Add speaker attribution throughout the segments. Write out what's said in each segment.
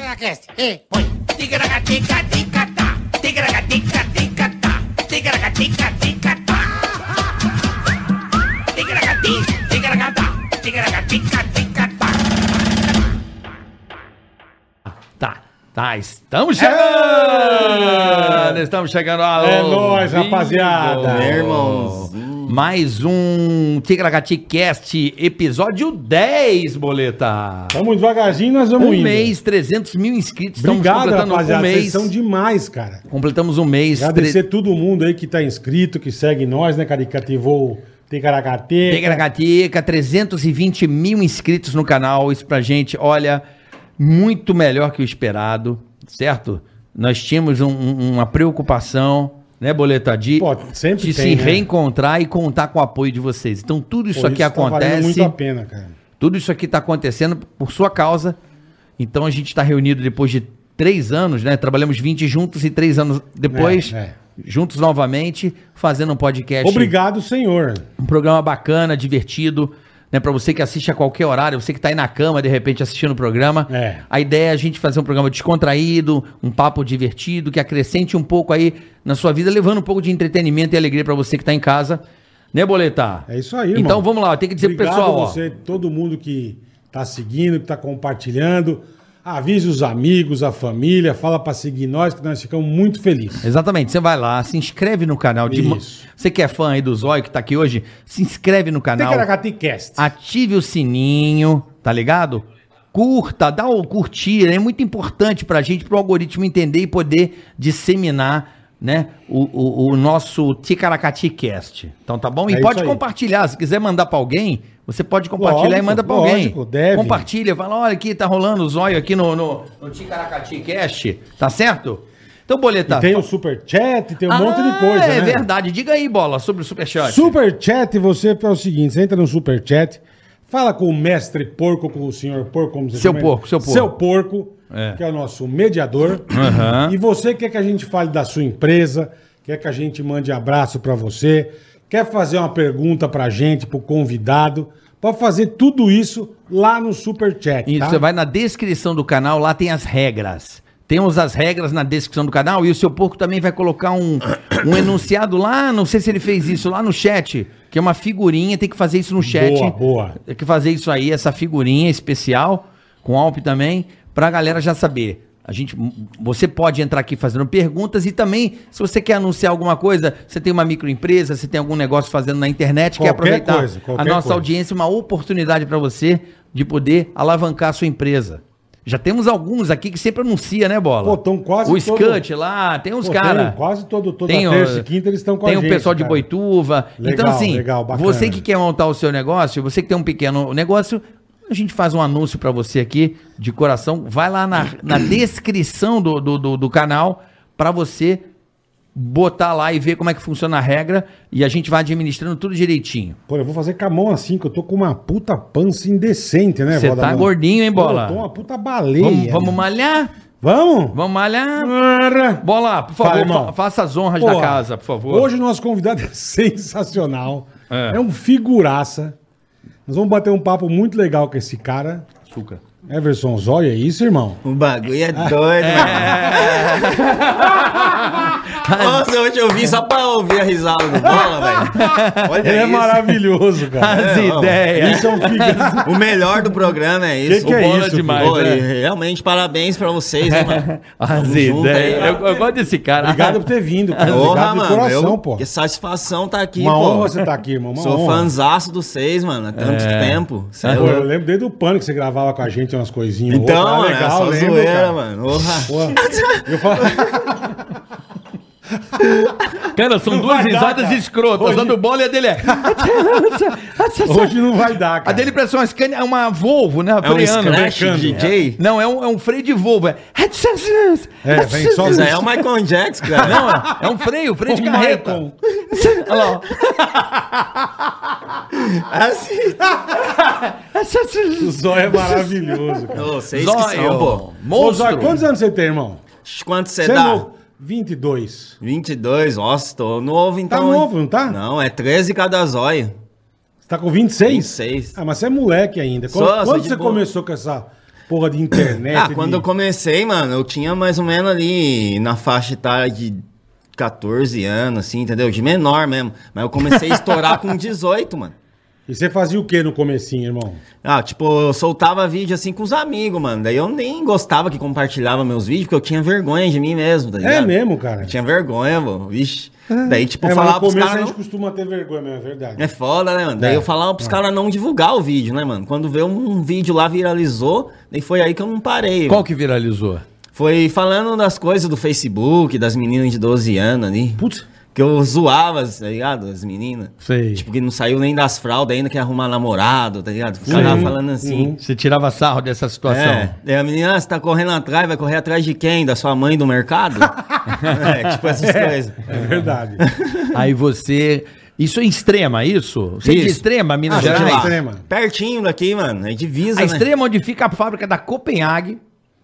Speaker 1: Tigracast. Ei, põe. Tigracatica, ticatá. Tigracatica, ticatá. Tigracatica, ticatá. Tigracati, tigracatá. Tigracatica, ticatá.
Speaker 2: Tá, tá, estamos chegando! Estamos chegando ao
Speaker 3: É nóis,
Speaker 2: vivo.
Speaker 3: rapaziada.
Speaker 4: Meu irmãozinho.
Speaker 2: Mais um Tigragati Cast, episódio 10, boleta.
Speaker 3: Tamo devagarzinho, nós vamos
Speaker 2: Um
Speaker 3: indo.
Speaker 2: mês, 300 mil inscritos.
Speaker 3: Obrigado, rapaziada.
Speaker 2: um mês.
Speaker 3: Vocês são demais, cara.
Speaker 2: Completamos um mês.
Speaker 3: Agradecer todo mundo aí que tá inscrito, que segue nós, né, cara? E que ativou o Ticaracate.
Speaker 2: Tigragatica, 320 mil inscritos no canal. Isso pra gente, olha, muito melhor que o esperado, certo? Nós tínhamos um- um- uma preocupação, né, Boleta? De,
Speaker 3: Pô, sempre
Speaker 2: de
Speaker 3: tem,
Speaker 2: se
Speaker 3: né?
Speaker 2: reencontrar e contar com o apoio de vocês. Então, tudo isso
Speaker 3: Pô,
Speaker 2: aqui
Speaker 3: tá valendo
Speaker 2: acontece.
Speaker 3: muito a pena, cara.
Speaker 2: Tudo isso aqui está acontecendo por sua causa. Então a gente está reunido depois de três anos, né? Trabalhamos 20 juntos e três anos depois,
Speaker 3: É, é.
Speaker 2: juntos novamente, fazendo um podcast.
Speaker 3: Obrigado, senhor.
Speaker 2: Um programa bacana, divertido, né? Para você que assiste a qualquer horário, você que tá aí na cama, de repente, assistindo o programa.
Speaker 3: É.
Speaker 2: A ideia é a gente fazer um programa descontraído, um papo divertido, que acrescente um pouco aí na sua vida, levando um pouco de entretenimento e alegria para você que tá em casa. Né, Boletar?
Speaker 3: É isso aí, irmão.
Speaker 2: Então vamos lá, tem que dizer pro
Speaker 3: Obrigado
Speaker 2: pessoal, ó.
Speaker 3: a você, todo mundo que tá seguindo, que tá compartilhando. Avisa os amigos, a família, fala pra seguir nós, que nós ficamos muito felizes.
Speaker 2: Exatamente, você vai lá, se inscreve no canal. De...
Speaker 3: Isso.
Speaker 2: Você que é fã aí do Zóio que tá aqui hoje, se inscreve no canal,
Speaker 3: Ticaracatecast.
Speaker 2: ative o sininho, tá ligado? Curta, dá o curtir, é muito importante pra gente, pro algoritmo entender e poder disseminar, né, o, o, o nosso Ticaracati Cast. Então tá bom? E
Speaker 3: É isso
Speaker 2: pode
Speaker 3: aí.
Speaker 2: compartilhar, se quiser mandar pra alguém, você pode compartilhar e
Speaker 3: Lógico,
Speaker 2: manda pra
Speaker 3: lógico,
Speaker 2: alguém.
Speaker 3: deve.
Speaker 2: Compartilha, fala, olha aqui, tá rolando o Zóio aqui no, no, no Ticaracati Cast, tá certo? Então, Boleta,
Speaker 3: E tem o super chat, tem um monte de
Speaker 2: ah,
Speaker 3: coisa,
Speaker 2: É
Speaker 3: né?
Speaker 2: verdade. Diga aí, bola, sobre o Superchat.
Speaker 3: Super chat, você é o seguinte, você entra no super chat, fala com o mestre porco, com o senhor porco, como você
Speaker 2: Seu
Speaker 3: chama
Speaker 2: porco, seu porco.
Speaker 3: Seu porco,
Speaker 2: É.
Speaker 3: que é o nosso mediador.
Speaker 2: Aham.
Speaker 3: E você quer que a gente fale da sua empresa, quer que a gente mande abraço pra você, quer fazer uma pergunta pra gente, pro convidado, pode fazer tudo isso lá no super chat,
Speaker 2: Isso,
Speaker 3: tá?
Speaker 2: você vai na descrição do canal, lá tem as regras. Temos as regras na descrição do canal e o seu porco também vai colocar um, um enunciado lá, não sei se ele fez isso, lá no chat, que é uma figurinha, tem que fazer isso no chat.
Speaker 3: Boa, boa.
Speaker 2: Tem que fazer isso aí, essa figurinha especial, com Alp também, pra galera já saber. A gente, você pode entrar aqui fazendo perguntas e também, se você quer anunciar alguma coisa, você tem uma microempresa, você tem algum negócio fazendo na internet, quer
Speaker 3: Qualquer
Speaker 2: aproveitar
Speaker 3: coisa,
Speaker 2: a
Speaker 3: qualquer
Speaker 2: nossa
Speaker 3: coisa.
Speaker 2: audiência audiência uma oportunidade para você de poder alavancar a sua empresa. Já temos alguns aqui que sempre anuncia, né, Bola?
Speaker 3: Pô, tão quase
Speaker 2: O
Speaker 3: todo-
Speaker 2: Scut lá, tem uns
Speaker 3: Pô, tem um
Speaker 2: caras.
Speaker 3: quase todo- toda
Speaker 2: Tem o-
Speaker 3: terça e quinta eles estão com a
Speaker 2: Tem o
Speaker 3: gente,
Speaker 2: pessoal de
Speaker 3: cara.
Speaker 2: Boituva.
Speaker 3: Legal,
Speaker 2: então, assim,
Speaker 3: legal, bacana.
Speaker 2: você que quer montar o seu negócio, você que tem um pequeno negócio, a gente faz um anúncio para você aqui, de coração. Vai lá na, na descrição do, do, do- do canal para você botar lá e ver como é que funciona a regra e a gente vai administrando tudo direitinho.
Speaker 3: Pô, eu vou fazer com a mão assim, que eu tô com uma puta pança indecente, né,
Speaker 2: Você
Speaker 3: vó da
Speaker 2: tá
Speaker 3: mão?
Speaker 2: gordinho, hein, Bola?
Speaker 3: Pô, eu tô uma puta baleia.
Speaker 2: Vamos, vamos malhar?
Speaker 3: Vamos?
Speaker 2: Vamos malhar?
Speaker 3: Bora!
Speaker 2: Bola, por favor,
Speaker 3: Fala, irmão.
Speaker 2: fa- faça as honras da
Speaker 3: Porra,
Speaker 2: casa, por favor.
Speaker 3: Hoje o nosso convidado é sensacional.
Speaker 2: É.
Speaker 3: É. um figuraça. Nós vamos bater um papo muito legal com esse cara.
Speaker 2: açúcar.
Speaker 3: Everson Zóia, é isso, irmão?
Speaker 4: O bagulho é doido, mano.
Speaker 3: É.
Speaker 4: Nossa, hoje eu vim só pra ouvir a risada do bola, velho. Olha
Speaker 3: Ele é
Speaker 4: isso.
Speaker 3: maravilhoso, cara.
Speaker 2: As
Speaker 4: É, ó.
Speaker 2: ideias.
Speaker 3: Isso é um figuraça.
Speaker 4: O melhor do programa é isso.
Speaker 3: Que que é
Speaker 4: O bola
Speaker 3: isso, filho?
Speaker 4: demais, Pô,
Speaker 2: né?
Speaker 4: e Realmente, parabéns pra vocês, hein, mano.
Speaker 2: As
Speaker 4: Tamo junto
Speaker 2: ideias.
Speaker 4: aí.
Speaker 2: Eu, eu gosto desse cara.
Speaker 3: Obrigado por ter vindo, cara.
Speaker 4: Porra,
Speaker 3: Obrigado de
Speaker 4: mano.
Speaker 3: coração,
Speaker 4: eu-
Speaker 3: pô.
Speaker 4: Que satisfação tá aqui,
Speaker 3: Uma
Speaker 4: pô.
Speaker 3: honra você estar aqui, irmão. Uma
Speaker 4: Sou
Speaker 3: honra.
Speaker 4: fanzaço dos seis, mano. Há tanto tempo. Cê é
Speaker 3: Pô, tá eu
Speaker 4: louco.
Speaker 3: lembro desde o pânico que você gravava com a gente umas coisinhas.
Speaker 4: Então,
Speaker 3: Outra,
Speaker 4: mano, é só
Speaker 3: lembro,
Speaker 4: zoeira,
Speaker 3: cara.
Speaker 4: mano. Porra.
Speaker 3: Pô, eu falo...
Speaker 2: Cara, são
Speaker 3: Não
Speaker 2: duas
Speaker 3: vai dar,
Speaker 2: risadas
Speaker 3: cara.
Speaker 2: escrotas.
Speaker 3: Hoje-
Speaker 2: A do bola e a dele é.
Speaker 3: Hoje não vai dar, cara.
Speaker 2: a dele parece uma, Scania- é uma Volvo, né?
Speaker 4: É um
Speaker 2: Freando.
Speaker 4: scratch
Speaker 3: brincando.
Speaker 4: DJ?
Speaker 2: Não, é um, é um freio de Volvo. É,
Speaker 3: É, vem só-
Speaker 4: Mas aí é o Michael Jackson, cara.
Speaker 2: Não, é, é um freio, freio de
Speaker 3: O
Speaker 2: carreta.
Speaker 3: Michael.
Speaker 2: Olha lá, ó.
Speaker 4: É assim.
Speaker 3: O Zóia é maravilhoso, cara.
Speaker 4: Ô, vocês que
Speaker 2: Zóio.
Speaker 4: são, pô.
Speaker 3: Ô,
Speaker 2: Monstro.
Speaker 3: Zóia, quantos anos você tem, irmão?
Speaker 4: Quanto você
Speaker 3: Você é
Speaker 4: dá?
Speaker 3: novo? 22.
Speaker 4: 22, nossa, tô novo então.
Speaker 3: Tá
Speaker 4: hein?
Speaker 3: novo, não tá?
Speaker 4: Não, é 13 cada zóio.
Speaker 3: Você tá com 26?
Speaker 4: 26.
Speaker 3: Ah, mas você é moleque ainda. Quando,
Speaker 4: Sou, sou
Speaker 3: quando
Speaker 4: de
Speaker 3: você
Speaker 4: boa.
Speaker 3: começou com essa, porra de internet.
Speaker 4: Ah,
Speaker 3: de-
Speaker 4: quando eu comecei, mano, eu tinha mais ou menos ali na faixa etária de 14 anos, assim, entendeu? De menor mesmo. Mas eu comecei a estourar com 18, mano.
Speaker 3: E você fazia o que no comecinho, irmão?
Speaker 4: Ah, tipo, eu soltava vídeo assim com os amigos, mano. Daí eu nem gostava que compartilhava meus vídeos, porque eu tinha vergonha de mim mesmo, tá
Speaker 3: É
Speaker 4: ligado?
Speaker 3: mesmo, cara.
Speaker 4: Eu tinha vergonha, mano. Vixe. Daí, tipo,
Speaker 3: é,
Speaker 4: eu
Speaker 3: mas
Speaker 4: falava
Speaker 3: no
Speaker 4: pros
Speaker 3: começo a
Speaker 4: caras.
Speaker 3: gente
Speaker 4: não-
Speaker 3: costuma ter vergonha mesmo, é verdade.
Speaker 4: É foda, né, mano? Daí
Speaker 3: É.
Speaker 4: eu falava pros caras não divulgar o vídeo, né, mano? Quando veio um vídeo lá, viralizou, daí foi aí que eu não parei.
Speaker 2: Qual
Speaker 4: mano.
Speaker 2: que viralizou?
Speaker 4: Foi falando das coisas do Facebook, das meninas de 12 anos ali.
Speaker 3: Putz.
Speaker 4: Que eu zoava, tá ligado? As meninas.
Speaker 2: Sei.
Speaker 4: Tipo, que não saiu nem das fraldas ainda, quer arrumar namorado, tá ligado? Ficava
Speaker 3: Uhum,
Speaker 4: falando assim.
Speaker 3: uhum.
Speaker 2: Você tirava sarro dessa situação.
Speaker 4: É. Daí a menina, ah, você tá correndo atrás, vai correr atrás de quem? Da sua mãe do mercado? é, tipo essas coisas.
Speaker 3: É verdade.
Speaker 2: Aí você. Isso é em extrema, isso? Você é de
Speaker 4: Isso.
Speaker 2: extrema, Minas
Speaker 3: Ah, já
Speaker 2: Gerais?
Speaker 3: de
Speaker 4: Sei lá,
Speaker 3: lá. Extrema.
Speaker 4: Pertinho daqui, mano. É divisa,
Speaker 2: A
Speaker 4: né?
Speaker 2: extrema onde fica a fábrica da Copenhague.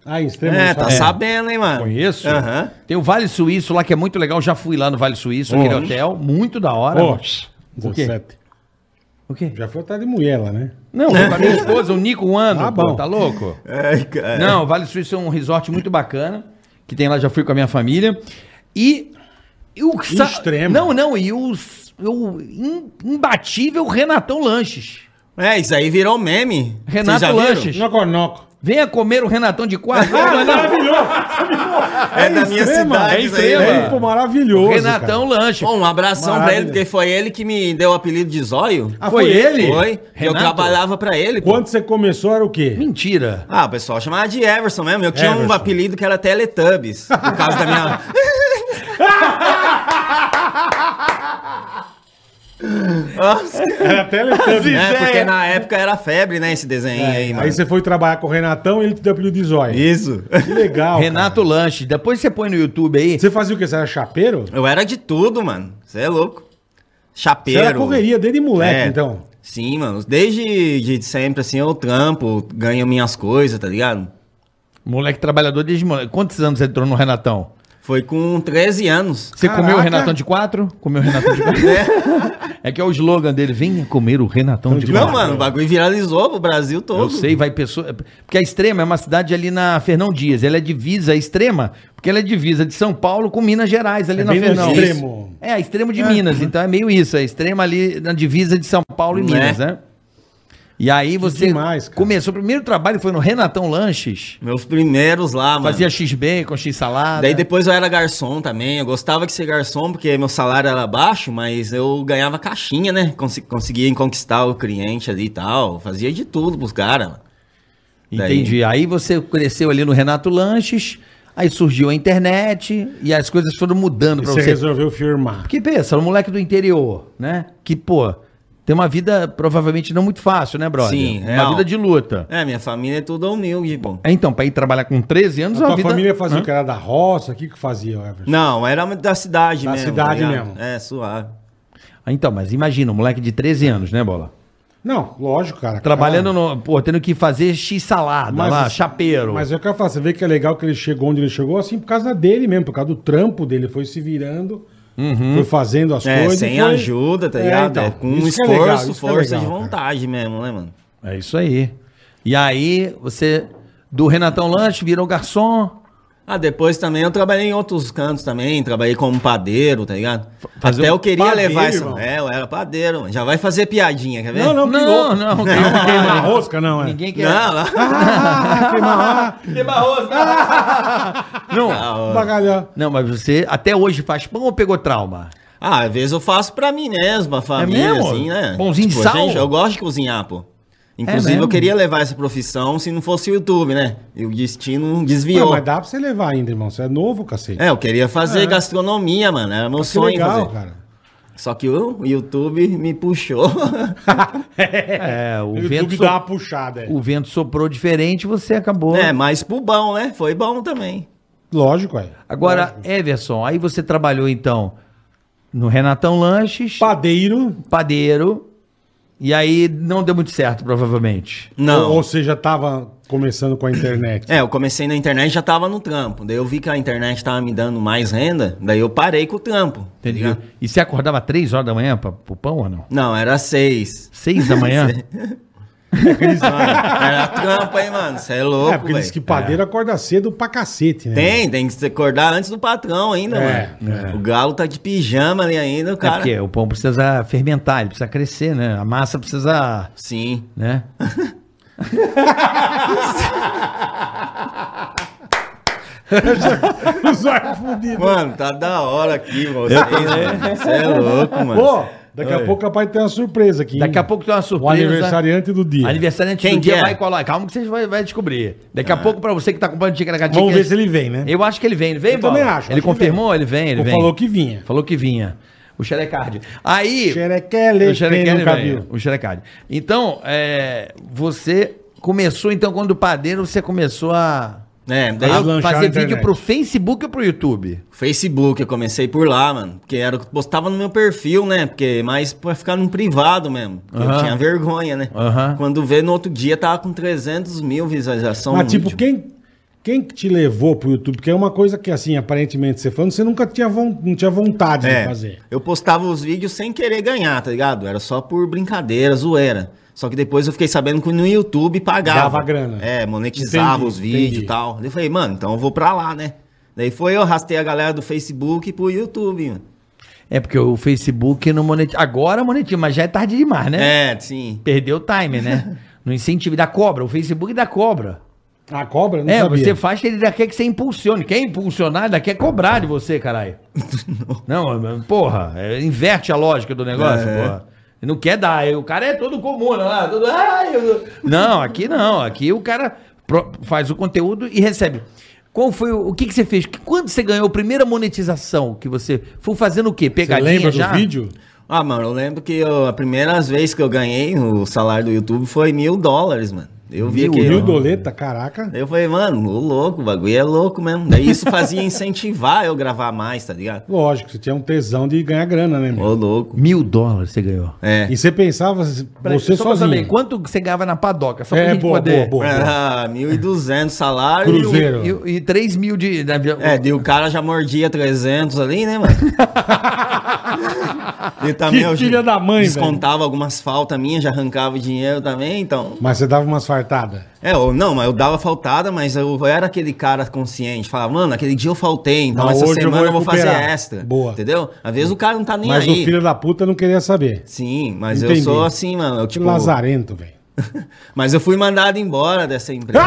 Speaker 3: Ah, em extremo.
Speaker 4: É,
Speaker 3: não
Speaker 4: tá
Speaker 3: sabe.
Speaker 4: sabendo, hein, mano?
Speaker 2: Conheço.
Speaker 4: Aham.
Speaker 2: Tem o Vale Suíço lá que é muito legal. Já fui lá no Vale Suíço, aquele
Speaker 3: Uhum.
Speaker 2: hotel. Muito da hora.
Speaker 4: né?
Speaker 3: Pô,
Speaker 2: O quê?
Speaker 3: 17.
Speaker 2: O quê?
Speaker 3: Já foi atrás de mulher lá, né?
Speaker 2: Não, foi com a minha esposa, o Nico, um ano.
Speaker 3: Ah,
Speaker 2: pô,
Speaker 3: bom.
Speaker 2: tá louco?
Speaker 4: Ai, cara.
Speaker 2: Não, Vale Suíço é um resort muito bacana, que tem lá, já fui com a minha família. E, e o sa-
Speaker 3: Extremo.
Speaker 2: Não, não, e os- e o im- imbatível Renatão Lanches.
Speaker 4: É, isso aí virou meme. Vocês
Speaker 2: Renato
Speaker 4: já viram?
Speaker 2: Lanches.
Speaker 3: Noconoco.
Speaker 2: Venha comer o Renatão de quatro.
Speaker 3: É
Speaker 4: É, da minha
Speaker 3: Extrema,
Speaker 4: cidade,
Speaker 3: é
Speaker 4: isso aí,
Speaker 2: extrema.
Speaker 4: mano.
Speaker 3: É, pô, maravilhoso.
Speaker 2: Renatão Lanches.
Speaker 4: Bom, um abração
Speaker 3: Maravilha.
Speaker 4: pra ele, porque foi ele que me deu o apelido de zóio.
Speaker 3: Ah, foi ele?
Speaker 4: Foi. Eu
Speaker 2: Renato?
Speaker 4: trabalhava pra ele. pô.
Speaker 3: Quando você começou era o quê?
Speaker 2: Mentira.
Speaker 4: Ah, o pessoal chamava de Everson mesmo. Eu tinha um
Speaker 3: Everson.
Speaker 4: apelido que era Teletubbies. Por causa da minha. Nossa,
Speaker 3: Era Teletubbies.
Speaker 4: né?
Speaker 2: ideia.
Speaker 4: Porque na época era febre, né? Esse desenho aí, mano.
Speaker 3: Aí você foi trabalhar com o Renatão e ele te deu apelido de zóio.
Speaker 4: Isso.
Speaker 3: Que legal.
Speaker 2: Renato Lanches. Depois você põe no YouTube aí.
Speaker 3: cara. Você fazia o quê? Você era chapeiro?
Speaker 4: Eu era de tudo, mano. Você é louco.
Speaker 3: Você
Speaker 4: Chapeiro.
Speaker 3: era correria desde moleque,
Speaker 4: É.
Speaker 3: então.
Speaker 4: Sim, mano. Desde de sempre, assim, eu trampo, ganho minhas coisas, tá ligado?
Speaker 2: Moleque trabalhador desde moleque. Quantos anos você entrou no Renatão?
Speaker 4: Foi com 13 anos.
Speaker 2: Você
Speaker 3: Caraca.
Speaker 2: comeu o Renatão de quatro? Comeu o Renatão de quatro? é que é o slogan dele. Venha comer o Renatão de
Speaker 3: Não,
Speaker 4: Não,
Speaker 2: quatro.
Speaker 4: mano, o bagulho viralizou pro Brasil todo.
Speaker 2: Eu sei, vai pessoa. Porque a Extrema é uma cidade ali na Fernão Dias. Ela é divisa extrema, porque ela é divisa de São Paulo com Minas Gerais, ali
Speaker 3: É
Speaker 2: na
Speaker 3: bem no
Speaker 2: Fernão.
Speaker 3: extremo.
Speaker 2: É, a extremo de Minas. Então é meio isso. É extrema ali na divisa de São Paulo e
Speaker 4: Né?
Speaker 2: Minas, né? E aí você
Speaker 3: demais, cara.
Speaker 2: começou. O primeiro trabalho foi no Renatão Lanches.
Speaker 4: Meus primeiros lá, mano.
Speaker 2: Fazia X-Bacon, X-Salada.
Speaker 3: né?
Speaker 4: Daí depois eu era garçom também. Eu gostava de ser garçom porque meu salário era baixo, mas eu ganhava caixinha, né? Consi- conseguia conquistar o cliente ali e tal. Fazia de tudo pros caras, mano.
Speaker 2: Entendi. Aí você cresceu ali no Renato Lanches, aí surgiu a internet e as coisas foram mudando
Speaker 3: E
Speaker 2: pra
Speaker 3: você
Speaker 2: você.
Speaker 3: resolveu firmar.
Speaker 2: Porque pensa, um moleque do interior, né? Que, pô, tem uma vida provavelmente não muito fácil, né, brother?
Speaker 4: Sim,
Speaker 2: Uma
Speaker 4: real.
Speaker 2: vida de luta.
Speaker 4: É, minha família é toda humilde, pô.
Speaker 2: É, Então, pra ir trabalhar com 13 anos,
Speaker 3: A
Speaker 2: é uma
Speaker 3: tua
Speaker 2: vida...
Speaker 3: família fazia o que era da roça? O que que fazia, Everson?
Speaker 4: Não, era da cidade
Speaker 3: Da
Speaker 4: mesmo.
Speaker 3: cidade
Speaker 4: ligado?
Speaker 3: mesmo.
Speaker 4: É, suave.
Speaker 2: Ah, Então, mas imagina, um moleque de 13 anos, né, Bola?
Speaker 3: Não, lógico, cara.
Speaker 2: Trabalhando, no, pô, tendo que fazer x-salada
Speaker 3: Ah. Mas-
Speaker 2: lá, chapeiro.
Speaker 3: Mas eu quero falar, você vê que é legal que ele chegou onde ele chegou, assim, por causa dele mesmo, por causa do trampo dele. Ele foi se virando, foi fazendo as
Speaker 4: Uhum. É,
Speaker 3: coisas.
Speaker 4: sem
Speaker 3: foi-
Speaker 4: ajuda, tá
Speaker 3: É,
Speaker 4: ligado?
Speaker 3: então,
Speaker 4: É, com um
Speaker 3: isso que é
Speaker 4: esforço,
Speaker 3: legal, isso que é
Speaker 4: força de
Speaker 3: legal, cara.
Speaker 4: vontade mesmo, né, mano?
Speaker 2: É isso aí. E aí, você, do Renatão Lanche, virou garçom.
Speaker 4: Ah, depois também eu trabalhei em outros cantos também, trabalhei como padeiro, tá ligado?
Speaker 2: fazer
Speaker 4: Até
Speaker 2: um
Speaker 4: eu queria
Speaker 3: padeiro,
Speaker 4: levar essa.
Speaker 3: irmão.
Speaker 4: É, eu era padeiro, mano. Já vai fazer piadinha, quer ver?
Speaker 3: Não, não, pirou.
Speaker 2: não, não. Queima
Speaker 3: Não, queima a
Speaker 2: arroz.
Speaker 3: rosca, não, é.
Speaker 2: Ninguém quer.
Speaker 4: Não, não.
Speaker 3: Ah, queima lá,
Speaker 2: Queima arroz. Não.
Speaker 3: bagalhão.
Speaker 2: Não, mas você até hoje faz pão ou pegou trauma?
Speaker 4: Ah, às vezes eu faço pra mim mesmo,
Speaker 3: É
Speaker 4: a família,
Speaker 2: mesmo?
Speaker 4: assim, né?
Speaker 2: Pãozinho de
Speaker 4: Tipo,
Speaker 2: sal?
Speaker 4: gente, eu gosto de cozinhar, pô.
Speaker 3: É
Speaker 4: Inclusive,
Speaker 2: mesmo?
Speaker 4: eu queria levar essa profissão se não fosse o YouTube, né? E o destino
Speaker 3: Não,
Speaker 4: desviou.
Speaker 3: mas dá pra você levar ainda, irmão. Você é novo, cacete.
Speaker 4: É, eu queria fazer gastronomia, mano. Era meu
Speaker 3: Ah, que
Speaker 4: sonho
Speaker 3: legal,
Speaker 4: fazer.
Speaker 3: cara.
Speaker 4: Só que o YouTube me puxou.
Speaker 2: É, o,
Speaker 3: O
Speaker 2: vento,
Speaker 3: YouTube
Speaker 2: so-
Speaker 3: dá uma puxada, é.
Speaker 2: o vento soprou diferente e você acabou.
Speaker 4: é, mas pro bom, né? Foi bom também.
Speaker 3: Lógico, é.
Speaker 2: Agora, Everson, aí você trabalhou então no Renatão Lanches,
Speaker 3: Padeiro,
Speaker 2: padeiro, e aí não deu muito certo, provavelmente.
Speaker 4: Não.
Speaker 3: Ou, ou você já tava começando com a internet?
Speaker 4: É, eu comecei na internet já tava no trampo. Daí eu vi que a internet tava me dando mais renda, daí eu parei com o trampo. tá
Speaker 2: Entendeu?
Speaker 4: ligado?
Speaker 2: E você acordava três horas da manhã pra, pro pão ou não?
Speaker 4: Não, era seis.
Speaker 2: Seis da manhã?
Speaker 3: É, que eles-
Speaker 4: Era trampa, hein, mano? Você é louco,
Speaker 3: é, porque
Speaker 4: velho.
Speaker 3: diz que padeiro acorda cedo pra cacete, né?
Speaker 4: Tem, tem que se acordar antes do patrão ainda,
Speaker 3: É,
Speaker 4: mano. O galo tá de pijama ali ainda, o
Speaker 2: É
Speaker 4: cara.
Speaker 2: porque o pão precisa fermentar, ele precisa crescer, né? A massa precisa,
Speaker 4: Sim.
Speaker 2: né?
Speaker 3: O zóio fudido.
Speaker 4: Mano, tá da hora aqui, vocês, mano. Você é louco, mano.
Speaker 3: Pô, daqui a pouco capaz de ter uma surpresa aqui.
Speaker 2: Daqui a pouco tem uma
Speaker 3: O
Speaker 2: surpresa.
Speaker 3: aniversariante do dia.
Speaker 2: Aniversariante
Speaker 4: Quem
Speaker 2: do dia
Speaker 4: que é?
Speaker 2: vai colar. Calma que você vai, vai descobrir. Daqui a pouco, pra você que tá acompanhando o Ticaracatica...
Speaker 3: Ah. Vamos ver se ele vem, né?
Speaker 2: Eu acho que ele vem. Ele veio,
Speaker 3: Eu também
Speaker 2: Bola?
Speaker 3: acho,
Speaker 2: Ele
Speaker 3: acho que
Speaker 2: confirmou? Ele vem, ele
Speaker 3: Ou
Speaker 2: vem.
Speaker 3: Falou que vinha.
Speaker 2: Falou que vinha. O Xerecard. Aí...
Speaker 3: Xerequele,
Speaker 2: o Xerecard
Speaker 3: quem nunca
Speaker 2: veio,
Speaker 3: viu?
Speaker 2: O Xerecard. Então, é, você começou, então, quando o padeiro, você começou a...
Speaker 4: É, daí
Speaker 2: a
Speaker 4: eu
Speaker 3: lanchar na
Speaker 2: fazer
Speaker 3: internet.
Speaker 2: vídeo pro Facebook ou pro YouTube?
Speaker 4: Facebook, eu comecei por lá, mano. Porque era o que postava no meu perfil, né? Porque mais pra ficar no privado mesmo. porque
Speaker 2: Aham.
Speaker 4: Eu tinha vergonha, né?
Speaker 2: Aham.
Speaker 4: Quando vê no outro dia, tava com 300 mil visualizações.
Speaker 3: Mas,
Speaker 4: no
Speaker 3: tipo,
Speaker 4: vídeo.
Speaker 3: quem, quem que te levou pro YouTube? Porque é uma coisa que, assim, aparentemente você falando, você nunca tinha, von- não tinha vontade
Speaker 4: é,
Speaker 3: de fazer.
Speaker 4: Eu postava os vídeos sem querer ganhar, tá ligado? Era só por brincadeira, zoeira. Só que depois eu fiquei sabendo que no YouTube pagava.
Speaker 3: Dava grana.
Speaker 4: É, monetizava
Speaker 3: Entendi,
Speaker 4: os vídeos
Speaker 3: entendi.
Speaker 4: e tal. Daí eu falei, mano, então eu vou pra lá, né? Daí foi eu, rastei a galera do Facebook pro YouTube, mano.
Speaker 2: É porque o Facebook não monetiza. Agora monetiza, mas já é tarde demais, né?
Speaker 4: é sim.
Speaker 2: Perdeu o time, né? No incentivo da cobra, o Facebook da cobra.
Speaker 3: A cobra? Não
Speaker 2: é,
Speaker 3: sabia.
Speaker 2: você faz que ele ainda quer que você impulsione. Quer impulsionar, ainda quer cobrar de você, caralho. não, mas, porra, é, inverte a lógica do negócio,
Speaker 4: É.
Speaker 2: porra. Ele Não quer dar, o cara é todo comum, lá, todo, "Ai, eu-" Não, aqui não, aqui o cara pro- faz o conteúdo e recebe. Qual foi o, o que que você fez? Que- Quando você ganhou a primeira monetização que você foi fazendo o quê?
Speaker 3: Você
Speaker 2: Pegadinha
Speaker 3: lembra
Speaker 2: já?
Speaker 3: do vídeo?
Speaker 4: Ah, mano, eu lembro que eu- a primeira vez que eu ganhei o salário do YouTube foi mil dólares, mano. Eu vi
Speaker 2: Mil-
Speaker 4: que.
Speaker 3: Mil doleta, caraca.
Speaker 4: Daí eu falei, mano, ô louco, o bagulho é louco mesmo. Daí isso fazia incentivar eu gravar mais, tá ligado?
Speaker 3: Lógico, você tinha um tesão de ganhar grana, né, meu?
Speaker 4: Ô louco.
Speaker 2: Mil dólares você ganhou.
Speaker 4: É.
Speaker 3: E você pensava, você
Speaker 2: só pra saber,
Speaker 3: sozinho.
Speaker 2: quanto que você ganhava na padoca? Só pra
Speaker 3: É,
Speaker 2: gente
Speaker 3: boa, boa,
Speaker 2: poder.
Speaker 3: boa, boa.
Speaker 4: Era 1.200 salário. e o-
Speaker 3: Cruzeiro.
Speaker 2: E, e 3 mil de. da-
Speaker 4: É, daí o cara já mordia 300 ali, né, mano? e também
Speaker 3: Que
Speaker 4: eu
Speaker 3: filha da mãe, velho.
Speaker 4: descontava algumas faltas minhas, já arrancava o dinheiro também, então.
Speaker 3: Mas você dava umas fartadas.
Speaker 4: É, ou não, mas eu dava faltada, mas eu era aquele cara consciente. Falava, mano, aquele dia eu faltei, então
Speaker 3: Não,
Speaker 4: essa
Speaker 3: hoje eu
Speaker 4: semana
Speaker 3: vou
Speaker 4: eu vou fazer
Speaker 3: recuperar."
Speaker 4: extra.
Speaker 3: Boa.
Speaker 4: Entendeu? Às vezes o cara não tá nem
Speaker 3: Mas o
Speaker 4: aí.
Speaker 3: filho da puta não queria saber.
Speaker 4: Sim, mas
Speaker 3: Entendi.
Speaker 4: eu sou assim, mano. Eu, tipo,
Speaker 3: Que lazarento, velho.
Speaker 4: mas eu fui mandado embora dessa empresa.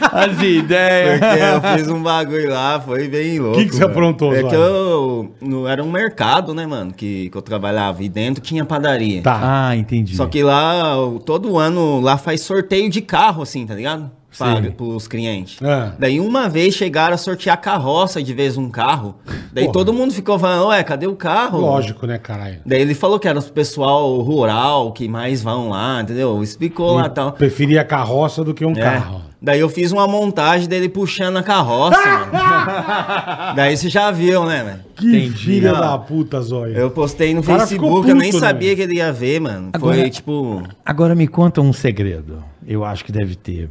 Speaker 2: As ideias.
Speaker 4: Porque eu fiz um bagulho lá, foi bem louco.
Speaker 3: É. que você
Speaker 4: mano.
Speaker 3: aprontou,
Speaker 4: É
Speaker 3: Zóio?
Speaker 4: que eu. Não era um mercado, né, mano? Que, que eu trabalhava. E dentro tinha padaria.
Speaker 3: Tá.
Speaker 2: Ah, entendi.
Speaker 4: Só que lá, o- todo ano, lá faz sorteio de carro, assim, tá ligado?
Speaker 3: Sim.
Speaker 4: Paga pros clientes.
Speaker 3: Ah.
Speaker 4: Daí uma vez chegaram a sortear carroça de vez um carro. Daí
Speaker 3: Porra.
Speaker 4: todo mundo ficou falando, ué, cadê o carro?
Speaker 3: Lógico, né, caralho?
Speaker 4: Daí ele falou que era o pessoal rural que mais vão lá, entendeu? Explicou lá e tal.
Speaker 3: Preferia carroça do que um
Speaker 4: Então. É.
Speaker 3: carro.
Speaker 4: Daí eu fiz uma montagem dele puxando a carroça, mano. Daí você já viu, né, velho?
Speaker 3: Que
Speaker 2: Entendi.
Speaker 3: filha
Speaker 4: Não.
Speaker 3: da puta, Zóio.
Speaker 4: Eu postei no
Speaker 3: O cara
Speaker 4: Facebook,
Speaker 3: ficou
Speaker 4: eu nem
Speaker 3: puto, né,
Speaker 4: sabia
Speaker 3: velho?
Speaker 4: que ele ia ver, mano.
Speaker 2: Agora-
Speaker 4: Foi tipo.
Speaker 2: Agora me conta um segredo. Eu acho que deve ter.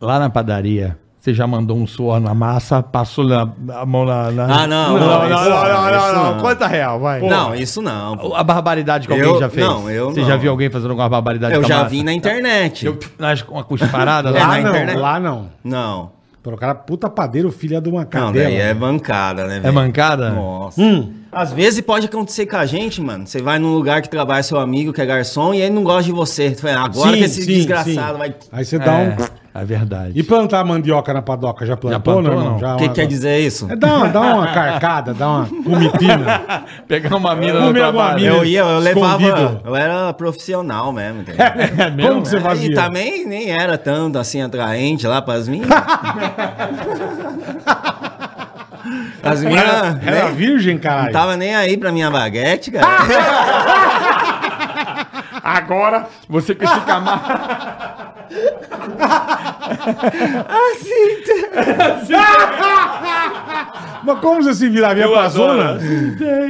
Speaker 2: Lá na padaria, você já mandou um suor na massa, passou na, a mão na. na-
Speaker 4: Ah,
Speaker 2: Não, não,
Speaker 4: não,
Speaker 2: não,
Speaker 4: não, isso
Speaker 2: não,
Speaker 4: não,
Speaker 2: não,
Speaker 4: isso
Speaker 2: não.
Speaker 4: não.
Speaker 2: Conta real, vai.
Speaker 4: Não, isso não. pô.
Speaker 2: A barbaridade que alguém
Speaker 4: Eu-
Speaker 2: já fez.
Speaker 4: não, eu
Speaker 2: Você
Speaker 4: não.
Speaker 2: já viu alguém fazendo alguma
Speaker 3: Tá
Speaker 2: barbaridade
Speaker 4: Eu
Speaker 2: com a
Speaker 4: já
Speaker 2: massa?
Speaker 4: vi na internet.
Speaker 2: Eu, nas, uma cusparada
Speaker 4: É,
Speaker 2: lá.
Speaker 3: lá,
Speaker 4: na
Speaker 3: não,
Speaker 4: internet.
Speaker 3: lá não.
Speaker 4: Não.
Speaker 3: Pelo cara, é puta padeiro, filha de uma
Speaker 4: Não,
Speaker 3: cadela.
Speaker 4: daí é bancada, né,
Speaker 2: É
Speaker 4: velho?
Speaker 2: mancada?
Speaker 4: Nossa.
Speaker 3: Hum,
Speaker 4: Às vezes pode acontecer com a gente, mano. Você vai num lugar que trabalha seu amigo, que é garçom, e ele não gosta de você. Tu fala, agora
Speaker 3: sim,
Speaker 4: que esse
Speaker 3: sim, Tá
Speaker 4: desgraçado
Speaker 3: sim.
Speaker 4: vai. O
Speaker 3: Aí você dá
Speaker 2: É,
Speaker 3: um...
Speaker 2: é verdade.
Speaker 3: E plantar mandioca na padoca, já plantou,
Speaker 2: plantou,
Speaker 3: não, irmão?
Speaker 2: não?
Speaker 3: Já
Speaker 4: que
Speaker 3: uma-
Speaker 4: quer dizer isso?
Speaker 3: É, dá, uma, dá uma carcada, dá uma comitina.
Speaker 2: Pegar uma mina
Speaker 3: Comer alguma mina.
Speaker 4: Eu ia, eu levava.
Speaker 3: né? Escondido.
Speaker 4: Eu era profissional mesmo, entendeu?
Speaker 2: É mesmo?
Speaker 3: Como que você fazia?
Speaker 4: E também nem era tanto assim atraente lá pras minhas. As minhas.
Speaker 3: Era,
Speaker 2: né?
Speaker 3: era
Speaker 4: nem-
Speaker 3: virgem,
Speaker 4: não
Speaker 2: Tá.
Speaker 3: caralho.
Speaker 4: tava nem aí pra minha baguete, cara.
Speaker 2: Agora você com esse camarada.
Speaker 3: Mas como você se virava? Ia pra zona?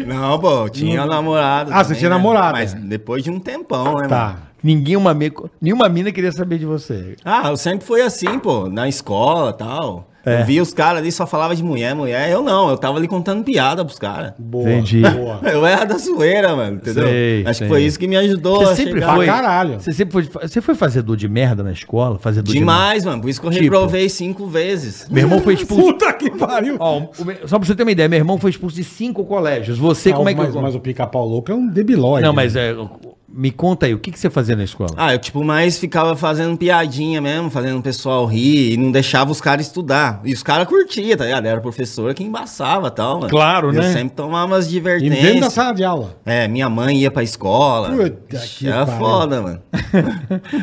Speaker 4: Não, pô, tinha namorado. né?
Speaker 3: Ah, você tinha namorado.
Speaker 4: Mas depois de um tempão, né, mano?
Speaker 3: Tá.
Speaker 2: Nenhuma, me- nenhuma mina queria saber de você.
Speaker 4: Ah, eu sempre fui assim, pô, na escola e tal.
Speaker 3: É.
Speaker 4: Eu via os caras ali, só falava de mulher, mulher. Eu não, eu tava ali contando piada pros caras.
Speaker 3: Boa,
Speaker 2: Entendi.
Speaker 3: boa.
Speaker 4: Eu era da zoeira, mano, entendeu?
Speaker 2: Sei,
Speaker 4: Acho
Speaker 2: sei.
Speaker 4: que foi isso que me ajudou
Speaker 2: Você
Speaker 4: a
Speaker 2: sempre
Speaker 4: chegar.
Speaker 2: foi.
Speaker 3: Pra caralho.
Speaker 2: Você sempre foi. Você foi fazedor de merda na escola? Fazedor
Speaker 4: Demais, mano. Por isso que eu
Speaker 2: Tipo?
Speaker 4: reprovei cinco vezes.
Speaker 2: de merda? Meu irmão foi expulso.
Speaker 3: Puta que pariu.
Speaker 2: Ó, o me- só pra você ter uma ideia, meu irmão foi expulso de cinco colégios. Você, como é que.
Speaker 3: mas,
Speaker 2: eu-
Speaker 3: mas o pica-pau louco é um debilóide.
Speaker 2: Não, mas é, me conta aí, o que, que você fazia na escola?
Speaker 4: Ah, eu, tipo, mais ficava fazendo piadinha mesmo, fazendo o pessoal rir e não deixava os caras estudar. E os caras curtiam, tá ligado? Era professora que embaçava e tal, mano.
Speaker 2: Claro, né?
Speaker 4: Eu sempre tomava umas
Speaker 2: é
Speaker 3: E dentro da
Speaker 4: divertências.
Speaker 3: sala de aula.
Speaker 4: É, minha mãe ia pra escola.
Speaker 3: Puta
Speaker 4: Ixi,
Speaker 3: que
Speaker 4: era
Speaker 3: pariu.
Speaker 4: foda, mano.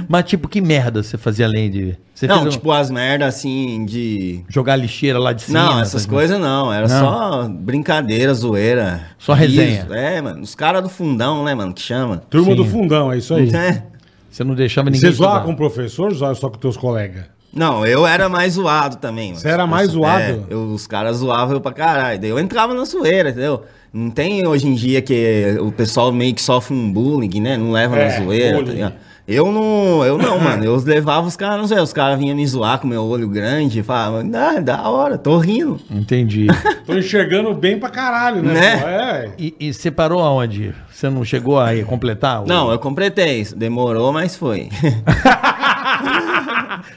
Speaker 2: Mas, tipo, que merda você fazia além de. Você
Speaker 4: Não,
Speaker 2: fez um-
Speaker 4: tipo, as merdas assim de.
Speaker 2: jogar lixeira lá de cima?
Speaker 4: Não, essas coisas não. Era
Speaker 2: Não.
Speaker 4: só brincadeira, zoeira.
Speaker 2: Só resenha.
Speaker 4: É, mano. Os caras do fundão, né, mano? Que chama.
Speaker 3: Turma
Speaker 2: Sim.
Speaker 3: do fundão, é isso aí.
Speaker 4: É.
Speaker 2: Você não deixava ninguém.
Speaker 3: Você zoava
Speaker 2: estudar.
Speaker 3: com o professor, zoava só com teus colegas.
Speaker 4: Não, eu era mais zoado também. mano.
Speaker 3: Você era mais zoado?
Speaker 4: É, eu- os caras zoavam eu pra caralho. Daí eu entrava na zoeira, entendeu? Não tem hoje em dia que o pessoal meio que sofre um bullying, né? Não leva
Speaker 3: É,
Speaker 4: na zoeira, tá
Speaker 3: bullying.
Speaker 4: ligado? Eu não, eu não, mano. Eu levava os caras na zoeira. Os caras vinham me zoar com meu olho grande e falavam, ah, da hora, tô rindo.
Speaker 2: Entendi.
Speaker 3: Tô enxergando bem pra caralho, né?
Speaker 4: Né?
Speaker 3: pô? É.
Speaker 2: e, e você parou aonde? Você não chegou a completar? o-
Speaker 4: Não, eu completei isso. Demorou, mas foi.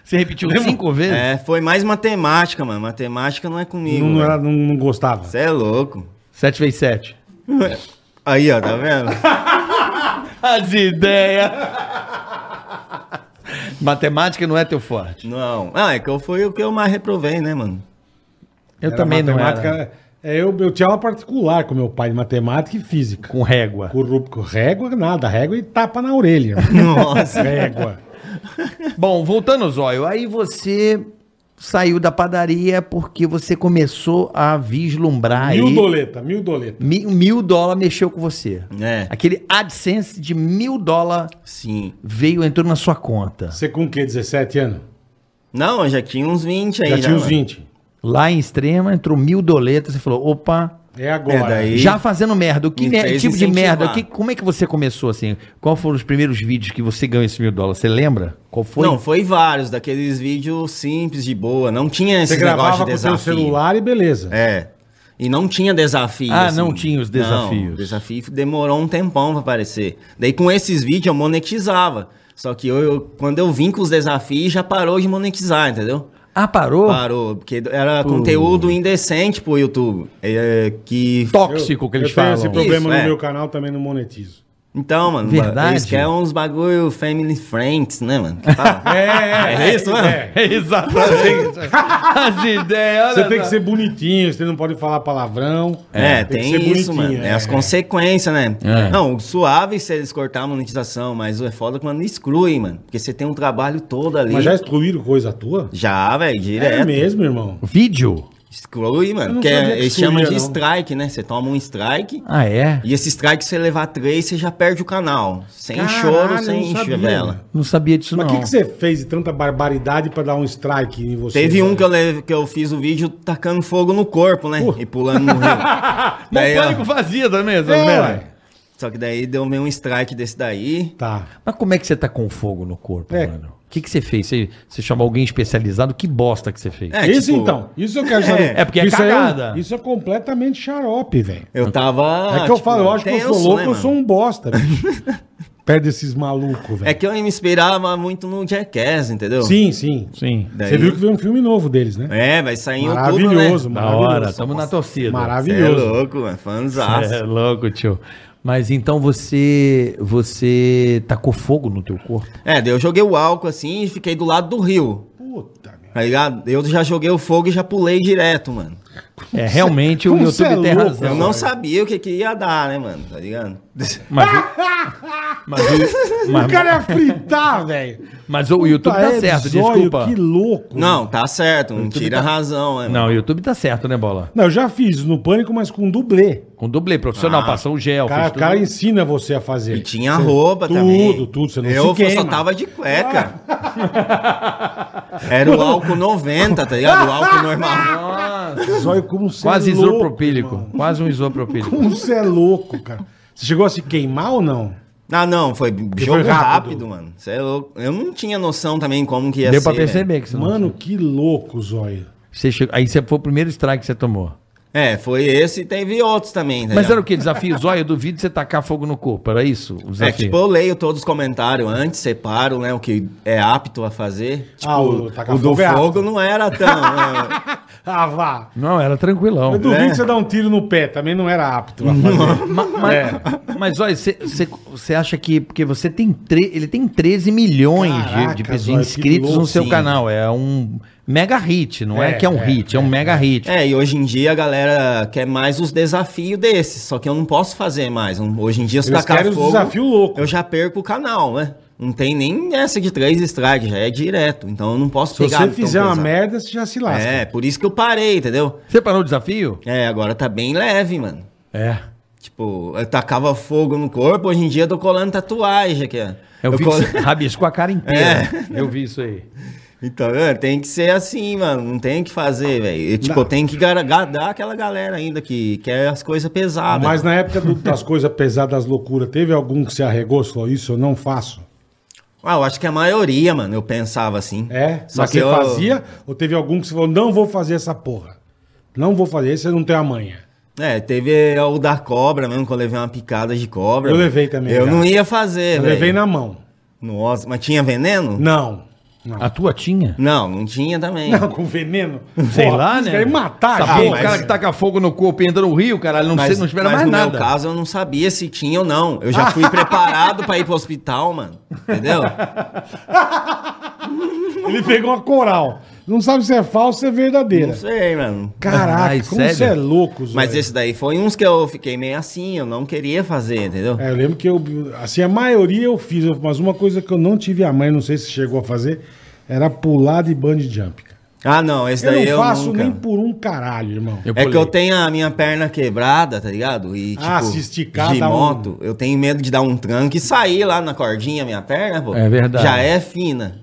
Speaker 2: Você repetiu cinco vezes?
Speaker 4: É, foi mais matemática, mano. Matemática não é comigo.
Speaker 3: Não, não,
Speaker 4: velho.
Speaker 3: era- não- não gostava.
Speaker 4: Você é louco.
Speaker 2: Sete vezes sete.
Speaker 4: Aí, ó, tá vendo?
Speaker 2: As ideias! Matemática não é teu forte.
Speaker 4: Não. Ah, é que eu fui o que eu mais reprovei, né, mano?
Speaker 2: Eu
Speaker 3: Era
Speaker 2: também não
Speaker 3: matemática,
Speaker 2: era.
Speaker 3: É, eu, eu tinha aula particular com meu pai de matemática e física.
Speaker 2: Com régua.
Speaker 3: Com, ru- com régua, nada. Régua e tapa na orelha.
Speaker 4: Nossa.
Speaker 3: régua.
Speaker 2: Bom, voltando, Zóio, aí você saiu da padaria porque você começou a vislumbrar
Speaker 3: Mil
Speaker 2: aí...
Speaker 3: doleta, mil doleta.
Speaker 2: Mil, mil dólar mexeu com você.
Speaker 4: É.
Speaker 2: Aquele AdSense de mil dólar
Speaker 4: Sim.
Speaker 2: veio, entrou na sua conta.
Speaker 3: Você com o quê? 17 anos?
Speaker 4: Não, eu já tinha uns 20 aí. né,
Speaker 3: já tinha uns
Speaker 4: mano.
Speaker 3: 20.
Speaker 2: Lá em Extrema, entrou mil doletas, você falou, opa,
Speaker 3: É agora.
Speaker 4: É daí. E-
Speaker 2: já fazendo merda. O que
Speaker 4: Me
Speaker 2: mer-
Speaker 4: fez
Speaker 2: tipo de
Speaker 4: incentivar.
Speaker 2: merda? O que, como é que você começou assim? Qual foram os primeiros vídeos que você ganhou esse mil dólar? Você lembra? Qual foi?
Speaker 4: Não, foi vários, daqueles vídeos simples, de boa. Não tinha esse
Speaker 3: Você
Speaker 4: negócio
Speaker 3: gravava
Speaker 4: de
Speaker 3: com o seu
Speaker 4: desafio.
Speaker 3: celular e beleza.
Speaker 4: É. E não tinha desafio. assim.
Speaker 2: Ah, não tinha os desafios.
Speaker 4: Não, o desafio demorou um tempão pra aparecer. Daí com esses vídeos eu monetizava. Só que eu, eu- quando eu vim com os desafios, já parou de monetizar, entendeu?
Speaker 2: Ah, parou?
Speaker 4: Parou, porque era conteúdo indecente pro YouTube. é, que
Speaker 2: Tóxico, que eles
Speaker 3: eu tenho
Speaker 2: falam.
Speaker 3: esse problema
Speaker 4: Isso,
Speaker 3: no
Speaker 4: é.
Speaker 3: meu canal, também não monetizo.
Speaker 4: Então, mano,
Speaker 2: Verdade.
Speaker 4: eles querem uns bagulho family friends, né, mano? Que fala.
Speaker 3: É,
Speaker 4: É isso, mano?
Speaker 3: é.
Speaker 2: Exatamente. As ideias, olha
Speaker 3: Você tem que
Speaker 2: só.
Speaker 3: ser bonitinho, você não pode falar palavrão.
Speaker 4: É, tem, isso, mano.
Speaker 3: bonitinho,
Speaker 4: É. as consequências, né?
Speaker 2: É.
Speaker 4: Não, suave se eles cortar a monetização, mas é foda quando excluem, mano. Porque você tem um trabalho todo ali.
Speaker 3: Mas já excluíram coisa tua?
Speaker 4: Já, velho, direto.
Speaker 3: É mesmo, irmão.
Speaker 2: Vídeo?
Speaker 4: Exclui,
Speaker 3: Eu
Speaker 4: mano.
Speaker 3: não
Speaker 4: Porque
Speaker 3: sabia que
Speaker 4: eles
Speaker 3: excluía,
Speaker 4: chamam de
Speaker 3: não.
Speaker 4: strike, né? Você toma um strike.
Speaker 2: Ah, é?
Speaker 4: E esse strike, se você levar três, você já perde o canal. Sem
Speaker 3: Caralho, eu
Speaker 4: choro,
Speaker 3: não
Speaker 4: sem
Speaker 3: sabia.
Speaker 4: chivela.
Speaker 2: Não sabia disso,
Speaker 3: Mas o
Speaker 2: não.
Speaker 3: que, que você fez de tanta barbaridade pra dar um strike em você?
Speaker 4: Teve um que eu, leve- que eu fiz o vídeo tacando fogo no corpo, né?
Speaker 3: Uh.
Speaker 4: E pulando no rio. Daí, ó.
Speaker 2: pânico vazia também, essas
Speaker 3: É,
Speaker 2: merda.
Speaker 3: ué.
Speaker 4: Só que daí deu meio um strike desse daí.
Speaker 3: Tá.
Speaker 2: Mas como é que você tá com fogo no corpo,
Speaker 3: É.
Speaker 2: mano? O que, que você fez? Você, você chamou alguém especializado? Que bosta que você fez?
Speaker 4: É,
Speaker 3: isso
Speaker 4: tipo,
Speaker 3: então. Isso eu quero saber.
Speaker 2: É, é porque é
Speaker 3: isso um-
Speaker 2: cagada.
Speaker 3: isso é completamente xarope, velho.
Speaker 4: Eu tava.
Speaker 3: É que eu
Speaker 4: tipo,
Speaker 3: falo, eu acho que eu sou
Speaker 4: tenso,
Speaker 3: louco,
Speaker 4: né,
Speaker 3: eu sou
Speaker 4: mano?
Speaker 3: um bosta, bicho. Perde esses malucos, velho.
Speaker 4: É que eu me inspirava muito no Jackass, entendeu?
Speaker 3: Sim, sim.
Speaker 2: Sim.
Speaker 4: Daí-
Speaker 3: Você viu que veio um filme novo deles, né?
Speaker 4: É, vai sair em outubro, né?
Speaker 3: Maravilhoso,
Speaker 2: Da
Speaker 3: maravilhoso.
Speaker 2: hora, estamos na torcida.
Speaker 4: Cê É
Speaker 3: Maravilhoso.
Speaker 4: louco, mano.
Speaker 2: É
Speaker 4: Fanzaço.
Speaker 2: louco, tio. Mas então você você tacou fogo no teu corpo?
Speaker 4: É, daí eu joguei o álcool assim e fiquei do lado do rio.
Speaker 3: Puta, meu.
Speaker 4: Tá ligado? Eu já joguei o fogo e já pulei direto, mano.
Speaker 2: É, realmente o
Speaker 3: como
Speaker 2: YouTube
Speaker 3: cê é
Speaker 2: tem
Speaker 3: louco,
Speaker 4: Eu
Speaker 2: razão.
Speaker 4: não sabia o que, que ia dar, né, mano? Tá ligado?
Speaker 2: Mas, o- mas, o-
Speaker 3: o
Speaker 2: mas,
Speaker 3: cara ia fritar, velho.
Speaker 2: mas o YouTube tá
Speaker 3: é
Speaker 2: certo,
Speaker 3: zóio,
Speaker 2: desculpa.
Speaker 3: Que louco.
Speaker 4: Não, tá certo. Não tira a razão, né?
Speaker 2: Não, o YouTube tá certo, né, Bola?
Speaker 3: Não, eu já fiz no Pânico, mas com dublê.
Speaker 2: Com dublê profissional,
Speaker 4: Ah.
Speaker 2: passou o gel,
Speaker 3: O cara,
Speaker 2: fez
Speaker 3: o
Speaker 2: tudo.
Speaker 3: cara ensina você a fazer.
Speaker 4: E tinha roupa
Speaker 3: tudo,
Speaker 4: também.
Speaker 3: Tudo, tudo. Você não
Speaker 4: Eu
Speaker 3: se queima.
Speaker 4: só tava de cueca. Era o álcool 90, tá ligado? O álcool normal.
Speaker 3: Zóio, como você
Speaker 2: Ah, Quase
Speaker 3: é louco,
Speaker 2: isopropílico,
Speaker 3: irmão.
Speaker 2: quase um isopropílico.
Speaker 3: Como você é louco, cara. Você chegou a se queimar ou não?
Speaker 4: Ah, não, foi jogo
Speaker 3: foi rápido.
Speaker 4: rápido. mano. Cê é louco. Eu não tinha noção também como que ia
Speaker 2: Deu
Speaker 4: ser.
Speaker 2: pra perceber que você não
Speaker 3: Mano, que louco, Zóio.
Speaker 2: Você chegou- aí você foi o primeiro strike que você tomou.
Speaker 4: É, foi esse e teve outros também. tá
Speaker 2: Mas
Speaker 4: ligado?
Speaker 2: era o que? Desafio? Zóia, eu duvido você tacar fogo no corpo. Era isso? O
Speaker 4: É,
Speaker 2: desafio?
Speaker 4: tipo, eu leio todos os comentários antes, separo, né, o que é apto a fazer. Tipo,
Speaker 3: Ah, o
Speaker 4: o,
Speaker 3: tacar
Speaker 4: do
Speaker 3: fogo é apto.
Speaker 4: fogo não era tão... né?
Speaker 3: Ah, vá.
Speaker 2: Não, era tranquilão.
Speaker 3: Eu duvido
Speaker 4: É.
Speaker 3: que você dá um tiro no pé, também não era apto a fazer.
Speaker 2: Ma- ma- Mas olha, você acha que. Porque você tem. tre- ele tem 13 milhões de-
Speaker 3: Caraca,
Speaker 2: de, pessoas
Speaker 3: Zóia, que
Speaker 2: inscritos
Speaker 3: louco,
Speaker 2: no seu
Speaker 4: sim.
Speaker 2: canal. É um mega hit. Não é,
Speaker 3: É,
Speaker 2: que é um
Speaker 3: é,
Speaker 2: hit, é, um mega hit.
Speaker 4: é, e hoje em dia a galera quer mais os desafios desses, só que eu não posso fazer mais. Um- Hoje em dia, se
Speaker 3: Eles
Speaker 4: tacar
Speaker 3: querem os
Speaker 4: fogo,
Speaker 3: desafios loucos.
Speaker 4: eu já perco o canal, né? Não tem nem essa de três strikes, já é direto. Então eu não posso
Speaker 3: Se você
Speaker 4: tão
Speaker 3: fizer uma
Speaker 4: pesado.
Speaker 3: merda, você já se lasca.
Speaker 4: É, por isso que eu parei, entendeu?
Speaker 2: Você parou o desafio?
Speaker 4: É, agora tá bem leve, mano.
Speaker 2: É.
Speaker 4: Tipo, eu tacava fogo no corpo, hoje em dia eu tô colando tatuagem aqui, ó.
Speaker 3: É
Speaker 2: Eu, É. vi
Speaker 4: colo-
Speaker 2: que você rabiscou a cara inteira. Eu vi isso aí.
Speaker 4: Então, é, tem que ser assim, mano. Não tem o que fazer, velho. E, Tipo, eu tenho que agradar aquela galera ainda que quer as coisas pesadas.
Speaker 3: Mas na época do- das coisas pesadas, das loucuras, teve algum que se arregou? Você falou, isso eu não faço?
Speaker 4: Ah, eu acho que a maioria, mano, eu pensava assim.
Speaker 3: É?
Speaker 4: Só
Speaker 3: mas
Speaker 4: que
Speaker 3: você
Speaker 4: eu...
Speaker 3: fazia? Ou teve algum que você falou, não vou fazer essa porra? Não vou fazer, você não tem a manha.
Speaker 4: É, teve o da cobra mesmo, que eu levei uma picada de cobra.
Speaker 3: Eu
Speaker 4: mano.
Speaker 3: levei também,
Speaker 4: Eu
Speaker 3: já.
Speaker 4: não ia fazer,
Speaker 3: Eu
Speaker 4: velho.
Speaker 3: levei na mão.
Speaker 4: Nossa, mas tinha veneno?
Speaker 3: Não. Não,
Speaker 2: A tua tinha?
Speaker 4: Não, não tinha também.
Speaker 3: Não, com veneno.
Speaker 2: Sei
Speaker 3: Porra,
Speaker 2: lá,
Speaker 3: eles
Speaker 2: né?
Speaker 3: querem matar,
Speaker 2: Essa
Speaker 3: gente.
Speaker 2: porra,
Speaker 4: mas-
Speaker 2: O cara que taca fogo no corpo e entra no rio, caralho, não, precisa- não espera mais
Speaker 4: no
Speaker 2: nada.
Speaker 4: meu caso, eu não sabia se tinha ou não. Eu já fui preparado pra ir pro hospital, mano. Entendeu?
Speaker 3: Ele pegou uma coral. Não sabe se é falso ou se é verdadeira.
Speaker 4: Não sei, mano.
Speaker 3: Caraca,
Speaker 2: Ai,
Speaker 3: como
Speaker 2: sério?
Speaker 3: você é louco, Zóio.
Speaker 4: Mas esse daí foi uns que eu fiquei meio assim, eu não queria fazer, entendeu?
Speaker 3: É, eu lembro que eu, assim, a maioria eu fiz, mas uma coisa que eu não tive a mãe, não sei se chegou a fazer, era pular de bungee jump. cara.
Speaker 4: Ah, não, esse
Speaker 3: Eu
Speaker 4: daí
Speaker 3: não
Speaker 4: eu
Speaker 3: faço
Speaker 4: nunca.
Speaker 3: nem por um caralho, irmão.
Speaker 2: Eu
Speaker 4: É que
Speaker 2: pulei.
Speaker 4: eu tenho a minha perna quebrada, tá ligado? E,
Speaker 3: Ah, se esticar,
Speaker 4: de
Speaker 3: dá um-
Speaker 4: moto, eu tenho medo de dar um tranco e sair lá na cordinha minha perna, pô.
Speaker 2: É verdade.
Speaker 4: Já é fina.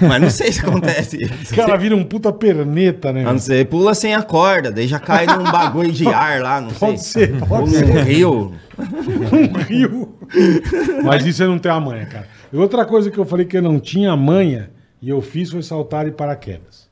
Speaker 4: Mas não sei se acontece isso.
Speaker 3: O cara vira um puta perneta, né?
Speaker 4: A não
Speaker 3: irmão?
Speaker 4: ser pula sem a corda, daí já cai num bagulho de ar lá, não
Speaker 3: Pode
Speaker 4: sei.
Speaker 3: ser,
Speaker 4: Ou
Speaker 3: pode
Speaker 4: num
Speaker 3: ser.
Speaker 4: rio.
Speaker 3: Um rio. Mas isso eu não tenho a manha, cara. E outra coisa que eu falei que eu não tinha manha e eu fiz foi saltar de paraquedas.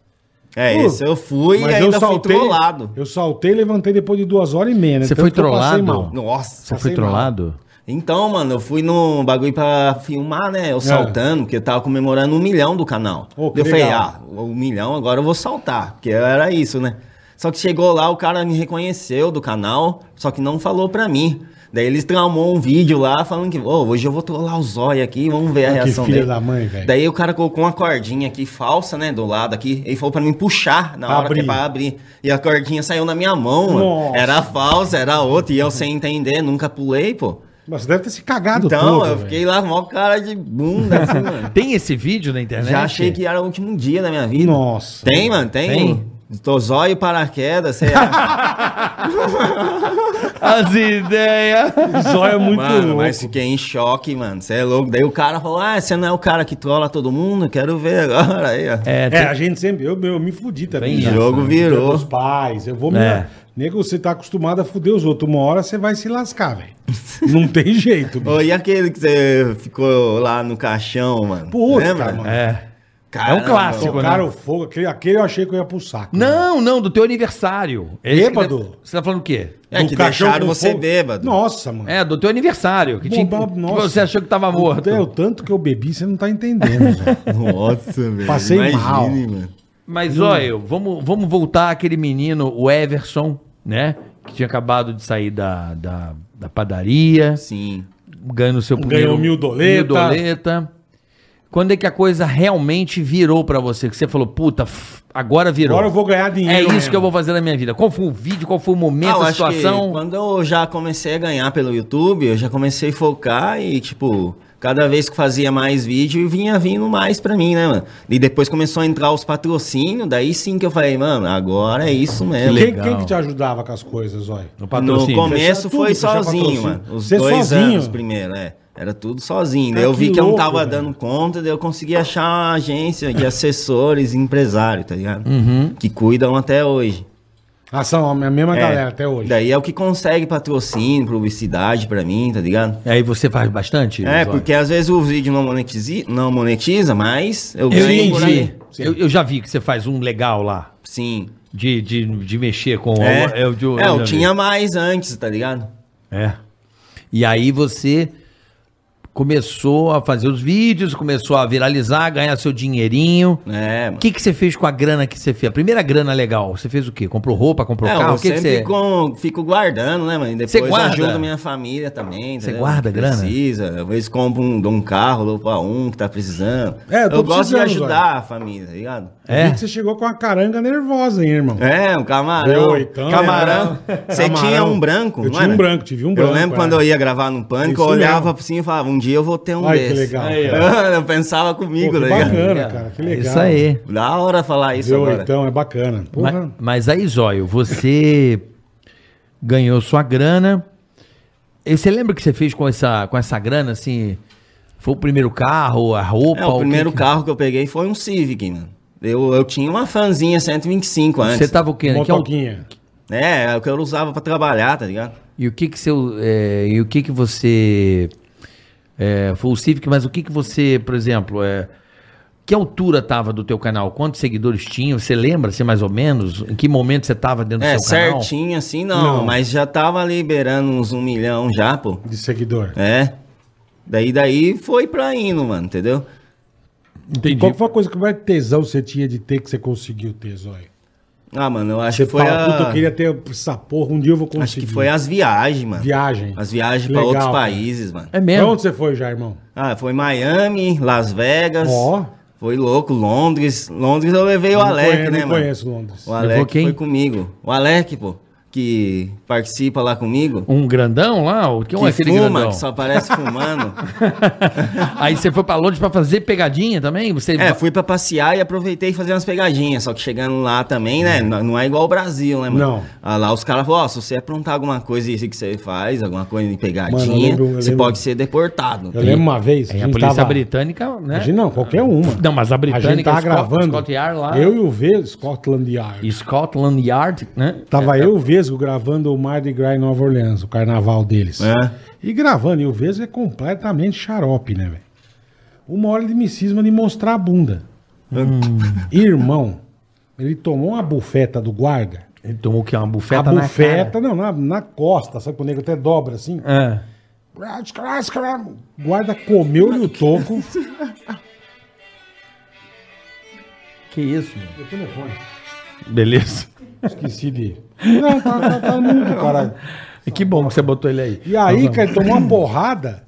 Speaker 4: É,
Speaker 3: Uh,
Speaker 4: esse eu fui e
Speaker 3: Mas
Speaker 4: ainda
Speaker 3: eu saltei,
Speaker 4: fui trollado.
Speaker 3: eu saltei e levantei depois de duas horas e meia, né?
Speaker 2: Você
Speaker 3: Tanto
Speaker 2: foi
Speaker 3: que eu passei
Speaker 2: trollado?
Speaker 3: mal.
Speaker 4: Nossa.
Speaker 2: Você foi
Speaker 3: Passei
Speaker 2: trollado?
Speaker 4: Então, mano, eu fui num bagulho pra filmar, né? Eu saltando, porque eu tava comemorando um milhão do canal.
Speaker 3: Oh, É. que
Speaker 4: eu falei,
Speaker 3: legal.
Speaker 4: ah, um milhão, agora eu vou saltar. Porque era isso, né? Só que chegou lá, o cara me reconheceu do canal, só que não falou pra mim. Daí eles tramou um vídeo lá falando que, ô, hoje eu vou trollar o zóio aqui, vamos ver a
Speaker 3: Olha que
Speaker 4: reação
Speaker 3: filha
Speaker 4: dele.
Speaker 3: da mãe, velho.
Speaker 4: Daí o cara colocou uma cordinha aqui falsa, né, do lado aqui, e falou pra mim puxar na
Speaker 3: Pra
Speaker 4: hora que é
Speaker 3: abrir.
Speaker 4: pra abrir. E a cordinha saiu na minha mão, mano.
Speaker 3: Nossa.
Speaker 4: Era falsa, era outra, e eu sem entender, nunca pulei, pô.
Speaker 3: Mas você deve ter se cagado
Speaker 4: Então,
Speaker 3: todo,
Speaker 4: eu
Speaker 3: velho.
Speaker 4: fiquei lá com o maior cara de bunda, assim, mano.
Speaker 2: Tem esse vídeo na internet?
Speaker 4: Já achei que era o último dia da minha vida.
Speaker 3: Né, Nossa.
Speaker 4: Tem, mano, tem.
Speaker 2: Tem?
Speaker 4: Tô zóio e paraquedas, sei lá.
Speaker 2: As ideias.
Speaker 3: Zóio é muito
Speaker 4: mano,
Speaker 3: louco.
Speaker 4: mas fiquei em choque, mano. Você é louco. Daí o cara falou: Ah, você não é o cara que trola todo mundo? Quero ver agora. Aí, ó.
Speaker 2: É,
Speaker 3: É,
Speaker 2: tem-
Speaker 3: a gente sempre. Eu, eu me fudi também.
Speaker 2: Tem
Speaker 3: já.
Speaker 2: isso,
Speaker 4: jogo
Speaker 3: né?
Speaker 4: virou.
Speaker 3: Dos pais. Eu vou me.
Speaker 2: É.
Speaker 3: Nego, você tá acostumado a fuder os outros. Uma hora você vai se lascar, velho. Não tem jeito, bicho.
Speaker 4: Ô, e aquele que você ficou lá no caixão, mano?
Speaker 3: Puta,
Speaker 4: Lembra?
Speaker 3: mano.
Speaker 2: é.
Speaker 4: Caramba,
Speaker 2: É um clássico. né?
Speaker 3: Tocaram o fogo. Aquele, aquele eu achei que eu ia pro saco. né?
Speaker 2: Não, não, do teu aniversário. É isso que
Speaker 3: Bêbado.
Speaker 2: tá- Você tá falando o quê?
Speaker 4: É
Speaker 3: Do
Speaker 4: que
Speaker 3: caixão
Speaker 4: deixaram
Speaker 3: com
Speaker 4: você bêbado.
Speaker 3: Nossa, mano.
Speaker 2: É, do teu aniversário. Que,
Speaker 3: Bom,
Speaker 2: tinha-
Speaker 3: bom,
Speaker 2: que
Speaker 3: nossa.
Speaker 2: você achou que tava morto.
Speaker 3: É, o tanto que eu bebi, você não tá entendendo. Zé.
Speaker 4: Nossa, velho.
Speaker 3: Passei mal.
Speaker 4: mano.
Speaker 2: Mas, olha, vamos, vamos voltar àquele menino, o Everson, né? Que tinha acabado de sair da, da, da padaria,
Speaker 4: Sim.
Speaker 2: ganhando seu primeiro...
Speaker 3: mil doleta.
Speaker 2: doleta. Quando é que a coisa realmente virou pra você? Que você falou, puta, f- agora virou.
Speaker 3: Agora eu vou ganhar
Speaker 2: É
Speaker 3: dinheiro.
Speaker 2: isso
Speaker 3: mesmo.
Speaker 2: que eu vou fazer na minha vida. Qual foi o vídeo, qual foi o momento,
Speaker 4: Ah, eu
Speaker 2: a
Speaker 4: acho que
Speaker 2: situação?
Speaker 4: quando eu já comecei a ganhar pelo YouTube, eu já comecei a focar e, tipo, cada vez que fazia mais vídeo, vinha vindo mais pra mim, né, mano? E depois começou a entrar os patrocínios, daí sim que eu falei, mano, agora é isso mesmo.
Speaker 3: Quem,
Speaker 2: Legal.
Speaker 3: quem que te ajudava com as coisas, Zóio?
Speaker 2: No
Speaker 4: No
Speaker 2: patrocínio.
Speaker 3: Fechar tudo,
Speaker 4: começo foi
Speaker 3: fechar
Speaker 4: sozinho,
Speaker 3: patrocínio.
Speaker 4: mano. Os
Speaker 3: Você
Speaker 4: dois
Speaker 3: sozinho?
Speaker 4: anos primeiro, é. Era tudo sozinho. Daí
Speaker 3: Cara,
Speaker 4: eu vi
Speaker 3: que
Speaker 4: que, eu não
Speaker 3: louco,
Speaker 4: tava
Speaker 3: velho.
Speaker 4: dando conta, daí eu consegui achar uma
Speaker 3: Uhum.
Speaker 4: agência de assessores e empresário, tá ligado? Que cuidam até hoje.
Speaker 3: Ah, são a mesma
Speaker 4: É,
Speaker 3: galera até hoje.
Speaker 4: Daí é o que consegue patrocínio, publicidade pra mim, tá ligado?
Speaker 2: E aí você faz bastante?
Speaker 4: É,
Speaker 2: Zóio?
Speaker 4: porque às vezes o vídeo não monetiza, não monetiza mas
Speaker 2: Eu
Speaker 4: eu ganho por
Speaker 2: entendi.
Speaker 4: aí.
Speaker 2: Eu, eu já vi que você faz um legal lá.
Speaker 4: Sim.
Speaker 2: De, de, de mexer com...
Speaker 4: É,
Speaker 2: eu, eu-
Speaker 4: É, eu
Speaker 2: já vi.
Speaker 4: tinha mais antes, tá ligado?
Speaker 2: É. E aí você começou a fazer os vídeos, começou a viralizar, ganhar seu dinheirinho.
Speaker 4: É,
Speaker 2: O que, que você fez com a grana que você fez? A primeira grana legal, você fez o quê? Comprou roupa, comprou
Speaker 4: É,
Speaker 2: carro?
Speaker 4: eu
Speaker 2: O que, que
Speaker 4: sempre
Speaker 2: você...
Speaker 4: com- fico guardando, né, mano? E Depois
Speaker 2: Você guarda?
Speaker 4: ajudo minha família também.
Speaker 2: Você
Speaker 4: entendeu?
Speaker 2: guarda grana?
Speaker 4: Precisa. Às vezes compro um, dou um carro, dou pra um que tá precisando.
Speaker 3: É, eu
Speaker 4: eu
Speaker 3: tô
Speaker 4: gosto de
Speaker 3: precisando,
Speaker 4: ajudar a família, tá ligado?
Speaker 3: Eu vi
Speaker 2: É?
Speaker 3: que você chegou com uma caranga nervosa, hein, irmão?
Speaker 4: É, um camarão.
Speaker 3: Eu, então,
Speaker 4: camarão.
Speaker 3: é, né?
Speaker 4: Você
Speaker 3: Camarão.
Speaker 4: tinha um branco,
Speaker 3: Eu
Speaker 4: não
Speaker 3: tinha
Speaker 4: era?
Speaker 3: um branco, tive um branco,
Speaker 4: Eu lembro
Speaker 3: é.
Speaker 4: quando eu ia gravar no Pânico, eu
Speaker 3: Isso
Speaker 4: olhava
Speaker 3: mesmo.
Speaker 4: pra cima e falava, um dia eu vou ter um
Speaker 3: Ai, que
Speaker 4: desse.
Speaker 3: legal.
Speaker 4: Aí, ó. eu pensava comigo,
Speaker 3: Pô, que
Speaker 4: tá ligado?
Speaker 3: bacana, cara, que legal.
Speaker 2: Isso aí.
Speaker 4: Da hora falar isso
Speaker 3: Viu,
Speaker 4: agora.
Speaker 3: então, é bacana.
Speaker 2: Ma-
Speaker 3: Porra.
Speaker 2: Mas, aí, Zóio, você ganhou sua grana. E você lembra o que você fez com essa, com essa grana, assim? Foi o primeiro carro, a roupa?
Speaker 4: É, o
Speaker 2: que
Speaker 4: primeiro
Speaker 2: que-
Speaker 4: carro que eu peguei foi um Civic, mano. Eu, eu tinha uma fanzinha 125 antes.
Speaker 2: Você tava o quê? né? Que é um-
Speaker 3: Motoquinha.
Speaker 4: É, é o que eu usava pra trabalhar, tá ligado?
Speaker 2: E o que que seu, é, e o que que você é, foi o Civic, mas o que que você, por exemplo, é, que altura tava do teu canal? Quantos seguidores tinham? Você lembra, assim, mais ou menos? Em que momento você tava dentro do
Speaker 4: é,
Speaker 2: seu canal?
Speaker 4: certinho assim não,
Speaker 3: Não.
Speaker 4: mas já tava liberando uns um milhão já, pô.
Speaker 3: De seguidor.
Speaker 4: É. Daí daí foi pra indo, mano, entendeu?
Speaker 2: Entendi.
Speaker 3: Qual que foi a coisa que mais tesão você tinha de ter que você conseguiu ter, Zóio?
Speaker 4: Ah, mano, eu acho
Speaker 3: Você
Speaker 4: que foi
Speaker 3: fala, puta, eu
Speaker 4: a...
Speaker 3: queria ter essa porra, um dia eu vou conseguir.
Speaker 4: Acho que foi as viagens, mano.
Speaker 3: Viagem.
Speaker 4: As viagens
Speaker 3: Que
Speaker 4: pra
Speaker 3: legal,
Speaker 4: outros
Speaker 3: cara.
Speaker 4: países, mano.
Speaker 2: É
Speaker 3: Pra
Speaker 2: mesmo?
Speaker 3: onde você foi já, irmão?
Speaker 4: Ah, foi Miami, Las Vegas.
Speaker 3: Ó.
Speaker 4: Foi louco, Londres. Londres eu levei o
Speaker 3: Não
Speaker 4: Alec,
Speaker 3: conhe-
Speaker 4: né,
Speaker 3: não
Speaker 4: mano?
Speaker 3: conheço Londres.
Speaker 4: O
Speaker 2: Levou
Speaker 4: Alec
Speaker 2: quem?
Speaker 4: foi comigo. O Alec, pô, que participa lá comigo.
Speaker 2: Um grandão lá? O que, é
Speaker 4: Que
Speaker 2: aquele
Speaker 4: fuma,
Speaker 2: grandão?
Speaker 4: que só aparece fumando.
Speaker 2: Aí você foi pra Londres pra fazer pegadinha também? Você
Speaker 4: É, fui pra passear e aproveitei e fazer umas pegadinhas. Só que chegando lá também, né? n- Não é igual o Brasil, né, mano?
Speaker 3: Uhum. Não.
Speaker 4: Ah, lá os caras falam, ó, se você aprontar alguma coisa isso que você faz, alguma coisa de pegadinha,
Speaker 3: Mano, eu lembro- eu
Speaker 4: você
Speaker 3: lembro-
Speaker 4: pode ser deportado.
Speaker 3: Eu lembro uma vez.
Speaker 2: É, a
Speaker 3: gente
Speaker 2: polícia
Speaker 3: tava-
Speaker 2: britânica, né?
Speaker 3: Imagina, não, qualquer uma.
Speaker 2: Não, mas a britânica,
Speaker 3: A gente tava
Speaker 2: Scot-
Speaker 3: gravando.
Speaker 2: Scott Yard lá.
Speaker 3: Eu e o Vesgo, Scotland Yard.
Speaker 2: Scotland Yard, né?
Speaker 3: Tava eu e o Vesgo gravando o Mardi Gras em Nova Orleans, o carnaval deles.
Speaker 4: É.
Speaker 3: E gravando, e o Vesgo é completamente xarope, né, velho? Uma hora ele me cisma de mostrar a bunda.
Speaker 4: Hum.
Speaker 3: Irmão, ele tomou uma bufeta do guarda.
Speaker 2: Ele tomou o quê? Uma
Speaker 3: A
Speaker 2: bufeta na
Speaker 3: bufeta, não, na, na costa, sabe que o negro até dobra assim.
Speaker 2: cara. É.
Speaker 3: O guarda comeu-lhe o toco.
Speaker 2: Que isso, meu? Beleza.
Speaker 3: Esqueci de. Não, tá, tá, tá muito, caralho.
Speaker 2: E que bom que você botou ele aí.
Speaker 3: E aí, cara, ele tomou uma porrada.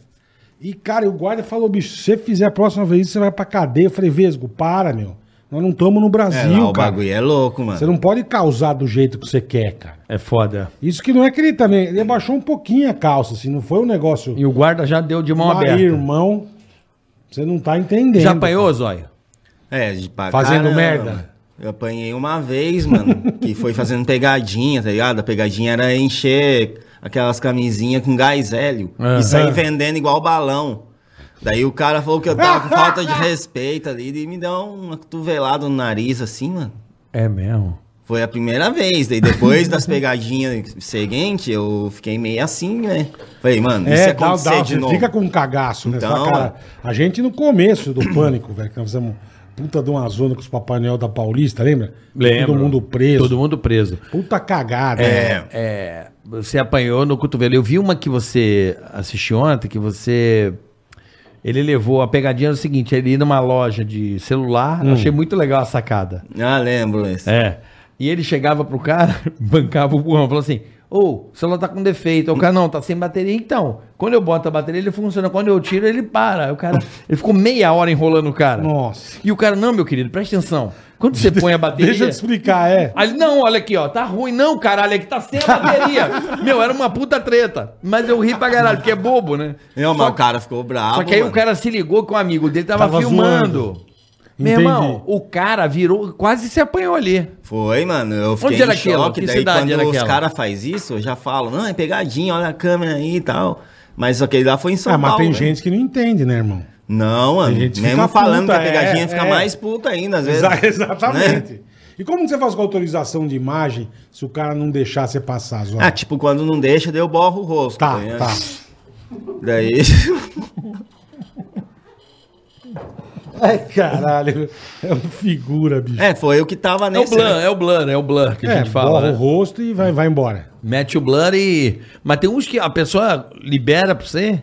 Speaker 3: E, cara, e o guarda falou: bicho, se você fizer a próxima vez isso, você vai pra cadeia. Eu falei: Vesgo, para, meu. Nós não estamos no
Speaker 4: É,
Speaker 3: Brasil,
Speaker 4: lá o
Speaker 3: cara.
Speaker 4: bagulho é louco, mano.
Speaker 3: Você não pode causar do jeito que você quer, cara.
Speaker 2: É foda.
Speaker 3: Isso que não é que ele também. Ele abaixou um pouquinho a calça, assim, não foi um negócio.
Speaker 2: E o guarda já deu de mão
Speaker 3: Mas,
Speaker 2: aberta.
Speaker 3: irmão, você não tá entendendo.
Speaker 2: Já apanhou, Zóio?
Speaker 4: É, de pra
Speaker 3: Fazendo merda?
Speaker 4: Eu apanhei uma vez, mano, que foi fazendo pegadinha, tá ligado? A pegadinha era encher aquelas camisinhas com gás hélio
Speaker 2: Aham.
Speaker 4: e sair vendendo igual balão. Daí o cara falou que eu tava com falta de respeito ali e me deu uma cotovelada no nariz, assim, mano.
Speaker 2: É mesmo.
Speaker 4: Foi a primeira vez, daí depois das pegadinhas seguintes, eu fiquei meio assim, né? Falei, mano, isso
Speaker 3: É, dá,
Speaker 4: acontecer
Speaker 3: dá,
Speaker 4: de
Speaker 3: você
Speaker 4: novo.
Speaker 3: fica com um cagaço, né? Você fala,
Speaker 4: Então-
Speaker 3: cara, a gente no começo do pânico, velho, que nós fizemos puta de uma zona com os Papai Noel da Paulista, lembra? Todo mundo preso.
Speaker 2: Todo mundo preso.
Speaker 3: Puta cagada.
Speaker 4: É,
Speaker 2: É, você apanhou no cotovelo. Eu vi uma que você assistiu ontem, que você... Ele levou a pegadinha é o seguinte, ele ia numa loja de celular,
Speaker 3: Hum.
Speaker 2: eu achei muito legal a sacada.
Speaker 4: ah, lembro isso.
Speaker 2: É. E ele chegava pro cara, bancava o burrão, falou assim: Ô, o celular tá com defeito. Aí O cara, não, tá sem bateria. Então, quando eu boto a bateria, ele funciona. Quando eu tiro, ele para. Aí O cara, ele ficou meia hora enrolando o cara.
Speaker 3: Nossa.
Speaker 2: E o cara, não, meu querido, presta atenção. Quando você põe a bateria.
Speaker 3: Deixa eu te explicar, é.
Speaker 2: Aí, ele, não, olha aqui, ó, tá ruim, não, caralho, é que tá sem a bateria. Meu, era uma puta treta. Mas eu ri pra caralho, porque é bobo, né?
Speaker 4: Não, mas o cara ficou bravo.
Speaker 2: Só que aí
Speaker 4: mano.
Speaker 2: o cara se ligou com um amigo dele, tava,
Speaker 3: Tava
Speaker 2: filmando. Meu
Speaker 3: Entendi.
Speaker 2: irmão, o cara virou, quase se apanhou ali.
Speaker 4: Foi, mano. Eu fiquei
Speaker 2: Onde era
Speaker 4: em choque.
Speaker 2: aquilo? Que
Speaker 4: daí
Speaker 2: cidade
Speaker 4: quando
Speaker 2: era
Speaker 4: os
Speaker 2: aquela?
Speaker 4: caras fazem isso, eu já falo, não, é pegadinha, olha a câmera aí e tal. Mas aquele lá foi em São
Speaker 3: Ah, mas
Speaker 4: Paulo.
Speaker 3: tem
Speaker 4: né?
Speaker 3: gente que não entende, né, irmão?
Speaker 4: Não, mano.
Speaker 3: gente que
Speaker 4: mesmo
Speaker 3: fica
Speaker 4: falando
Speaker 3: puta,
Speaker 4: que é pegadinha,
Speaker 3: é,
Speaker 4: fica
Speaker 3: é.
Speaker 4: mais puta ainda, às vezes.
Speaker 3: Exa- exatamente.
Speaker 4: Né?
Speaker 3: E como que você faz com a autorização de imagem se o cara não deixar você passar, Zó?
Speaker 4: Ah, tipo, quando não deixa, daí eu borro o rosto.
Speaker 3: tá,
Speaker 4: né?
Speaker 3: tá.
Speaker 4: Daí.
Speaker 3: Ai, caralho. É um figura, bicho.
Speaker 4: É, foi eu que tava
Speaker 2: É o
Speaker 4: nesse. né?
Speaker 2: blur, é o blur, é o blur que a
Speaker 3: É,
Speaker 2: gente fala.
Speaker 3: borra
Speaker 2: né?
Speaker 3: o rosto e vai, vai embora.
Speaker 2: Mete o blur e. Mas tem uns que a pessoa libera pra você.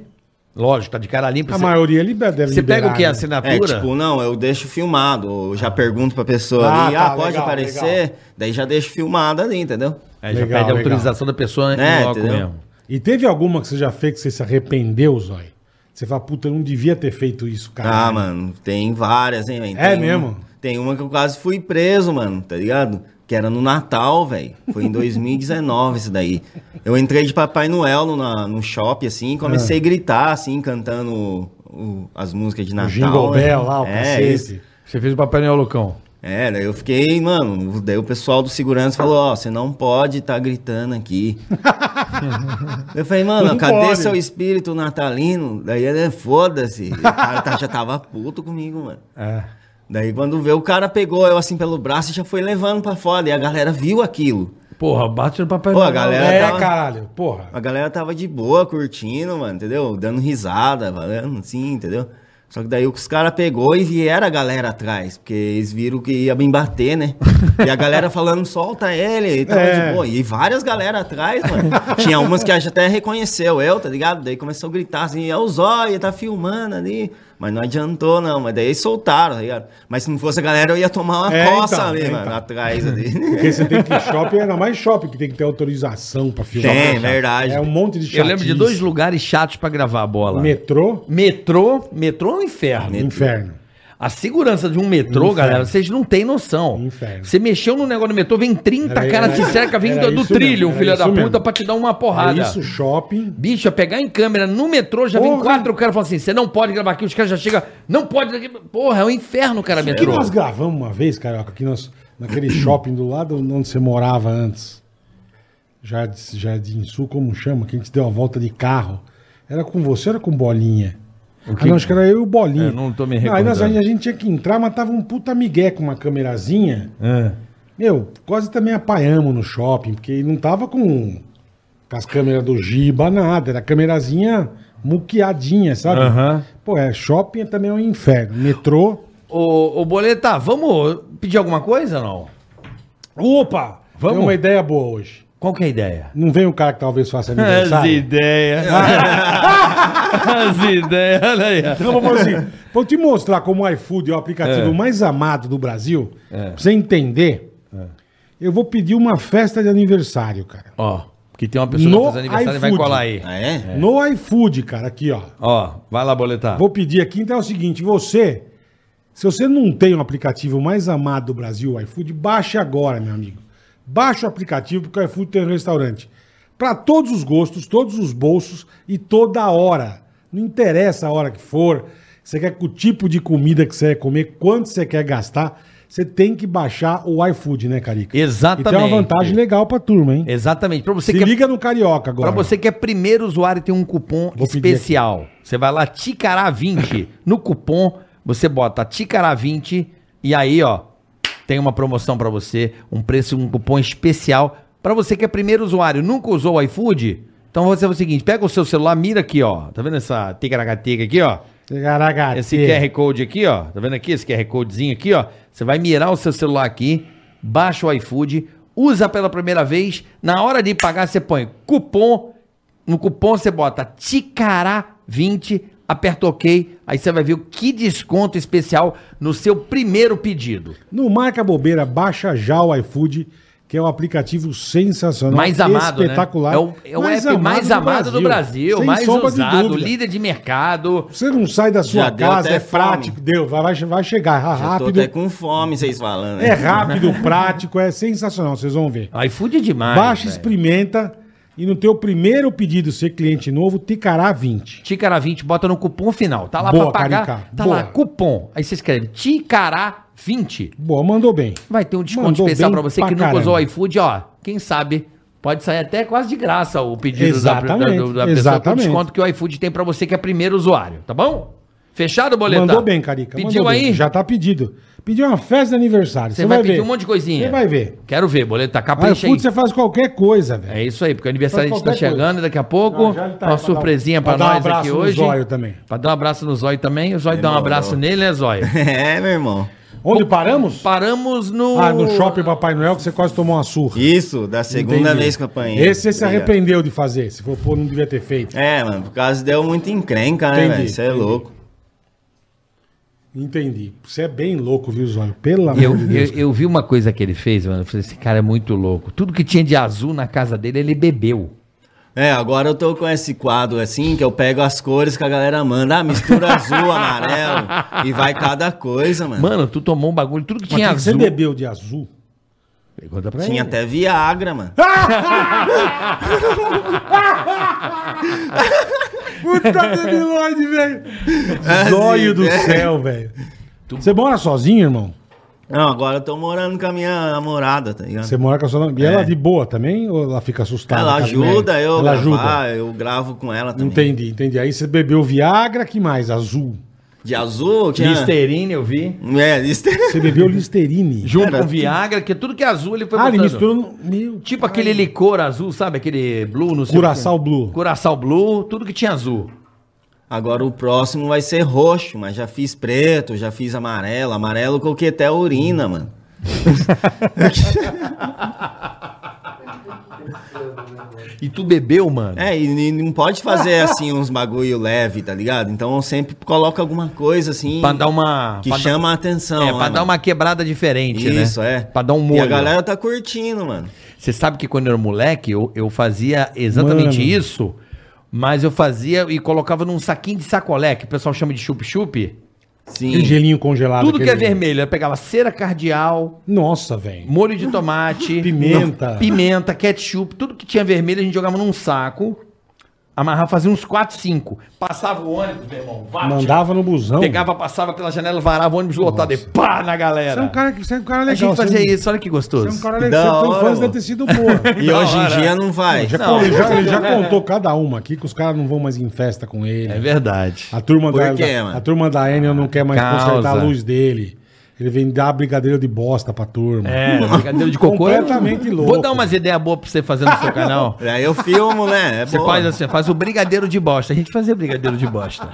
Speaker 2: Lógico, tá de cara limpa.
Speaker 3: A
Speaker 2: você
Speaker 3: maioria libera, deve
Speaker 2: você pega
Speaker 3: liberar,
Speaker 2: o que? A
Speaker 3: né?
Speaker 4: É,
Speaker 2: assinatura?
Speaker 4: tipo, não, eu deixo filmado. Eu já pergunto pra pessoa
Speaker 3: Ah,
Speaker 4: ali,
Speaker 3: tá,
Speaker 4: ah, pode
Speaker 3: legal,
Speaker 4: aparecer? Daí já deixo filmado ali, entendeu?
Speaker 2: Aí já
Speaker 3: Legal,
Speaker 2: pede a
Speaker 3: legal.
Speaker 2: autorização da pessoa
Speaker 4: É,
Speaker 2: né, logo
Speaker 4: entendeu?
Speaker 2: mesmo.
Speaker 3: E teve alguma que você já fez que você se arrependeu, Zói? Você fala, puta, eu não devia ter feito isso, cara. né?
Speaker 4: Ah, mano, tem várias, hein, velho?
Speaker 3: É
Speaker 4: Tem
Speaker 3: mesmo?
Speaker 4: uma- tem uma que eu quase fui preso, mano, tá ligado? Que era no Natal, velho. Foi em 2019 isso daí. Eu entrei de Papai Noel no, na- no shopping, assim, e
Speaker 3: Ah.
Speaker 4: comecei a gritar, assim, cantando o- o- as músicas de Natal.
Speaker 3: Jingle
Speaker 4: né?
Speaker 3: Bell lá, o
Speaker 4: é, isso.
Speaker 3: cacete.
Speaker 2: Você fez o né, Papai Noel Lucão.
Speaker 4: É, daí eu fiquei, mano, daí o pessoal do segurança falou, ó, você não pode estar gritando aqui. eu falei, mano,
Speaker 3: Não
Speaker 4: cadê
Speaker 3: pode.
Speaker 4: seu espírito natalino? Daí ele, é, foda-se. O cara tá- já tava puto comigo, mano.
Speaker 3: É.
Speaker 4: Daí quando vê, o cara pegou eu assim pelo braço e já foi levando pra fora. E a galera viu aquilo.
Speaker 2: Porra, bate no Papai
Speaker 4: Pô, a
Speaker 2: Noel.
Speaker 4: galera
Speaker 3: É,
Speaker 4: tava...
Speaker 3: caralho, porra.
Speaker 4: A galera tava de boa, curtindo, mano, entendeu? Dando risada, falando assim, entendeu? Só que daí os caras pegou e vieram a galera atrás, porque eles viram que ia me bater, né? E a galera falando, solta ele, e tava
Speaker 3: É.
Speaker 4: de boa. E várias galera atrás, mano. Tinha umas que até reconheceu eu, tá ligado? Daí começou a gritar assim, é o Zóia, tá filmando ali. Mas não adiantou, não. Mas daí soltaram, tá ligado? Mas se não fosse a galera, eu ia tomar uma
Speaker 3: É,
Speaker 4: coça
Speaker 3: então,
Speaker 4: ali,
Speaker 3: é,
Speaker 4: mano,
Speaker 3: então.
Speaker 4: atrás ali.
Speaker 3: Porque você tem que ir shopping, ainda mais shopping, que tem que ter autorização pra filmar.
Speaker 4: Tem,
Speaker 3: Pra-
Speaker 4: verdade.
Speaker 3: É um monte de chatice.
Speaker 2: Eu lembro de dois lugares chatos pra gravar a bola.
Speaker 3: Metrô,
Speaker 2: metrô, metrô é um inferno.
Speaker 3: inferno.
Speaker 2: A segurança de um metrô,
Speaker 3: Inferno.
Speaker 2: galera, vocês não têm noção.
Speaker 3: Inferno.
Speaker 2: Você mexeu no negócio do metrô, vem 30
Speaker 3: Era-
Speaker 2: caras de
Speaker 3: era-
Speaker 2: cerca vindo
Speaker 3: era
Speaker 2: do
Speaker 3: isso
Speaker 2: trilho,
Speaker 3: mesmo, era
Speaker 2: filha da
Speaker 3: isso
Speaker 2: puta,
Speaker 3: mesmo.
Speaker 2: pra te dar uma
Speaker 3: É
Speaker 2: porrada.
Speaker 3: isso, shopping.
Speaker 2: Bicho, a pegar em câmera no metrô, já vem
Speaker 3: Porra.
Speaker 2: quatro caras falando assim: você não pode gravar aqui, os caras já chegam, não pode. daqui." Porra, é um inferno, cara,
Speaker 3: O que
Speaker 2: metrô.
Speaker 3: nós gravamos uma vez, Carioca, que nós, naquele shopping do lado onde você morava antes. Já de, já de Insul, como chama? Que a gente deu uma volta de carro. Era com você ou era com Bolinha?
Speaker 2: que-
Speaker 3: Ah, não, acho que era eu e o Bolinha.
Speaker 2: É, não tô me
Speaker 3: Aí nós, a
Speaker 2: recordando.
Speaker 3: gente tinha que entrar, mas tava um puta migué com uma camerazinha.
Speaker 2: É.
Speaker 3: Meu, quase também apaiamos no shopping, porque não tava com, com as câmeras do Giba, nada. Era câmerazinha muqueadinha, sabe?
Speaker 2: Aham.
Speaker 3: Pô, é, shopping também é um inferno. Metrô.
Speaker 2: Ô, ô, Boleta, vamos pedir alguma coisa ou não?
Speaker 3: Opa!
Speaker 2: Vamos?
Speaker 3: Tem uma ideia boa hoje.
Speaker 2: Qual que é a ideia?
Speaker 3: Não vem o cara que talvez
Speaker 2: É,
Speaker 3: faça aniversário.
Speaker 2: ideias. As ideias, olha aí.
Speaker 3: Não, vamos fazer assim. Pra eu te mostrar como o iFood é o aplicativo
Speaker 2: É.
Speaker 3: mais amado do Brasil,
Speaker 2: É.
Speaker 3: pra você entender, eu vou pedir uma festa de aniversário, cara.
Speaker 2: Ó, que tem uma pessoa
Speaker 3: No
Speaker 2: que faz aniversário e vai
Speaker 3: iFood.
Speaker 2: colar aí.
Speaker 4: Ah, é?
Speaker 3: No iFood, cara, aqui, ó.
Speaker 2: Ó, vai lá, Boletar.
Speaker 3: Vou pedir aqui, então é o seguinte, você, se você não tem o aplicativo mais amado do Brasil, o iFood, baixe agora, meu amigo. Baixe o aplicativo, porque o iFood tem um restaurante. Para todos os gostos, todos os bolsos e toda hora. Não interessa a hora que for, você quer o tipo de comida que você quer comer, quanto você quer gastar, você tem que baixar o iFood, né, Carica?
Speaker 2: Exatamente.
Speaker 3: E tem uma vantagem legal pra turma, hein?
Speaker 2: Exatamente. Pra você
Speaker 3: Se
Speaker 2: que é
Speaker 3: liga no Carioca
Speaker 2: Pra
Speaker 3: agora.
Speaker 2: você que é primeiro usuário e tem um cupom
Speaker 3: Vou pedir
Speaker 2: especial. Você vai lá, Ticará20. no cupom, você bota Ticará20 e aí, ó, tem uma promoção pra você, um preço, um cupom especial. Pra você que é primeiro usuário, nunca usou o iFood, então você é o seguinte, pega o seu celular, mira aqui, ó. Tá vendo essa ticaracateca aqui, ó?
Speaker 3: Caraca,
Speaker 2: Esse é QR Code aqui, ó. Tá vendo aqui? Esse QR Codezinho aqui, ó. Você vai mirar o seu celular aqui, baixa o iFood, usa pela primeira vez. Na hora de pagar, você põe cupom. No cupom você bota Ticará20, aperta OK. Aí você vai ver o que desconto especial no seu primeiro pedido.
Speaker 3: Não marca bobeira, baixa já o iFood, que é um aplicativo sensacional,
Speaker 2: mais amado,
Speaker 3: É um espetacular.
Speaker 2: né? É o, é o app mais amado do Brasil,
Speaker 3: Sem
Speaker 2: mais
Speaker 3: sombra de
Speaker 2: usado,
Speaker 3: dúvida.
Speaker 2: líder de mercado.
Speaker 3: Você não sai da sua
Speaker 4: Já deu
Speaker 3: casa,
Speaker 4: até
Speaker 3: é
Speaker 4: fome.
Speaker 3: prático, deu, vai, vai- vai chegar é
Speaker 4: Já tô
Speaker 3: rápido.
Speaker 4: até com fome, vocês falando. né?
Speaker 3: É rápido, prático, é sensacional, vocês vão ver.
Speaker 2: iFood é demais.
Speaker 3: Baixa,
Speaker 2: velho.
Speaker 3: experimenta e no teu primeiro pedido ser cliente novo, Ticará 20.
Speaker 2: Ticará20, bota no cupom final. Tá lá
Speaker 3: Boa,
Speaker 2: pra pagar.
Speaker 3: Carica,
Speaker 2: Tá
Speaker 3: boa.
Speaker 2: lá, cupom. Aí você escreve Ticará20.
Speaker 3: Boa, mandou bem.
Speaker 2: Vai ter um desconto
Speaker 3: Mandou
Speaker 2: especial
Speaker 3: bem
Speaker 2: pra você
Speaker 3: pra
Speaker 2: que nunca usou o
Speaker 3: caramba.
Speaker 2: iFood, ó. Quem sabe pode sair até quase de graça o pedido da- da,
Speaker 3: Exatamente,
Speaker 2: do- da pessoa com o
Speaker 3: exatamente.
Speaker 2: desconto que o iFood tem pra você que é primeiro usuário, tá bom? Fechado, boletar?
Speaker 3: Mandou bem, Carica.
Speaker 2: Pediu
Speaker 3: mandou
Speaker 2: aí?
Speaker 3: Bem. Já tá pedido. Pediu uma festa de aniversário.
Speaker 2: Você vai pedir um monte de coisinha.
Speaker 3: Você vai ver.
Speaker 2: Quero ver, boletar.
Speaker 3: Aí
Speaker 2: Capricha aí.
Speaker 3: iFood Ah, é você faz qualquer coisa, velho.
Speaker 2: É isso aí, porque o aniversariante
Speaker 3: Faz
Speaker 2: está
Speaker 3: Então, qualquer
Speaker 2: chegando daqui a pouco.
Speaker 3: Ah, já ele tá aí
Speaker 2: uma
Speaker 3: pra dar um-
Speaker 2: surpresinha
Speaker 3: pra
Speaker 2: para
Speaker 3: dar um
Speaker 2: nós aqui
Speaker 3: abraço no
Speaker 2: hoje.
Speaker 3: zóio também.
Speaker 2: Para dar um abraço no Zóio também. O Zóio dá um
Speaker 4: Demorou.
Speaker 2: abraço nele, né, Zóio?
Speaker 4: É, meu irmão.
Speaker 3: Onde paramos?
Speaker 2: Paramos no.
Speaker 3: Ah, no Shopping Papai Noel que você quase tomou uma surra.
Speaker 4: Isso, da segunda
Speaker 3: Entendi.
Speaker 4: vez que eu apanhei.
Speaker 3: Esse você se arrependeu de fazer. Se for, pô, não devia ter feito.
Speaker 4: É, mano, por causa deu muito encrenca, né,
Speaker 3: Entendi,
Speaker 4: velho? Você é
Speaker 3: entendi.
Speaker 4: louco.
Speaker 3: Entendi. Você é bem louco, viu, Zóio? Pelo amor
Speaker 2: Eu,
Speaker 3: de
Speaker 2: eu,
Speaker 3: Deus.
Speaker 2: eu vi uma coisa que ele fez, mano. Eu falei, esse cara é muito louco. Tudo que tinha de azul na casa dele, ele bebeu.
Speaker 4: É, agora eu tô com esse quadro assim, que eu pego as cores que a galera manda. Ah, mistura azul, amarelo. E vai cada coisa, mano.
Speaker 2: Mano, tu tomou um bagulho, tudo que
Speaker 3: Mas
Speaker 2: tinha
Speaker 3: o que Você
Speaker 2: azul.
Speaker 3: bebeu de azul?
Speaker 2: Conta pra ele.
Speaker 4: Tinha até Viagra, mano.
Speaker 3: Ah! Puta debilóide, velho. Zóio do
Speaker 4: É.
Speaker 3: céu, velho. Você mora sozinho, irmão?
Speaker 4: Não, agora eu tô morando com a minha namorada, tá ligado?
Speaker 3: Você mora com a sua namorada. E ela de boa também? Ou ela fica assustada?
Speaker 4: É. Ela
Speaker 3: com as
Speaker 4: ajuda
Speaker 3: merda?
Speaker 4: eu né?
Speaker 3: Ela
Speaker 4: gravar,
Speaker 3: ajuda.
Speaker 4: eu gravo com ela também.
Speaker 3: Entendi, entendi. Aí você bebeu Viagra, que mais? Azul.
Speaker 4: De azul, tinha...
Speaker 2: Listerine, eu vi.
Speaker 4: É, Lister...
Speaker 3: Você bebeu Listerine.
Speaker 2: Junto
Speaker 4: Cara,
Speaker 2: com Viagra, que tudo que é azul ele foi
Speaker 3: Ah, ele
Speaker 2: botando.
Speaker 3: misturou... no- Meu
Speaker 2: Tipo aquele licor azul, sabe? Aquele blue, não sei o quê.
Speaker 3: Curaçal Blue.
Speaker 2: Curaçal blue, tudo que tinha azul.
Speaker 4: Agora o próximo vai ser roxo, mas já fiz preto, já fiz amarelo. Amarelo eu coloquei até a urina, mano.
Speaker 2: E tu bebeu, mano.
Speaker 4: É, e e não pode fazer assim uns bagulho leve, tá ligado? Então eu sempre coloco alguma coisa assim
Speaker 2: Pra dar uma.
Speaker 4: que
Speaker 2: pra dar-
Speaker 4: chama a atenção.
Speaker 2: é,
Speaker 4: né,
Speaker 2: pra dar
Speaker 4: mano?
Speaker 2: uma quebrada diferente, né?
Speaker 4: Isso, é.
Speaker 2: Pra dar um
Speaker 4: E
Speaker 2: molho.
Speaker 4: a galera tá curtindo, mano.
Speaker 2: Você sabe que quando eu era moleque, eu, eu fazia exatamente
Speaker 3: Mano.
Speaker 2: isso, mas eu fazia e colocava num saquinho de sacolé, que o pessoal chama de chup-chup.
Speaker 4: Sim.
Speaker 3: Aquele gelinho congelado.
Speaker 2: Tudo que é
Speaker 3: aquele-
Speaker 2: vermelho. Eu pegava cera cardial,
Speaker 3: Nossa, velho.
Speaker 2: molho de tomate,
Speaker 3: Pimenta.
Speaker 2: não, pimenta, ketchup, tudo que tinha vermelho a gente jogava num saco, amarrava, fazia uns 4, 5. Passava o ônibus, meu irmão, bate,
Speaker 3: Mandava no busão.
Speaker 2: pegava, passava pela janela, varava o ônibus lotado e pá na
Speaker 3: Você
Speaker 2: galera.
Speaker 3: é um cara, que- você é um cara
Speaker 2: a
Speaker 3: legal.
Speaker 2: gente fazia
Speaker 3: você,
Speaker 2: isso, olha que gostoso.
Speaker 3: Você é um cara
Speaker 4: Da
Speaker 3: legal. Você foi
Speaker 4: hora,
Speaker 3: infância deve
Speaker 4: mano.
Speaker 3: ter sido boa.
Speaker 4: E
Speaker 2: Da
Speaker 4: hoje
Speaker 2: hora.
Speaker 4: em dia não vai.
Speaker 3: Já,
Speaker 2: Não. né?
Speaker 3: ele já, ele já contou cada uma aqui que os caras não vão mais em festa com ele.
Speaker 2: É verdade.
Speaker 3: A turma,
Speaker 4: Por
Speaker 3: da,
Speaker 4: quê,
Speaker 3: da-
Speaker 4: mano?
Speaker 3: a turma da Enel não quer mais
Speaker 2: Causa.
Speaker 3: consertar a luz dele. Ele vem dar brigadeiro de bosta pra turma.
Speaker 2: É, brincadeira de cocô.
Speaker 3: Completamente
Speaker 2: Eu-
Speaker 3: louco.
Speaker 2: Vou dar umas ideias boas pra você fazer no seu canal.
Speaker 4: É, Aí eu filmo, né? É
Speaker 2: Você
Speaker 4: boa.
Speaker 2: faz assim, faz o brigadeiro de bosta. A gente fazia brigadeiro de bosta.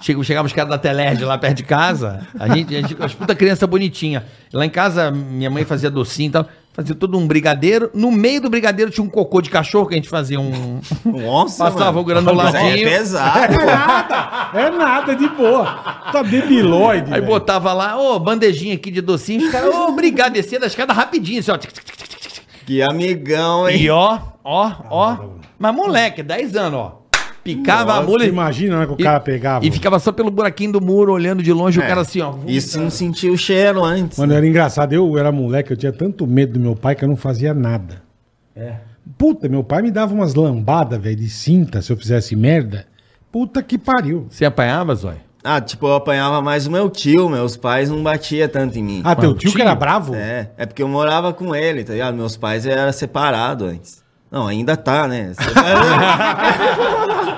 Speaker 2: Chega, chegava os caras da Telerge lá perto de casa, a gente, a gente as puta criança bonitinha. Lá em casa, minha mãe fazia docinho e tal, fazia todo um brigadeiro. No meio do brigadeiro tinha um cocô de cachorro que a gente fazia um...
Speaker 4: Nossa,
Speaker 2: Passava o granuladinho.
Speaker 4: Isso aí É pesado.
Speaker 3: É nada, de boa. Tá debilóide.
Speaker 2: Aí
Speaker 3: velho.
Speaker 2: botava lá, ô, bandejinha aqui de docinho, os caras, ô, obrigado, descia da escada rapidinho, assim, ó. tic, tic, tic, tic, tic, tic.
Speaker 4: que amigão, hein?
Speaker 2: E ó, ó,
Speaker 4: Ah,
Speaker 2: ó. Mas moleque, 10 anos, ó. Picava a
Speaker 3: Você
Speaker 2: mula e-
Speaker 3: imagina né, que o
Speaker 2: E-
Speaker 3: cara pegava.
Speaker 2: E ficava só pelo buraquinho do muro, olhando de longe, o
Speaker 4: É.
Speaker 2: cara assim, ó.
Speaker 4: Isso se não sentiu o cheiro antes.
Speaker 3: Mano, era engraçado. Eu era moleque, eu tinha tanto medo do meu pai que eu não fazia nada.
Speaker 4: É.
Speaker 3: Puta, meu pai me dava umas lambadas, velho, de cinta se eu fizesse merda. Puta que pariu.
Speaker 2: Você apanhava, Zói?
Speaker 4: Ah, tipo, eu apanhava mais o meu tio, meus pais não batia tanto em mim.
Speaker 3: Ah, teu
Speaker 2: Mano,
Speaker 3: tio, que
Speaker 2: tio?
Speaker 3: era bravo?
Speaker 4: É, é porque eu morava com ele, tá ligado? Meus pais eram separados antes. Não, ainda tá, né? Separado.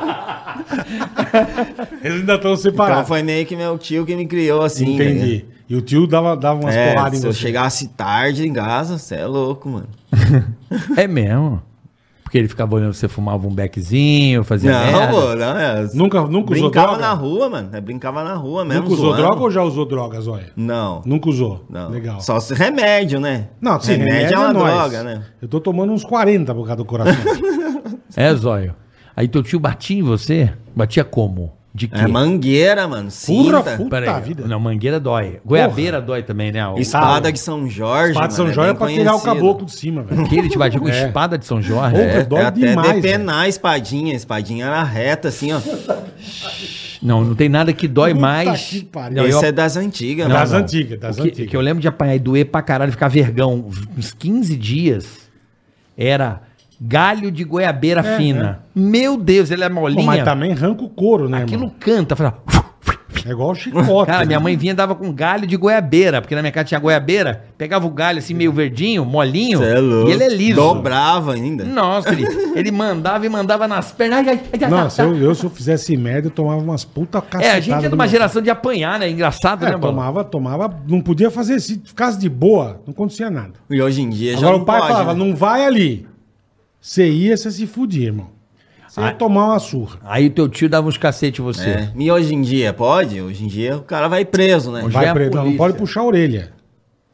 Speaker 3: Eles ainda estão
Speaker 4: então
Speaker 3: separados.
Speaker 4: foi meio que meu tio que me criou assim. tá ligado?
Speaker 3: Entendi. E o tio dava, dava umas
Speaker 4: É,
Speaker 3: porradas em
Speaker 4: se eu
Speaker 3: você.
Speaker 4: chegasse tarde em casa, você é louco, mano.
Speaker 2: É mesmo. Porque ele ficava olhando, você fumava um beckzinho, fazia
Speaker 4: Não,
Speaker 2: merda.
Speaker 4: pô, não é.
Speaker 3: Nunca, nunca usou
Speaker 4: brincava
Speaker 3: droga?
Speaker 4: na rua, mano. É, brincava na rua mesmo.
Speaker 3: Nunca usou
Speaker 4: zoando.
Speaker 3: droga ou já usou drogas, olha?
Speaker 4: Não.
Speaker 3: Nunca usou.
Speaker 4: Não.
Speaker 3: Legal.
Speaker 4: Só se remédio, né?
Speaker 3: Não, sim,
Speaker 4: remédio, é uma
Speaker 3: nóis.
Speaker 4: droga, né?
Speaker 3: Eu tô tomando uns 40 por causa do coração.
Speaker 2: É, Zóio. Aí teu tio batia em você? Batia como? De quê?
Speaker 4: É mangueira, mano. Cinta.
Speaker 3: Purra, puta
Speaker 2: Pera aí.
Speaker 3: vida.
Speaker 2: Não, mangueira dói. Goiabeira dói também, né? O...
Speaker 4: Espada de São Jorge.
Speaker 3: Espada de São
Speaker 4: mano,
Speaker 3: Jorge é
Speaker 4: bem
Speaker 3: pra tirar o
Speaker 4: conhecido.
Speaker 3: caboclo de cima, velho.
Speaker 2: Aquele te batia com
Speaker 3: É.
Speaker 2: espada de São Jorge.
Speaker 3: Porra.
Speaker 4: É,
Speaker 3: Dói
Speaker 4: é até
Speaker 3: demais,
Speaker 4: depenar a espadinha. A espadinha era reta, assim, ó.
Speaker 2: Não, não tem nada que dói
Speaker 3: Puta
Speaker 2: mais.
Speaker 3: que pariu.
Speaker 2: Não, eu-
Speaker 4: Esse é das antigas,
Speaker 2: Não,
Speaker 3: das
Speaker 4: mano.
Speaker 2: não.
Speaker 3: antigas, das
Speaker 2: o que,
Speaker 3: antigas.
Speaker 2: que eu lembro de apanhar e doer pra caralho, ficar vergão uns 15 dias, era galho de goiabeira fina. Meu Deus, ele é
Speaker 3: Pô, tá
Speaker 2: molinha.
Speaker 3: mas também arranca o couro, né,
Speaker 2: aquilo
Speaker 3: irmão?
Speaker 2: canta. Fala,
Speaker 3: É igual chicote.
Speaker 2: Cara, minha mãe vinha e dava com galho de goiabeira, porque na minha casa tinha goiabeira. Pegava o galho assim, meio verdinho, molinho.
Speaker 4: Cê é louco.
Speaker 2: E ele é liso.
Speaker 4: Dobrava ainda.
Speaker 2: Nossa, ele, ele mandava e mandava nas pernas. Ai, ai, ai, ai,
Speaker 3: Não,
Speaker 2: tá,
Speaker 3: se eu, eu, se eu fizesse merda, eu tomava umas puta
Speaker 2: tá.
Speaker 3: cacetada.
Speaker 2: É, a gente é de
Speaker 3: do
Speaker 2: uma
Speaker 3: meu-
Speaker 2: geração de apanhar, né? Engraçado,
Speaker 3: É,
Speaker 2: né, Bola?
Speaker 3: tomava, tomava, não podia fazer, se ficasse de boa, não acontecia nada.
Speaker 4: E hoje em dia já
Speaker 3: Agora
Speaker 4: não
Speaker 3: o pai
Speaker 4: pode,
Speaker 3: falava,
Speaker 4: né?
Speaker 3: não vai ali. Você ia, você se fudia, irmão. Você
Speaker 2: Ah.
Speaker 3: ia tomar uma surra.
Speaker 2: Aí o teu tio dava uns cacete em você.
Speaker 4: É. E hoje em dia pode? Hoje em dia o cara vai preso, né?
Speaker 2: Hoje- é
Speaker 3: Vai
Speaker 2: a
Speaker 3: preto, não
Speaker 2: polícia. É.
Speaker 3: pode puxar a orelha.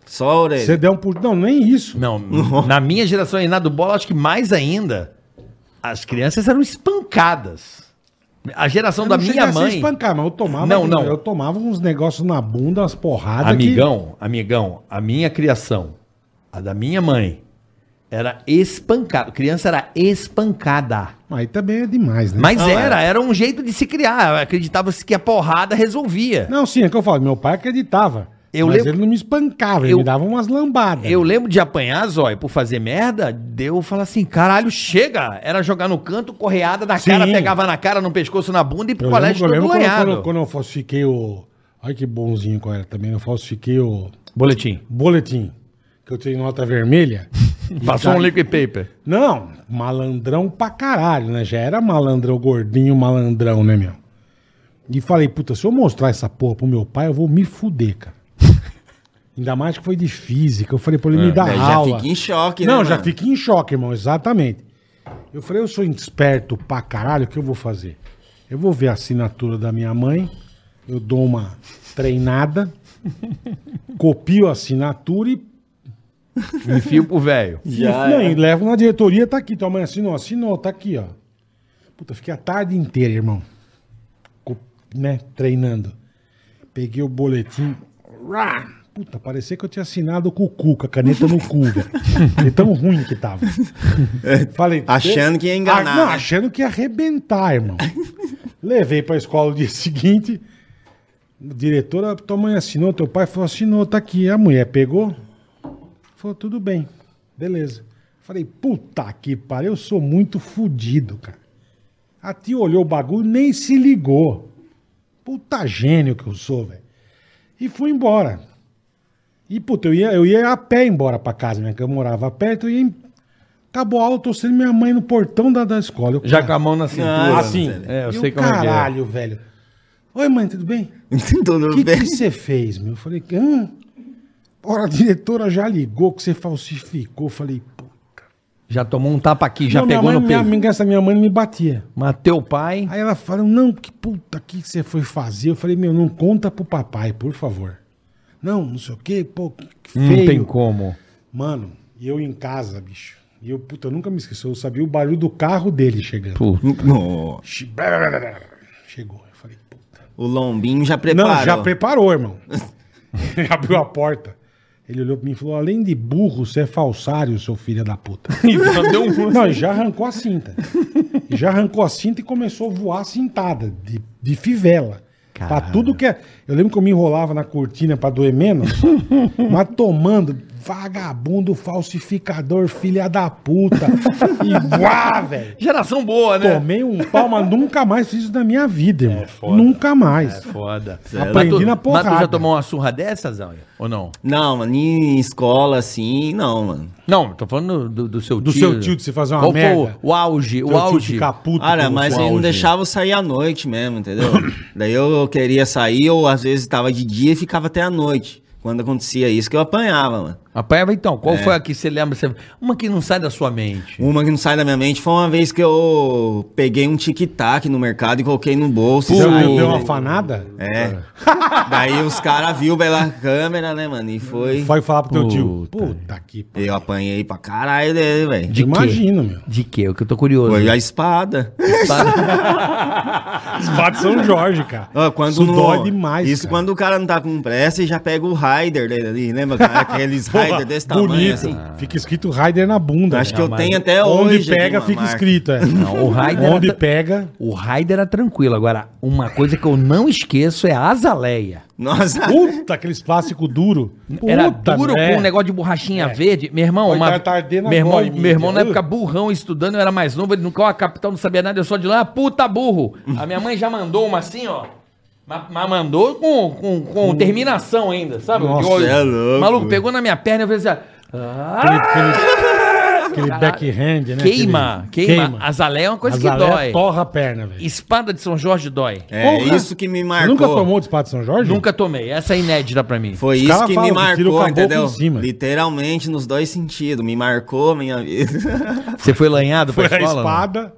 Speaker 4: Só a orelha.
Speaker 3: Você der um puxão, não, nem isso.
Speaker 2: Não, na minha geração aí, na do bola, acho que mais ainda, as crianças eram espancadas. A geração
Speaker 3: Eu
Speaker 2: da
Speaker 3: não
Speaker 2: minha
Speaker 3: cheguei a se
Speaker 2: mãe.
Speaker 3: espancar, mas eu tomava,
Speaker 2: Não, não.
Speaker 3: eu tomava uns negócios na bunda, umas porradas. que-
Speaker 2: Amigão, amigão, a minha criação, a da minha mãe, era espancada. Criança era espancada.
Speaker 3: Aí também é demais, né?
Speaker 2: Mas
Speaker 4: Não,
Speaker 2: era, era um jeito de se criar. Acreditava-se que a porrada resolvia.
Speaker 3: Não, sim, é que eu falo, meu pai acreditava.
Speaker 2: Eu
Speaker 3: mas
Speaker 2: lembro-
Speaker 3: ele não me espancava, ele
Speaker 2: Eu-
Speaker 3: me dava umas lambadas.
Speaker 2: Eu lembro de apanhar, Zóio, por fazer merda, deu falar assim, caralho, chega! Era jogar no canto, correada na
Speaker 3: Sim.
Speaker 2: cara, pegava na cara, no pescoço, na bunda e pro
Speaker 3: Eu lembro,
Speaker 2: colégio
Speaker 3: eu lembro
Speaker 2: todo
Speaker 3: quando, eu- quando,
Speaker 2: lanhado.
Speaker 3: eu- quando eu falsifiquei o. Olha que bonzinho que eu era também. Eu falsifiquei o
Speaker 2: Boletim.
Speaker 3: boletim, que eu tirei nota vermelha.
Speaker 2: Passou
Speaker 3: cara-
Speaker 2: um liquid paper.
Speaker 3: Não, malandrão pra caralho, né? Já era malandrão, gordinho, malandrão, né, meu? E falei, puta, se eu mostrar essa porra pro meu pai, eu vou me fuder, cara. Ainda mais que foi de física. Eu falei pra ele me dar
Speaker 4: É, Daí já
Speaker 3: aula.
Speaker 4: fica em choque,
Speaker 3: Não,
Speaker 4: né?
Speaker 3: já
Speaker 4: mano?
Speaker 3: fiquei em choque, irmão, exatamente. Eu falei, eu sou esperto pra caralho, o que eu vou fazer? Eu vou ver a assinatura da minha mãe, eu dou uma treinada, copio a assinatura e
Speaker 2: Enfio pro velho.
Speaker 4: Já
Speaker 3: e, não,
Speaker 4: é.
Speaker 3: e levo na diretoria, tá aqui. Tua mãe assinou, assinou, tá aqui, ó. Puta, fiquei a tarde inteira, irmão. Co- né, treinando. Peguei o boletim. Rá! Puta, parecia que eu tinha assinado com o cu, com a caneta no cu, velho. De tão ruim que tava. Falei.
Speaker 4: É, Achando que ia enganar,
Speaker 3: Ah, não,
Speaker 4: né?
Speaker 3: achando que ia arrebentar, irmão. Levei pra escola o dia seguinte. Diretora, tua mãe assinou, teu pai falou, assinou, tá aqui. A mulher pegou. Falou, tudo bem, beleza. Falei, puta que pariu, eu sou muito fudido, cara. A tia olhou o bagulho e nem se ligou. Puta gênio que eu sou, velho. E fui embora. E, puta, eu ia, eu ia a pé embora pra casa, minha que eu morava perto, e acabou a aula, torcendo minha mãe no portão da, da escola. Eu,
Speaker 2: Já
Speaker 3: cara,
Speaker 2: com a mão na cintura.
Speaker 4: Ah,
Speaker 2: assim.
Speaker 4: velho.
Speaker 2: É, eu
Speaker 3: e
Speaker 2: sei
Speaker 3: o
Speaker 2: como é que é.
Speaker 3: caralho, velho. Oi, mãe, tudo bem?
Speaker 4: Tudo
Speaker 3: O que é
Speaker 4: bem.
Speaker 3: que você fez, meu? Eu falei, hã? Ora, a diretora já ligou que você falsificou. Eu falei, pô.
Speaker 2: Já tomou um tapa aqui, já
Speaker 3: Não,
Speaker 2: pegou
Speaker 3: minha mãe,
Speaker 2: no
Speaker 3: minha,
Speaker 2: peito.
Speaker 3: minha, essa minha mãe me batia.
Speaker 2: Mateu o pai.
Speaker 3: Aí ela falou, não, que puta, o que que você foi fazer? Eu falei, meu, não conta pro papai, por favor. Não, não sei o quê, pô, que feio.
Speaker 2: Não tem como.
Speaker 3: Mano, e eu em casa, bicho. E eu, puta, eu nunca me esqueci. Eu sabia o barulho do carro dele chegando.
Speaker 2: Pô,
Speaker 4: No-
Speaker 3: Chi- blá, blá, blá, blá, blá. Chegou. Eu falei, puta.
Speaker 4: O lombinho já preparou.
Speaker 3: Não, já preparou, irmão. Ele abriu a porta. Ele olhou pra mim e falou: além de burro, você é falsário, seu filho da puta.
Speaker 2: Então um
Speaker 3: Não, e já arrancou a cinta. E já arrancou a cinta e começou a voar cintada, de, de fivela. Pra
Speaker 2: Caralho.
Speaker 3: tudo que é. Eu lembro que eu me enrolava na cortina pra doer menos, mas tomando vagabundo, falsificador, filha da puta. E voar, velho.
Speaker 2: Geração boa, né?
Speaker 3: Tomei um pau, mas nunca mais fiz isso na minha vida, irmão. nunca mais.
Speaker 2: É Foda.
Speaker 3: Aprendi
Speaker 2: Mas tu-
Speaker 3: na porrada.
Speaker 2: Mas tu já tomou uma surra dessa, Zóio? Ou não?
Speaker 4: Não, mano, em escola assim, não, mano.
Speaker 2: Não, tô falando do, do seu
Speaker 3: Do
Speaker 2: tio.
Speaker 3: seu tio de se fazer uma
Speaker 2: Qual foi
Speaker 3: merda.
Speaker 2: O, o auge,
Speaker 3: Teu
Speaker 2: o
Speaker 3: tio
Speaker 2: auge.
Speaker 3: ficar puto
Speaker 4: Cara,
Speaker 3: com você.
Speaker 4: mas ele não deixava eu sair à noite mesmo, entendeu? Daí eu queria sair, ou às vezes tava de dia e ficava até à noite. Quando acontecia isso, que eu apanhava, mano.
Speaker 2: Apanhava então. Qual foi a que você lembra? Você- Uma que não sai da sua mente.
Speaker 4: Uma que não sai da minha mente foi uma vez que eu peguei um tic-tac no mercado e coloquei no bolso. e
Speaker 3: Você
Speaker 4: saí,
Speaker 3: deu uma
Speaker 4: né?
Speaker 3: fanada?
Speaker 4: É. Daí os caras viu pela câmera, né, mano? E foi.
Speaker 3: Vai falar pro teu tio.
Speaker 2: Puta.
Speaker 3: Puta que p...
Speaker 4: Eu apanhei pra caralho dele, velho.
Speaker 2: De quê?
Speaker 3: Imagina, meu.
Speaker 2: De quê? O que eu tô curioso.
Speaker 4: Foi a espada.
Speaker 2: Tá?
Speaker 3: Espada de São Jorge, cara.
Speaker 4: Ó, quando
Speaker 3: Isso
Speaker 4: não-
Speaker 3: dói demais.
Speaker 4: Isso
Speaker 3: cara.
Speaker 4: quando o cara não tá com pressa e já pega o Raider dele ali, lembra? cara? Aqueles
Speaker 3: Porra,
Speaker 4: Raider desse tamanho
Speaker 3: bonito.
Speaker 4: assim.
Speaker 3: Fica escrito Raider na bunda.
Speaker 4: Acho que
Speaker 3: cara.
Speaker 4: eu tenho até
Speaker 3: Onde
Speaker 4: hoje. aqui
Speaker 3: pega,
Speaker 4: uma
Speaker 3: fica
Speaker 4: marca.
Speaker 3: escrito. É.
Speaker 2: Não, o Raider
Speaker 3: Onde
Speaker 2: era-
Speaker 3: pega.
Speaker 2: O Raider era tranquilo. Agora, uma coisa que eu não esqueço é a Azaleia.
Speaker 4: Nossa.
Speaker 3: Puta, aqueles plásticos duro.
Speaker 2: Era
Speaker 3: Puta,
Speaker 2: duro
Speaker 3: né?
Speaker 2: com um negócio de borrachinha verde. Meu irmão,
Speaker 3: Olha,
Speaker 2: uma-
Speaker 3: tá- tá ardendo
Speaker 2: meu irmão,
Speaker 3: agora,
Speaker 2: meu irmão na
Speaker 3: mídia.
Speaker 2: época burrão estudando, eu era mais novo, ele não a capital, não sabia nada, eu só de lá, puta burro. A minha mãe já mandou uma assim, ó. Mas, mas mandou com, com, com terminação ainda, sabe?
Speaker 3: Nossa,
Speaker 2: Eu-
Speaker 4: é louco.
Speaker 2: Maluco, pegou na minha perna e eu falei assim, ah,
Speaker 3: Aquele, aquele- aquele backhand, né?
Speaker 2: queima,
Speaker 3: Aquele-
Speaker 2: É, queima, Azalé é uma coisa que
Speaker 3: Azalea
Speaker 2: dói.
Speaker 3: torra a perna, velho.
Speaker 2: Espada de São Jorge dói.
Speaker 4: É
Speaker 3: Porra.
Speaker 4: isso que me
Speaker 3: Você
Speaker 4: marcou.
Speaker 3: Nunca tomou de espada de São Jorge?
Speaker 2: Nunca tomei, essa é inédita pra mim.
Speaker 4: Foi
Speaker 3: Os
Speaker 4: isso
Speaker 3: caras
Speaker 4: que me
Speaker 3: falam que tira o
Speaker 4: marcou,
Speaker 3: caboclo em
Speaker 4: entendeu?
Speaker 3: cima.
Speaker 4: Literalmente nos dois sentidos. Me marcou a minha vida.
Speaker 2: Você foi lanhado pra
Speaker 3: Foi a
Speaker 2: escola? não?
Speaker 3: espada.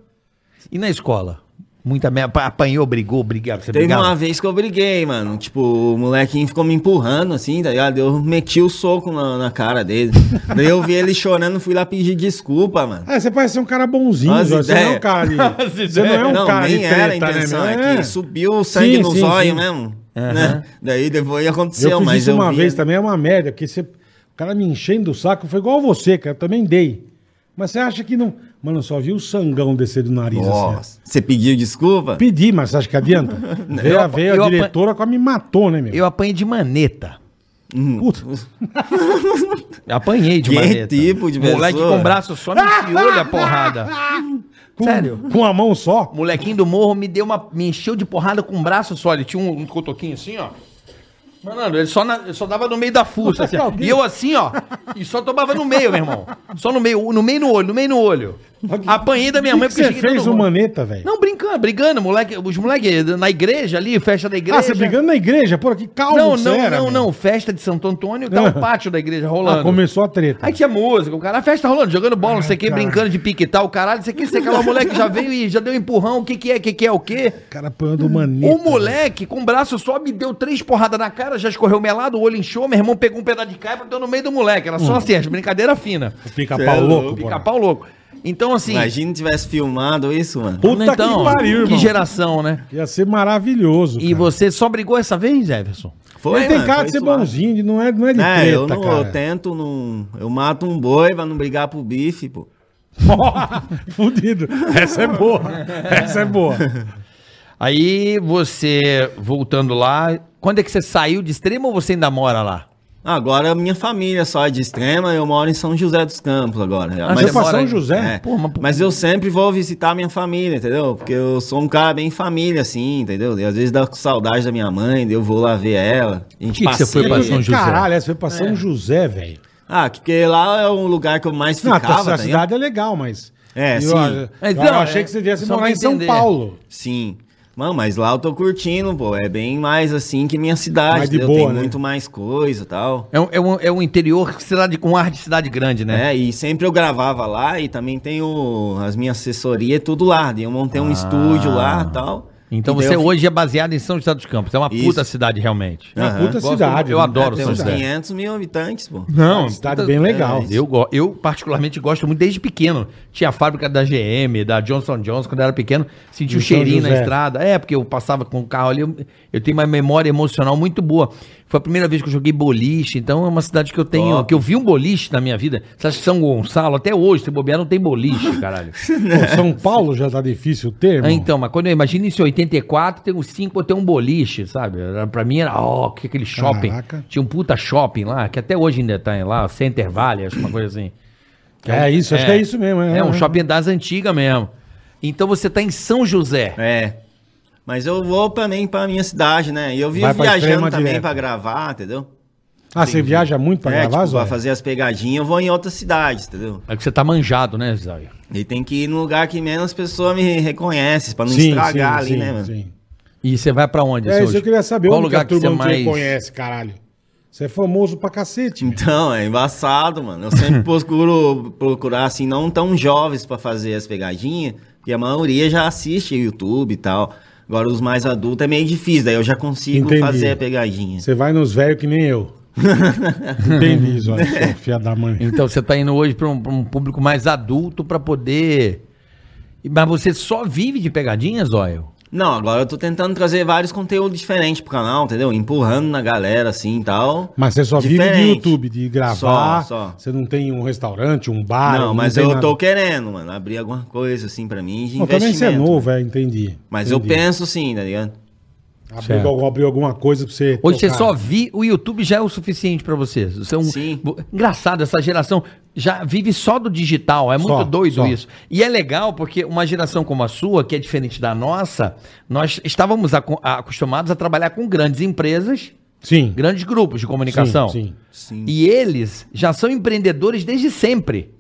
Speaker 2: E na escola? Muita merda, apanhou, brigou, brigava, você
Speaker 4: Teve
Speaker 2: brigava?
Speaker 4: uma vez que eu briguei, mano. Tipo, o molequinho ficou me empurrando, assim, tá ligado? Eu meti o soco na, na cara dele. Daí eu vi ele chorando, fui lá pedir desculpa, mano.
Speaker 3: Ah, você parece ser um cara bonzinho,
Speaker 4: As
Speaker 3: Jorge. Você não é um
Speaker 4: ideias.
Speaker 3: cara
Speaker 2: As
Speaker 3: de, Você não é um
Speaker 4: não,
Speaker 3: cara de
Speaker 4: nem era a
Speaker 3: treta, né,
Speaker 4: intenção.
Speaker 3: meu?
Speaker 4: é
Speaker 3: É.
Speaker 4: que subiu o sangue
Speaker 3: Sim,
Speaker 4: no
Speaker 3: sim,
Speaker 4: zóio
Speaker 3: sim.
Speaker 4: mesmo. né? Daí depois aconteceu,
Speaker 3: eu fiz
Speaker 4: mas
Speaker 3: isso
Speaker 4: eu
Speaker 3: uma
Speaker 4: vi
Speaker 3: vez
Speaker 4: ele-
Speaker 3: também, é uma merda, porque você, o cara me enchendo o saco, foi igual você, cara, eu também dei. Mas você acha que não... Mano, eu só vi o sangão descer do nariz, assim.
Speaker 4: Nossa, você pediu desculpa?
Speaker 3: ó. Pedi, mas você acha que adianta? veio, a-
Speaker 2: Eu-
Speaker 3: veio
Speaker 2: eu
Speaker 3: a
Speaker 2: apan-
Speaker 3: diretora, quase me matou, né, meu?
Speaker 2: Eu apanhei de maneta.
Speaker 3: Puta.
Speaker 2: Apanhei de
Speaker 4: Que
Speaker 2: maneta.
Speaker 4: tipo de
Speaker 2: Moleque
Speaker 4: pessoa?
Speaker 2: com braço só me enfiou a porrada.
Speaker 3: Com,
Speaker 2: Sério?
Speaker 3: Com a mão só?
Speaker 2: Molequinho do morro me deu uma. me encheu de porrada com um braço só. Ele tinha um, um cotoquinho assim, ó. Mano, ele só, na- ele só dava no meio da fuça. assim, ó. e eu assim, ó. E só tomava no meio, meu irmão. Só no meio, no meio no olho, no meio no olho. Apanhei da minha
Speaker 3: O
Speaker 2: mãe
Speaker 3: que você
Speaker 2: cheguei
Speaker 3: fez
Speaker 2: todo
Speaker 3: o
Speaker 2: mundo.
Speaker 3: maneta, velho?
Speaker 2: Não, brincando, brigando, moleque. Os moleque na igreja ali, festa da igreja.
Speaker 3: Ah, você brigando na igreja? Porra, que calmo
Speaker 2: Não,
Speaker 3: você
Speaker 2: não,
Speaker 3: era,
Speaker 2: não,
Speaker 3: meu.
Speaker 2: não. Festa de Santo Antônio, tá o pátio da igreja rolando.
Speaker 3: Ah, começou a treta.
Speaker 2: Aí tinha música, o cara, a festa rolando, jogando bola, não sei o que,
Speaker 3: cara.
Speaker 2: brincando de pique e tal, caralho, não sei o que, não sei o que lá, o moleque já veio e já deu um empurrão, o que que é, o que que é, o que?
Speaker 3: O cara apanhando o maneta.
Speaker 2: O moleque, com o braço só, me deu três porradas na cara, já escorreu melado, o olho inchou, meu irmão pegou um pedaço de caipa, deu no meio do moleque, era só assim, as brincadeira fina.
Speaker 3: velho.
Speaker 4: é
Speaker 3: Pica-pau louco, porra.
Speaker 2: Pica-pau louco. Então, assim,
Speaker 4: Imagina se tivesse filmado isso, mano.
Speaker 3: Puta
Speaker 2: então,
Speaker 3: que pariu, irmão.
Speaker 2: geração, né?
Speaker 3: Ia ser maravilhoso,
Speaker 2: E você só brigou essa vez, Everson?
Speaker 4: Foi,
Speaker 3: Ele tem
Speaker 4: mano,
Speaker 3: cara
Speaker 4: foi
Speaker 3: de ser
Speaker 4: suave.
Speaker 3: bonzinho, de- não é, não é de
Speaker 4: É,
Speaker 3: treta,
Speaker 4: eu, não, eu
Speaker 3: cara.
Speaker 4: tento não. Eu mato um boi pra não brigar pro bife, pô.
Speaker 3: Fudido. Essa é boa. Essa é boa.
Speaker 2: Aí você, voltando lá, quando é que você saiu de extremo ou você ainda mora lá?
Speaker 4: Agora minha família só é de extrema, eu moro em São José dos Campos agora.
Speaker 2: você
Speaker 3: Mas pra
Speaker 2: mora
Speaker 3: São
Speaker 2: aí.
Speaker 3: um José?
Speaker 4: É,
Speaker 2: Pô, mas-
Speaker 4: mas eu sempre vou visitar minha família, entendeu? Porque eu sou um cara bem família, assim, entendeu? E às vezes dá saudade da minha mãe, daí eu vou lá ver ela. A gente
Speaker 2: que que você foi pra
Speaker 4: passeia.
Speaker 2: São José?
Speaker 3: Caralho, é, essa foi pra
Speaker 4: É.
Speaker 3: São um José, velho.
Speaker 4: Ah, porque lá é um lugar que eu mais
Speaker 3: Não,
Speaker 4: ficava,
Speaker 3: a tua-
Speaker 4: tá
Speaker 3: a
Speaker 4: ligado?
Speaker 3: cidade é legal, mas...
Speaker 4: É,
Speaker 3: eu,
Speaker 4: sim.
Speaker 3: Eu,
Speaker 2: Então,
Speaker 3: eu achei
Speaker 2: é,
Speaker 3: que você viesse
Speaker 2: só
Speaker 3: morar
Speaker 2: pra
Speaker 3: em São
Speaker 2: entender.
Speaker 3: Paulo.
Speaker 4: Sim. Mano, mas lá eu tô curtindo, pô. É bem mais assim que minha cidade.
Speaker 3: Mais de
Speaker 4: entendeu?
Speaker 3: boa,
Speaker 4: Tem
Speaker 3: né?
Speaker 4: muito mais coisa e tal.
Speaker 2: É um, é um, é um interior cidade, com um ar de cidade grande, né?
Speaker 4: É, e sempre eu gravava lá e também tenho as minhas assessorias, tudo lá. daí Eu montei um estúdio lá e tal.
Speaker 2: Ah. Então
Speaker 4: E daí
Speaker 2: você
Speaker 4: eu
Speaker 2: hoje é baseado em São José dos Campos. É uma
Speaker 4: Isso.
Speaker 2: puta cidade, realmente.
Speaker 3: É uma
Speaker 4: Aham.
Speaker 3: puta
Speaker 2: Gosto-
Speaker 3: cidade.
Speaker 2: eu
Speaker 3: né?
Speaker 2: adoro
Speaker 4: ah, tem
Speaker 2: São
Speaker 4: uns
Speaker 2: José.
Speaker 4: 500 mil habitantes, pô.
Speaker 3: Não, uma cidade bem legal.
Speaker 2: Eu, go- eu particularmente gosto muito desde pequeno. Tinha a fábrica da GM, da Johnson Johnson, quando eu era pequeno, sentia o
Speaker 3: Em São
Speaker 2: cheirinho na
Speaker 3: José.
Speaker 2: estrada. É, porque eu passava com o carro ali, eu, eu tenho uma memória emocional muito boa. Foi a primeira vez que eu joguei boliche, então é uma cidade que eu tenho,
Speaker 4: Top.
Speaker 2: que eu vi um boliche na minha vida. Você acha que São Gonçalo, até hoje, se bobear, não tem boliche, caralho.
Speaker 3: Pô, São Paulo já tá difícil o termo.
Speaker 2: Ah, então, mas quando eu imagino isso em 84, tem uns 5 ou tem um boliche, sabe? Era, pra mim era, ó, que aquele shopping.
Speaker 3: Caraca.
Speaker 2: Tinha um puta shopping lá, que até hoje ainda tá lá, Center Valley, acho que uma coisa assim.
Speaker 3: É isso, acho que é isso mesmo.
Speaker 2: É, um shopping das antigas mesmo. Então você tá em São José.
Speaker 4: É. Mas eu vou também pra minha cidade, né? E eu vivo
Speaker 3: Vai pra
Speaker 4: viajando
Speaker 3: Extrema
Speaker 4: também
Speaker 3: direto.
Speaker 4: pra gravar, entendeu?
Speaker 3: Ah, você viaja muito pra
Speaker 4: é,
Speaker 3: gravar,
Speaker 4: tipo, pra
Speaker 3: Zóia?
Speaker 4: fazer as pegadinhas, eu vou em outras cidades, entendeu?
Speaker 2: É que você tá manjado, né, Zóio?
Speaker 4: E tem que ir num lugar que menos pessoas me reconhecem, pra não estragar ali, né, mano?
Speaker 3: sim.
Speaker 2: E você vai pra onde?
Speaker 3: É
Speaker 2: assim,
Speaker 3: isso que
Speaker 2: hoje?
Speaker 3: É, eu queria saber.
Speaker 2: Qual
Speaker 3: onde
Speaker 2: lugar que,
Speaker 3: a
Speaker 2: você
Speaker 3: turma não te
Speaker 2: mais...
Speaker 3: conhece, caralho? Você é famoso pra cacete. meu.
Speaker 4: Então, é embaçado, mano. Eu sempre procuro procurar, assim, não tão jovens pra fazer as pegadinhas, porque a maioria já assiste YouTube e tal. Agora, os mais adultos é meio difícil, daí eu já consigo
Speaker 3: Entendi.
Speaker 4: fazer a pegadinha.
Speaker 3: Você vai nos velhos que nem eu. Entendi, Zóia, seu filho da mãe.
Speaker 2: Então você tá indo hoje pra um, pra um público mais adulto pra poder... Mas você só vive de pegadinhas, Zóio?
Speaker 4: Não, agora eu tô tentando trazer vários conteúdos diferentes pro canal, entendeu? Empurrando na galera, assim, e tal.
Speaker 3: Mas você só vive de
Speaker 4: Diferente.
Speaker 3: YouTube, de gravar.
Speaker 4: Só, só.
Speaker 3: Você não tem um restaurante, um bar.
Speaker 4: não, mas
Speaker 3: tem
Speaker 4: eu
Speaker 3: nada.
Speaker 4: tô querendo, mano, abrir alguma coisa, assim, pra mim, de
Speaker 3: Não, também
Speaker 4: investimento.
Speaker 3: você é novo, é, entendi.
Speaker 4: Mas eu
Speaker 3: Entendi.
Speaker 4: penso sim, tá ligado?
Speaker 3: Abriu,
Speaker 2: Certo.
Speaker 3: algum- abriu alguma coisa pra você.
Speaker 2: Hoje você
Speaker 3: tocar.
Speaker 2: só vi, o YouTube já é o suficiente pra você. Você é um-
Speaker 4: Sim.
Speaker 2: bo- Engraçado, essa geração já vive só do digital. É muito
Speaker 3: Só,
Speaker 2: doido
Speaker 3: só.
Speaker 2: isso. E é legal porque uma geração como a sua, que é diferente da nossa, nós estávamos aco- acostumados a trabalhar com grandes empresas,
Speaker 3: Sim.
Speaker 2: grandes grupos de comunicação.
Speaker 3: Sim, sim.
Speaker 4: Sim.
Speaker 2: E eles já são empreendedores desde sempre.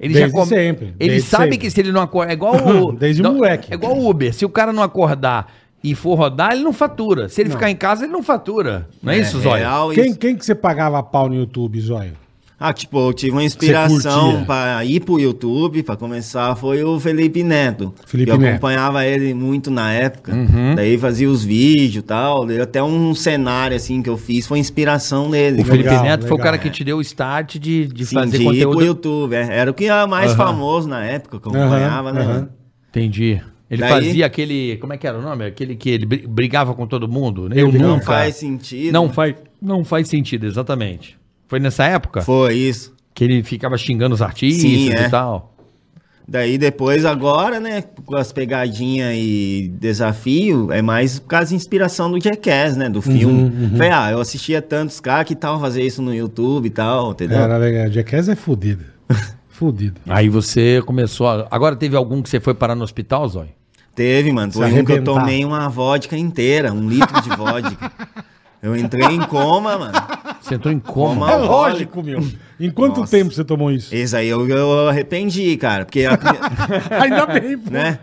Speaker 2: Eles
Speaker 3: Desde
Speaker 2: já
Speaker 3: sempre,
Speaker 2: Ele
Speaker 3: desde
Speaker 2: sabe
Speaker 3: sempre.
Speaker 2: que se ele não acordar. É igual o.
Speaker 3: Desde
Speaker 2: não-
Speaker 3: moleque.
Speaker 2: É igual o Uber. Se o cara não acordar e for rodar, ele não fatura. Se ele ficar em casa, ele não fatura. Não é, isso, Zóio?
Speaker 4: real
Speaker 3: Quem,
Speaker 4: isso.
Speaker 3: quem que você pagava pau no YouTube, Zóio?
Speaker 4: Ah, tipo, eu tive uma
Speaker 3: curtia?
Speaker 4: inspiração para ir pro YouTube, para começar, foi o Felipe Neto.
Speaker 3: Felipe
Speaker 4: eu
Speaker 3: Neto.
Speaker 4: acompanhava ele muito na época.
Speaker 2: Uhum.
Speaker 4: Daí fazia os vídeos e tal. Daí Até um cenário assim que eu fiz foi inspiração dele.
Speaker 2: O Felipe
Speaker 3: Legal,
Speaker 2: Neto foi o
Speaker 3: legal.
Speaker 2: cara que te deu o start de, de
Speaker 4: Sim,
Speaker 2: fazer
Speaker 4: de ir pro
Speaker 2: conteúdo.
Speaker 4: YouTube. é. Era o que era mais
Speaker 2: Aham.
Speaker 4: famoso na época que eu acompanhava, né?
Speaker 3: Aham,
Speaker 4: mano?
Speaker 3: aham.
Speaker 2: Entendi. Ele
Speaker 4: Daí-
Speaker 2: fazia aquele. Como é que era o nome? Aquele que ele bri- brigava com todo mundo. Eu
Speaker 4: Não
Speaker 2: nunca.
Speaker 4: faz sentido.
Speaker 2: Não faz, não faz sentido, exatamente. Foi nessa época
Speaker 4: Foi isso.
Speaker 2: que ele ficava xingando os artistas
Speaker 4: Sim,
Speaker 2: e
Speaker 4: é.
Speaker 2: tal.
Speaker 4: Daí depois, agora, né, com as pegadinhas e desafio, é mais por causa da inspiração do Jackass, né, do filme. Falei, ah, eu assistia tantos caras que tal fazer isso no YouTube e tal, entendeu?
Speaker 3: Era legal. Jackass é fudido. fudido.
Speaker 2: Aí você começou. a- Agora teve algum que você foi parar no hospital, Zói?
Speaker 4: Teve, mano,
Speaker 3: Se
Speaker 4: foi um que eu
Speaker 3: arrebentar.
Speaker 4: tomei uma vodka inteira, um litro de vodka. Eu entrei em coma, mano.
Speaker 2: Você entrou em coma.
Speaker 4: Coma.
Speaker 3: É lógico, meu. Em quanto
Speaker 4: Nossa.
Speaker 3: tempo você tomou isso?
Speaker 4: Esse aí eu, eu arrependi, cara, porque, a-
Speaker 3: Ainda bem, pô.
Speaker 4: né?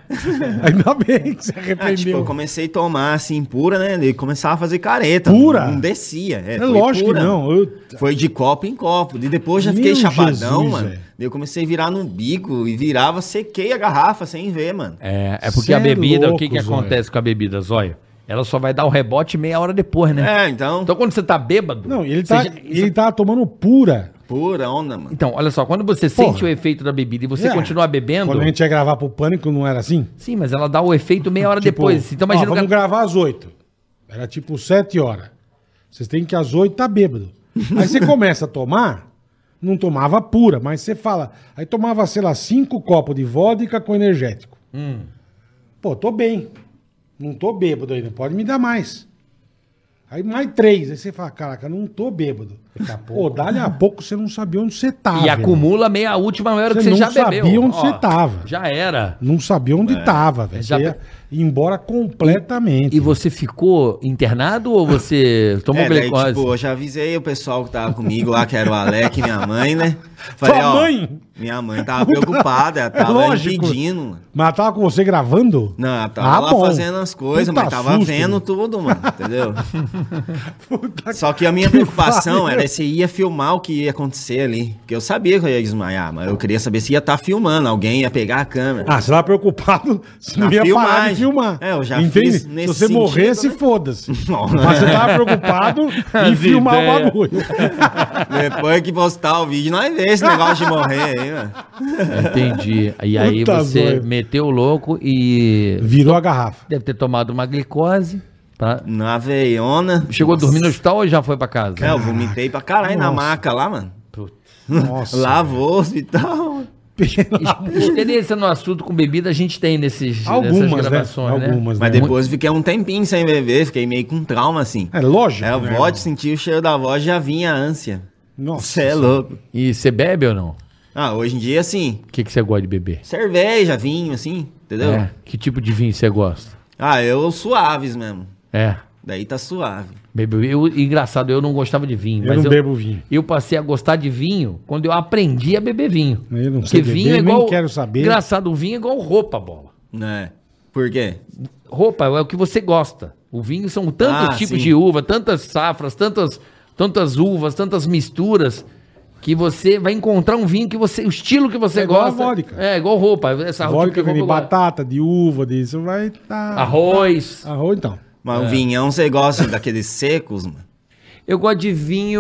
Speaker 3: Ainda bem que você
Speaker 4: Ah, tipo, eu
Speaker 3: arrependeu.
Speaker 4: comecei a tomar assim, pura, né? E começava a fazer careta.
Speaker 3: Pura?
Speaker 4: Não descia. É,
Speaker 3: é
Speaker 4: foi
Speaker 3: lógico
Speaker 4: pura,
Speaker 3: que
Speaker 4: mano.
Speaker 3: não. Eu-
Speaker 4: Foi de copo em copo. E depois já fiquei
Speaker 3: Meu
Speaker 4: chapadão,
Speaker 3: Jesus,
Speaker 4: mano.
Speaker 3: velho.
Speaker 4: Daí eu comecei a virar no bico e virava, sequei a garrafa sem ver, mano.
Speaker 2: É, é
Speaker 3: Cê
Speaker 2: porque
Speaker 3: é
Speaker 2: a bebida, o que,
Speaker 3: louco,
Speaker 2: que acontece com a bebida, Zóio? Ela só vai dar o rebote meia hora depois, né?
Speaker 4: É, então,
Speaker 2: Então quando você tá bêbado.
Speaker 3: Não, ele,
Speaker 2: você
Speaker 3: tá,
Speaker 2: já-
Speaker 3: ele tava tomando pura.
Speaker 4: pura onda, mano.
Speaker 2: Então, olha só, quando você sente o efeito da bebida e você
Speaker 3: É.
Speaker 2: continua bebendo.
Speaker 3: Quando a gente ia gravar pro Pânico, não era assim?
Speaker 2: Sim, mas ela dá o efeito meia hora
Speaker 3: Tipo,
Speaker 2: depois. Então
Speaker 3: ó,
Speaker 2: imagina o
Speaker 3: vamos
Speaker 2: cara.
Speaker 3: gravar às 8. Era tipo 7 horas. Vocês têm que às 8 tá bêbado. Aí você começa a tomar, não tomava pura, mas você fala. Aí tomava, sei lá, 5 copos de vodka com energético.
Speaker 2: Hum.
Speaker 3: Pô, tô bem. Não tô bêbado ainda, pode me dar mais. Aí mais três. Aí você fala, caraca, não tô bêbado. Pô, dali a pouco você não sabia onde você tava.
Speaker 2: E
Speaker 3: irmão.
Speaker 2: acumula meia a última meia hora
Speaker 3: Você
Speaker 2: que você
Speaker 3: não
Speaker 2: já bebeu.
Speaker 3: sabia onde você tava.
Speaker 2: Já era.
Speaker 3: Não sabia onde tava, velho.
Speaker 2: Já
Speaker 3: Você ia embora completamente.
Speaker 2: É. E você ficou internado ou você tomou
Speaker 4: É, daí,
Speaker 2: glicose?
Speaker 4: tipo, eu já avisei o pessoal que tava comigo lá, que era o Alec, minha mãe, né? Falei,
Speaker 3: Tua
Speaker 4: ó,
Speaker 3: mãe?
Speaker 4: Minha mãe tava preocupada, ela tava
Speaker 3: lógico.
Speaker 4: impedindo, mano.
Speaker 3: Mas ela tava com você gravando?
Speaker 4: Não, ela tava
Speaker 3: Ah,
Speaker 4: lá
Speaker 3: bom.
Speaker 4: fazendo as coisas,
Speaker 3: Puta
Speaker 4: mas tava
Speaker 3: susto,
Speaker 4: vendo
Speaker 3: meu.
Speaker 4: tudo, mano, entendeu?
Speaker 3: Puta que-
Speaker 4: Só que a minha preocupação
Speaker 3: pariu.
Speaker 4: era se ia filmar o que ia acontecer ali. Porque eu sabia que eu ia desmaiar, mas eu queria saber se ia estar filmando, alguém ia pegar a câmera.
Speaker 3: Ah, você tava preocupado se
Speaker 4: Na
Speaker 3: não ia parar de
Speaker 4: filmagem.
Speaker 3: filmar.
Speaker 4: É, eu já
Speaker 3: Entende?
Speaker 4: fiz
Speaker 3: Se
Speaker 4: nesse
Speaker 3: você
Speaker 4: sentido,
Speaker 3: morresse,
Speaker 4: né?
Speaker 3: foda-se.
Speaker 4: Não.
Speaker 3: Mas você tava preocupado em
Speaker 2: As
Speaker 3: filmar
Speaker 2: ideias.
Speaker 3: o bagulho.
Speaker 4: Depois que postar o vídeo, nós vemos esse negócio de morrer aí, mano.
Speaker 2: Entendi. E aí
Speaker 3: Puta
Speaker 2: você
Speaker 3: merda.
Speaker 2: meteu o louco e
Speaker 3: Virou a garrafa.
Speaker 2: deve ter tomado uma glicose. tá?
Speaker 4: Na veiona.
Speaker 2: Chegou a dormir no
Speaker 4: Nossa.
Speaker 2: hospital ou já foi pra casa?
Speaker 4: É, eu vomitei pra caralho na maca lá, mano.
Speaker 3: Nossa.
Speaker 4: Lavou o hospital.
Speaker 2: Es- Experiência no assunto com bebida a gente tem nesses,
Speaker 3: Algumas,
Speaker 2: nessas
Speaker 3: né?
Speaker 2: gravações, né?
Speaker 3: Algumas,
Speaker 4: Mas
Speaker 3: né?
Speaker 4: depois fiquei um tempinho sem beber, fiquei meio com trauma, assim.
Speaker 3: É lógico.
Speaker 4: É, a
Speaker 3: né?
Speaker 4: voz, senti o cheiro da voz, já vinha a ânsia.
Speaker 3: Nossa.
Speaker 4: Você é louco.
Speaker 2: E você bebe ou não?
Speaker 4: Ah, hoje em dia, assim,
Speaker 2: O que que você gosta de beber?
Speaker 4: cerveja, vinho, assim, entendeu?
Speaker 2: É. Que tipo de vinho você gosta?
Speaker 4: Ah, eu suaves mesmo.
Speaker 2: É.
Speaker 4: Daí tá suave.
Speaker 2: Bebe, eu, engraçado, eu não gostava de vinho.
Speaker 3: Eu
Speaker 2: mas
Speaker 3: não bebo vinho.
Speaker 2: Eu passei a gostar de vinho quando eu aprendi a beber vinho. é
Speaker 3: Eu não sei beber, nem quero saber.
Speaker 2: Engraçado, o vinho é igual roupa, bola.
Speaker 4: Né? Por quê?
Speaker 2: roupa é o que você gosta. O vinho são tantos
Speaker 4: Ah,
Speaker 2: tipos
Speaker 4: sim.
Speaker 2: de uva, tantas safras, tantas, tantas uvas, tantas misturas, que você vai encontrar um vinho que você. O estilo que você
Speaker 3: É igual a
Speaker 2: gosta.
Speaker 3: vodka.
Speaker 2: É, igual roupa. Essa roupa
Speaker 3: Vodka
Speaker 2: que eu
Speaker 3: de
Speaker 2: vou colocar.
Speaker 3: batata, de uva, disso. Vai tá...
Speaker 2: Arroz.
Speaker 3: Arroz, então.
Speaker 4: Mas o vinhão você gosta daqueles secos, mano?
Speaker 2: Eu gosto de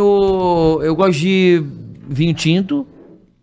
Speaker 2: vinho. Eu gosto de vinho tinto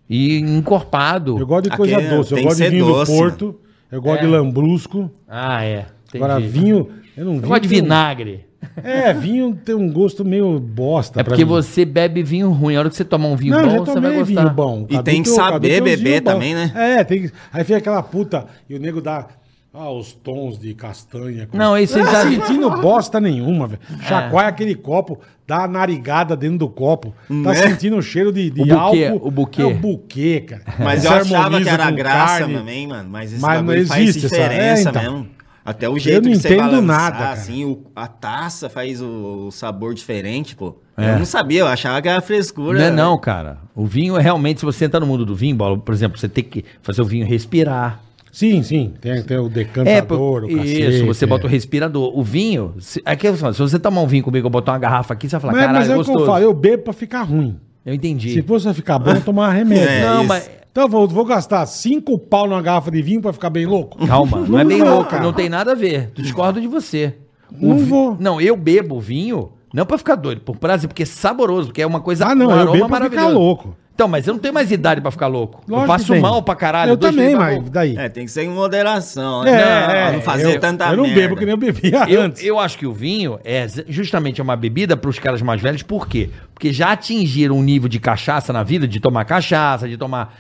Speaker 2: e encorpado.
Speaker 3: Eu gosto de
Speaker 4: Aqui
Speaker 3: coisa
Speaker 4: é-
Speaker 3: doce. Eu
Speaker 4: tem que
Speaker 3: gosto de
Speaker 4: ser
Speaker 3: vinho
Speaker 4: doce,
Speaker 3: do Porto. Eu gosto
Speaker 2: É.
Speaker 3: de lambrusco.
Speaker 2: Ah, é. Entendi.
Speaker 3: Agora, vinho... Eu, não
Speaker 2: Eu gosto de
Speaker 3: vinho-
Speaker 2: vinagre.
Speaker 3: É, vinho tem um gosto meio bosta.
Speaker 2: É
Speaker 3: pra
Speaker 2: porque
Speaker 3: mim.
Speaker 2: você bebe vinho ruim. A hora que você tomar um vinho
Speaker 3: Não,
Speaker 2: bom,
Speaker 3: já
Speaker 2: você vai
Speaker 3: tomei
Speaker 2: gostar.
Speaker 3: vinho bom.
Speaker 4: E tem que
Speaker 3: o um
Speaker 4: saber
Speaker 3: tem uns
Speaker 4: beber
Speaker 3: vinho bom.
Speaker 4: também, né?
Speaker 3: É, tem que... Aí fica aquela puta e o nego dá Ah, os tons de castanha. com-
Speaker 2: Não, esse
Speaker 3: Tá
Speaker 2: já- É.
Speaker 3: sentindo bosta nenhuma, velho. Chacoalha aquele copo, dá a narigada dentro do copo.
Speaker 4: Né?
Speaker 3: Tá sentindo o cheiro de, de
Speaker 2: O buquê,
Speaker 3: álcool.
Speaker 2: o buquê.
Speaker 3: É o buquê, cara.
Speaker 4: Mas
Speaker 3: Se
Speaker 4: eu achava que
Speaker 3: É. harmoniza
Speaker 4: era
Speaker 3: com
Speaker 4: graça
Speaker 3: carne.
Speaker 4: também, mano. Mas esse
Speaker 3: Mas não
Speaker 4: bagulho faz
Speaker 3: existe essa-
Speaker 4: diferença
Speaker 3: é, então.
Speaker 4: mesmo. Até o jeito
Speaker 3: não
Speaker 4: que você
Speaker 3: entendo
Speaker 4: balançar,
Speaker 3: nada, cara.
Speaker 4: assim, o- a taça faz o, o sabor diferente, pô.
Speaker 3: É.
Speaker 4: Eu não sabia, eu achava que era frescura.
Speaker 2: Não é não, cara. O vinho é realmente, se você entrar no mundo do vinho, bola, por exemplo, você tem que fazer o vinho respirar.
Speaker 3: Sim, sim. Tem, tem o
Speaker 2: É,
Speaker 3: decantador,
Speaker 2: por...
Speaker 3: o cacete.
Speaker 2: isso, você bota o
Speaker 3: é.
Speaker 2: respirador. O vinho, se... aqui eu falo, se você tomar um vinho comigo, eu botar uma garrafa aqui, você vai falar,
Speaker 3: Mas,
Speaker 2: caralho,
Speaker 3: mas é o que
Speaker 2: gostoso.
Speaker 3: eu falo, eu Tipo, bebo pra ficar ruim.
Speaker 2: Eu entendi.
Speaker 3: Se fosse pra ficar bom, eu tomar remédio.
Speaker 4: É,
Speaker 2: não,
Speaker 4: isso.
Speaker 2: mas
Speaker 3: Então eu vou, vou gastar cinco pau numa garrafa de vinho pra ficar bem louco?
Speaker 2: Calma, não é bem
Speaker 3: vou,
Speaker 2: louco,
Speaker 3: cara.
Speaker 2: não tem nada a ver. Tu discordo de você. O
Speaker 3: Não
Speaker 2: vi-
Speaker 3: vou.
Speaker 2: Não, eu bebo vinho, não é pra ficar doido, por prazer, porque é saboroso, porque é uma coisa
Speaker 3: Ah, não,
Speaker 2: um
Speaker 3: eu
Speaker 2: aroma
Speaker 3: bebo pra
Speaker 2: maravilhoso.
Speaker 3: ficar louco.
Speaker 2: Então, mas eu não tenho mais idade pra ficar louco. eu
Speaker 3: Lógico que
Speaker 2: passo
Speaker 3: tem.
Speaker 2: mal pra caralho.
Speaker 3: Eu
Speaker 2: dois, tá
Speaker 3: também,
Speaker 2: três da
Speaker 3: mas
Speaker 2: boca.
Speaker 3: daí.
Speaker 4: É, tem que ser em moderação,
Speaker 3: É,
Speaker 4: né? não,
Speaker 3: é,
Speaker 4: não fazer
Speaker 3: eu,
Speaker 4: tanta
Speaker 3: Eu não
Speaker 4: merda.
Speaker 3: bebo que nem eu bebia
Speaker 2: Eu,
Speaker 3: antes.
Speaker 2: eu acho que o vinho é z- justamente uma bebida para os caras mais velhos, por quê? Porque já atingiram um nível de cachaça na vida, de tomar cachaça, de tomar.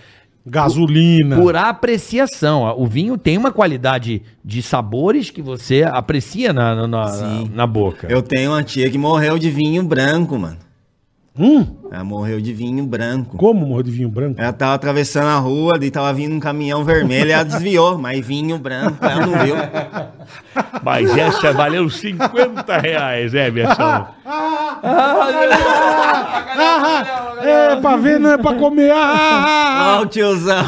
Speaker 3: Gasolina.
Speaker 2: Por apreciação. O vinho tem uma qualidade de sabores que você aprecia na, na, na-
Speaker 4: Sim.
Speaker 2: na
Speaker 3: um
Speaker 2: boca.
Speaker 4: Eu tenho uma tia que morreu de vinho branco, mano.
Speaker 3: Hum,
Speaker 4: Ela morreu de vinho branco.
Speaker 3: como morreu de vinho branco?
Speaker 4: Ela tava atravessando a rua, daí tava vindo um caminhão vermelho e ela desviou, mas vinho branco, ela não viu.
Speaker 5: Mas essa valeu 50 reais, é, Versão?
Speaker 3: Ah, é pra ver, não é pra comer. Ah, ah, ah.
Speaker 4: Ó o tiozão.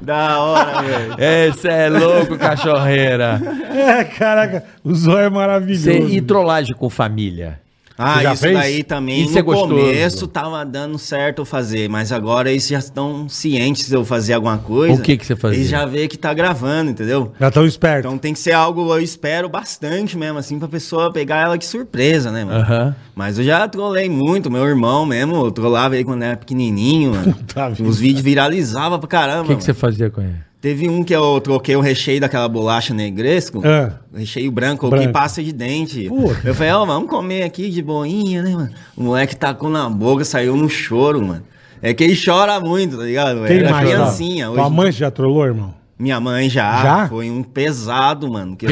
Speaker 4: da hora, velho.
Speaker 2: Esse é louco, cachorreira.
Speaker 3: É, caraca, o zóio é maravilhoso.
Speaker 2: Você e trollagem com família.
Speaker 4: Ah,
Speaker 3: já
Speaker 4: isso
Speaker 3: fez?
Speaker 4: daí também
Speaker 2: Isso
Speaker 4: no
Speaker 2: é gostoso.
Speaker 4: começo tava dando certo eu fazer, mas agora eles já estão cientes de eu fazer alguma coisa.
Speaker 2: O que que você fazia?
Speaker 4: Eles já vê que tá gravando, entendeu?
Speaker 3: Já tão esperto.
Speaker 4: Então tem que ser algo eu espero bastante mesmo, assim, pra pessoa pegar ela de surpresa, né, mano?
Speaker 2: Aham.
Speaker 4: Mas eu já trolei muito, meu irmão mesmo, eu trollava ele quando era pequenininho, mano.
Speaker 3: Puta vida.
Speaker 4: Os vídeos viralizavam pra
Speaker 2: O
Speaker 4: caramba.
Speaker 2: que, que
Speaker 4: mano.
Speaker 2: você fazia com ele?
Speaker 4: Teve um que eu troquei o recheio daquela bolacha negresco,
Speaker 3: Ah.
Speaker 4: recheio branco, coloquei
Speaker 3: Branco.
Speaker 4: pasta de dente.
Speaker 3: Puta.
Speaker 4: Eu falei, ó, vamos comer aqui de boinha, né, mano? O moleque tacou na boca, saiu no choro, mano. É que ele chora muito, tá ligado? velho?
Speaker 3: Quem
Speaker 4: Era
Speaker 3: mais?
Speaker 4: criancinha.
Speaker 3: Tua
Speaker 4: Hoje,
Speaker 3: mãe já trollou, irmão?
Speaker 4: Minha mãe já,
Speaker 3: Já?
Speaker 4: foi um pesado, mano. Que eu,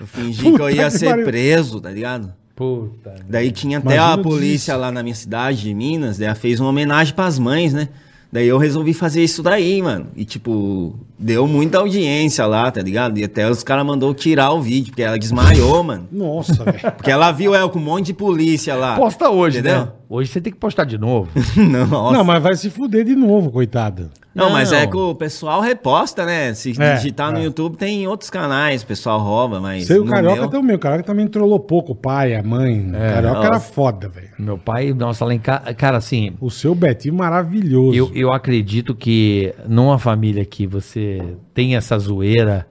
Speaker 4: eu fingi que eu
Speaker 3: Puta
Speaker 4: ia
Speaker 3: que
Speaker 4: ser
Speaker 3: pariu.
Speaker 4: preso, tá ligado?
Speaker 2: Puta.
Speaker 4: Daí tinha até
Speaker 3: Imagina
Speaker 4: a polícia lá na minha cidade de Minas, daí ela fez uma homenagem pras mães, né? Daí eu resolvi fazer isso daí, mano. E tipo, deu muita audiência lá, tá ligado? E até os caras mandou tirar o vídeo, porque ela desmaiou, mano.
Speaker 3: Nossa, velho.
Speaker 4: Porque ela viu eu com um monte de polícia
Speaker 3: Ah,
Speaker 4: lá.
Speaker 2: Posta hoje,
Speaker 4: entendeu?
Speaker 2: né? Hoje você tem que postar de novo.
Speaker 4: Não, nossa.
Speaker 3: Não, mas vai se fuder de novo, coitado.
Speaker 4: Não, mas é
Speaker 2: Não.
Speaker 4: que o pessoal reposta, né? Se
Speaker 3: É,
Speaker 4: digitar no
Speaker 3: é.
Speaker 4: YouTube tem outros canais, o pessoal rouba, mas.
Speaker 3: Sei o
Speaker 4: no
Speaker 3: Carioca
Speaker 4: meu- É,
Speaker 3: também. O Carioca também trollou pouco. O pai, a mãe. O Carioca era
Speaker 4: nossa.
Speaker 3: foda, velho.
Speaker 2: Meu pai, nossa, lá em casa. Cara, assim,
Speaker 3: O seu Betinho maravilhoso.
Speaker 2: eu, eu acredito que numa família que você tem essa zoeira,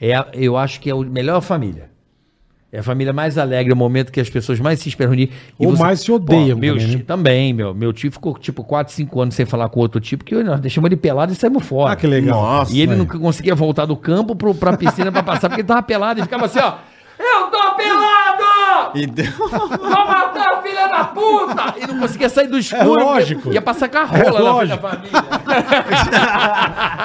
Speaker 2: é, a- eu acho que é a melhor família. É a família mais alegre, é o momento que as pessoas mais se esperam unir.
Speaker 3: Ou mais se odeiam
Speaker 2: meu
Speaker 3: também,
Speaker 2: também,
Speaker 3: né?
Speaker 2: também, meu. Meu tio ficou tipo 4, 5 anos sem falar com outro tio, porque nós deixamos ele pelado e saímos fora.
Speaker 3: Ah, que legal.
Speaker 4: Nossa.
Speaker 2: E ele
Speaker 3: Aí.
Speaker 2: não conseguia voltar do campo pro, pra piscina pra passar, porque ele tava pelado e ficava assim, ó. Eu tô
Speaker 3: um
Speaker 2: pelado!
Speaker 4: E deu-
Speaker 2: Vou matar a filha da puta! E não conseguia sair do escuro. porque
Speaker 3: É lógico.
Speaker 2: Ia passar com a
Speaker 3: É
Speaker 2: rola na frente da
Speaker 3: lógico.
Speaker 2: família.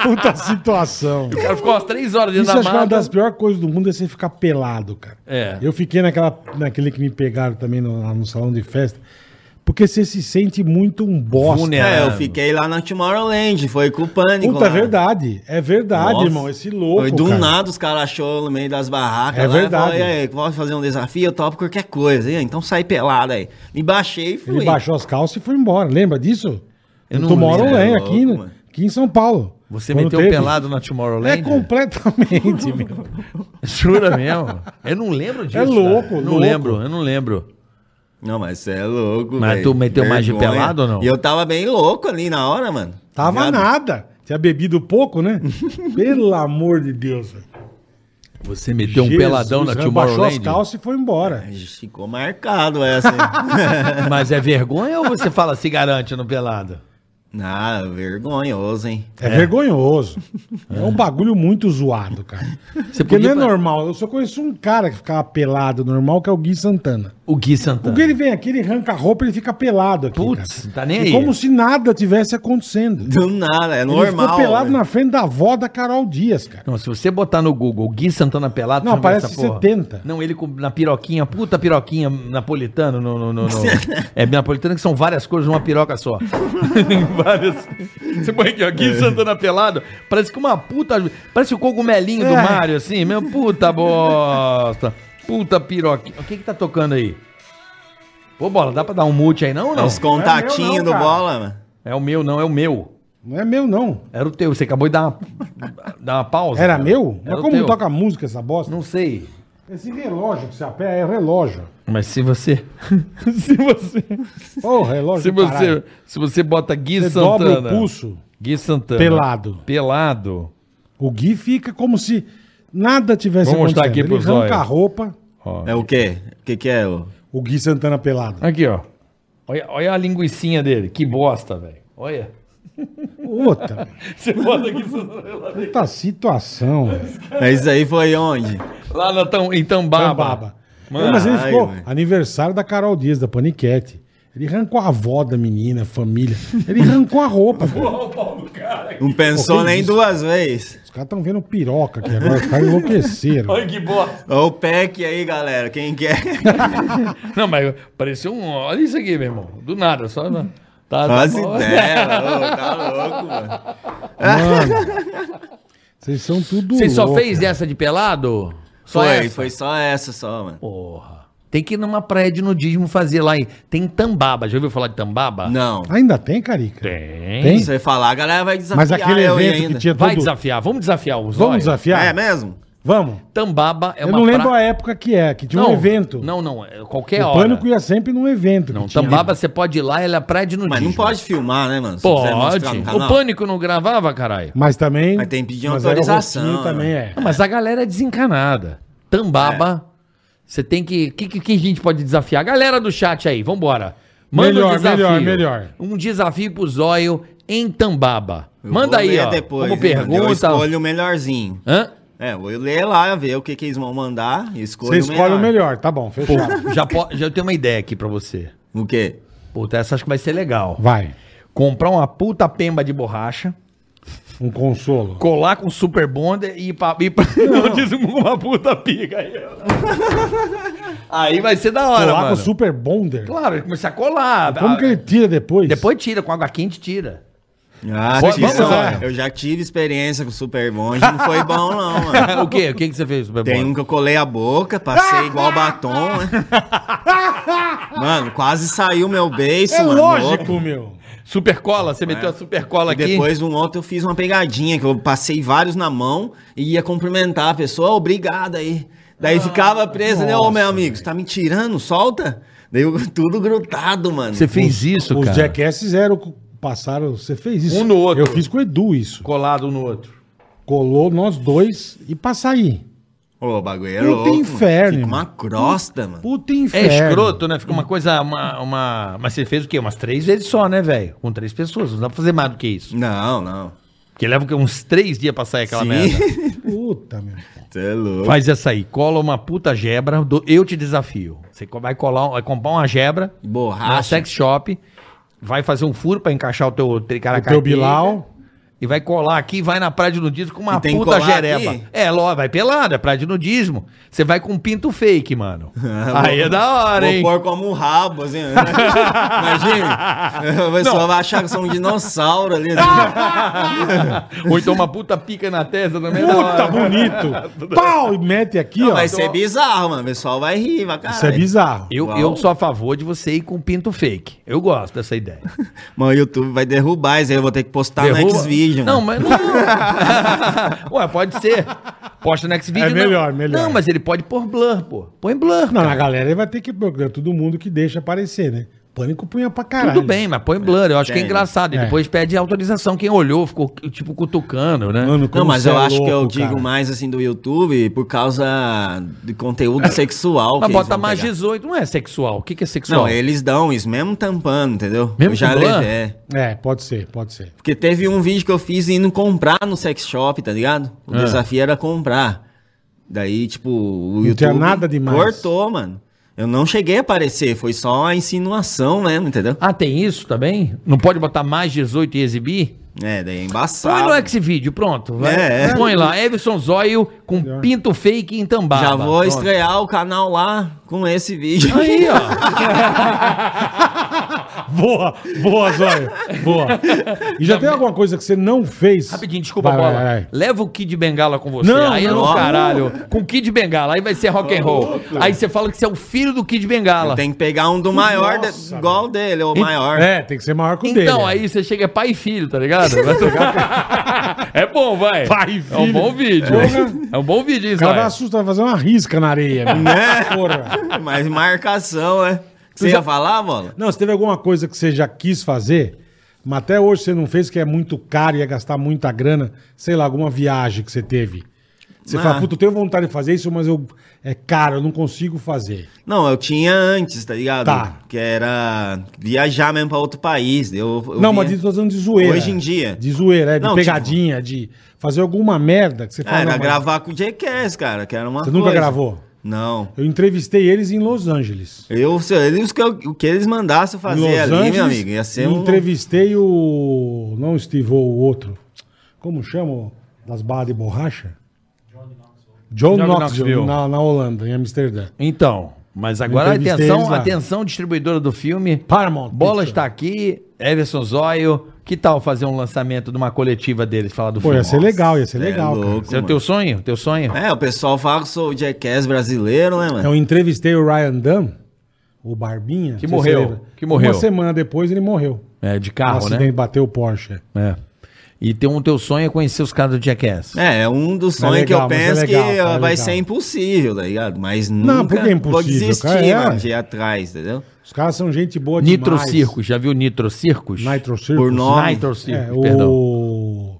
Speaker 3: Puta situação.
Speaker 2: O cara ficou umas três horas dentro
Speaker 3: Isso
Speaker 2: da
Speaker 3: acho que é uma
Speaker 2: mata.
Speaker 3: das piores coisas do mundo é você ficar pelado, cara.
Speaker 2: É.
Speaker 3: Eu fiquei naquela, naquele que me pegaram também no, lá no salão de festa. Porque você se sente muito um bosta.
Speaker 2: Vulnerável.
Speaker 4: É, eu fiquei lá na Tomorrowland, foi com o pânico.
Speaker 3: Puta, é
Speaker 4: lá.
Speaker 3: verdade. É verdade,
Speaker 4: Nossa.
Speaker 3: irmão. Esse louco.
Speaker 4: Foi do
Speaker 3: cara.
Speaker 4: nada os caras achou no meio das barracas.
Speaker 3: É
Speaker 4: lá, e
Speaker 3: verdade.
Speaker 4: falou, e aí, posso fazer um desafio? Eu topo qualquer coisa. E aí, então sai pelado aí. Me baixei e fui.
Speaker 3: Ele baixou as calças e foi embora. Lembra disso?
Speaker 2: Eu não
Speaker 3: Tomorrow
Speaker 2: lembro.
Speaker 3: Lane,
Speaker 4: É
Speaker 3: aqui,
Speaker 4: louco, mano.
Speaker 3: aqui em São Paulo.
Speaker 2: Você
Speaker 3: Quando
Speaker 2: meteu
Speaker 3: teve.
Speaker 2: pelado na Tomorrowland?
Speaker 3: É completamente, meu.
Speaker 2: Jura mesmo? Eu não lembro disso.
Speaker 3: É louco,
Speaker 2: cara. Não
Speaker 3: louco.
Speaker 2: lembro, eu não lembro.
Speaker 4: Não, mas você é louco,
Speaker 2: Mas
Speaker 4: velho.
Speaker 2: tu meteu mais de
Speaker 4: Vergonha.
Speaker 2: pelado ou não?
Speaker 4: E eu tava bem louco ali na hora, mano.
Speaker 3: Tava
Speaker 4: Ligado?
Speaker 3: nada. Tinha bebido pouco, né? Pelo amor de Deus. velho.
Speaker 2: Você meteu um
Speaker 3: Jesus,
Speaker 2: peladão na
Speaker 3: ele Baixou as
Speaker 2: Tomorrowland?
Speaker 3: calças e foi embora.
Speaker 4: Ficou marcado essa. hein?
Speaker 2: Mas é vergonha ou você fala se garante no pelado?
Speaker 4: ah, vergonhoso, hein?
Speaker 3: É, vergonhoso. É um bagulho muito zoado, cara.
Speaker 2: Você
Speaker 3: Porque
Speaker 2: podia
Speaker 3: não é
Speaker 2: pa-
Speaker 3: normal. Eu só conheço um cara que ficava pelado normal, que é o Gui Santana.
Speaker 2: O Gui
Speaker 3: O
Speaker 2: Santana.
Speaker 3: que ele vem aqui, ele arranca a roupa, ele fica pelado aqui.
Speaker 2: Putz,
Speaker 3: cara.
Speaker 2: tá nem
Speaker 3: É
Speaker 2: aí.
Speaker 3: como se nada tivesse acontecendo.
Speaker 4: Do nada, é
Speaker 3: ele
Speaker 4: normal.
Speaker 3: ficou pelado
Speaker 4: né?
Speaker 3: na frente da avó da Carol Dias, cara.
Speaker 2: Não, se você botar no Google Gui Santana pelado...
Speaker 3: Não,
Speaker 2: você vai ver
Speaker 3: aparece
Speaker 2: essa porra.
Speaker 3: 70.
Speaker 2: Não, ele com, na piroquinha, puta piroquinha napolitano. No, no, no, no- é napolitano que são várias cores numa piroca só. É. Tem várias. Você põe aqui, ó, Gui Santana pelado, parece que uma puta... Parece o cogumelinho do
Speaker 3: É.
Speaker 2: Mario, assim, meu puta bosta. Puta piroquinha. O que que tá tocando aí? Pô, Bola, dá pra dar um mute aí não ou não?
Speaker 4: Os contatinhos
Speaker 3: Não é meu,
Speaker 4: do
Speaker 3: não, cara.
Speaker 4: bola, mano.
Speaker 2: É o meu, não, é o meu.
Speaker 3: Não é meu, não.
Speaker 2: Era o teu, você acabou de dar uma, dar uma pausa.
Speaker 3: Era
Speaker 2: cara.
Speaker 3: meu?
Speaker 2: Era
Speaker 3: Mas
Speaker 2: o
Speaker 3: como
Speaker 2: teu.
Speaker 3: toca música essa bosta?
Speaker 2: Não sei.
Speaker 3: Esse relógio que você aperta é relógio.
Speaker 2: Mas se você. se você.
Speaker 3: Ô, relógio
Speaker 2: Se
Speaker 3: do caralho.
Speaker 2: você, se você bota Gui
Speaker 3: Você
Speaker 2: Santana.
Speaker 3: dobra o pulso
Speaker 2: Gui Santana.
Speaker 3: pelado.
Speaker 2: Pelado.
Speaker 3: O Gui fica como se nada tivesse
Speaker 2: Vou mostrar aqui
Speaker 3: ele
Speaker 2: pro
Speaker 3: arranca
Speaker 2: Zóio.
Speaker 3: a roupa,
Speaker 4: É o quê? O que, que é? O...
Speaker 3: o Gui Santana pelado.
Speaker 2: Aqui, ó. Olha, olha a linguicinha dele. Que bosta, velho. Olha.
Speaker 3: Outra.
Speaker 2: Você bota Gui Santana pelado.
Speaker 3: Puta situação, velho.
Speaker 4: Mas isso aí foi onde?
Speaker 2: Lá na Tam- em Tambaba.
Speaker 3: Baba.
Speaker 2: Mano.
Speaker 3: Mas ele
Speaker 4: Ai,
Speaker 3: ficou
Speaker 4: velho.
Speaker 3: aniversário da Carol Dias, da Paniquete. Ele arrancou a avó da menina, a família. Ele arrancou a roupa. velho.
Speaker 4: Não pensou
Speaker 3: que
Speaker 4: nem
Speaker 3: isso?
Speaker 4: duas vezes.
Speaker 3: Os caras estão vendo piroca aqui agora. Os caras enlouqueceram.
Speaker 2: Olha que bosta.
Speaker 4: Ó o pack aí, galera. Quem é? quer?
Speaker 2: Não, mas pareceu um. Olha isso aqui, meu irmão. Do nada, só. Tá,
Speaker 4: Faz
Speaker 2: tá-
Speaker 4: ideia, ô, tá louco, mano.
Speaker 3: Vocês são tudo
Speaker 2: Você só
Speaker 3: louco.
Speaker 2: fez dessa de pelado? Só
Speaker 4: Foi,
Speaker 2: essa?
Speaker 4: foi só essa só, mano.
Speaker 2: Porra. Tem que ir numa praia de nudismo fazer lá em. Tem Tambaba. Já ouviu falar de Tambaba?
Speaker 4: Não.
Speaker 3: Ainda tem, Carica?
Speaker 2: Tem.
Speaker 3: Tem?
Speaker 4: Se você falar, a galera vai
Speaker 2: Tá
Speaker 4: desafiar
Speaker 3: Mas aquele
Speaker 4: eu aí
Speaker 3: evento que
Speaker 4: ainda.
Speaker 3: tinha
Speaker 2: Vai
Speaker 3: todo-
Speaker 2: desafiar. Vamos desafiar os
Speaker 3: Vamos desafiar?
Speaker 4: É mesmo?
Speaker 3: Vamos.
Speaker 2: Tambaba né? é
Speaker 3: Eu
Speaker 2: uma
Speaker 3: não lembro
Speaker 2: pra-
Speaker 3: a época que é, que tinha um
Speaker 2: Não,
Speaker 3: evento.
Speaker 2: Não, não. é Qualquer
Speaker 3: o
Speaker 2: hora.
Speaker 3: Pânico ia sempre num evento.
Speaker 2: Não,
Speaker 3: que tinha.
Speaker 2: Tambaba você pode ir lá, ela é praia de nudismo.
Speaker 4: Mas não pode filmar, né, mano? Se quiser
Speaker 2: Pode.
Speaker 4: mostrar no
Speaker 2: O
Speaker 4: canal.
Speaker 2: Pânico não gravava, caralho?
Speaker 3: Mas também.
Speaker 4: Mas tem que pedir
Speaker 3: mas era o
Speaker 4: autorização,
Speaker 3: Rocinho
Speaker 4: né?
Speaker 3: também é.
Speaker 2: Não, mas a galera é desencanada. Tambaba.
Speaker 4: É.
Speaker 2: Você tem que. O que, que, que a gente pode desafiar? Galera do chat aí, vambora. Manda
Speaker 3: Melhor,
Speaker 2: um desafio.
Speaker 3: melhor, melhor.
Speaker 2: Um desafio pro Zóio em Tambaba.
Speaker 4: Eu
Speaker 2: Manda
Speaker 4: vou
Speaker 2: aí,
Speaker 4: ler
Speaker 2: ó.
Speaker 4: Depois,
Speaker 2: como
Speaker 4: né, mano? Eu
Speaker 2: pergunta.
Speaker 4: escolho o melhorzinho.
Speaker 2: Hã?
Speaker 4: É, eu vou ler lá, ver o que, que eles vão mandar. e Escolho
Speaker 3: Você escolhe o melhor, tá bom, fechado.
Speaker 2: Já, po... Já tenho uma ideia aqui pra você.
Speaker 4: O quê?
Speaker 2: Puta, essa acho que vai ser legal.
Speaker 3: Vai.
Speaker 2: Comprar uma puta pemba de borracha,
Speaker 3: Um consolo.
Speaker 2: colar com super bonder e ir pra. Ir pra... Não diz uma puta pica aí. ó. aí vai ser da hora,
Speaker 3: Colar com
Speaker 2: mano.
Speaker 3: o Super Bonder.
Speaker 2: Claro, ele começou a colar.
Speaker 3: Como
Speaker 2: Ah,
Speaker 3: que ele tira depois?
Speaker 2: Depois tira, com água quente tira.
Speaker 4: Ah,
Speaker 2: Vamos-
Speaker 4: tio,
Speaker 2: vamos
Speaker 3: lá.
Speaker 4: eu já tive experiência com o Super Bond, não foi bom não, mano.
Speaker 2: o quê? O que, que você fez, Super
Speaker 4: Tem um
Speaker 2: Bowl?
Speaker 4: que eu colei a boca, passei igual batom. né? mano, quase saiu meu beiço,
Speaker 3: É
Speaker 4: mano.
Speaker 3: lógico, meu.
Speaker 2: Super cola, você meteu a super cola
Speaker 4: É. E
Speaker 2: aqui.
Speaker 4: depois um outro eu fiz uma pegadinha, que eu passei vários na mão e ia cumprimentar a pessoa, obrigado aí. Daí ficava preso, né? Ô, meu amigo, você tá me tirando? Solta. Daí eu- tudo grudado, mano.
Speaker 2: Você fez isso,
Speaker 3: Os
Speaker 2: cara.
Speaker 3: Jackasses eram. co- Passaram. Você fez isso.
Speaker 2: Um no outro.
Speaker 3: Eu fiz com o Edu isso.
Speaker 2: Colado um no outro.
Speaker 3: Colou nós dois e passa aí.
Speaker 4: Ô, o bagulho é
Speaker 3: Puta
Speaker 4: louco. mano.
Speaker 3: inferno,
Speaker 4: Fica uma
Speaker 3: mano.
Speaker 4: crosta, mano.
Speaker 3: Puta
Speaker 2: É
Speaker 3: inferno.
Speaker 2: escroto, né? Fica uma coisa, uma, uma- Mas você fez o quê? Umas três vezes só, né, velho? Com três pessoas. Não dá pra fazer mais do que isso.
Speaker 4: Não, não.
Speaker 2: Porque leva o quê? uns três dias pra sair aquela
Speaker 4: Sim.
Speaker 2: merda.
Speaker 3: Puta, meu.
Speaker 4: Você é louco.
Speaker 2: Faz essa aí. Cola uma puta gebra. do- Eu te desafio. Você co- vai, colar, vai comprar uma gebra. Na
Speaker 4: Borracha.
Speaker 2: sex shop. Vai fazer um furo pra encaixar o teu
Speaker 3: O
Speaker 2: tricaracateca.
Speaker 3: teu Bilal.
Speaker 2: E vai colar aqui, vai na praia de nudismo com uma
Speaker 4: E tem que
Speaker 2: puta
Speaker 4: colar
Speaker 2: jereba.
Speaker 4: aqui?
Speaker 2: É, ló, vai pelada, praia de nudismo. Você vai com um pinto fake, mano. aí é da hora, hein?
Speaker 4: Ah, Vou pôr como um rabo, assim. né? Imagina. A pessoa vai achar que sou um dinossauro ali. né?
Speaker 2: Ou então uma puta pica na testa também é da
Speaker 3: Puta, tá
Speaker 2: hora.
Speaker 3: bonito. Pau! E mete aqui, ó.
Speaker 4: Vai
Speaker 2: é-
Speaker 4: ser bizarro, mano. O pessoal vai rir, vai caralho.
Speaker 3: Isso é bizarro.
Speaker 2: Eu, eu sou a favor de você ir com pinto fake. Eu gosto dessa ideia.
Speaker 4: Mano, o YouTube vai derrubar isso aí. Eu vou ter que postar Tá no
Speaker 2: Derruba-
Speaker 4: Xvideo.
Speaker 2: Não,
Speaker 4: mano.
Speaker 2: mas. Não. Ué, pode ser. Posta no Xvideo.
Speaker 3: É
Speaker 2: não.
Speaker 3: melhor, melhor.
Speaker 2: Não, mas ele pode pôr blur, pô. Põe blur.
Speaker 3: Não,
Speaker 2: cara.
Speaker 3: a galera vai ter que. porque é Todo mundo que deixa aparecer, né? Pânico punha pra caralho.
Speaker 2: Tudo bem, mas põe blur. Eu acho que é
Speaker 4: Tem.
Speaker 2: engraçado. E
Speaker 3: É.
Speaker 2: depois pede autorização. Quem olhou ficou, tipo, cutucando, né?
Speaker 3: Mano,
Speaker 4: Não,
Speaker 3: como
Speaker 4: mas
Speaker 3: você
Speaker 4: eu
Speaker 3: é
Speaker 4: acho que eu
Speaker 3: louco,
Speaker 4: digo
Speaker 3: cara.
Speaker 4: mais assim do YouTube por causa de conteúdo sexual.
Speaker 2: Mas
Speaker 4: que
Speaker 2: bota
Speaker 4: eles vão
Speaker 2: mais
Speaker 4: pegar.
Speaker 2: 18, não é sexual. O que, que é sexual?
Speaker 4: Não, eles dão isso, mesmo tampando, entendeu?
Speaker 2: Mesmo
Speaker 4: eu já
Speaker 2: com blur?
Speaker 4: levei. é.
Speaker 3: É, pode ser, pode ser.
Speaker 4: Porque teve um vídeo que eu fiz indo comprar no sex shop, tá ligado? O desafio era comprar. Daí, tipo, o
Speaker 3: Não tinha nada demais.
Speaker 4: cortou, mano. Eu não cheguei a aparecer, foi só a insinuação mesmo, entendeu?
Speaker 2: Ah, tem isso também? Não pode botar mais 18 e exibir?
Speaker 4: É, daí é
Speaker 2: Põe
Speaker 4: embaçado.
Speaker 2: no X-Video, pronto. vai.
Speaker 4: É, é.
Speaker 2: Põe lá, Everson Zóio com pinto fake em Tambaba.
Speaker 4: Já vou
Speaker 2: Pronto.
Speaker 4: estrear o canal lá com esse vídeo.
Speaker 2: Aí, ó.
Speaker 3: Boa, boa, Zóia. Boa. E já tem alguma coisa que você não fez?
Speaker 2: Rapidinho, desculpa,
Speaker 3: Vai,
Speaker 2: bola.
Speaker 3: vai, vai.
Speaker 2: Leva o Kid Bengala com você.
Speaker 3: Não,
Speaker 2: aí é
Speaker 3: não.
Speaker 2: no caralho. Com o Kid Bengala, aí vai ser rock and roll. Aí você fala que você é o filho do Kid Bengala.
Speaker 4: Tem que pegar um do maior, de-
Speaker 3: Nossa,
Speaker 4: igual o dele, ou maior.
Speaker 3: É, tem que ser maior que o dele.
Speaker 2: Então, aí você chega é pai e filho, tá ligado? Vai trocar- é bom, vai.
Speaker 3: Pai e
Speaker 2: É um
Speaker 3: filho.
Speaker 2: bom vídeo.
Speaker 3: Porra.
Speaker 2: É um bom vídeo, hein,
Speaker 3: O cara vai
Speaker 2: Zóio?
Speaker 3: assustar, vai fazer uma risca na areia. Né?
Speaker 2: É.
Speaker 3: Porra.
Speaker 4: Mas marcação, é. Você ia falar, bola?
Speaker 3: Não, se teve alguma coisa que você já quis fazer, mas até hoje você não fez, que é muito caro e ia gastar muita grana, sei lá, alguma viagem que você teve. Você
Speaker 4: Ah.
Speaker 3: fala, puta, eu tenho vontade de fazer isso, mas eu, é caro, eu não consigo fazer.
Speaker 4: Não, eu tinha antes, tá ligado?
Speaker 3: Tá.
Speaker 4: Que era viajar mesmo pra outro país. Eu, eu
Speaker 3: não,
Speaker 4: vinha-
Speaker 3: mas isso eu tô falando de zoeira.
Speaker 4: Hoje em dia.
Speaker 3: De zoeira, é, de
Speaker 4: Não, tipo-
Speaker 3: pegadinha, de fazer alguma merda que você fala.
Speaker 4: Ah, era
Speaker 3: não, mas
Speaker 4: gravar com o JKS, cara, que era uma
Speaker 3: Você nunca
Speaker 4: coisa.
Speaker 3: gravou?
Speaker 4: Não.
Speaker 3: Eu entrevistei eles em Los Angeles.
Speaker 4: Eu, se- eles, o que eu- o que eles mandassem eu
Speaker 3: Los
Speaker 4: fazer ali, meu amigo, ia ser
Speaker 3: eu
Speaker 4: um...
Speaker 3: Entrevistei o. Não o Steve, o outro. Como chama? o- Das barras de borracha? John
Speaker 2: John
Speaker 3: Knoxville.
Speaker 2: Knoxville.
Speaker 3: Na, na Holanda, em Amsterdã.
Speaker 2: Então, mas agora
Speaker 3: Entrevistei eles
Speaker 2: atenção,
Speaker 3: lá.
Speaker 2: atenção, distribuidora do filme.
Speaker 3: Paramount.
Speaker 2: Bola
Speaker 3: Pictures.
Speaker 2: está aqui, Everson Zóio. Que tal fazer um lançamento de uma coletiva deles, falar do
Speaker 3: Pô,
Speaker 2: filme?
Speaker 3: ia ser legal, ia ser
Speaker 4: Cê é
Speaker 3: legal, cara.
Speaker 4: louco,
Speaker 2: Esse é o
Speaker 4: mano.
Speaker 2: teu sonho? Teu sonho?
Speaker 4: É, o pessoal fala que sou o Jackass brasileiro, né, mano?
Speaker 3: Então, Eu entrevistei o Ryan Dunn, o Barbinha.
Speaker 2: Que
Speaker 3: não sei se
Speaker 2: morreu,
Speaker 3: você lembra.
Speaker 2: que morreu.
Speaker 3: Uma semana depois ele morreu.
Speaker 2: É, de carro,
Speaker 3: um
Speaker 2: né?
Speaker 3: acidente, bateu o Porsche.
Speaker 2: É. E ter um teu sonho é conhecer os caras do Jackass.
Speaker 4: É, é um dos sonhos
Speaker 3: É legal,
Speaker 4: que eu
Speaker 3: mas é
Speaker 4: penso
Speaker 3: legal,
Speaker 4: que
Speaker 3: cara, é
Speaker 4: ó, vai
Speaker 3: legal.
Speaker 4: ser impossível, tá ligado? Mas nunca
Speaker 3: por que é
Speaker 4: vou
Speaker 3: impossível,
Speaker 4: desistir,
Speaker 3: cara? É,
Speaker 4: mano,
Speaker 3: ué.
Speaker 4: de ir atrás, entendeu?
Speaker 3: Os caras são gente boa
Speaker 2: Nitro
Speaker 3: demais.
Speaker 2: Circus, já viu Nitro Circus?
Speaker 3: Nitro Circus.
Speaker 4: Por nome.
Speaker 2: Nitro Circus,
Speaker 3: É,
Speaker 2: perdão.
Speaker 3: o...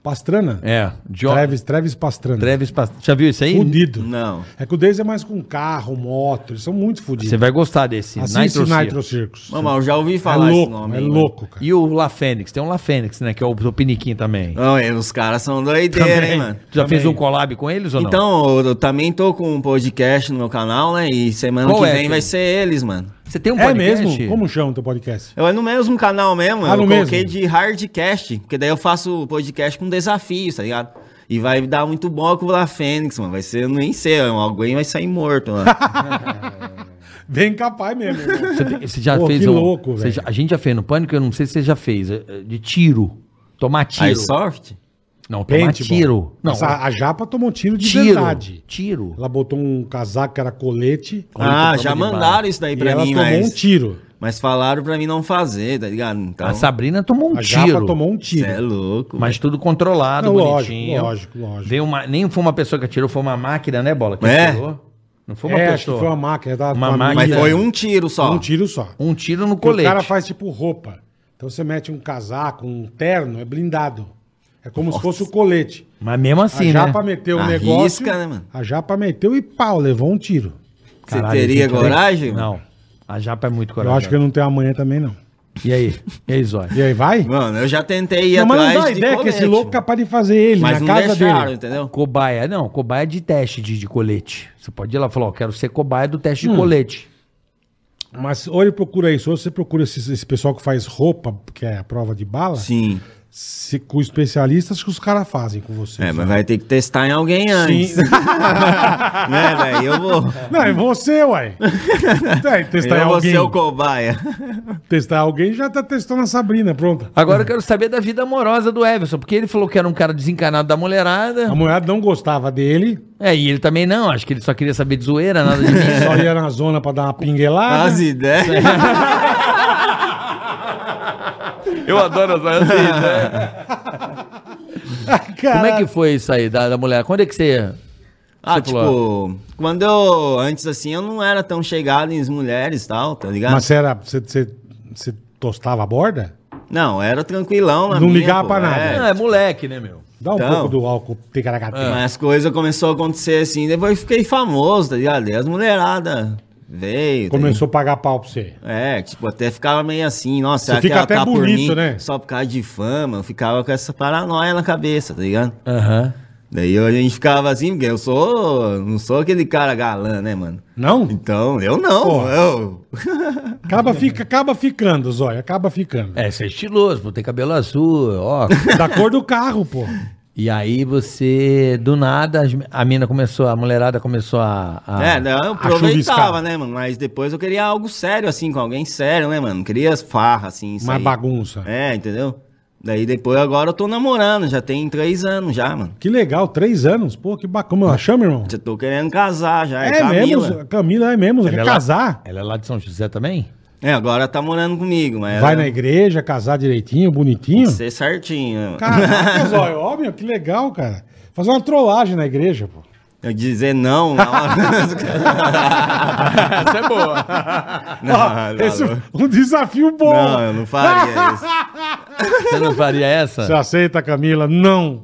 Speaker 3: Pastrana.
Speaker 2: É, John...
Speaker 3: Travis, Travis Pastrana.
Speaker 2: Travis Pas- Já viu isso aí?
Speaker 3: Fudido.
Speaker 4: Não.
Speaker 3: É que o deles é mais com carro, moto, eles são muito fodidos.
Speaker 2: Você vai gostar desse,
Speaker 3: Assiste Nitro,
Speaker 2: Circus.
Speaker 3: Circus.
Speaker 4: Mano, eu já ouvi
Speaker 3: é
Speaker 4: falar
Speaker 3: louco, é
Speaker 4: aí, mano.
Speaker 3: louco, cara.
Speaker 2: E o La Fênix, tem um La Fênix, né, que é o, o Piniquim também.
Speaker 4: Não, é, os caras são doideiros, hein, mano?
Speaker 2: Tu já
Speaker 3: Também.
Speaker 2: fez um collab com eles ou não?
Speaker 4: Então, eu, eu também tô com um podcast no meu canal, né? E semana
Speaker 2: Qual
Speaker 4: que
Speaker 2: é,
Speaker 4: vem
Speaker 2: cara?
Speaker 4: vai ser eles, mano.
Speaker 2: Você tem um
Speaker 3: é
Speaker 2: podcast?
Speaker 3: mesmo? Como chama o teu podcast?
Speaker 4: Eu é no mesmo canal mesmo,
Speaker 3: Ah,
Speaker 4: eu
Speaker 3: no
Speaker 4: coloquei
Speaker 3: mesmo?
Speaker 4: de hardcast, porque daí eu faço o podcast com desafios, tá ligado? E vai dar muito bom com o La Fênix, mano. Vai ser, eu nem sei, alguém vai sair morto, mano.
Speaker 3: Vem capaz mesmo. irmão.
Speaker 2: Você, tem- você já
Speaker 3: Pô,
Speaker 2: fez
Speaker 3: que
Speaker 2: um,
Speaker 3: louco,
Speaker 2: você
Speaker 3: velho.
Speaker 2: já- A gente já fez no Pânico, eu não sei se você já fez. é, é, De tiro. Tomar tiro.
Speaker 4: Aí soft?
Speaker 2: Não, tomar
Speaker 3: Paintball.
Speaker 2: tiro. Não, é-
Speaker 3: Mas a, a Japa tomou um tiro de
Speaker 2: tiro.
Speaker 3: verdade.
Speaker 2: Tiro.
Speaker 3: Ela botou um casaco que era colete
Speaker 4: Ah, já
Speaker 2: de bala.
Speaker 4: mandaram isso daí
Speaker 3: e
Speaker 4: pra
Speaker 3: ela
Speaker 4: mim,
Speaker 3: tomou
Speaker 4: mas,
Speaker 3: um tiro.
Speaker 4: mas falaram pra mim não fazer, tá ligado? Então,
Speaker 2: A Sabrina tomou um
Speaker 3: a
Speaker 2: tiro.
Speaker 3: Japa tomou um
Speaker 4: cê é
Speaker 3: tiro.
Speaker 4: louco.
Speaker 2: Mas tudo controlado,
Speaker 3: Não, lógico,
Speaker 2: bonitinho.
Speaker 3: lógico, lógico.
Speaker 2: Veio uma, nem foi uma pessoa que atirou, foi uma máquina, né, Bola? Que
Speaker 4: É.
Speaker 2: atirou. Não foi uma
Speaker 3: é, acho
Speaker 2: pessoa.
Speaker 3: que foi uma máquina. Tava
Speaker 2: Uma
Speaker 3: com a
Speaker 2: máquina.
Speaker 4: Mas
Speaker 3: mira.
Speaker 4: foi um tiro só.
Speaker 3: é. Um tiro só.
Speaker 2: Um tiro no
Speaker 3: Porque
Speaker 2: colete.
Speaker 3: O cara faz tipo roupa. Então você mete um casaco, um terno, é blindado. É como se fosse o colete.
Speaker 2: Mas mesmo assim, né?
Speaker 3: a japa meteu o
Speaker 4: Arrisca,
Speaker 3: negócio.
Speaker 4: né, mano?
Speaker 3: A japa meteu e pau, levou um tiro.
Speaker 4: Você teria
Speaker 2: gente,
Speaker 4: coragem?
Speaker 2: Não. A japa é muito
Speaker 3: Eu
Speaker 2: coragem.
Speaker 3: acho que eu não tenho amanhã também, não.
Speaker 2: E aí? E aí, Zóia?
Speaker 3: E aí, vai?
Speaker 4: Mano, eu já tentei ir
Speaker 3: não, mas
Speaker 4: atrás
Speaker 3: não dá
Speaker 4: de
Speaker 3: ideia que esse
Speaker 4: colete,
Speaker 3: louco é
Speaker 4: mano.
Speaker 3: capaz de fazer ele
Speaker 4: Mas
Speaker 3: na
Speaker 4: não
Speaker 3: casa
Speaker 4: deixaram,
Speaker 3: dele.
Speaker 4: entendeu?
Speaker 2: Cobaia, não, cobaia é de teste de, de colete. Você pode ir lá e falar, ó, quero ser cobaia do teste de colete.
Speaker 4: então.
Speaker 3: Mas ou ele procura isso, ou você procura esse, esse pessoal que faz roupa, que é a prova de bala,
Speaker 4: Sim.
Speaker 3: se, com especialistas que os caras fazem com você.
Speaker 4: É, mas vai ter que testar em alguém antes.
Speaker 3: Sim.
Speaker 4: né, velho? Eu vou.
Speaker 3: Não, é você, uai. É, testar,
Speaker 4: eu vou
Speaker 3: alguém,
Speaker 4: ser o cobaia.
Speaker 3: testar alguém já tá testando a Sabrina, pronto.
Speaker 2: Agora eu quero saber da vida amorosa do Everson, porque ele falou que era um cara desencanado da mulherada.
Speaker 3: A mulher não gostava dele,
Speaker 2: É, e ele também não, acho que ele só queria saber de zoeira, nada de mim.
Speaker 3: só ia na zona pra dar uma
Speaker 2: Ah,
Speaker 3: pinguelada.
Speaker 4: As ideias.
Speaker 5: Eu adoro as
Speaker 2: Como é que foi isso aí da, da mulher? Quando é que você.
Speaker 4: Ah,
Speaker 2: Você falou,
Speaker 4: tipo, quando eu. Antes assim, eu não era tão chegado em mulheres e tal, tá ligado?
Speaker 3: Mas você era. Você, você- você tostava a borda?
Speaker 4: Não, era tranquilão na
Speaker 3: Não
Speaker 4: minha,
Speaker 3: ligava
Speaker 4: pô,
Speaker 3: pra nada.
Speaker 4: é.
Speaker 2: Ah, é moleque, né, meu?
Speaker 3: Dá um
Speaker 4: Então.
Speaker 3: pouco do álcool ticaracateca.
Speaker 2: Ah,
Speaker 4: Mas as coisas começaram a acontecer assim, depois eu fiquei famoso, tá ligado? E as mulheradas veio. tá
Speaker 3: Começou a pagar pau pra você.
Speaker 4: ligado? É, tipo, até ficava meio assim, nossa,
Speaker 3: Você
Speaker 4: será
Speaker 3: fica
Speaker 4: ela
Speaker 3: até bonito, né?
Speaker 4: Só por causa de fama, eu ficava com essa paranoia na cabeça, tá ligado?
Speaker 2: Aham.
Speaker 4: Daí eu- a gente ficava assim, porque eu sou. Não sou aquele cara galã, né, mano?
Speaker 3: Não?
Speaker 4: Então, eu não.
Speaker 3: Porra.
Speaker 4: Eu...
Speaker 3: Acaba, fica, acaba ficando, Zóia. Acaba ficando.
Speaker 2: É, você é estiloso, pô, tem cabelo azul, ó.
Speaker 3: Da cor do carro, pô.
Speaker 2: e aí você, do nada, as- a mina começou, a mulherada começou a. a-
Speaker 3: Ah,
Speaker 4: É, não, eu
Speaker 3: chuviscar.
Speaker 4: aproveitava, né, mano? Mas depois eu queria algo sério, assim, com alguém sério, né, mano? Não queria farra, assim,
Speaker 3: Mais
Speaker 4: sair.
Speaker 3: bagunça.
Speaker 4: É, entendeu? Daí depois agora eu tô namorando, já tem três anos já, mano.
Speaker 3: Que legal, três anos. Pô, que bacana. Como ela chama, irmão?
Speaker 4: Já tô querendo casar já. É,
Speaker 3: É, mesmo,
Speaker 4: Camila.
Speaker 3: Zó- Camila, é mesmo. Zó. Quer
Speaker 2: Ela é lá-
Speaker 3: casar?
Speaker 2: Ela é lá de São José também?
Speaker 4: É, agora tá morando comigo, mas.
Speaker 3: Vai
Speaker 2: É.
Speaker 4: ela-
Speaker 3: na igreja, casar direitinho, bonitinho.
Speaker 4: Ser certinho. né, mano?
Speaker 3: Caraca, Zóia, óbvio, que legal, cara. Fazer uma trollagem na igreja, pô.
Speaker 4: Eu dizer não na hora.
Speaker 5: Essa é boa.
Speaker 4: não,
Speaker 3: Ó,
Speaker 4: não,
Speaker 3: esse
Speaker 4: não.
Speaker 3: é um desafio bom.
Speaker 4: Não, eu não faria isso.
Speaker 2: Você não faria
Speaker 3: Você
Speaker 2: essa?
Speaker 3: aceita, Camila? Não.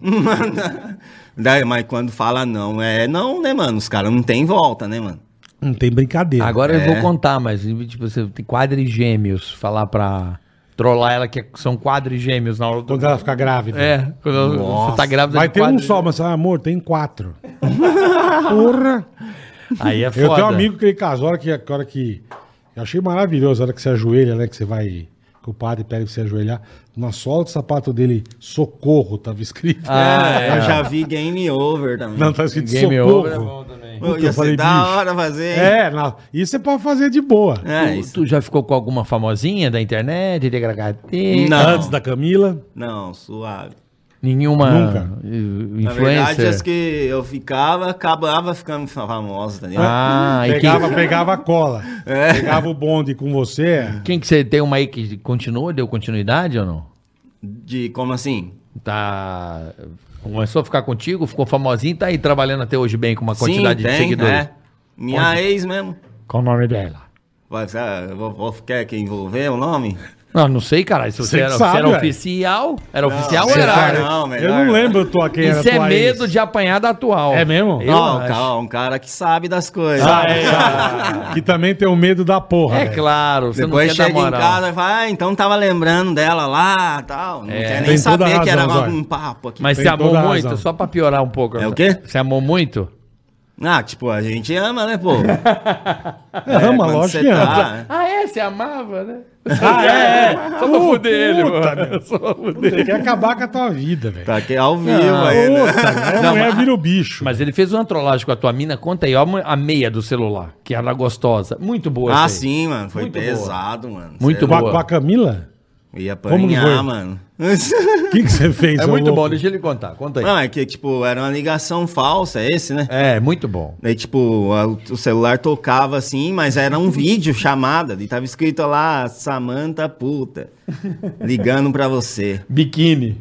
Speaker 4: Daí, mas quando fala não, é não, né, mano? Os caras não tem volta, né, mano?
Speaker 3: Não tem brincadeira.
Speaker 2: Agora eu vou contar, mas tipo, você tem quadrigêmeos, falar pra trollar ela que são quadrigêmeos na hora do.
Speaker 3: Quando ela ficar grávida.
Speaker 2: É, quando ela- você tá grávida
Speaker 3: Vai
Speaker 2: de
Speaker 3: ter um
Speaker 2: quadri-
Speaker 3: só, mas fala, amor, tem quatro. Porra.
Speaker 2: Aí é foda.
Speaker 3: Eu tenho um amigo que ele casou, a hora que, a hora que. Eu achei maravilhoso a hora que você ajoelha, né? Que você vai. Que o padre pede pra você ajoelhar. Na sola do sapato dele, socorro, tava escrito.
Speaker 2: Ah, é.
Speaker 4: Eu já vi game over também.
Speaker 3: Não, tá escrito
Speaker 2: Game
Speaker 3: socorro.
Speaker 2: over é bom também.
Speaker 4: Pô,
Speaker 3: Puta,
Speaker 4: ia
Speaker 3: eu
Speaker 4: ser
Speaker 3: falei,
Speaker 4: da
Speaker 3: bicho.
Speaker 4: hora fazer. hein?
Speaker 3: É, na- isso você pode fazer de boa.
Speaker 4: É,
Speaker 2: Tu-
Speaker 4: isso.
Speaker 2: Tu já ficou com alguma famosinha da internet, de HT?
Speaker 4: Não.
Speaker 3: Antes da Camila.
Speaker 4: Não, suave.
Speaker 2: Nenhuma
Speaker 3: Nunca.
Speaker 2: eh,
Speaker 4: Na verdade,
Speaker 2: influencer?
Speaker 4: as que eu ficava, acabava ficando famosa, tá ligado?
Speaker 2: Ah, e
Speaker 3: Pegava,
Speaker 2: quem,
Speaker 3: pegava a cola.
Speaker 4: É.
Speaker 3: Pegava o bonde com você.
Speaker 2: quem que você tem uma aí que continuou, deu continuidade ou não?
Speaker 4: De como assim?
Speaker 2: Tá. Começou a ficar contigo, ficou famosinho, tá aí trabalhando até hoje bem com uma quantidade de seguidores.
Speaker 4: é. Minha ex mesmo.
Speaker 2: Qual o nome dela?
Speaker 4: Vai, sabe, eu vou, vou, quer que envolver o nome?
Speaker 2: Não, não sei, caralho. Se
Speaker 3: Você
Speaker 2: você
Speaker 3: que
Speaker 2: era, se
Speaker 3: sabe,
Speaker 2: era
Speaker 3: ué.
Speaker 2: oficial, era oficial ou
Speaker 4: você
Speaker 2: era?
Speaker 4: cara,
Speaker 2: né?
Speaker 4: não,
Speaker 3: eu
Speaker 4: melhor.
Speaker 3: não lembro tua, quem era
Speaker 2: Isso é
Speaker 3: tua
Speaker 2: medo
Speaker 3: ex.
Speaker 2: de apanhar da atual.
Speaker 3: É mesmo?
Speaker 2: Eu
Speaker 4: Não,
Speaker 2: acho.
Speaker 4: calma, um cara que sabe das coisas.
Speaker 3: Sabe, sabe? Ah, é. Que também tem o medo da porra.
Speaker 2: É
Speaker 3: velho.
Speaker 2: claro, você
Speaker 4: Depois
Speaker 2: não quer
Speaker 4: chega
Speaker 2: dar moral.
Speaker 4: em casa e fala, ah, então tava lembrando dela lá tal. Não quer nem
Speaker 3: Tem toda a
Speaker 4: saber que era
Speaker 3: razão, Zóio.
Speaker 4: um papo
Speaker 2: É.
Speaker 4: aqui.
Speaker 2: Mas
Speaker 3: Tem
Speaker 2: você amou
Speaker 3: toda a
Speaker 2: muito?
Speaker 3: razão.
Speaker 2: Só pra piorar um pouco.
Speaker 4: É o quê?
Speaker 2: Você amou muito?
Speaker 4: Ah, tipo, a gente ama, né, pô?
Speaker 3: É, ama,
Speaker 4: quando
Speaker 3: lógico
Speaker 4: você
Speaker 3: que ama.
Speaker 4: tá-
Speaker 2: Ah, é? Você amava, né?
Speaker 3: Ah, é, é.
Speaker 2: Só pra fuder ele,
Speaker 3: puta,
Speaker 2: mano. Só pra fuder.
Speaker 3: Você quer acabar com a tua vida, velho.
Speaker 4: Tá aqui ao vivo aí, né?
Speaker 3: Puta, né? a mulher vira o bicho.
Speaker 2: Mas ele fez uma trollagem com a tua mina. Conta aí, ó, a meia do celular, que era gostosa. Muito boa
Speaker 4: Ah,
Speaker 2: essa aí.
Speaker 4: sim, mano. Foi
Speaker 2: Muito boa.
Speaker 4: pesado, mano.
Speaker 2: Muito
Speaker 4: Cê-
Speaker 3: Com a,
Speaker 2: boa.
Speaker 3: com a Camila?
Speaker 4: Ia
Speaker 3: Como que foi?
Speaker 4: apanhar, mano.
Speaker 3: O que, que você fez?
Speaker 2: É
Speaker 3: seu
Speaker 2: muito
Speaker 3: louco?
Speaker 2: bom, deixa ele contar. Conta aí.
Speaker 4: Não, é que, tipo, era uma ligação falsa esse, né?
Speaker 2: É, muito bom.
Speaker 4: Daí, tipo, a- o celular tocava assim, mas era um vídeo chamada. E tava escrito lá, Samanta puta, ligando pra você.
Speaker 2: Biquíni.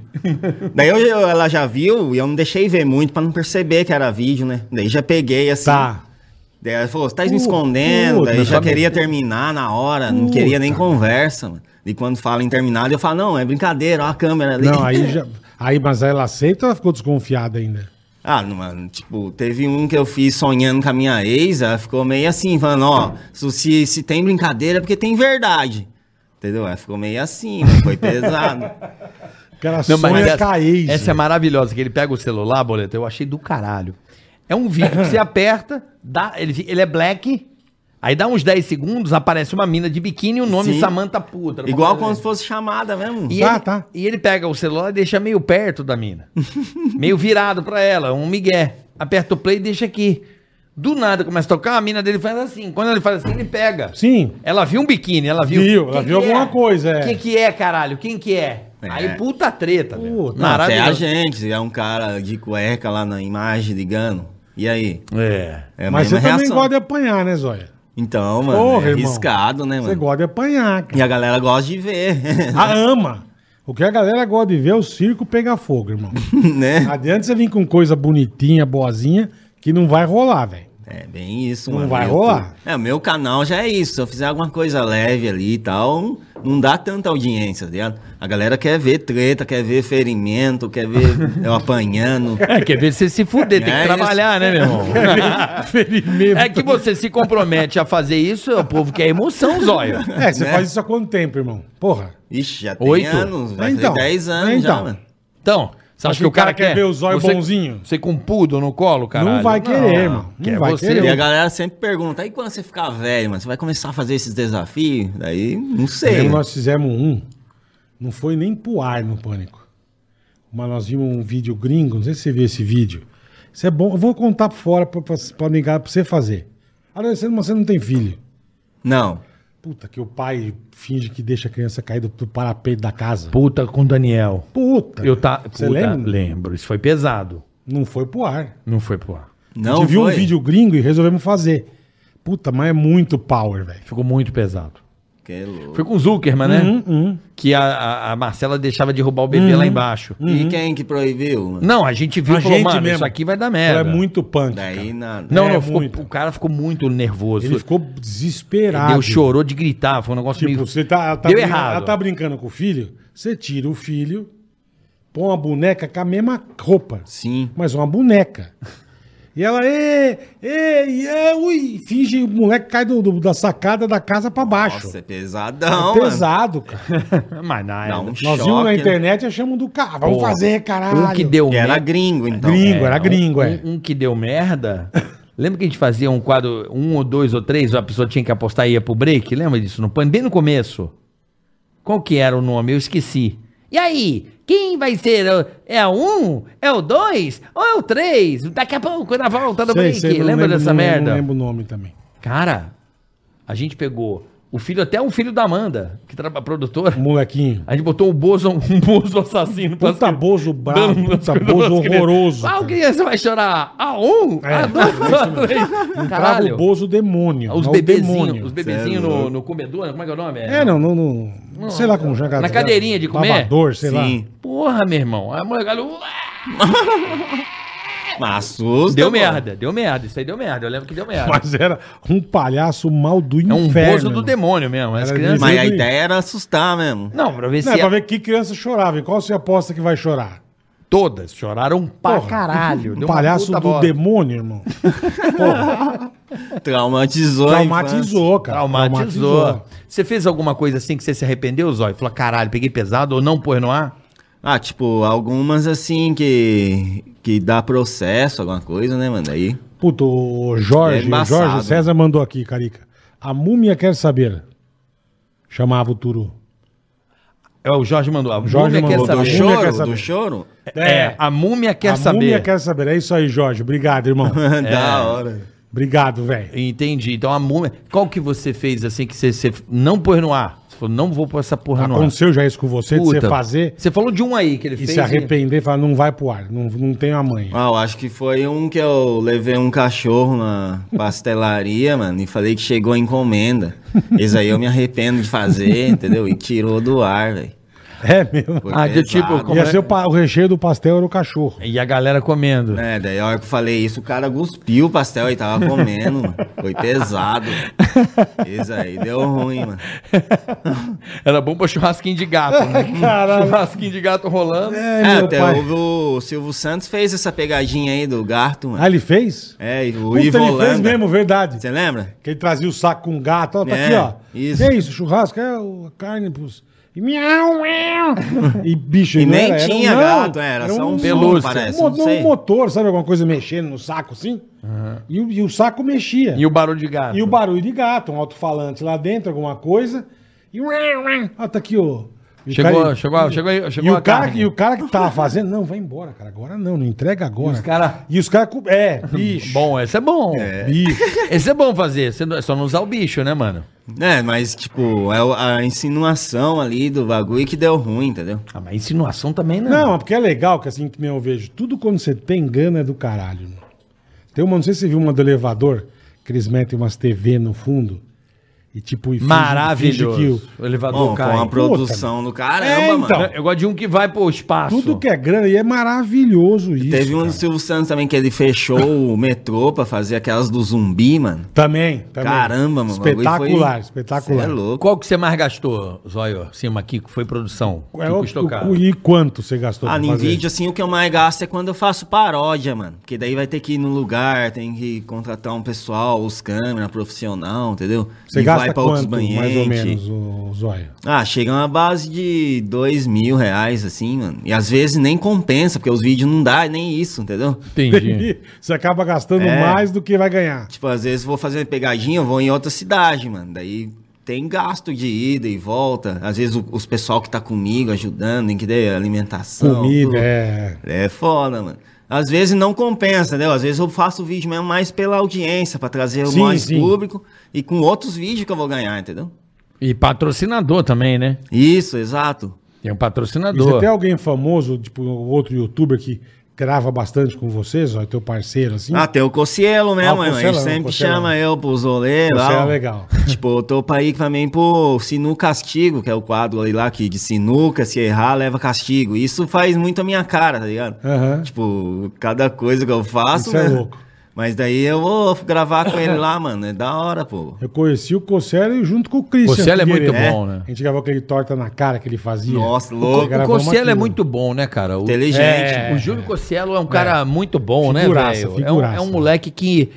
Speaker 4: Daí eu, eu- ela já viu e eu não deixei ver muito pra não perceber que era vídeo, né? Daí já peguei assim.
Speaker 3: Tá.
Speaker 4: Daí ela falou, você tá me
Speaker 3: Puta,
Speaker 4: escondendo. Daí já
Speaker 2: sabe?
Speaker 4: queria terminar na hora, não queria nem conversa, mano. E quando fala em terminar, eu falo, não, é brincadeira, ó a câmera ali.
Speaker 3: Não, aí já. Aí, mas ela aceita ou ela ficou desconfiada ainda?
Speaker 4: Ah, não, mano, tipo, teve um que eu fiz sonhando com a minha ex, ela ficou meio assim, falando, ó, se, se- se tem brincadeira é porque tem verdade. Entendeu? Ela ficou meio assim, mano, foi pesado.
Speaker 3: Que ela
Speaker 2: Não, mas
Speaker 4: é
Speaker 3: sonha
Speaker 2: essa,
Speaker 3: com a ex.
Speaker 2: essa é maravilhosa, que ele pega o celular, boleto, eu achei do caralho. É um vídeo que você aperta, dá, ele, fi- ele é black, aí dá uns 10 segundos, aparece uma mina de biquíni e o nome
Speaker 4: Sim.
Speaker 2: Samantha Putra.
Speaker 4: Igual
Speaker 2: Uma
Speaker 4: como
Speaker 2: coisa assim.
Speaker 4: se fosse chamada mesmo.
Speaker 2: E,
Speaker 3: Tá,
Speaker 2: ele,
Speaker 3: tá.
Speaker 2: e ele pega o celular e deixa meio perto da mina. meio virado pra ela, um migué. Aperta o play e deixa aqui. Do nada começa a tocar, a mina dele faz assim. Quando ele faz assim, ele pega.
Speaker 3: Sim.
Speaker 2: Ela viu um biquíni, ela viu.
Speaker 3: Viu, ela viu alguma coisa,
Speaker 2: é.
Speaker 3: é.
Speaker 2: Quem que é, caralho? Quem que é?
Speaker 4: É.
Speaker 2: Aí puta treta, velho.
Speaker 3: Puta,
Speaker 4: Não, até a
Speaker 2: Maravilhoso.
Speaker 4: gente, é um cara de cueca lá na imagem ligando. E aí?
Speaker 2: É.
Speaker 4: É a
Speaker 3: mas você
Speaker 4: mesma
Speaker 3: também
Speaker 4: reação.
Speaker 3: gosta de apanhar, né, Zóia?
Speaker 4: Então, mano,
Speaker 3: Porra,
Speaker 4: é
Speaker 3: irmão.
Speaker 4: arriscado, né,
Speaker 3: Você
Speaker 4: mano?
Speaker 3: gosta de apanhar, cara.
Speaker 4: E a galera gosta de ver,
Speaker 3: A ama. O que a galera gosta de ver é o circo pegar fogo, irmão.
Speaker 4: né?
Speaker 3: Não Adianta você vir com coisa bonitinha, boazinha, que não vai rolar, velho.
Speaker 4: É bem isso,
Speaker 3: Não
Speaker 4: mano.
Speaker 3: vai
Speaker 4: Eu
Speaker 3: rolar.
Speaker 4: tô- É, o meu canal já é isso. Se eu fizer alguma coisa leve ali e tal, não dá tanta audiência, tá ligado? A galera quer ver treta, quer ver ferimento, quer ver eu apanhando.
Speaker 2: É, quer ver você se fuder, tem
Speaker 4: É
Speaker 2: que
Speaker 4: isso.
Speaker 2: trabalhar, né, meu irmão?
Speaker 4: Ah.
Speaker 3: Ferimento.
Speaker 2: É que você se compromete a fazer isso, é o povo quer emoção, zóio.
Speaker 3: É, você
Speaker 4: né?
Speaker 3: faz isso há quanto tempo, irmão? Porra.
Speaker 4: Ixi, já tem
Speaker 2: Oito?
Speaker 4: anos, vai
Speaker 3: Então,
Speaker 4: fazer 10 anos
Speaker 3: então.
Speaker 4: já, mano.
Speaker 2: Então, Você
Speaker 3: Acho que o cara quer ver o zóio
Speaker 2: Você-
Speaker 3: bonzinho?
Speaker 2: Você com pudo no colo, cara?
Speaker 3: Não vai querer, irmão. Não
Speaker 2: quer
Speaker 3: vai
Speaker 2: você.
Speaker 4: E a
Speaker 3: querer.
Speaker 4: galera sempre pergunta, aí quando você ficar velho, mano, você vai começar a fazer esses desafios? Daí, não sei.
Speaker 3: Lembra nós fizemos um, não foi nem pro ar no Pânico. Mas nós vimos um vídeo gringo, não sei se você viu esse vídeo. Isso é bom, eu vou contar por fora pra, pra, pra negar pra você fazer. Ah, não, você, mas você não tem filho.
Speaker 4: Não.
Speaker 3: Puta, que o pai finge que deixa a criança cair do, do parapeito da casa.
Speaker 2: Puta com o Daniel.
Speaker 3: Puta.
Speaker 2: Eu tá,
Speaker 3: Você
Speaker 2: puta,
Speaker 3: lembra?
Speaker 2: Lembro. Isso foi pesado.
Speaker 3: Não foi pro ar.
Speaker 2: Não foi pro ar.
Speaker 4: Não
Speaker 3: a gente viu um
Speaker 4: foi.
Speaker 3: vídeo gringo e resolvemos fazer. Puta, mas é muito power, velho.
Speaker 2: Ficou muito pesado.
Speaker 4: Que louco.
Speaker 2: Foi com o Zuckerman, né?
Speaker 3: Uhum,
Speaker 2: Que a, a- a Marcela deixava derrubar o bebê lá embaixo.
Speaker 3: Uhum.
Speaker 4: E quem que proibiu, mano?
Speaker 2: Não, a gente viu e
Speaker 3: A
Speaker 2: falou,
Speaker 3: gente
Speaker 2: mano,
Speaker 3: mesmo.
Speaker 2: isso aqui vai dar
Speaker 3: Ela
Speaker 2: merda.
Speaker 3: é muito punk.
Speaker 4: Daí nada.
Speaker 2: Não,
Speaker 3: É,
Speaker 2: não, ficou-
Speaker 3: muito.
Speaker 2: o cara ficou muito nervoso.
Speaker 3: Ele ficou desesperado.
Speaker 2: Deu, chorou de gritar, foi um negócio
Speaker 3: Tipo,
Speaker 2: meio...
Speaker 3: você tá, ela tá
Speaker 2: Deu
Speaker 3: brin-
Speaker 2: errado.
Speaker 3: Ela tá brincando com o filho, você tira o filho, põe uma boneca com a mesma roupa.
Speaker 4: Sim.
Speaker 3: Mas uma boneca. E ela, ê, ê, ê, ui, finge o moleque cai do, do- da sacada da casa pra baixo.
Speaker 2: então,
Speaker 4: Nossa, é
Speaker 3: É
Speaker 4: pesadão, mano.
Speaker 3: pesado, cara.
Speaker 2: Mas na
Speaker 4: Dá um
Speaker 3: Nós
Speaker 4: choque,
Speaker 3: vimos na
Speaker 4: né?
Speaker 3: internet e achamos do carro. Vamos
Speaker 2: Pô,
Speaker 3: fazer, caralho.
Speaker 2: Um que deu
Speaker 4: Que era
Speaker 2: merda-
Speaker 4: gringo, então.
Speaker 3: né? Gringo, era
Speaker 2: um-
Speaker 3: gringo, é.
Speaker 2: Um, um que deu merda. Lembra que a gente fazia um quadro, um ou dois ou três, a pessoa tinha que apostar e ia pro break? Lembra disso? No pan, bem no começo. Qual que era o nome? Eu esqueci. E aí? Quem vai ser? É o um? É o dois? Ou é o três? Daqui a pouco, na volta do
Speaker 3: Sei,
Speaker 2: break.
Speaker 3: sei, não
Speaker 2: lembra
Speaker 3: lembro-
Speaker 2: dessa
Speaker 3: não-
Speaker 2: merda?
Speaker 3: Não lembro o nome também.
Speaker 2: Cara, a gente pegou o filho, até um filho da Amanda, que trabalha produtora.
Speaker 3: O molequinho.
Speaker 2: A gente botou o Bozo, um Bozo assassino. pras
Speaker 3: Puta
Speaker 2: cri-
Speaker 3: bozo brabo,
Speaker 2: dando- assim,
Speaker 3: puta
Speaker 2: dando
Speaker 3: bozo
Speaker 2: pras crianças.
Speaker 3: horroroso,
Speaker 2: Qual
Speaker 3: cara.
Speaker 2: criança vai chorar? A um?
Speaker 3: É,
Speaker 2: a dois? A três?
Speaker 3: Entrava o
Speaker 2: Caralho. Ah,
Speaker 3: bozo demônio.
Speaker 2: Os
Speaker 3: não, o
Speaker 2: bebezinhos,
Speaker 3: demônio.
Speaker 2: os bebezinhos
Speaker 4: Cê é
Speaker 2: no,
Speaker 4: louco.
Speaker 2: no comedor, como é que é o nome?
Speaker 3: É, não, não, não- sei lá como jogar.
Speaker 2: Na cadeirinha de comer?
Speaker 3: Babador, sei lá.
Speaker 4: É. Sim.
Speaker 2: Porra, meu irmão. A molecada. ué,
Speaker 4: Mas assusta,
Speaker 2: Deu
Speaker 4: mano.
Speaker 2: merda, deu merda. Isso aí deu merda. Eu lembro que deu merda.
Speaker 3: Mas era um palhaço mal do
Speaker 2: é
Speaker 3: inferno.
Speaker 2: um bozo do
Speaker 3: irmão.
Speaker 2: demônio mesmo. As
Speaker 3: Era
Speaker 2: crianças.
Speaker 4: Mas a
Speaker 3: Sempre-
Speaker 4: ideia era assustar mesmo.
Speaker 2: Não, pra ver se
Speaker 3: Não, é pra
Speaker 2: é-
Speaker 3: ver que criança chorava. E qual você aposta que vai chorar?
Speaker 2: todas choraram pra
Speaker 3: Porra.
Speaker 2: caralho.
Speaker 3: Um
Speaker 2: deu uma
Speaker 3: palhaço
Speaker 2: puta
Speaker 3: do
Speaker 2: bola.
Speaker 3: demônio, irmão.
Speaker 4: Traumatizou. a
Speaker 3: Traumatizou, cara.
Speaker 2: Traumatizou. Você fez alguma coisa assim que você se arrependeu, Zóio? Falou, caralho, peguei pesado ou não pôs no ar?
Speaker 4: Ah, tipo, algumas assim que. que dá processo, alguma coisa, né, mano? Aí.
Speaker 3: Puto, o Jorge,
Speaker 4: É embaçado.
Speaker 3: Jorge César mandou aqui, Carica. A múmia quer saber. Chamava o Turu.
Speaker 2: É, o Jorge mandou. A múmia
Speaker 3: Jorge mandou.
Speaker 2: quer
Speaker 4: Do
Speaker 3: Múmia
Speaker 2: saber.
Speaker 3: quer
Speaker 4: choro?
Speaker 3: saber.
Speaker 4: Do choro?
Speaker 2: É, a múmia quer
Speaker 3: a
Speaker 2: saber.
Speaker 3: múmia quer saber. É isso aí, Jorge. Obrigado, irmão.
Speaker 4: da hora.
Speaker 3: Obrigado, velho.
Speaker 2: Entendi. Então a múmia. Qual que você fez assim que você, você não pôs no ar? Você falou, não vou pôr essa porra no ar.
Speaker 3: Aconteceu já isso Ah, com você, de você
Speaker 2: Puta.
Speaker 3: fazer
Speaker 2: Você falou de um aí que ele
Speaker 3: e
Speaker 2: fez.
Speaker 3: se arrepender e falar, não vai pro ar, não, não tenho a mãe.
Speaker 4: Ah, eu acho que foi um que eu levei um cachorro na pastelaria, mano, e falei que chegou a encomenda. Esse aí eu me arrependo de fazer, entendeu? E tirou do ar, velho.
Speaker 3: É mesmo.
Speaker 4: Foi
Speaker 2: Ah, de tipo, como
Speaker 3: Ia
Speaker 2: é?
Speaker 3: ser o, pa- o recheio do pastel era o cachorro.
Speaker 2: E a galera comendo.
Speaker 3: Né?
Speaker 4: É, daí a hora que eu falei isso, o cara cuspiu o pastel e tava comendo, mano. Foi pesado. Isso aí deu ruim, mano.
Speaker 2: Era bom pra churrasquinho de gato. Né?
Speaker 3: Caralho.
Speaker 2: Churrasquinho de gato rolando.
Speaker 4: É, até o, o Silvio Santos fez essa pegadinha aí do garto, mano.
Speaker 3: Ah, ele fez?
Speaker 4: É, e o
Speaker 3: Puta,
Speaker 4: Ivo
Speaker 3: ele fez
Speaker 4: Holanda.
Speaker 3: mesmo, verdade.
Speaker 4: Você lembra?
Speaker 3: Que ele trazia o saco com gato. Ó, tá
Speaker 4: É,
Speaker 3: aqui, ó.
Speaker 4: isso.
Speaker 3: Que é isso, churrasco? É o carne pros... E miau, miau. E bicho,
Speaker 4: E
Speaker 3: não
Speaker 4: nem
Speaker 3: era-
Speaker 4: tinha
Speaker 3: não,
Speaker 4: gato, era, só um,
Speaker 2: pelúcia.
Speaker 4: som, parece.
Speaker 3: um,
Speaker 4: não
Speaker 3: mo- um
Speaker 4: sei.
Speaker 3: motor, sabe? Alguma coisa mexendo no saco, assim. E, o- e o saco mexia.
Speaker 2: E o barulho de gato.
Speaker 3: E o barulho de gato, um alto-falante lá dentro, alguma coisa. E... Ó, tá aqui, ó. E o
Speaker 2: Chegou-
Speaker 3: cara-
Speaker 2: chegou- chegou- chegou
Speaker 3: e
Speaker 2: a
Speaker 3: o cara,
Speaker 2: carne.
Speaker 3: que- E o cara que tava fazendo, não, vai embora, cara. Agora não, não entrega agora.
Speaker 2: os cara-
Speaker 3: E os caras... cu- É, bicho.
Speaker 2: Bom, esse é bom.
Speaker 3: Bicho.
Speaker 2: Esse é bom fazer. Você não- é só não usar o bicho, né, mano?
Speaker 4: É, mas, tipo, é o- a insinuação ali do bagulho que deu ruim, entendeu?
Speaker 2: Ah, mas insinuação também né? não.
Speaker 3: Não, mas porque é legal que assim que nem eu vejo. Tudo quando você tem gana é do caralho. né? Tem uma, não sei se você viu uma do elevador, que eles metem umas TV no fundo. E tipo, e finge-
Speaker 2: Maravilhoso.
Speaker 3: finge que
Speaker 2: O elevador
Speaker 4: Bom, com
Speaker 2: cai.
Speaker 4: a produção do caramba,
Speaker 3: É, então.
Speaker 4: mano.
Speaker 2: Eu gosto de um que vai pro
Speaker 3: o-
Speaker 2: espaço.
Speaker 3: Tudo que é grana, e é maravilhoso isso.
Speaker 4: Teve um do
Speaker 3: cara.
Speaker 4: Silvio Santos também que ele fechou o metrô pra fazer aquelas do zumbi, mano.
Speaker 3: Também, também.
Speaker 4: Caramba, mano. o bagulho foi-
Speaker 3: É, Espetacular, espetacular.
Speaker 4: Cê é louco.
Speaker 2: Qual que você mais gastou, Zóio? Sim, aqui que foi produção.
Speaker 3: É
Speaker 2: que
Speaker 3: o-
Speaker 2: custou
Speaker 3: o-
Speaker 2: caro.
Speaker 3: e quanto você gastou
Speaker 4: Ah,
Speaker 3: pra
Speaker 4: em
Speaker 3: fazer?
Speaker 4: vídeo, assim, o que eu mais gasto é quando eu faço paródia, mano. Porque daí vai ter que ir no lugar, tem que contratar um pessoal, os câmeras, profissional, entendeu?
Speaker 3: Você
Speaker 4: E
Speaker 3: gasta
Speaker 4: vai pra outros
Speaker 3: mais ou menos,
Speaker 4: banhentes.
Speaker 3: o Zóia?
Speaker 4: Ah, chega uma base de dois mil reais, assim, mano. E às vezes nem compensa, porque os vídeos não dá é nem isso, entendeu?
Speaker 2: Entendi.
Speaker 3: Você acaba gastando
Speaker 4: É.
Speaker 3: mais do que vai ganhar.
Speaker 4: Tipo, às vezes vou fazer pegadinha, eu vou em outra cidade, mano. Daí tem gasto de ida e volta. Às vezes o- os pessoal que tá comigo ajudando, tem que ter alimentação.
Speaker 3: Comida,
Speaker 4: tudo.
Speaker 3: é.
Speaker 4: É foda, mano. Às vezes não compensa, né? Às vezes eu faço o vídeo mesmo mais pela audiência, pra trazer o
Speaker 3: Sim,
Speaker 4: mais
Speaker 3: sim.
Speaker 4: público e com outros vídeos que eu vou ganhar, entendeu?
Speaker 2: E patrocinador também, né?
Speaker 4: Isso, exato.
Speaker 2: Tem um
Speaker 3: E você
Speaker 2: patrocinador.
Speaker 3: tem alguém famoso, tipo outro youtuber que grava bastante com você, Zóia, teu parceiro, assim?
Speaker 4: Ah, tem o Cocielo
Speaker 3: Ah, o
Speaker 4: mesmo, mano.
Speaker 3: Cossielo,
Speaker 4: Ele
Speaker 3: o
Speaker 4: sempre
Speaker 3: Cossielo.
Speaker 4: chama eu pro Zolê lá.
Speaker 3: Você é
Speaker 4: ó.
Speaker 3: legal.
Speaker 4: Tipo, eu tô pra ir também pro Sinu Castigo, que é o quadro aí lá que de sinuca, se errar, leva castigo. Isso faz muito a minha cara, tá ligado?
Speaker 3: Aham.
Speaker 4: Tipo, cada coisa que eu faço,
Speaker 3: Isso é
Speaker 4: né?
Speaker 3: louco.
Speaker 4: Mas daí eu vou gravar com ele lá, mano. É da hora, pô.
Speaker 3: Eu conheci o Cosselo junto com o Christian.
Speaker 2: Cossielo é muito
Speaker 3: Figueiredo.
Speaker 2: bom, né?
Speaker 3: A gente gravou aquele torta na cara que ele fazia.
Speaker 4: Nossa,
Speaker 3: Ele
Speaker 4: louco.
Speaker 2: O
Speaker 3: gravou uma
Speaker 2: Cossielo é
Speaker 3: aquilo.
Speaker 2: muito bom, né, cara? O,
Speaker 4: Inteligente.
Speaker 2: o Júlio Cossielo é um cara muito bom, né, velho?
Speaker 3: Figuraça,
Speaker 2: É um- É,
Speaker 3: figuraça.
Speaker 2: um moleque que,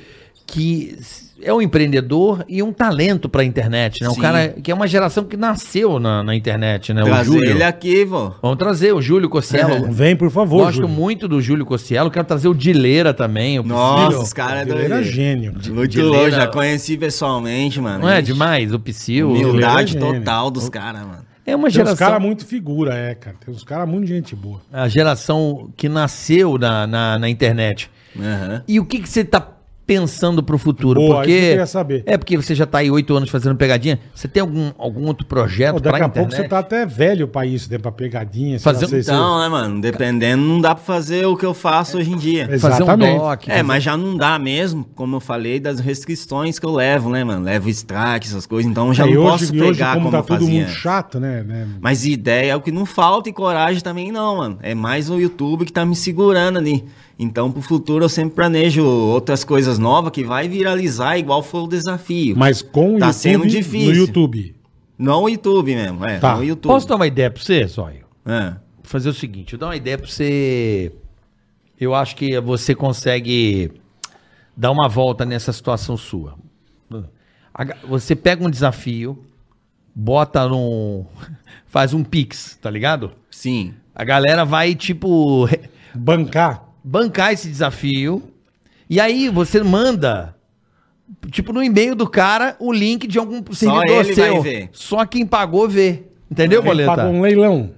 Speaker 2: que é um empreendedor e um talento pra internet, né? Um
Speaker 4: Sim.
Speaker 2: cara que é uma geração que nasceu na, na internet, né? o
Speaker 4: Trazer
Speaker 2: Júlio.
Speaker 4: ele é- aqui, pô.
Speaker 2: Vamos trazer o Júlio Cossielo.
Speaker 3: Vem, por favor.
Speaker 2: Gosto
Speaker 3: Júlio.
Speaker 2: muito do Júlio Cossielo. Quero trazer o Dileira também. O
Speaker 4: Nossa, os
Speaker 2: Psyll.
Speaker 4: caras é
Speaker 3: Ele era
Speaker 4: doido.
Speaker 3: gênio. cara.
Speaker 4: Muito
Speaker 2: De
Speaker 4: louco,
Speaker 2: Leila.
Speaker 4: já conheci pessoalmente, mano.
Speaker 2: é Não é
Speaker 4: Ixi,
Speaker 2: demais? O Psyll.
Speaker 4: Humildade
Speaker 3: Ele é gênio.
Speaker 4: total dos caras, mano.
Speaker 2: É uma
Speaker 3: Tem uns
Speaker 2: geração...
Speaker 3: caras muito figura, é, cara. Tem uns caras muito gente boa.
Speaker 2: A geração que nasceu na, na, na internet.
Speaker 4: Aham.
Speaker 2: E o que que você tá pensando pro futuro?
Speaker 3: Boa,
Speaker 2: porque
Speaker 3: isso que eu queria saber.
Speaker 2: É porque você já tá aí oito anos fazendo pegadinha. Você tem algum, algum outro projeto
Speaker 3: Pô,
Speaker 2: É pra
Speaker 3: daqui a pouco
Speaker 2: internet?
Speaker 3: você tá até velho pra isso, né? Pra pegadinha. sei
Speaker 2: Fazer
Speaker 3: lá,
Speaker 2: um
Speaker 3: sei- sei-
Speaker 4: Então, né, mano? Dependendo, não dá pra fazer o que eu
Speaker 3: É.
Speaker 4: faço hoje em dia.
Speaker 2: Fazer
Speaker 3: Exatamente.
Speaker 2: um doc.
Speaker 4: É, mas já não dá mesmo, como eu falei, das restrições que eu levo, né, mano? Levo strike, essas coisas, então eu já
Speaker 3: É, e
Speaker 4: não
Speaker 3: hoje,
Speaker 4: posso
Speaker 3: e hoje
Speaker 4: pegar
Speaker 3: como
Speaker 4: como,
Speaker 3: tá todo
Speaker 4: fazia.
Speaker 3: mundo chato, né? né?
Speaker 4: Mas ideia é o que não falta e coragem também não, mano. É mais o YouTube que tá me segurando ali. Então, pro futuro, eu sempre planejo outras coisas novas que vai viralizar igual foi o desafio.
Speaker 3: Mas com o
Speaker 4: Tá sendo difícil.
Speaker 3: no YouTube.
Speaker 4: Não o YouTube mesmo, é.
Speaker 3: Tá.
Speaker 4: Não o YouTube.
Speaker 2: Posso dar uma ideia pra você, Zóio?
Speaker 4: É.
Speaker 2: Vou fazer o seguinte, eu dar uma ideia pra você. Eu acho que você consegue dar uma volta nessa situação sua. A- Você pega um desafio, bota num. faz um pix, tá ligado?
Speaker 4: Sim.
Speaker 2: A galera vai, tipo, re-
Speaker 3: Bancar.
Speaker 2: bancar esse desafio. E aí você manda, tipo, no e-mail do cara, o link de algum servidor
Speaker 4: ele
Speaker 2: seu.
Speaker 4: vai ver.
Speaker 2: Só quem pagou vê. Entendeu,
Speaker 3: Ele
Speaker 2: Boleta?
Speaker 3: pagou um Ah, leilão.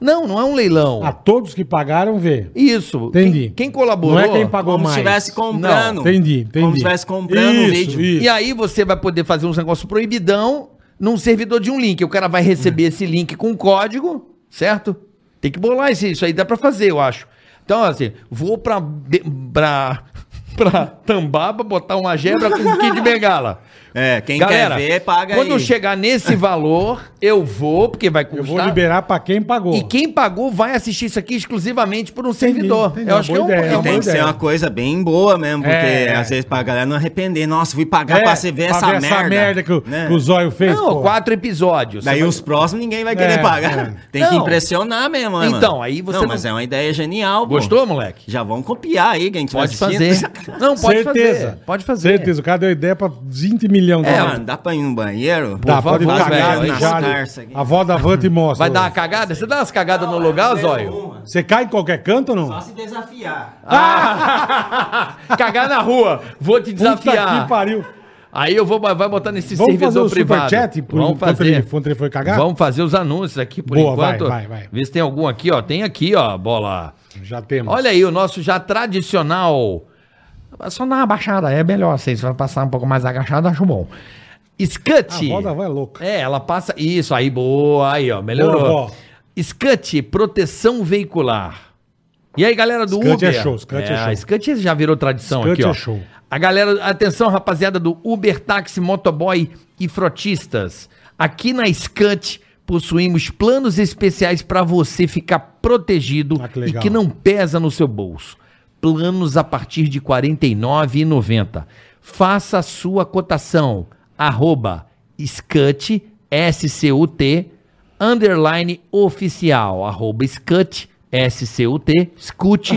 Speaker 2: Não, não é um leilão.
Speaker 3: A todos que pagaram, vê.
Speaker 2: Isso.
Speaker 3: Entendi.
Speaker 2: Quem, quem colaborou.
Speaker 3: Não é quem pagou
Speaker 4: Como
Speaker 3: mais.
Speaker 4: se estivesse comprando.
Speaker 3: Entendi, entendi.
Speaker 4: Como se estivesse comprando o
Speaker 3: Isso,
Speaker 4: vídeo.
Speaker 3: isso.
Speaker 2: E aí você vai poder fazer uns negócios proibidão num servidor de um link. O cara vai receber
Speaker 3: É.
Speaker 2: esse link com código, certo? Tem que bolar isso, isso aí dá pra fazer, eu acho. Então, assim, vou pra, Be- pra, pra Tambaba botar uma gebra com um kit de bengala.
Speaker 4: É, quem quer ver, paga
Speaker 2: quando eu
Speaker 4: aí.
Speaker 2: chegar nesse valor, eu vou, porque vai custar.
Speaker 3: Eu vou liberar pra quem pagou.
Speaker 2: E quem pagou vai assistir isso aqui exclusivamente por um servidor.
Speaker 3: entendi.
Speaker 2: Eu acho que é um,
Speaker 3: Boa ideia,
Speaker 2: é
Speaker 4: E
Speaker 2: uma
Speaker 3: boa
Speaker 4: tem que ser
Speaker 3: ideia.
Speaker 4: uma coisa bem boa mesmo, porque
Speaker 3: É.
Speaker 4: às vezes pra galera não arrepender. Nossa, fui pagar
Speaker 3: É,
Speaker 4: pra você ver
Speaker 3: pra
Speaker 4: essa merda.
Speaker 3: essa merda que, o-
Speaker 4: né?
Speaker 3: que o Zóio fez.
Speaker 2: Não,
Speaker 3: pô.
Speaker 2: quatro episódios.
Speaker 4: Daí os próximos ninguém vai
Speaker 3: É,
Speaker 4: querer pagar.
Speaker 3: é.
Speaker 4: Tem que
Speaker 2: Não.
Speaker 4: impressionar mesmo, né,
Speaker 2: Então,
Speaker 4: mano?
Speaker 2: aí você
Speaker 4: Não,
Speaker 2: não-
Speaker 4: mas é uma ideia genial, pô.
Speaker 2: Gostou, moleque?
Speaker 4: Já vão copiar aí, quem tiver
Speaker 2: Pode fazer.
Speaker 4: assistindo.
Speaker 2: Não, pode
Speaker 3: Certeza.
Speaker 2: fazer. Pode fazer.
Speaker 3: Certeza. O cara deu ideia pra 20 milhões. de
Speaker 4: É,
Speaker 3: dólares.
Speaker 4: mano, dá pra ir no banheiro?
Speaker 3: Dá,
Speaker 2: Por
Speaker 3: pode
Speaker 2: favor,
Speaker 3: cagar,
Speaker 2: velho,
Speaker 3: mijar.
Speaker 4: aí.
Speaker 3: ali. A avó da van te mostra.
Speaker 2: Vai dar uma cagada? Você dá umas cagadas no lugar, Zóio?
Speaker 3: Você cai em qualquer canto ou não?
Speaker 4: se desafiar.
Speaker 2: Cagar na rua. Vou te
Speaker 3: Puta que
Speaker 2: desafiar.
Speaker 3: pariu.
Speaker 2: Aí eu vou vai botar nesse
Speaker 3: Vamos fazer o
Speaker 2: servidor privado.
Speaker 3: superchat por
Speaker 2: Vamos
Speaker 3: enquanto
Speaker 2: fazer.
Speaker 3: ele- enquanto ele foi cagar?
Speaker 2: Vamos fazer os anúncios aqui por
Speaker 3: Boa, vai,
Speaker 2: enquanto.
Speaker 3: vai, vai.
Speaker 2: Vê se tem algum aqui, ó. Tem aqui, ó, bola.
Speaker 3: Já temos.
Speaker 2: Olha aí o nosso já tradicional. Só dá uma baixada, é melhor assim. Você vai passar um pouco mais agachado, acho bom.
Speaker 3: a
Speaker 2: Scut.
Speaker 3: avó da van é louca.
Speaker 2: É, ela passa. Isso, aí, boa, aí, ó, melhorou.
Speaker 3: Boa, vó.
Speaker 2: Scut, proteção veicular. E aí, galera do
Speaker 3: Scut
Speaker 2: Uber.
Speaker 3: é show, Scut é show.
Speaker 2: Scut já virou tradição
Speaker 3: Scut
Speaker 2: aqui,
Speaker 3: é
Speaker 2: ó.
Speaker 3: show.
Speaker 2: A galera, atenção, rapaziada do Uber, táxi, motoboy e frotistas. Aqui na Scut possuímos planos especiais para você ficar protegido
Speaker 3: Ah, que
Speaker 2: e
Speaker 3: legal.
Speaker 2: que não pesa no seu bolso. Planos a partir de R$ 49,90. Faça a sua cotação. Arroba Scut, S-C-U-T, underline oficial. Arroba Scut, S-C-U-T, Scut,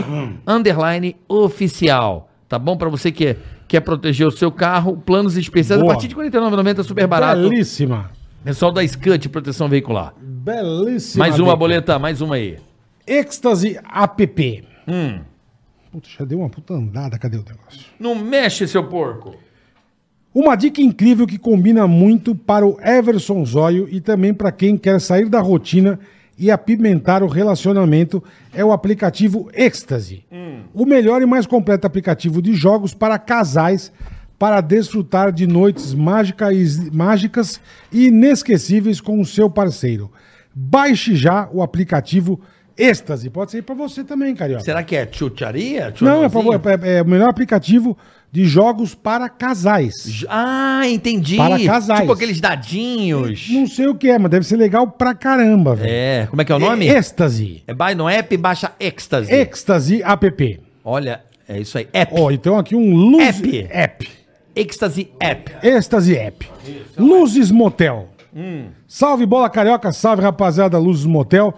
Speaker 2: underline oficial. Tá bom? Pra você que Quer proteger o seu carro? Planos especiais
Speaker 3: Boa.
Speaker 2: a partir de R$ 49,90 super barato.
Speaker 3: Belíssima.
Speaker 2: Pessoal da Scut, proteção veicular.
Speaker 3: Belíssima.
Speaker 2: mais uma
Speaker 3: dica.
Speaker 2: boleta, mais uma aí.
Speaker 3: Ecstasy App.
Speaker 2: Hum.
Speaker 3: Puta, já deu uma puta andada. Cadê o negócio?
Speaker 2: Não mexe, seu porco.
Speaker 3: Uma dica incrível que combina muito para o Everson Zóio e também para quem quer sair da rotina e apimentar o relacionamento é o aplicativo Ecstasy. O melhor e mais completo aplicativo de jogos para casais para desfrutar de noites mágicas, mágicas e inesquecíveis com o seu parceiro. Baixe já o aplicativo Ecstasy. Pode ser para você também, Carioca.
Speaker 2: Será que é chucharia?
Speaker 3: Tá Não, é,
Speaker 2: Churrasquinho?
Speaker 3: favor- é- é o melhor aplicativo de jogos para casais.
Speaker 2: Ah, entendi.
Speaker 3: Para casais.
Speaker 2: Tipo aqueles dadinhos.
Speaker 3: Não sei o que é, mas deve ser legal pra caramba, velho.
Speaker 2: É, como é que é o nome?
Speaker 3: Êxtase.
Speaker 2: É by no app, baixa Ecstasy.
Speaker 3: É. Êxtase app.
Speaker 2: Olha, é isso aí. App.
Speaker 3: Ó, então aqui um luz...
Speaker 2: App.
Speaker 3: App.
Speaker 2: Ecstasy App.
Speaker 3: Êxtase app. Luzes Motel. Salve Bola Carioca, salve rapaziada Luzes Motel.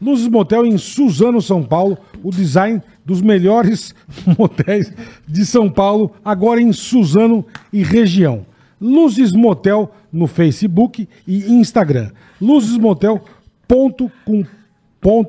Speaker 3: Luzes Motel em Suzano, São Paulo. O design dos melhores motéis de São Paulo, agora em Suzano e região. Luzes Motel no Facebook e Instagram.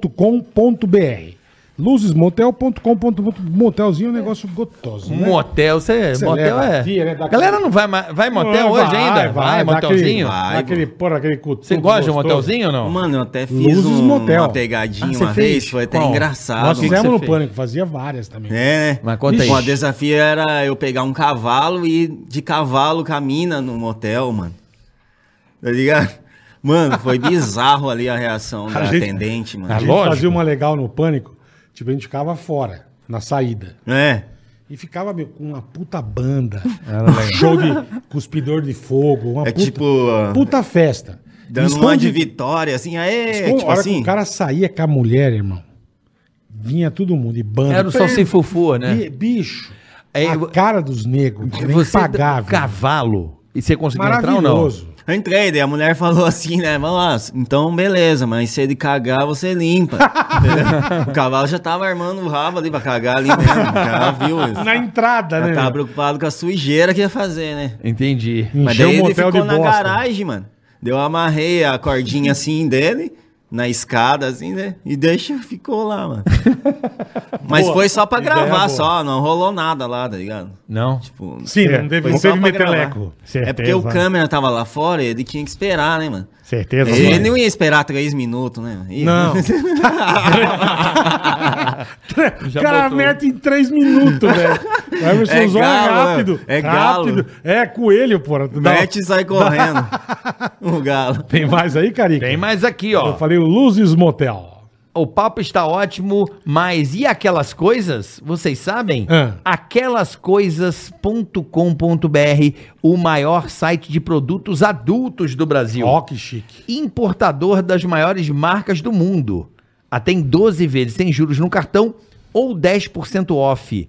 Speaker 3: luzesmotel.com.br luzesmotel.com.br Motelzinho é um negócio gotoso, né?
Speaker 2: Motel, você.
Speaker 3: Cê
Speaker 2: Motel
Speaker 3: leva
Speaker 2: é.
Speaker 3: a tia, né, dá aquele-
Speaker 2: Galera não vai mais. Vai motel hoje ainda? Vai, motelzinho?
Speaker 3: Aquele,
Speaker 4: Vai,
Speaker 3: aquele, porra, aquele cutuco
Speaker 2: Você gosta de um
Speaker 3: gostoso.
Speaker 2: motelzinho ou não?
Speaker 4: Mano, eu até fiz
Speaker 3: Luzes
Speaker 4: um,
Speaker 3: Motel.
Speaker 4: uma pegadinha
Speaker 2: Ah, você
Speaker 4: uma
Speaker 2: fez?
Speaker 4: vez, foi até
Speaker 2: Qual?
Speaker 3: Nós
Speaker 4: engraçado. mano.
Speaker 2: que
Speaker 3: fizemos
Speaker 2: você
Speaker 3: no
Speaker 2: fez?
Speaker 3: Pânico, fazia várias também.
Speaker 4: É, né?
Speaker 2: Mas conta aí.
Speaker 4: Bom, o desafio era eu pegar um cavalo e ir de cavalo com a mina no motel, mano. Tá ligado? Mano, foi bizarro ali a reação da
Speaker 3: A gente- Tá
Speaker 4: atendente, mano.
Speaker 3: A gente
Speaker 2: tá lógico.
Speaker 3: fazia uma legal no Pânico, tipo, a gente ficava fora, na saída.
Speaker 4: É.
Speaker 3: E ficava, meu, com uma puta banda. Um show de cuspidor de fogo, uma
Speaker 4: É
Speaker 3: puta,
Speaker 4: tipo, uh,
Speaker 3: puta festa.
Speaker 4: Dando
Speaker 3: Esconde-
Speaker 4: uma de vitória, assim, aê,
Speaker 3: esconde-
Speaker 4: tipo
Speaker 3: a hora que
Speaker 4: assim.
Speaker 3: o cara saía com a mulher, irmão, vinha todo mundo, e banda.
Speaker 2: Era o salsifufu, né?
Speaker 3: Bi- Bicho,
Speaker 2: É, eu-
Speaker 3: a cara dos negros, era
Speaker 2: Você
Speaker 3: impagável.
Speaker 2: cavalo. E você conseguiu entrar ou não?
Speaker 3: Maravilhoso.
Speaker 4: Eu entrei, daí a mulher falou assim, né? Vamos lá, então beleza, mas se ele cagar, você limpa. Entendeu? o cavalo já tava armando o rabo ali pra cagar ali mesmo. Já viu isso.
Speaker 3: Na entrada,
Speaker 4: Já
Speaker 3: né?
Speaker 4: tava
Speaker 3: meu?
Speaker 4: preocupado com a sujeira que ia fazer, né?
Speaker 2: Entendi.
Speaker 4: Mas
Speaker 3: Encheu
Speaker 4: daí
Speaker 3: o
Speaker 4: ele
Speaker 3: motel
Speaker 4: ficou
Speaker 3: de
Speaker 4: na
Speaker 3: bosta.
Speaker 4: garagem, mano. Daí Eu amarrei a cordinha assim dele, na escada, assim, né? E deixa, ficou lá, mano. Mas
Speaker 3: Boa.
Speaker 4: foi só pra
Speaker 3: Ideia boa.
Speaker 4: gravar, só, não rolou nada lá, tá ligado?
Speaker 2: Não?
Speaker 4: Tipo,
Speaker 3: Sim,
Speaker 5: É,
Speaker 3: não teve,
Speaker 4: foi
Speaker 3: não
Speaker 4: só
Speaker 3: teve
Speaker 4: pra gravar.
Speaker 3: meteleco.
Speaker 5: Certeza.
Speaker 4: É porque o câmera tava lá fora e ele tinha que esperar, né, mano?
Speaker 5: Certeza.
Speaker 4: Ele
Speaker 5: mano.
Speaker 4: não ia esperar três minutos, né? mano? Ih,
Speaker 3: Não.
Speaker 2: Já
Speaker 3: cara
Speaker 2: botou.
Speaker 3: mete em três minutos, velho. Vai ver
Speaker 4: É
Speaker 3: seus olhos é
Speaker 4: galo,
Speaker 3: rápido.
Speaker 4: é galo.
Speaker 3: rápido. É coelho, porra. Tu dá-
Speaker 4: Mete e sai correndo. o galo.
Speaker 3: Tem mais aí, Carica?
Speaker 2: Tem mais aqui,
Speaker 3: Eu
Speaker 2: ó.
Speaker 3: falei o Luzes Motel.
Speaker 2: O papo está ótimo, mas e aquelas coisas? Vocês sabem?
Speaker 3: Ah.
Speaker 2: Aquelascoisas.com.br, o maior site de produtos adultos do Brasil.
Speaker 3: Ó, que chique.
Speaker 2: importador das maiores marcas do mundo. Até em 12 vezes sem juros no cartão ou 10% off.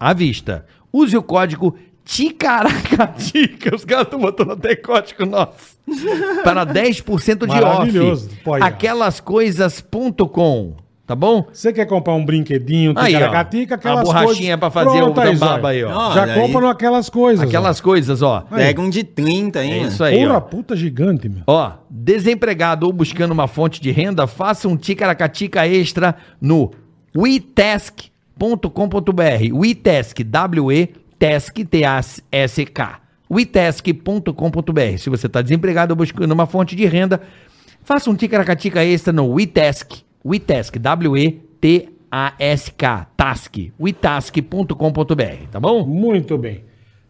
Speaker 2: À vista. Use o código TICARACATICA. Os caras estão botando até código nosso. Para 10% de
Speaker 3: Maravilhoso.
Speaker 2: off.
Speaker 3: Pô, aí, ó.
Speaker 2: Aquelascoisas.com. Tá bom?
Speaker 3: Você quer comprar um brinquedinho,
Speaker 2: Aí, ó.
Speaker 3: ticaracatica, aquelas
Speaker 2: a borrachinha
Speaker 3: coisas-
Speaker 2: pra fazer
Speaker 3: Pronto
Speaker 2: o
Speaker 3: aí,
Speaker 2: tambaba aí,
Speaker 3: Zóio.
Speaker 2: ó.
Speaker 4: Ó,
Speaker 3: Já
Speaker 4: Olha aí.
Speaker 3: compram aquelas coisas.
Speaker 2: Aquelas coisas, ó.
Speaker 4: Pega um de 30 aí,
Speaker 2: É
Speaker 4: mano.
Speaker 2: isso
Speaker 3: ó.
Speaker 2: aí,
Speaker 3: Porra
Speaker 2: ó.
Speaker 3: puta gigante, meu.
Speaker 2: Ó, desempregado ou buscando uma fonte de renda, faça um ticaracatica extra no wetask.com.br. Wetask, W-E, task, T-A-S-K. wetask.com.br. Se você está desempregado ou buscando uma fonte de renda, faça um ticaracatica extra no wetask. Wetask, W-E-T-A-S-K, task, wetask.com.br, tá bom?
Speaker 3: Muito bem.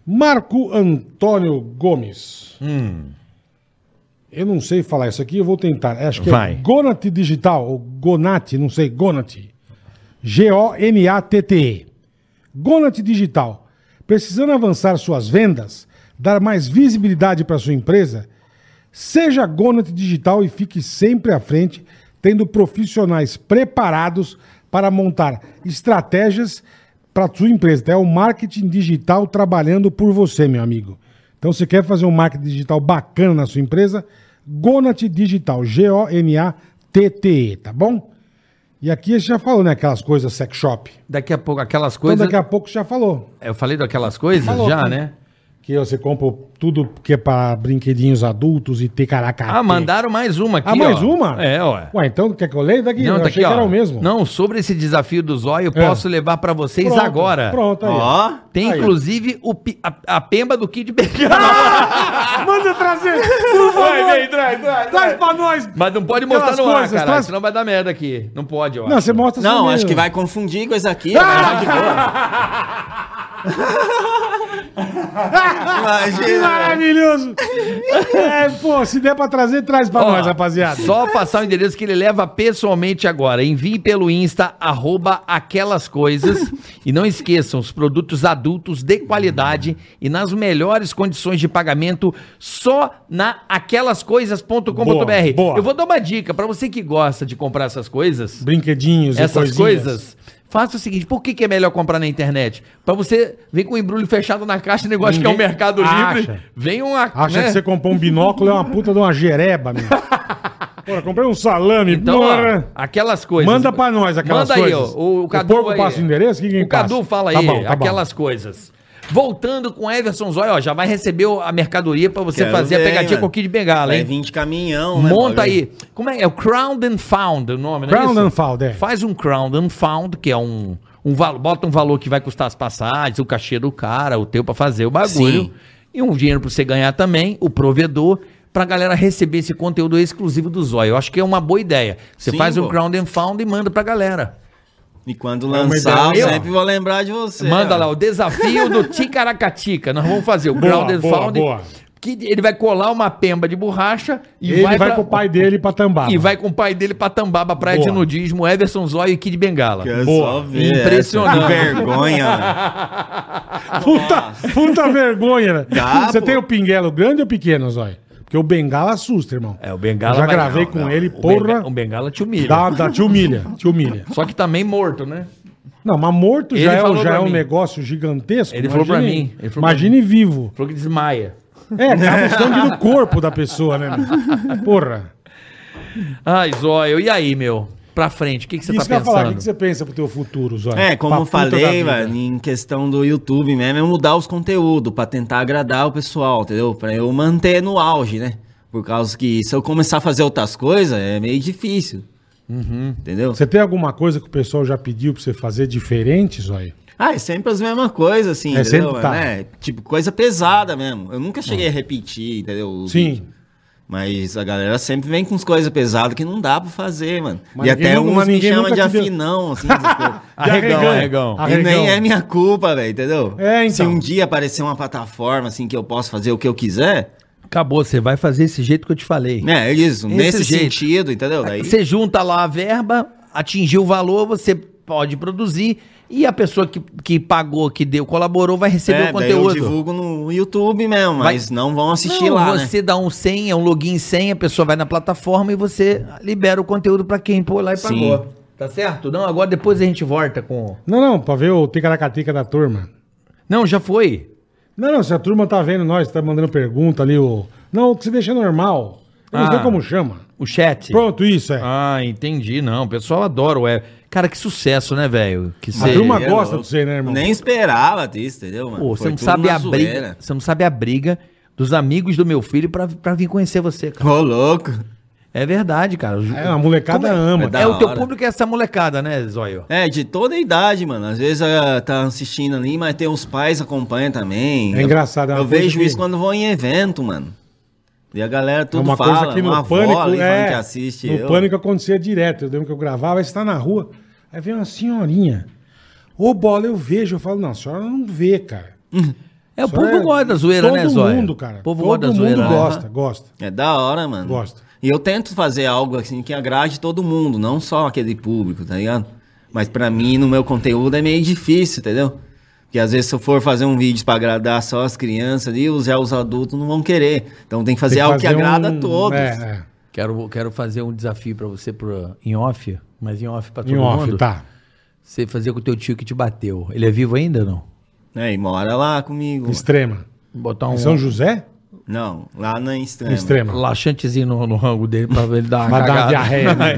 Speaker 3: Marco Antônio Gomes.
Speaker 2: Hum.
Speaker 3: Eu não sei falar isso aqui, eu vou tentar. Acho que
Speaker 2: Vai.
Speaker 3: é Gonat Digital, ou Gonat, não sei, Gonat. G-O-N-A-T-T-E. Gonat Digital. Precisando avançar suas vendas, dar mais visibilidade para sua empresa? Seja Gonat Digital e fique sempre à frente, tendo profissionais preparados para montar estratégias para sua empresa. É o marketing digital trabalhando por você, meu amigo. Então, se quer fazer um marketing digital bacana na sua empresa, Gonat Digital, G-O-N-A-T-T-E, tá bom? E aqui a gente já falou, né? Aquelas coisas sex shop.
Speaker 2: Daqui a pouco, aquelas
Speaker 3: Então
Speaker 2: coisas.
Speaker 3: daqui a pouco já falou.
Speaker 2: Eu falei daquelas coisas
Speaker 3: Falou,
Speaker 2: já,
Speaker 3: sim.
Speaker 2: né?
Speaker 3: Que você compra tudo que é pra brinquedinhos adultos e ter caraca.
Speaker 2: Ah, mandaram mais uma aqui.
Speaker 3: Ah, mais
Speaker 2: ó.
Speaker 3: uma?
Speaker 2: É, ó.
Speaker 3: Ué, então quer que eu leia? Daqui,
Speaker 2: Não,
Speaker 3: eu
Speaker 2: tá
Speaker 3: achei
Speaker 2: aqui, ó.
Speaker 3: que era o mesmo. É.
Speaker 2: Não, sobre esse desafio do zóio, posso levar pra vocês
Speaker 3: Pronto,
Speaker 2: agora.
Speaker 3: Pronto, aí. ó.
Speaker 4: Ó,
Speaker 2: Tem
Speaker 3: Aí. Ah,
Speaker 2: inclusive o pi- a, a pemba do Kid Bengala.
Speaker 3: Manda trazer!
Speaker 5: Vai, vem, traz, traz,
Speaker 3: Traz
Speaker 5: traz.
Speaker 3: pra nós!
Speaker 2: Mas não pode mostrar
Speaker 3: Aquelas
Speaker 2: no ar,
Speaker 3: coisas,
Speaker 2: cara.
Speaker 3: traz-
Speaker 2: Senão vai dar merda aqui. Não pode, ó.
Speaker 3: Não, você mostra só
Speaker 4: não,
Speaker 3: mesmo.
Speaker 4: acho que vai confundir com essa
Speaker 2: Ah!
Speaker 4: aqui. mas vai de boa.
Speaker 3: Que
Speaker 4: Imagina.
Speaker 3: maravilhoso! É, pô, se der pra trazer, traz pra
Speaker 2: Ó,
Speaker 3: nós, rapaziada.
Speaker 2: Só passar o endereço que ele leva pessoalmente agora. Envie pelo Insta, arroba aquelas coisas. e não esqueçam, os produtos adultos de qualidade e nas melhores condições de pagamento só na
Speaker 3: Boa,
Speaker 2: aquelascoisas.com.br.
Speaker 3: boa.
Speaker 2: Eu vou dar uma dica pra você que gosta de comprar essas coisas.
Speaker 3: Brinquedinhos e
Speaker 2: essas
Speaker 3: coisinhas.
Speaker 2: coisas, faça o seguinte: por que, que é melhor comprar na internet? Pra você vir com o embrulho fechado na caixa, o negócio que é o
Speaker 3: Ninguém
Speaker 2: Mercado
Speaker 3: acha.
Speaker 2: Livre. Vem uma.
Speaker 3: Acha
Speaker 2: né?
Speaker 3: que você comprou um binóculo, é uma puta de uma jereba, meu. Porra, comprei um salame,
Speaker 2: Então, ó,
Speaker 3: porra.
Speaker 2: aquelas coisas.
Speaker 3: Manda pra nós aquelas
Speaker 2: Manda
Speaker 3: coisas.
Speaker 2: aí, ó. O,
Speaker 3: O
Speaker 2: o Cadu.
Speaker 3: porco
Speaker 2: aí.
Speaker 3: passa o endereço? Quem- quem
Speaker 2: o Cadu
Speaker 3: passa?
Speaker 2: fala aí,
Speaker 3: Tá bom, tá bom.
Speaker 2: aquelas coisas. Voltando com Everson Zóio, ó, já vai receber o- a mercadoria pra você
Speaker 4: Quero
Speaker 2: fazer a
Speaker 4: ver,
Speaker 2: pegadinha
Speaker 4: mano.
Speaker 2: com o Kid Bengala,
Speaker 4: Vai
Speaker 2: hein?
Speaker 4: vir de caminhão,
Speaker 3: é
Speaker 4: né,
Speaker 2: Monta
Speaker 4: bagulho?
Speaker 2: aí. Como é? É o Crown and Found o nome, não é
Speaker 3: Crown
Speaker 2: isso?
Speaker 3: and Found, é.
Speaker 2: Faz um Crown and Found, que é um... um valo, bota um valor que vai custar as passagens, o cachê do cara, o teu pra fazer o bagulho.
Speaker 4: Sim.
Speaker 2: E um dinheiro pra você ganhar também, o provedor, pra galera receber esse conteúdo exclusivo do Zóio. Eu acho que é uma boa ideia. Você
Speaker 4: Sim,
Speaker 2: faz um
Speaker 4: pô.
Speaker 2: Crown and Found e manda pra galera.
Speaker 4: E quando
Speaker 3: É uma
Speaker 4: lançar,
Speaker 3: ideia.
Speaker 4: eu sempre vou lembrar de
Speaker 3: É.
Speaker 4: você.
Speaker 2: Manda
Speaker 4: ó.
Speaker 2: lá, o desafio do Ticaracatica. Nós vamos fazer o
Speaker 3: Boa,
Speaker 2: Ground and
Speaker 3: boa,
Speaker 2: Found.
Speaker 3: boa.
Speaker 2: Que ele vai colar uma pemba de borracha e
Speaker 3: Ele vai,
Speaker 2: pra-
Speaker 3: com o pai dele pra tambar.
Speaker 2: E vai com o pai dele pra Tambaba, Praia
Speaker 3: Ah, Boa.
Speaker 2: de Nudismo, Everson Zóio e Kid Bengala.
Speaker 4: Quero
Speaker 3: Boa.
Speaker 4: só ver essa.
Speaker 2: Impressionante.
Speaker 4: Que vergonha. mano.
Speaker 3: Puta, puta vergonha, né?
Speaker 4: Dá,
Speaker 3: Você
Speaker 4: pô.
Speaker 3: tem o pinguelo grande ou pequeno, Zói? Porque o bengala assusta, irmão.
Speaker 2: É, o Bengala.
Speaker 3: Eu já
Speaker 2: vai-
Speaker 3: gravei
Speaker 2: não,
Speaker 3: com
Speaker 2: não.
Speaker 3: ele,
Speaker 2: o
Speaker 3: porra.
Speaker 2: Benga- O Bengala é um te humilha.
Speaker 3: Dá, dá, te humilha, te humilha.
Speaker 2: Só que também morto, né?
Speaker 3: Não, mas morto
Speaker 2: Ele
Speaker 3: já é,
Speaker 2: falou
Speaker 3: já
Speaker 2: pra
Speaker 3: é um
Speaker 2: mim.
Speaker 3: negócio gigantesco.
Speaker 2: Ele falou pra mim, ele falou pra
Speaker 3: imagine vivo.
Speaker 2: Falou que desmaia.
Speaker 3: É, acaba o sangue do corpo da pessoa, né? meu? Porra.
Speaker 2: Ai, Zóio, e aí, meu? Pra frente, o que, que você
Speaker 3: Isso que eu
Speaker 2: tá
Speaker 3: ia falar, o que
Speaker 2: pensando?
Speaker 3: que você pensa pro teu futuro, Zói?
Speaker 4: É, como
Speaker 3: Pra
Speaker 4: eu
Speaker 3: puta da
Speaker 4: falei,
Speaker 3: vida.
Speaker 4: mano, em questão do YouTube mesmo, é mudar os conteúdos pra tentar agradar o pessoal, entendeu? Pra eu manter no auge, né? Por causa que se eu começar a fazer outras coisas, é meio difícil.
Speaker 2: Uhum.
Speaker 4: Entendeu?
Speaker 3: Você tem alguma coisa que o pessoal já pediu pra você fazer diferente, Zói?
Speaker 4: Ah, é sempre as mesmas coisas, assim,
Speaker 3: É,
Speaker 4: entendeu?
Speaker 3: sempre tá. É.
Speaker 4: né? Tipo, coisa pesada mesmo. Eu nunca cheguei a repetir, entendeu? o
Speaker 3: Sim.
Speaker 4: vídeo. Mas a galera sempre vem com as coisas pesadas que não dá pra fazer, mano.
Speaker 3: Mas
Speaker 4: e
Speaker 3: ninguém
Speaker 4: até
Speaker 3: nunca-
Speaker 4: uns
Speaker 3: mas
Speaker 4: me
Speaker 3: ninguém
Speaker 4: chamam
Speaker 3: nunca
Speaker 4: de
Speaker 3: te deu-
Speaker 4: afinão, assim, essas coisas.
Speaker 2: Arregão,
Speaker 3: Arregão.
Speaker 2: arregão.
Speaker 4: E
Speaker 3: Arregão.
Speaker 4: nem é minha culpa, velho, entendeu?
Speaker 3: É, então.
Speaker 4: Se um dia aparecer uma plataforma assim que eu posso fazer o que eu quiser,
Speaker 2: Acabou, você vai fazer esse jeito que eu te falei.
Speaker 4: né? É isso,
Speaker 2: Esse
Speaker 4: nesse
Speaker 2: jeito.
Speaker 4: sentido, entendeu? Daí,
Speaker 2: Você junta lá a verba, atingiu o valor, você pode produzir e a pessoa que, que pagou, que deu, colaborou, vai receber
Speaker 4: é,
Speaker 2: o
Speaker 4: daí eu
Speaker 2: conteúdo.
Speaker 4: divulgo no YouTube mesmo,
Speaker 2: Vai-
Speaker 4: mas não vão assistir
Speaker 2: Não,
Speaker 4: lá, né?
Speaker 2: você dá um senha, um login senha, a pessoa vai na plataforma e você libera o conteúdo pra quem pô lá e
Speaker 4: Sim.
Speaker 2: pagou. Tá certo? Não, agora depois a gente volta com.
Speaker 3: Não, não, pra ver o ticaracateca da turma.
Speaker 2: Não, já foi.
Speaker 3: Não, não, se a turma tá vendo nós, tá mandando pergunta ali, o... Não, o que você deixa normal. Eu não
Speaker 2: Ah.
Speaker 3: sei como chama.
Speaker 2: O chat.
Speaker 3: Pronto, isso, é.
Speaker 2: Ah, entendi. Não, o pessoal adora o web. Cara, que sucesso, né, velho? Que
Speaker 3: A
Speaker 2: você.
Speaker 3: turma
Speaker 4: É
Speaker 3: gosta
Speaker 4: louco.
Speaker 3: de você, né, irmão?
Speaker 4: Nem esperava disso, entendeu, mano?
Speaker 2: Pô, você
Speaker 4: Foi
Speaker 2: não
Speaker 4: tudo
Speaker 2: sabe
Speaker 4: na
Speaker 2: a briga.
Speaker 4: zoeira.
Speaker 2: Você não sabe a briga dos amigos do meu filho pra, pra vir conhecer você, cara.
Speaker 4: Ô, louco.
Speaker 2: É verdade, cara.
Speaker 3: É, a molecada
Speaker 2: Como
Speaker 3: ama.
Speaker 2: É,
Speaker 4: Da
Speaker 2: o teu
Speaker 4: hora.
Speaker 2: público é essa molecada, né, Zóio?
Speaker 4: É, de toda a idade, mano. Às vezes ah, tá assistindo ali, mas tem os pais acompanham também.
Speaker 3: É engraçado, é
Speaker 4: Eu,
Speaker 3: uma
Speaker 4: eu
Speaker 3: coisa
Speaker 4: vejo
Speaker 3: que-
Speaker 4: isso quando vou em evento, mano. E a galera
Speaker 3: É
Speaker 4: tudo
Speaker 3: uma
Speaker 4: fala,
Speaker 3: coisa que no
Speaker 4: uma avó
Speaker 3: pânico,
Speaker 4: ali falando
Speaker 3: é,
Speaker 4: que assiste
Speaker 3: no
Speaker 4: eu.
Speaker 3: pânico acontecia direto. Eu lembro que eu gravava, aí você tá na rua, aí vem uma senhorinha. Ô, bola, eu vejo. Eu falo, não, a senhora não vê, cara.
Speaker 2: É, o
Speaker 3: Só
Speaker 2: povo
Speaker 3: é-
Speaker 2: gosta da zoeira,
Speaker 3: todo
Speaker 2: né, Zóio?
Speaker 3: mundo, cara.
Speaker 2: O povo
Speaker 3: todo
Speaker 2: gosta da
Speaker 3: mundo
Speaker 2: zoeira. né?
Speaker 3: gosta, gosta.
Speaker 4: É da hora, mano.
Speaker 3: Gosto.
Speaker 4: E eu tento fazer algo assim que agrade todo mundo, não só aquele público, tá ligado? Mas pra mim, no meu conteúdo, é meio difícil, entendeu? Porque às vezes se eu for fazer um vídeo pra agradar só as crianças ali, os, já os adultos não vão querer. Então tem que fazer
Speaker 3: Tem
Speaker 4: algo que agrada
Speaker 3: um-
Speaker 4: a todos.
Speaker 3: É,
Speaker 2: Quero, quero fazer um desafio pra você pro, em off, mas em off pra
Speaker 3: é.
Speaker 2: todo
Speaker 3: Em off,
Speaker 2: mundo.
Speaker 3: tá.
Speaker 2: Você fazer com o teu tio que te bateu. Ele é vivo ainda ou não?
Speaker 4: É, e mora lá comigo.
Speaker 3: Extrema.
Speaker 2: Botar um
Speaker 3: Em São José?
Speaker 4: Não, lá na Extrema.
Speaker 3: Extrema.
Speaker 2: laxantezinho no, no rango dele pra ele dar uma
Speaker 3: Vai dar uma
Speaker 2: É, cagada.
Speaker 3: diarreia. né?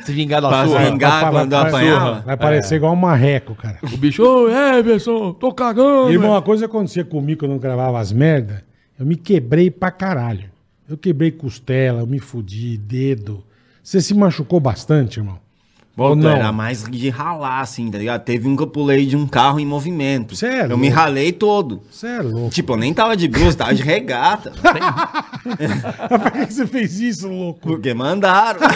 Speaker 2: Se vingar da
Speaker 4: Pra
Speaker 2: sua.
Speaker 4: vingar. Vingar quando É. apanhava?
Speaker 3: Vai parecer igual um marreco, cara.
Speaker 2: O bicho, ô, Everson, tô cagando.
Speaker 3: Irmão, uma coisa que acontecia comigo quando eu gravava as merda, eu me quebrei pra caralho. Eu quebrei costela, eu me fudi, dedo. Você se machucou bastante, irmão?
Speaker 4: Pô,
Speaker 3: não?
Speaker 4: Era mais de ralar, assim, tá ligado? Teve um que eu pulei de um carro em movimento.
Speaker 3: Cê é
Speaker 4: Eu me
Speaker 3: louco.
Speaker 4: ralei todo.
Speaker 3: Você é louco.
Speaker 4: Tipo, eu nem tava de blusa, tava de regata.
Speaker 3: Por que que você fez isso, louco?
Speaker 4: Porque mandaram.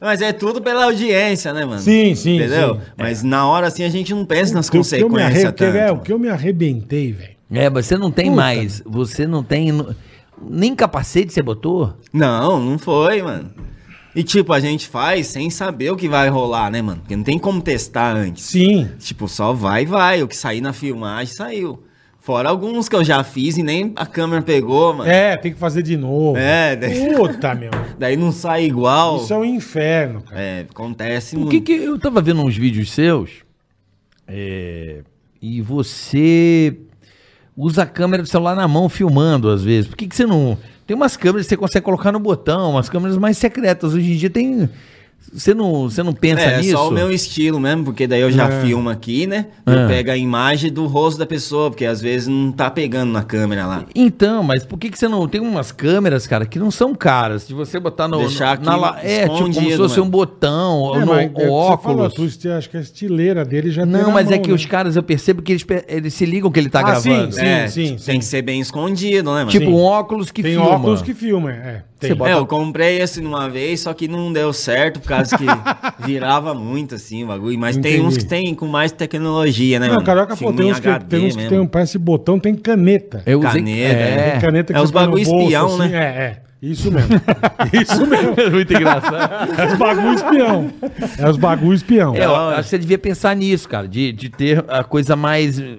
Speaker 4: Mas é tudo pela audiência, né, mano?
Speaker 3: Sim, sim,
Speaker 4: Entendeu?
Speaker 3: sim.
Speaker 4: Mas na hora, assim, a gente não pensa nas
Speaker 3: O que eu me arre-
Speaker 4: consequências
Speaker 3: que- é, o
Speaker 4: tanto.
Speaker 3: que eu me arrebentei, velho.
Speaker 2: É, mas você não tem
Speaker 3: Puta,
Speaker 2: mais. Você não tem. Nem capacete você botou?
Speaker 4: Não, não foi, mano. E, tipo, a gente faz sem saber o que vai rolar, né, mano? Porque não tem como testar antes.
Speaker 3: Sim.
Speaker 4: Tipo, só vai, vai. O que sair na filmagem, saiu. Fora alguns que eu já fiz e nem a câmera pegou, mano.
Speaker 3: É, tem que fazer de novo.
Speaker 4: É, daí-
Speaker 3: Puta, meu.
Speaker 4: Daí não sai igual.
Speaker 3: Isso é um inferno, cara.
Speaker 4: É, acontece
Speaker 2: Por
Speaker 4: muito.
Speaker 2: que que eu tava vendo uns vídeos seus é, e você usa a câmera do celular na mão filmando às vezes? Por que que você não... Tem umas câmeras que você consegue colocar no botão, umas câmeras mais secretas. Hoje em dia tem... Você não, você não pensa
Speaker 4: É,
Speaker 2: nisso?
Speaker 4: é só o meu estilo mesmo, porque daí eu já
Speaker 3: É.
Speaker 4: filmo aqui, né?
Speaker 2: É.
Speaker 4: Eu pego a imagem do rosto da pessoa, porque às vezes não tá pegando na câmera lá.
Speaker 2: Então, mas por que que você não... Tem umas câmeras, cara, que não são caras. De você botar no...
Speaker 4: Deixar
Speaker 2: no- na
Speaker 4: aqui
Speaker 2: la- É, tipo, como se
Speaker 4: escondido,
Speaker 2: fosse
Speaker 4: mano.
Speaker 2: um botão, ou
Speaker 3: É,
Speaker 2: no,
Speaker 3: mas é o que
Speaker 2: ou
Speaker 3: Você falou, a
Speaker 2: óculos.
Speaker 3: tua esti- acho que a estileira dele já tem
Speaker 2: não,
Speaker 3: na
Speaker 2: mas é
Speaker 3: mão,
Speaker 2: que
Speaker 3: né?
Speaker 2: os caras, eu percebo que eles, pe- eles se ligam que ele tá
Speaker 3: Ah, sim,
Speaker 2: gravando.
Speaker 3: sim.
Speaker 4: é, tem
Speaker 3: sim.
Speaker 4: que ser bem escondido, né, mano?
Speaker 2: Tipo,
Speaker 3: Sim.
Speaker 2: um óculos que
Speaker 3: Tem
Speaker 2: filma.
Speaker 3: óculos que filma, é. Tem.
Speaker 2: Você bota-
Speaker 4: É, eu comprei esse numa vez, só que não deu certo, por causa que virava muito, assim, o bagulho. Mas tem
Speaker 3: Entendi.
Speaker 4: uns que tem com mais tecnologia, né,
Speaker 3: Não,
Speaker 4: mano?
Speaker 3: Carioca
Speaker 4: Filme
Speaker 3: falou, tem
Speaker 4: em
Speaker 3: uns que, tem uns que
Speaker 4: HD
Speaker 3: tem um
Speaker 4: mesmo.
Speaker 3: parece botão, tem caneta.
Speaker 2: Eu usei...
Speaker 4: Caneta,
Speaker 2: é.
Speaker 3: Tem caneta
Speaker 4: É
Speaker 3: você
Speaker 4: os
Speaker 3: põe no
Speaker 4: bagulho
Speaker 3: bolso,
Speaker 4: espião,
Speaker 3: assim,
Speaker 4: né?
Speaker 3: É, é. Isso mesmo. Isso mesmo.
Speaker 5: é
Speaker 2: Muito engraçado.
Speaker 3: É os bagulho espião. É os bagulho espião.
Speaker 2: É, eu acho que você devia pensar nisso, cara, de, de ter a coisa mais eh,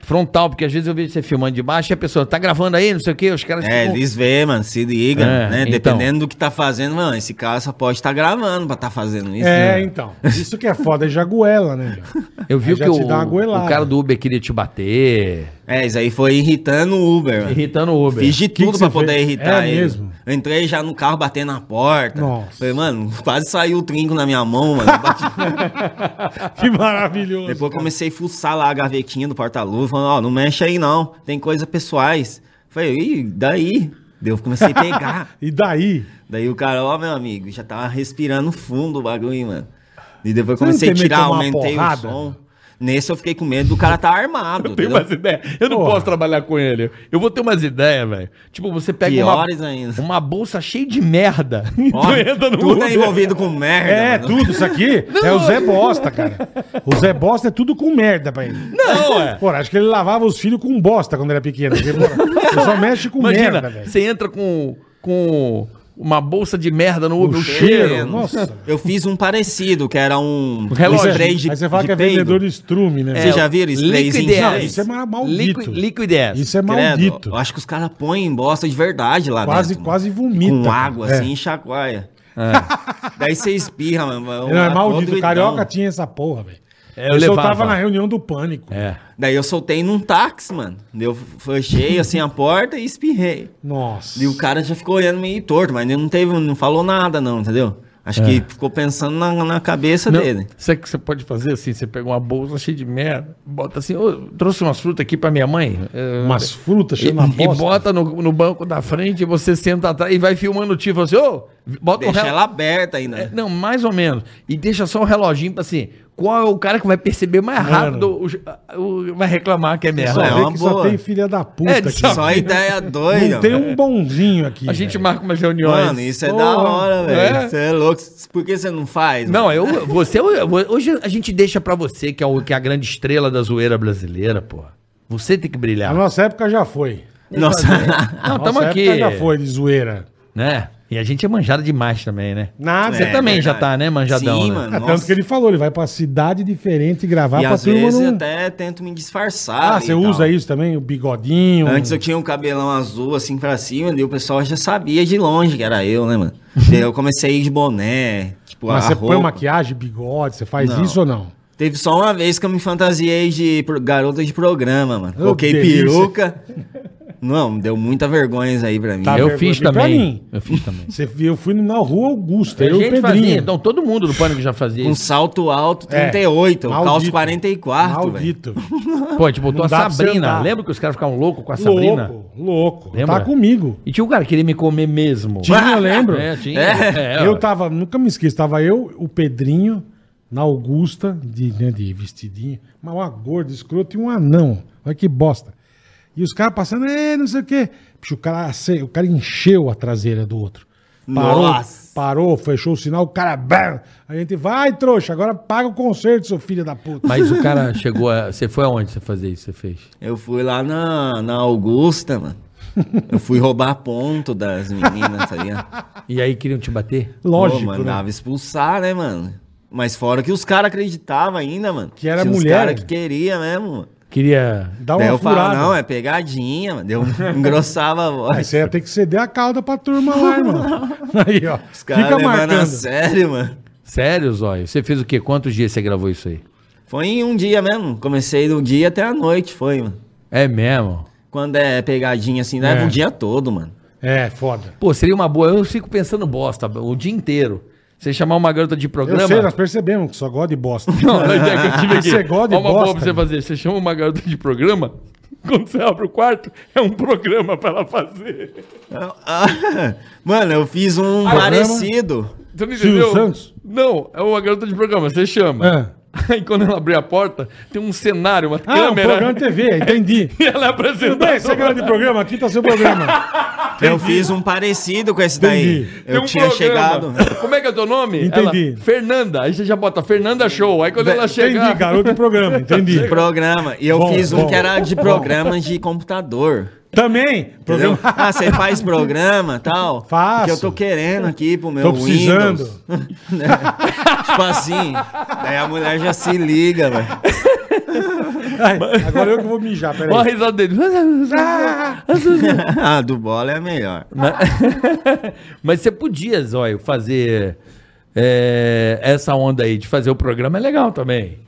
Speaker 2: frontal, porque às vezes eu vejo você filmando de baixo e a pessoa tá gravando aí, não sei o quê, os caras
Speaker 4: É,
Speaker 2: ficam-
Speaker 4: eles vê, mano, se liga,
Speaker 2: É,
Speaker 4: né?
Speaker 2: então.
Speaker 4: Dependendo do que tá fazendo, mano, esse cara só pode estar gravando pra tá fazendo isso.
Speaker 3: É,
Speaker 4: né?
Speaker 3: então. Isso que é foda, é jaguela, né? meu?
Speaker 2: Eu vi
Speaker 3: Aí já
Speaker 2: que o,
Speaker 3: te dá uma goelada.
Speaker 2: o cara do Uber queria te bater,
Speaker 4: É, isso aí foi irritando o Uber, mano.
Speaker 2: irritando o Uber.
Speaker 4: Fiz de
Speaker 3: Que que
Speaker 4: tudo pra
Speaker 3: você
Speaker 4: poder
Speaker 3: fez?
Speaker 4: irritar
Speaker 3: É
Speaker 4: ele.
Speaker 3: mesmo?
Speaker 4: Eu entrei já no carro batendo na porta.
Speaker 3: Nossa.
Speaker 4: Falei, mano, quase saiu o trinco na minha mão, mano. Eu bati-
Speaker 3: Que maravilhoso.
Speaker 4: Depois eu comecei a fuçar lá a gavetinha do porta-luva, falando, ó, não mexe aí não, tem coisas pessoais. Falei, e daí? Daí eu comecei a pegar.
Speaker 3: E daí?
Speaker 4: daí o cara, ó, meu amigo, já tava respirando fundo o bagulho, mano. E depois
Speaker 3: Você
Speaker 4: eu
Speaker 3: não
Speaker 4: comecei a
Speaker 3: tem medo de
Speaker 4: tirar,
Speaker 3: tomar uma
Speaker 4: aumentei o
Speaker 3: porrada?
Speaker 4: som. Nesse eu fiquei com medo do cara tá armado,
Speaker 5: Tem
Speaker 4: entendeu?
Speaker 5: umas ideias. Eu não
Speaker 3: Porra.
Speaker 5: posso trabalhar com ele. Eu vou ter umas ideias, velho. Tipo, você pega uma,
Speaker 4: Piores ainda.
Speaker 2: Uma bolsa cheia de merda. E tu
Speaker 4: Ó,
Speaker 5: entra no
Speaker 4: tudo
Speaker 5: Uber.
Speaker 4: é envolvido com merda,
Speaker 3: É,
Speaker 4: mano.
Speaker 3: tudo isso aqui é o Zé Bosta, cara. O Zé Bosta é tudo com merda pra ele.
Speaker 5: Não, é.
Speaker 3: Porra, acho que ele lavava os filhos com bosta quando era pequeno. porque, porra, Ele só mexe com
Speaker 2: Imagina,
Speaker 3: merda, velho.
Speaker 2: você entra com, com uma bolsa de merda no
Speaker 3: O
Speaker 2: Uber.
Speaker 3: cheiro,
Speaker 4: Menos.
Speaker 3: nossa.
Speaker 4: Eu fiz um parecido, que era um,
Speaker 2: relógio.
Speaker 4: um spray de
Speaker 3: Aí você fala
Speaker 4: de
Speaker 3: que é
Speaker 4: peido. É,
Speaker 3: vendedor de estrume, né?
Speaker 4: Vocês já viram sprayzinho?
Speaker 2: Liquid
Speaker 3: Não, isso é ma- maldito.
Speaker 2: Liquid, Liquid Ass.
Speaker 3: Isso é
Speaker 4: Credo,
Speaker 3: maldito.
Speaker 4: eu acho que os caras põem bosta de verdade lá
Speaker 3: Quase-
Speaker 4: dentro. mano.
Speaker 3: quase vomita,
Speaker 4: Com
Speaker 3: cara.
Speaker 4: água,
Speaker 3: É.
Speaker 4: assim, e chacoalha. Daí você espirra, mano.
Speaker 3: Não, é maldito. O
Speaker 4: então.
Speaker 3: carioca tinha essa porra, velho.
Speaker 2: É, eu
Speaker 3: Isso
Speaker 2: levava.
Speaker 3: tava na reunião do pânico.
Speaker 2: É.
Speaker 4: Daí eu soltei num táxi, mano. Daí Eu fechei, assim, a porta e espirrei.
Speaker 3: Nossa.
Speaker 4: E o cara já ficou olhando meio torto, mas ele não teve, não falou nada não, entendeu? Acho
Speaker 3: É.
Speaker 4: que ficou pensando na, na cabeça dele.
Speaker 2: Sabe o que você pode fazer assim? Você pega uma bolsa cheia de merda, bota assim, "Ô, trouxe umas frutas aqui pra minha mãe. eh,
Speaker 3: Umas frutas
Speaker 2: e,
Speaker 3: cheias na
Speaker 2: e
Speaker 3: bosta.
Speaker 2: bota no, no banco da frente, e você senta atrás e vai filmando o tio. Fala assim, ô, bota um
Speaker 4: Deixa
Speaker 2: rel-
Speaker 4: ela aberta ainda.
Speaker 2: É, Não, mais ou menos. E deixa só o reloginho pra assim, qual é o cara que vai perceber mais rápido, o, o- vai reclamar que é
Speaker 3: Só
Speaker 2: merda.
Speaker 4: É
Speaker 3: vê
Speaker 4: uma
Speaker 3: que só
Speaker 4: boa.
Speaker 3: tem filha da puta
Speaker 2: É,
Speaker 3: aqui.
Speaker 2: só-
Speaker 4: Só ideia doida.
Speaker 3: Não tem
Speaker 4: mano.
Speaker 3: um bonzinho aqui.
Speaker 2: A gente
Speaker 3: velho.
Speaker 2: marca umas reuniões.
Speaker 4: Mano, isso é
Speaker 2: Porra.
Speaker 4: da hora,
Speaker 2: É?
Speaker 4: velho. Você é? louco. Por que você não faz?
Speaker 2: Não,
Speaker 4: mano?
Speaker 2: eu, você, eu- hoje a gente deixa pra você, que é, o, que é a grande estrela da zoeira brasileira, porra. Você tem que brilhar.
Speaker 3: A nossa época já foi.
Speaker 4: Nossa.
Speaker 2: Não,
Speaker 3: A
Speaker 2: tamo
Speaker 3: nossa é
Speaker 2: aqui.
Speaker 3: época já foi de zoeira.
Speaker 2: Né? E a gente é manjado demais também, né?
Speaker 3: Nada.
Speaker 2: Você
Speaker 4: É,
Speaker 2: também já
Speaker 4: verdade.
Speaker 2: tá, né, manjadão?
Speaker 4: Sim,
Speaker 2: né?
Speaker 4: mano.
Speaker 3: É, tanto
Speaker 4: nossa.
Speaker 3: que ele falou, ele vai pra cidade diferente gravar
Speaker 4: E
Speaker 3: pra
Speaker 4: às vezes eu
Speaker 3: não-
Speaker 4: até tento me disfarçar.
Speaker 3: Ah,
Speaker 4: ali
Speaker 3: você
Speaker 4: e tal.
Speaker 3: usa isso também? O bigodinho?
Speaker 4: Antes eu tinha um cabelão azul assim pra cima, e o pessoal já sabia de longe que era eu, né, mano? Daí eu comecei a ir de boné, tipo,
Speaker 3: Mas
Speaker 4: a
Speaker 3: você põe
Speaker 4: roupa.
Speaker 3: maquiagem, bigode, você faz
Speaker 4: Não.
Speaker 3: isso ou não?
Speaker 4: Teve só uma vez que eu me fantasiei de pro- garota de programa, mano.
Speaker 3: Ô,
Speaker 4: Coloquei
Speaker 3: delícia.
Speaker 4: peruca. Não, deu muita vergonha isso aí pra mim.
Speaker 3: Tá.
Speaker 2: eu
Speaker 3: vergonha
Speaker 2: fiz
Speaker 3: pra
Speaker 2: também.
Speaker 3: mim.
Speaker 2: Eu fiz também.
Speaker 3: Você- eu fui na rua Augusta,
Speaker 2: A
Speaker 3: eu e o
Speaker 2: gente fazia,
Speaker 3: Pedrinho.
Speaker 2: então todo mundo do Pânico já fazia
Speaker 4: Um
Speaker 2: isso.
Speaker 4: salto alto,
Speaker 3: É,
Speaker 4: 38, um calço
Speaker 3: maldito.
Speaker 4: 44, velho.
Speaker 3: Maldito.
Speaker 2: Pô, a gente botou
Speaker 3: Não
Speaker 2: a
Speaker 3: dá pra
Speaker 2: Sabrina.
Speaker 3: sentar.
Speaker 2: Lembra que os caras ficavam loucos com a Sabrina?
Speaker 3: louco, louco.
Speaker 2: Lembra?
Speaker 3: Tá comigo.
Speaker 2: E tinha um cara que queria me comer mesmo.
Speaker 3: Tinha, eu lembro.
Speaker 2: É, tinha.
Speaker 4: É.
Speaker 2: É,
Speaker 3: eu
Speaker 2: ué.
Speaker 3: tava, nunca me esqueço, tava eu, o Pedrinho, na Augusta, de, né, de vestidinho, mas uma gorda, escroto e um anão. Olha que bosta. E os caras passando, é, não sei o quê. Puxa, o, cara, ace- o cara encheu a traseira do outro. Parou,
Speaker 4: Nossa.
Speaker 3: parou, fechou o sinal, o cara. bam! A gente vai, trouxa, agora paga o concerto, seu filho da puta.
Speaker 2: Mas o cara chegou a. Você foi aonde você fazer isso? Você fez?
Speaker 4: Eu fui lá na, na Augusta, mano. Eu fui roubar ponto das meninas, sabia?
Speaker 2: E aí queriam te bater?
Speaker 3: Lógico,
Speaker 4: Pô,
Speaker 3: né?
Speaker 4: mandava expulsar, né, mano? Mas fora que os caras acreditavam ainda, mano.
Speaker 3: Que era
Speaker 4: Tinha
Speaker 3: mulher.
Speaker 4: Os caras que queria mesmo. mano.
Speaker 2: Queria.
Speaker 3: Dá
Speaker 4: Daí
Speaker 3: uma
Speaker 4: eu falava,
Speaker 3: furada.
Speaker 4: não, é pegadinha, mano. Deu, engrossava a
Speaker 3: Aí
Speaker 4: voz.
Speaker 3: você ia ter que ceder a calda pra turma lá, irmão. Aí, ó.
Speaker 4: Os caras
Speaker 3: Fica
Speaker 4: levando a
Speaker 3: marcando.
Speaker 4: sério, mano.
Speaker 2: Sério, Zóio? Você fez o quê? Quantos dias você gravou isso aí?
Speaker 4: Foi em um dia mesmo. Comecei do dia até a noite, foi, mano.
Speaker 2: É mesmo?
Speaker 4: Quando é pegadinha assim, leva
Speaker 3: É.
Speaker 4: o dia todo, mano.
Speaker 3: É, foda.
Speaker 2: Pô, seria uma boa. Eu fico pensando bosta o dia inteiro. Você chamar uma garota de
Speaker 3: Eu
Speaker 2: programa.
Speaker 3: sei, nós percebemos que só gosta de bosta. Ah,
Speaker 2: Não, é que eu tive aqui.
Speaker 3: Você gosta de
Speaker 2: Ó uma boa
Speaker 3: bosta, né?
Speaker 2: pra você fazer. Você chama uma garota de programa, quando você abre o quarto, é um programa pra ela fazer.
Speaker 4: Ah, mano, eu fiz um
Speaker 3: Ah,
Speaker 4: parecido.
Speaker 2: Você não
Speaker 3: Silvio
Speaker 2: entendeu?
Speaker 3: Santos?
Speaker 2: Não, é uma garota de programa, você chama.
Speaker 3: É.
Speaker 2: Aí quando ela abrir a porta, tem um cenário, uma
Speaker 3: Ah, um
Speaker 2: câmera.
Speaker 3: programa de TV, entendi.
Speaker 2: E ela
Speaker 3: Tudo bem, você é
Speaker 2: apresenta.
Speaker 3: grande programa, aqui tá seu programa.
Speaker 4: Eu fiz um parecido com esse daí.
Speaker 3: Entendi. um
Speaker 4: Eu tinha chegado.
Speaker 2: um Como é que é o teu nome?
Speaker 3: Entendi.
Speaker 2: Ela, Fernanda. Aí você já bota Fernanda Show. Aí quando ela chegar.
Speaker 3: Entendi, garoto de programa, entendi.
Speaker 4: Programa. E eu
Speaker 3: Bom,
Speaker 4: fiz um
Speaker 3: bom.
Speaker 4: que era de programa de computador.
Speaker 3: Também,
Speaker 4: Entendeu?
Speaker 3: programa.
Speaker 4: Ah, você faz programa tal?
Speaker 3: Faço.
Speaker 4: Que eu tô querendo aqui pro meu
Speaker 3: Tô precisando.
Speaker 4: Windows. Né? tipo assim. Daí a mulher já se liga, velho.
Speaker 3: Ai, agora eu que vou mijar,
Speaker 2: Olha a
Speaker 3: peraí.
Speaker 2: risada dele.
Speaker 4: ah, do bola é a melhor.
Speaker 2: Mas você podia, Zóio, fazer é, essa onda aí de fazer o programa é legal também.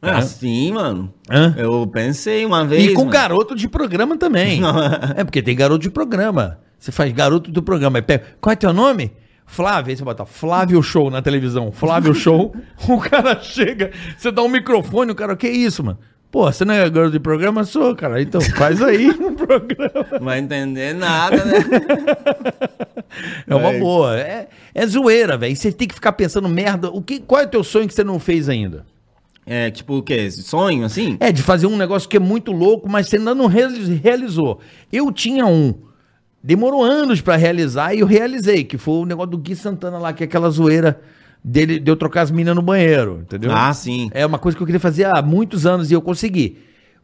Speaker 4: Ah, sim, mano.
Speaker 2: Hã?
Speaker 4: Eu pensei uma vez.
Speaker 2: E com
Speaker 4: mano.
Speaker 2: garoto de programa também.
Speaker 4: Não.
Speaker 2: é porque tem garoto de programa. Você faz garoto do programa. Aí pega, qual é teu nome? Flávio, aí você bota Flávio Show na televisão. Flávio Show. o cara chega, você dá um microfone, o cara, que isso, mano? Pô, você não é garoto de programa? Sou, cara. Então faz aí um programa.
Speaker 4: Não vai entender nada, né?
Speaker 2: É uma boa. É, é zoeira, velho. Você tem que ficar pensando, merda, o que, qual é o teu sonho que você não fez ainda?
Speaker 4: É tipo o quê? Sonho, assim?
Speaker 2: É, de fazer um negócio que é muito louco, mas você ainda não reali- realizou. Eu tinha um. Demorou anos pra realizar e eu realizei, que foi o negócio do Gui Santana lá, que é aquela zoeira dele de eu trocar as minas no banheiro, entendeu?
Speaker 4: Ah, sim.
Speaker 2: É uma coisa que eu queria fazer há muitos anos e eu consegui.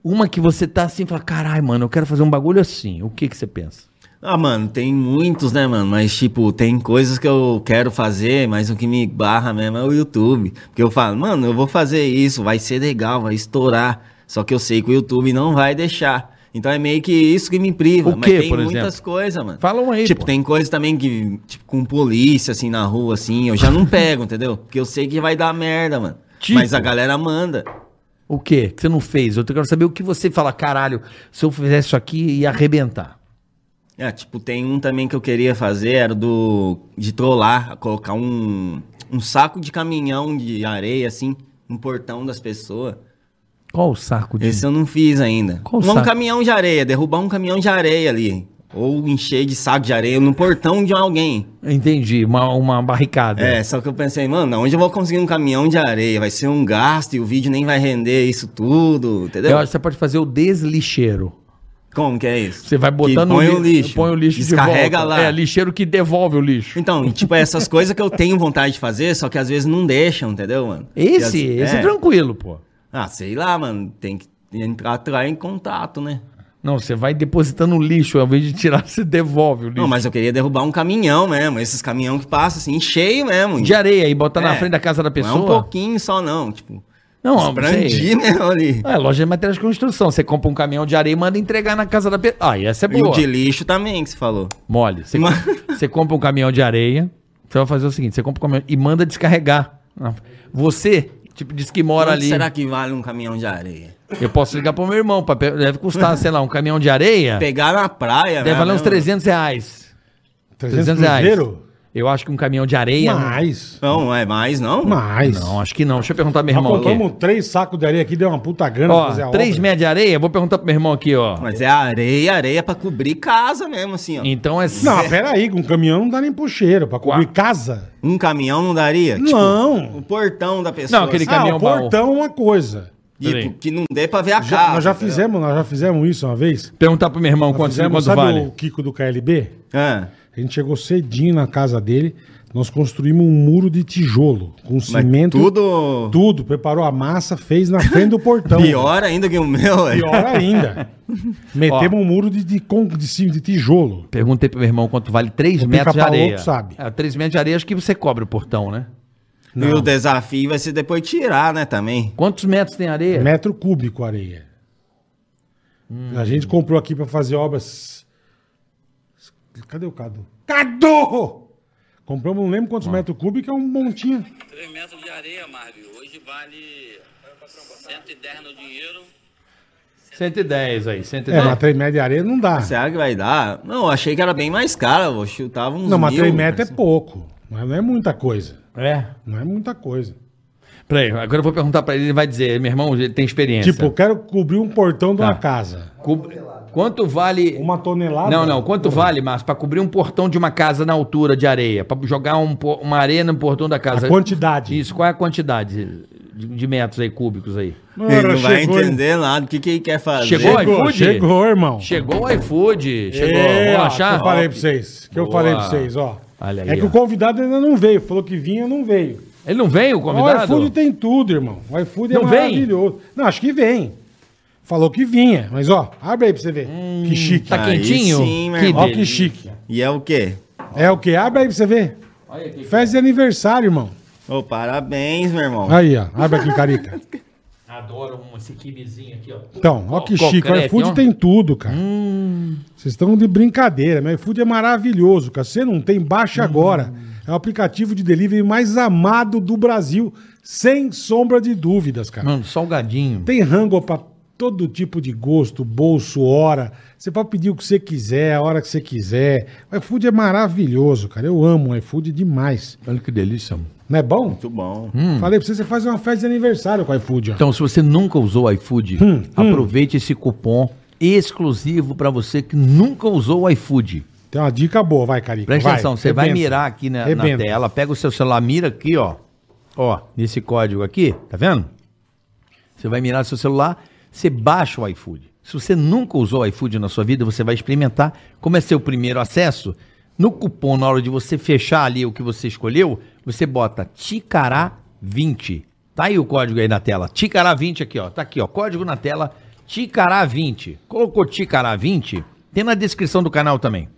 Speaker 2: Uma que você tá assim e fala, caralho, mano, eu quero fazer um bagulho assim. O que que você pensa?
Speaker 4: Ah, mano, tem muitos, né, mano? Mas, tipo, tem coisas que eu quero fazer, mas o que me barra mesmo é o YouTube. Porque eu falo, mano, eu vou fazer isso, vai ser legal, vai estourar. Só que eu sei que o YouTube não vai deixar. Então é meio que isso que me priva.
Speaker 2: O
Speaker 4: mas
Speaker 2: quê,
Speaker 4: tem
Speaker 2: por
Speaker 4: muitas
Speaker 2: exemplo?
Speaker 4: coisas, mano.
Speaker 2: Fala um aí,
Speaker 4: Tipo,
Speaker 2: pô.
Speaker 4: tem coisas também que, tipo, com polícia, assim, na rua, assim, eu já não pego, entendeu? Porque eu sei que vai dar merda, mano.
Speaker 2: Tipo?
Speaker 4: Mas a galera manda.
Speaker 2: O quê? Que você não fez? Eu quero saber o que você fala, caralho, se eu fizesse isso aqui ia arrebentar.
Speaker 4: É, tipo, tem um também que eu queria fazer, era do de trollar, colocar um, um saco de caminhão de areia, assim, no portão das pessoas.
Speaker 2: Qual o saco de.
Speaker 4: Esse eu não fiz ainda.
Speaker 2: Qual
Speaker 4: um
Speaker 2: saco?
Speaker 4: caminhão de areia, derrubar um caminhão de areia ali. Ou encher de saco de areia no portão de alguém.
Speaker 2: Entendi, uma, uma barricada.
Speaker 4: É, só que eu pensei, mano, onde eu vou conseguir um caminhão de areia? Vai ser um gasto e o vídeo nem vai render isso tudo, entendeu?
Speaker 2: Eu acho que você pode fazer o deslixeiro.
Speaker 4: Como que é isso?
Speaker 2: Você vai
Speaker 4: Que
Speaker 2: botando
Speaker 4: põe
Speaker 2: li-
Speaker 4: o lixo.
Speaker 2: põe o lixo
Speaker 4: Descarrega
Speaker 2: de volta.
Speaker 4: lá.
Speaker 2: É, lixeiro que devolve o lixo.
Speaker 4: Então, e, tipo, essas coisas que eu tenho vontade de fazer, só que às vezes não deixam, entendeu, mano?
Speaker 2: Esse,
Speaker 4: E as-
Speaker 2: esse é. tranquilo, pô.
Speaker 4: Ah, sei lá, mano, tem que entrar, entrar em contato, né?
Speaker 2: Não, você vai depositando o lixo, ao invés de tirar, você devolve o lixo.
Speaker 4: Não, mas eu queria derrubar um caminhão mesmo, esses caminhão que passam assim, cheio mesmo.
Speaker 2: De areia e botar na
Speaker 4: É.
Speaker 2: frente da casa da pessoa.
Speaker 4: Não é um pouquinho só não, tipo,
Speaker 2: Não, não sei.
Speaker 4: brandir, né, ali.
Speaker 2: É, loja de materiais de construção. Você compra um caminhão de areia e manda entregar na casa da pessoa. Ah, e essa é
Speaker 4: E o
Speaker 2: boa.
Speaker 4: de lixo também que você falou.
Speaker 2: Mole. Você,
Speaker 4: Mas-
Speaker 2: você compra um caminhão de areia, você vai fazer o seguinte: você compra um caminhão e manda descarregar. Você tipo, diz que mora
Speaker 4: Quanto
Speaker 2: ali.
Speaker 4: será que vale um caminhão de areia?
Speaker 2: Eu posso ligar pro meu irmão, pra pe- deve custar, sei lá, um caminhão de areia,
Speaker 4: Pegar na praia,
Speaker 2: deve
Speaker 4: né,
Speaker 2: valer uns
Speaker 4: mesmo?
Speaker 2: 300 reais.
Speaker 3: 300 reais.
Speaker 2: Eu acho que um caminhão de areia...
Speaker 3: Mais.
Speaker 4: Não, não é mais, não?
Speaker 3: Mais.
Speaker 2: Não, acho que não. Deixa eu perguntar pro meu
Speaker 3: Nós
Speaker 2: irmão aqui.
Speaker 3: compramos três sacos de areia aqui, deu uma puta grana pra fazer a
Speaker 2: Ó, três
Speaker 3: obra.
Speaker 2: metros de areia, vou perguntar pro meu irmão aqui, ó.
Speaker 4: Mas é areia, areia pra cobrir casa mesmo, assim, ó.
Speaker 2: Então é...
Speaker 3: Não, mas peraí, com um caminhão não dá nem puxeiro pra cobrir casa.
Speaker 4: Um caminhão não daria? Tipo,
Speaker 3: não.
Speaker 4: O portão da pessoa.
Speaker 2: Não, aquele
Speaker 4: sabe?
Speaker 2: Tipo, um caminhão
Speaker 3: ah, o
Speaker 2: baú.
Speaker 3: portão é uma coisa.
Speaker 2: Peraí.
Speaker 4: Tipo, que não dê pra ver a
Speaker 3: Já-
Speaker 4: casa.
Speaker 3: nós já
Speaker 4: entendeu?
Speaker 3: fizemos, nós já fizemos isso uma vez.
Speaker 2: Perguntar pro meu irmão
Speaker 3: Nós
Speaker 2: quanto,
Speaker 3: fizemos,
Speaker 2: quanto
Speaker 3: sabe
Speaker 2: vale.
Speaker 3: o Kiko do KLB?
Speaker 4: Ah,
Speaker 3: A gente chegou cedinho na casa dele, nós construímos um muro de tijolo com
Speaker 4: mas
Speaker 3: cimento.
Speaker 4: tudo
Speaker 3: Tudo, preparou a massa, fez na frente do portão.
Speaker 4: pior ainda que o meu. é.
Speaker 3: Pior ainda. Metemos um muro de, de, con- de, cima de tijolo.
Speaker 2: Perguntei pro meu irmão quanto vale 3
Speaker 3: O
Speaker 2: metros de
Speaker 3: pica-pau
Speaker 2: areia.
Speaker 3: louco sabe.
Speaker 2: É, 3 metros de areia, acho que você cobre o portão, né?
Speaker 4: E o desafio vai ser depois tirar, né, também.
Speaker 2: Quantos metros tem areia?
Speaker 3: Metro cúbico areia. A gente comprou aqui pra fazer obras. Cadê o Cadu? Cadu! Compramos, não lembro quantos metros cúbicos, é um montinho.
Speaker 6: 3 metros de areia, Marvio. Hoje vale 110 no dinheiro.
Speaker 2: 110 aí,
Speaker 3: É,
Speaker 2: 110.
Speaker 3: mas 3 metros de areia não dá.
Speaker 4: Será que vai dar? Não, achei que era bem mais caro. Eu chutava uns
Speaker 3: Não, mas
Speaker 4: mil. assim.
Speaker 3: 3 metros é pouco. Não é- não é muita coisa.
Speaker 2: É.
Speaker 3: Não é muita coisa.
Speaker 2: Peraí, agora eu vou perguntar pra ele, ele vai dizer, meu irmão, ele tem experiência.
Speaker 3: Tipo, eu quero cobrir um portão de uma
Speaker 2: É, Tá.
Speaker 3: casa.
Speaker 2: Cu- quanto vale...
Speaker 3: Uma tonelada?
Speaker 2: Não, não, quanto vale, Márcio, pra cobrir um portão de uma casa na altura de areia? Pra jogar um po- uma areia no portão da casa?
Speaker 3: A quantidade.
Speaker 2: Isso, qual é a quantidade de, de metros aí, cúbicos aí?
Speaker 4: Ele não vai
Speaker 3: chegou,
Speaker 4: entender nada. O que, que ele quer fazer?
Speaker 2: Chegou,
Speaker 3: Chegou,
Speaker 2: iFood?
Speaker 3: chegou, irmão.
Speaker 2: Chegou o iFood, chegou,
Speaker 3: É,
Speaker 2: vou
Speaker 3: ó,
Speaker 2: achar?
Speaker 3: Que eu falei pra vocês. Que eu
Speaker 2: Boa.
Speaker 3: falei pra vocês, ó.
Speaker 2: Olha aí,
Speaker 3: é que
Speaker 2: ó.
Speaker 3: o convidado ainda não veio. Falou que vinha, não veio.
Speaker 2: Ele não veio, o
Speaker 3: O
Speaker 2: convidado?
Speaker 3: iFood tem tudo, irmão. O iFood é
Speaker 2: Não vem?
Speaker 3: maravilhoso. Não, acho que vem. Falou que vinha. Mas, ó, abre aí pra você ver. que chique.
Speaker 2: tá
Speaker 4: Aí
Speaker 2: quentinho?
Speaker 4: sim, meu
Speaker 2: Que
Speaker 4: irmão.
Speaker 3: Ó,
Speaker 2: delícia.
Speaker 3: que chique.
Speaker 4: E é o quê?
Speaker 3: É o que? Abre aí pra você ver. Festa de aniversário, irmão.
Speaker 4: Ô, parabéns, meu irmão.
Speaker 3: Aí, ó. Abre aqui, carica.
Speaker 2: Adoro um, esse quibezinho aqui, ó.
Speaker 3: Então, ó que
Speaker 2: Ó,
Speaker 3: chique. O
Speaker 2: concreto, ó. Hum.
Speaker 3: iFood tem tudo, cara. Vocês estão de brincadeira. Meu iFood é maravilhoso, cara. Você não tem, baixa
Speaker 2: Hum.
Speaker 3: agora. É o aplicativo de delivery mais amado do Brasil, sem sombra de dúvidas, cara.
Speaker 2: Mano, salgadinho.
Speaker 3: Tem rango pra todo tipo de gosto, bolso, hora. Você pode pedir o que você quiser, a hora que você quiser. O iFood é maravilhoso, cara. Eu amo o iFood demais.
Speaker 2: Olha que delícia.
Speaker 3: Não é bom?
Speaker 4: Muito bom.
Speaker 2: Hum?
Speaker 3: Falei pra você, você faz uma festa de aniversário com o iFood, ó.
Speaker 2: Então, se você nunca usou o iFood,
Speaker 3: Hum,
Speaker 2: aproveite esse cupom exclusivo pra você que nunca usou o iFood.
Speaker 3: Tem uma dica boa, vai, Carica.
Speaker 2: Presta atenção, você vai
Speaker 3: rebenta.
Speaker 2: mirar aqui na, na
Speaker 3: Rebenta.
Speaker 2: tela, pega o seu celular, mira aqui, ó. Ó, nesse código aqui, tá vendo? Você vai mirar no seu celular, você baixa o iFood. Se você nunca usou o iFood na sua vida, você vai experimentar. Como é seu primeiro acesso, no cupom, na hora de você fechar ali o que você escolheu, você bota Ticará20. Tá aí o código aí na tela. Ticará20 aqui, ó. Tá aqui, ó. Código na tela, Ticará20. Colocou Ticará20, tem na descrição do canal também.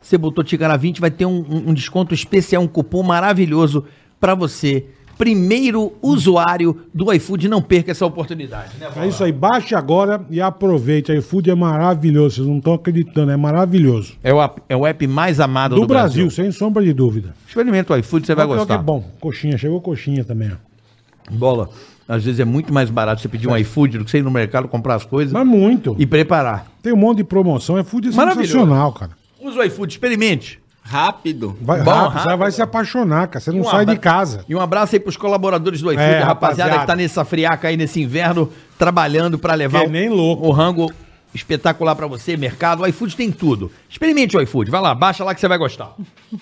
Speaker 2: Você botou Ticará 20, vai ter um, um- um desconto especial, um cupom maravilhoso pra você. Primeiro usuário do iFood, não perca essa oportunidade, né,
Speaker 3: É isso aí, baixe agora e aproveite. O iFood é maravilhoso, vocês não estão acreditando, é maravilhoso.
Speaker 2: É o, ap- é o app mais amado
Speaker 3: Do, Brasil, sem sombra de dúvida.
Speaker 2: Experimenta o iFood, você vai
Speaker 3: Olha que é
Speaker 2: gostar.
Speaker 3: bom, coxinha, chegou coxinha também. ó.
Speaker 2: Bola. Às vezes é muito mais barato você pedir um iFood do que você ir no mercado comprar as coisas
Speaker 3: Mas muito.
Speaker 2: e preparar.
Speaker 3: Tem um monte de promoção, iFood é
Speaker 2: Maravilhoso.
Speaker 3: sensacional, cara.
Speaker 2: Usa o iFood, experimente.
Speaker 4: Rápido.
Speaker 3: Vai,
Speaker 2: Bom,
Speaker 3: rápido,
Speaker 2: rápido.
Speaker 3: Você vai se apaixonar, cara. Você não
Speaker 2: um
Speaker 3: sai de
Speaker 2: abra-
Speaker 3: casa.
Speaker 2: E um abraço aí pros colaboradores do iFood,
Speaker 3: É,
Speaker 2: rapaziada,
Speaker 3: rapaziada.
Speaker 2: que tá nessa friaca aí, nesse inverno, trabalhando pra levar
Speaker 3: Que nem louco.
Speaker 2: o rango espetacular pra você, mercado. O iFood tem tudo. Experimente o iFood, vai lá, baixa lá que você vai gostar.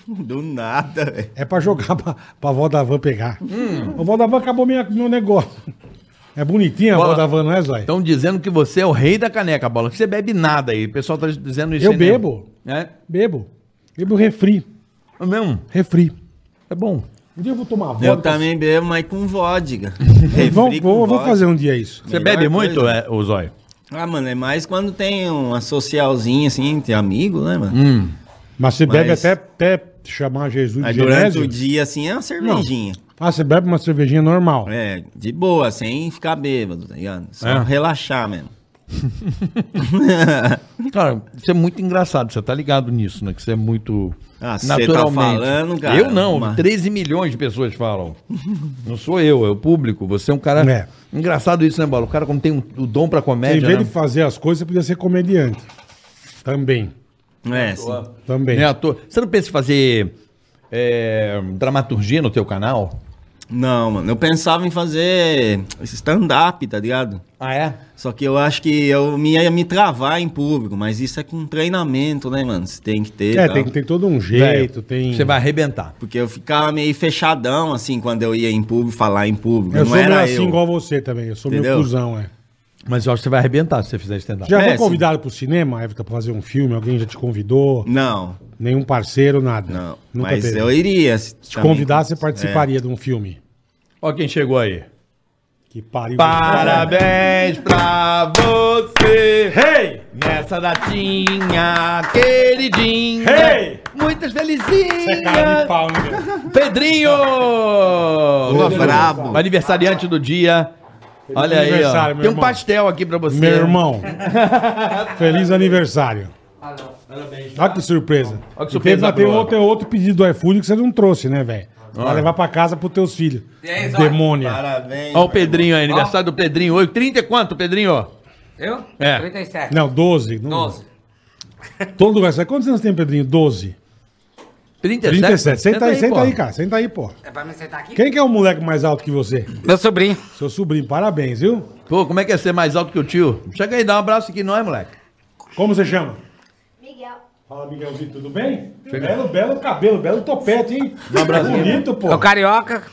Speaker 4: Do nada, velho.
Speaker 3: É pra jogar pra, pra vó da van pegar.
Speaker 4: Hum.
Speaker 3: A vó da van acabou minha, meu negócio. É bonitinha a vó
Speaker 2: Bola.
Speaker 3: da van, não é, Zóia?
Speaker 4: Então,
Speaker 2: Estão dizendo que você é o rei da caneca, bola. Que você bebe nada aí. O pessoal tá dizendo isso
Speaker 3: Eu
Speaker 2: aí, né?
Speaker 3: bebo. Bebo. Bebo refri.
Speaker 2: É? É mesmo?
Speaker 3: Refri.
Speaker 2: É bom.
Speaker 3: Um dia eu vou tomar vodka.
Speaker 4: Eu também bebo, mas com vodka.
Speaker 3: Eu vou,
Speaker 4: Refri com
Speaker 3: vou, vou
Speaker 4: vodka.
Speaker 3: fazer um dia isso.
Speaker 2: Você
Speaker 4: Melhor
Speaker 2: bebe
Speaker 4: coisa.
Speaker 2: muito, é, ô Zóio?
Speaker 4: Ah, mano, é mais quando tem uma socialzinha, assim, entre amigos, né, mano?
Speaker 3: Hum, Mas você bebe
Speaker 4: Mas-
Speaker 3: até, até chamar Jesus de
Speaker 4: Mas durante
Speaker 3: Genésio?
Speaker 4: o dia, assim, é uma cervejinha.
Speaker 3: Ah, você bebe uma cervejinha normal. É.
Speaker 4: É, de boa, sem ficar bêbado, tá ligado? Só relaxar mesmo.
Speaker 2: Cara, você é muito engraçado, você tá ligado nisso, né? Que você é muito
Speaker 4: Ah, você tá
Speaker 2: naturalmente.
Speaker 4: falando, cara,
Speaker 2: eu não,
Speaker 4: mas-
Speaker 2: 13 milhões de pessoas falam. não sou eu, é o público. Você é um cara.
Speaker 3: É.
Speaker 2: Engraçado isso, né, Bola? O cara, como tem um- o dom pra
Speaker 3: Em
Speaker 2: comédia.
Speaker 3: vez
Speaker 2: Né?
Speaker 3: de fazer as coisas, você podia ser comediante. Também.
Speaker 4: É, sim.
Speaker 3: Também.
Speaker 2: Né, ator? Você não pensa em fazer é, dramaturgia no teu canal?
Speaker 4: Não, mano. Eu pensava em fazer stand-up, tá ligado?
Speaker 2: Ah, é?
Speaker 4: Só que eu acho que eu me, ia me travar em público, mas isso é com treinamento, né, mano? Você tem que ter.
Speaker 3: É,
Speaker 4: tal.
Speaker 3: tem, tem todo um jeito, tem...
Speaker 2: Você vai arrebentar.
Speaker 4: Porque eu ficava meio fechadão, assim, quando eu ia em público, falar em público.
Speaker 3: Eu
Speaker 4: não
Speaker 3: sou meio
Speaker 4: era
Speaker 3: assim
Speaker 4: eu.
Speaker 3: igual você também, eu sou meio
Speaker 4: Entendeu?
Speaker 3: cuzão, é.
Speaker 2: Mas eu acho que você vai arrebentar se você fizer stand-up.
Speaker 3: Já
Speaker 4: É,
Speaker 3: foi
Speaker 4: sim.
Speaker 3: convidado pro cinema, Évita, pra fazer um filme? Alguém já te convidou?
Speaker 4: Não,
Speaker 3: Nenhum parceiro, nada?
Speaker 4: não.
Speaker 3: Nunca
Speaker 4: mas
Speaker 3: teve.
Speaker 4: eu é. iria.
Speaker 3: Te convidar, você participaria de um filme.
Speaker 2: Olha quem chegou aí.
Speaker 3: Que pariu.
Speaker 2: Parabéns pra você!
Speaker 3: Hey!
Speaker 2: Nessa datinha, queridinha!
Speaker 3: Hey!
Speaker 2: Muitas
Speaker 3: É cara de
Speaker 2: felizinhas!
Speaker 3: pau, né? meu?
Speaker 2: Pedrinho!
Speaker 4: Ô, brabo.
Speaker 2: O Aniversariante do dia. Olha aí, ó.
Speaker 3: aniversário, meu
Speaker 2: Tem um
Speaker 3: irmão.
Speaker 2: pastel aqui pra você.
Speaker 3: Meu irmão. Feliz aniversário. Olha que surpresa.
Speaker 2: Ah, Olha que
Speaker 3: E
Speaker 2: surpresa
Speaker 3: teve- Tem,
Speaker 2: boa.
Speaker 3: outro, tem outro pedido do iFood que você não trouxe, né, velho? Vai levar pra casa pros teus filhos. Demônia.
Speaker 4: É. Parabéns.
Speaker 2: Olha o Pedrinho aí, aniversário do Pedrinho. hoje. 30 e quanto, Pedrinho?
Speaker 7: Eu?
Speaker 2: É.
Speaker 7: 37.
Speaker 3: Não, 12. Não,
Speaker 7: 12.
Speaker 3: Todo lugar. Sabe Quantos anos tem, Pedrinho? 12.
Speaker 2: 37.
Speaker 3: 37. Senta aí, senta
Speaker 2: né? pô.
Speaker 3: aí, cara. Senta aí, pô.
Speaker 7: É pra me sentar aqui?
Speaker 3: Quem que é o moleque mais alto que você?
Speaker 7: Meu sobrinho.
Speaker 3: Seu sobrinho. Parabéns, viu?
Speaker 2: Pô, como é que é ser mais alto que o tio? Chega aí, dá um abraço aqui, nós, moleque.
Speaker 3: Como você chama?
Speaker 8: Miguel.
Speaker 3: Fala, Miguelzinho, tudo bem? Belo, belo cabelo, belo topete, hein?
Speaker 2: Um
Speaker 3: Tá bonito, pô.
Speaker 7: É o carioca.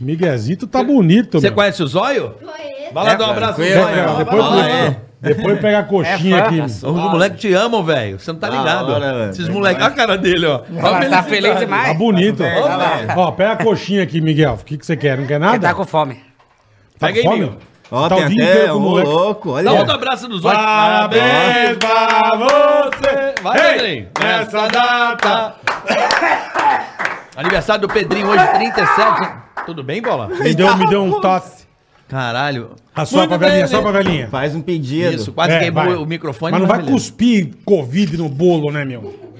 Speaker 3: Miguelzito tá bonito,
Speaker 2: Você
Speaker 3: meu. É,
Speaker 2: conhece o Zóio?
Speaker 8: Conheço.
Speaker 2: Vai lá dar um abraço pro
Speaker 4: É, conheço,
Speaker 2: Zóio.
Speaker 4: cara.
Speaker 2: ó.
Speaker 3: Depois,
Speaker 4: Ah,
Speaker 3: pega-
Speaker 4: é.
Speaker 3: depois pega a coxinha
Speaker 7: É fã.
Speaker 3: aqui.
Speaker 2: Os moleques te amam, velho. Você não tá
Speaker 4: Da
Speaker 2: ligado.
Speaker 4: hora, velho.
Speaker 2: Esses moleques. Olha a cara dele, ó. Olha a
Speaker 7: Ela tá
Speaker 2: felicidade.
Speaker 7: feliz
Speaker 3: Tá
Speaker 7: demais.
Speaker 3: bonito.
Speaker 4: Tá lá.
Speaker 3: Ó, pega a coxinha aqui, Miguel. O que, que você quer? Não quer
Speaker 7: Ele
Speaker 3: nada?
Speaker 7: tá com fome.
Speaker 3: Tá
Speaker 2: Pega aí,
Speaker 3: fome?
Speaker 2: Miguel.
Speaker 4: Ó,
Speaker 3: Tá o
Speaker 4: tem
Speaker 3: dia
Speaker 4: até
Speaker 3: inteiro com
Speaker 4: um
Speaker 3: o moleque. Tá
Speaker 4: louco, olha.
Speaker 2: Dá outro abraço do Zóio.
Speaker 3: Parabéns pra você!
Speaker 2: Vai,
Speaker 3: Ei,
Speaker 2: Pedrinho.
Speaker 3: Nessa data!
Speaker 2: Aniversário do Pedrinho hoje, 37. Tudo bem, bola?
Speaker 3: Me deu, me deu um tosse.
Speaker 2: Caralho.
Speaker 3: Ah, só pra
Speaker 2: Tá Muito bem,
Speaker 3: velhinha,
Speaker 2: né?
Speaker 3: só pra velhinha.
Speaker 4: Faz um pedido.
Speaker 2: Isso, quase
Speaker 3: É,
Speaker 2: queimou
Speaker 3: vai.
Speaker 2: o microfone. né,
Speaker 3: Mas não vai
Speaker 2: beleza.
Speaker 3: cuspir Covid no bolo, né, meu?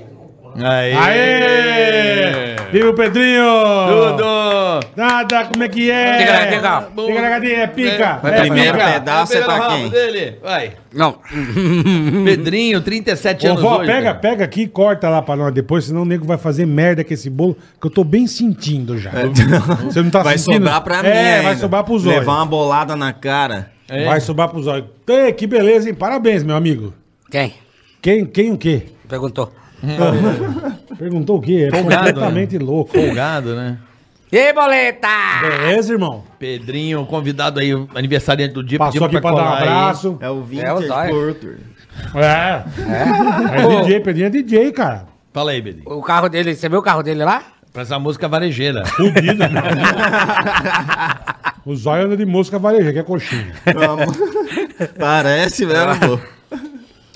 Speaker 2: Aê!
Speaker 3: Aê! Viva o Pedrinho!
Speaker 2: Tudo!
Speaker 3: Nada, como é que é?
Speaker 7: Tigra, tigra.
Speaker 3: Tigra, é pica.
Speaker 2: Vai
Speaker 3: É,
Speaker 4: primeiro
Speaker 3: pica.
Speaker 4: pedaço é pra
Speaker 2: Primeiro
Speaker 4: quem?
Speaker 2: rabo Dele. Vai.
Speaker 7: Não.
Speaker 2: Pedrinho, 37
Speaker 3: Ô,
Speaker 2: anos
Speaker 3: vó,
Speaker 2: hoje.
Speaker 3: pega,
Speaker 2: velho.
Speaker 3: pega aqui e corta lá pra nós depois, senão o nego vai fazer merda com esse bolo, que eu tô bem sentindo já. Você não tá
Speaker 4: É. vai
Speaker 3: sentindo?
Speaker 4: sobrar pra mim.
Speaker 3: É, vai
Speaker 4: ainda.
Speaker 3: sobrar pros olhos.
Speaker 4: Levar uma bolada na cara.
Speaker 2: É.
Speaker 3: Vai sobrar pros olhos. Ê, que beleza, hein? Parabéns, meu amigo.
Speaker 7: Quem?
Speaker 3: Quem, quem o quê?
Speaker 7: Perguntou.
Speaker 3: Perguntou o quê? É
Speaker 2: Folgado,
Speaker 3: completamente louco.
Speaker 2: Folgado, né?
Speaker 7: E aí, boleta?
Speaker 3: Beleza, irmão?
Speaker 2: Pedrinho, convidado aí, aniversariante do dia.
Speaker 3: Passou
Speaker 2: pedimos
Speaker 3: aqui pra dar um
Speaker 2: colar aí.
Speaker 3: abraço.
Speaker 4: É o
Speaker 7: É o
Speaker 4: Vintage
Speaker 7: zóio.
Speaker 4: Porter.
Speaker 3: É. É, DJ, Pedrinho é DJ, cara.
Speaker 2: Fala aí, Pedrinho.
Speaker 7: O carro dele, você viu o carro dele lá?
Speaker 2: Pra essa música varejeira.
Speaker 3: Fudido, mano. O zóio anda de mosca varejeira, que é coxinha.
Speaker 4: Parece mesmo, pô.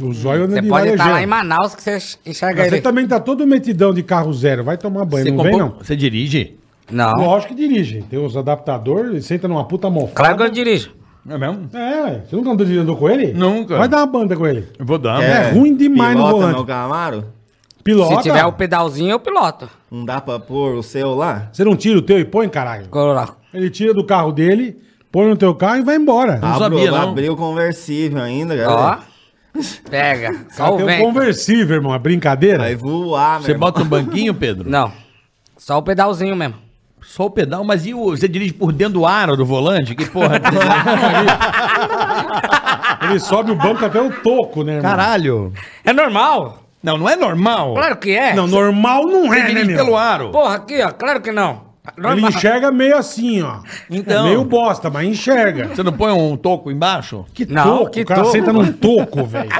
Speaker 3: O zóio anda
Speaker 7: Você
Speaker 3: de
Speaker 7: pode estar lá
Speaker 3: varejeira.
Speaker 7: em Manaus que você enxerga
Speaker 3: Mas Você
Speaker 7: ele.
Speaker 3: também tá todo metidão de carro zero. Vai tomar banho, não vem,
Speaker 2: compõe-
Speaker 7: um
Speaker 3: não.
Speaker 2: Você dirige?
Speaker 7: Não.
Speaker 3: Lógico que dirige. Tem uns adaptadores, senta numa puta mofada.
Speaker 7: Claro que eu dirijo.
Speaker 2: Não é mesmo?
Speaker 3: É, ué. Você nunca andou dirigindo com ele?
Speaker 2: Nunca.
Speaker 3: Vai dar uma banda com ele.
Speaker 2: Eu vou dar, né?
Speaker 3: É. ruim demais no
Speaker 4: pilota
Speaker 3: volante.
Speaker 4: meu Camaro?
Speaker 3: Pilota.
Speaker 7: Se tiver o pedalzinho, eu piloto.
Speaker 4: Não dá pra pôr o seu lá?
Speaker 3: Você não tira o teu e põe, caralho?
Speaker 7: Colocar.
Speaker 3: Ele tira do carro dele, põe no teu carro e vai embora.
Speaker 2: Ah, sabia, não.
Speaker 4: Abriu o conversível ainda,
Speaker 7: Ó.
Speaker 4: galera.
Speaker 7: Pega. Só
Speaker 3: Cara,
Speaker 7: o
Speaker 3: É. tem um
Speaker 7: vento.
Speaker 3: conversível, irmão. É brincadeira.
Speaker 4: Vai voar, meu
Speaker 2: Você
Speaker 4: irmão.
Speaker 2: bota um banquinho, Pedro?
Speaker 7: Não. Só o pedalzinho mesmo.
Speaker 2: Só o pedal, mas e o... Você dirige por dentro do aro do volante? Que porra. é
Speaker 3: Ele sobe o banco até o toco, né, irmão?
Speaker 2: Caralho.
Speaker 7: É normal?
Speaker 2: Não, não é normal.
Speaker 7: Claro que é.
Speaker 3: Não, normal não
Speaker 2: Você
Speaker 3: é, né,
Speaker 2: dirige
Speaker 3: meu?
Speaker 2: pelo aro.
Speaker 7: Porra, aqui, ó. Claro que não. É
Speaker 3: Ele
Speaker 7: Normal.
Speaker 3: enxerga meio assim, ó.
Speaker 2: Então.
Speaker 3: Meio bosta, mas enxerga.
Speaker 2: Você não põe um toco embaixo?
Speaker 3: Que
Speaker 7: Não,
Speaker 3: toco,
Speaker 7: que
Speaker 3: o cara
Speaker 7: toco.
Speaker 3: senta num toco, velho.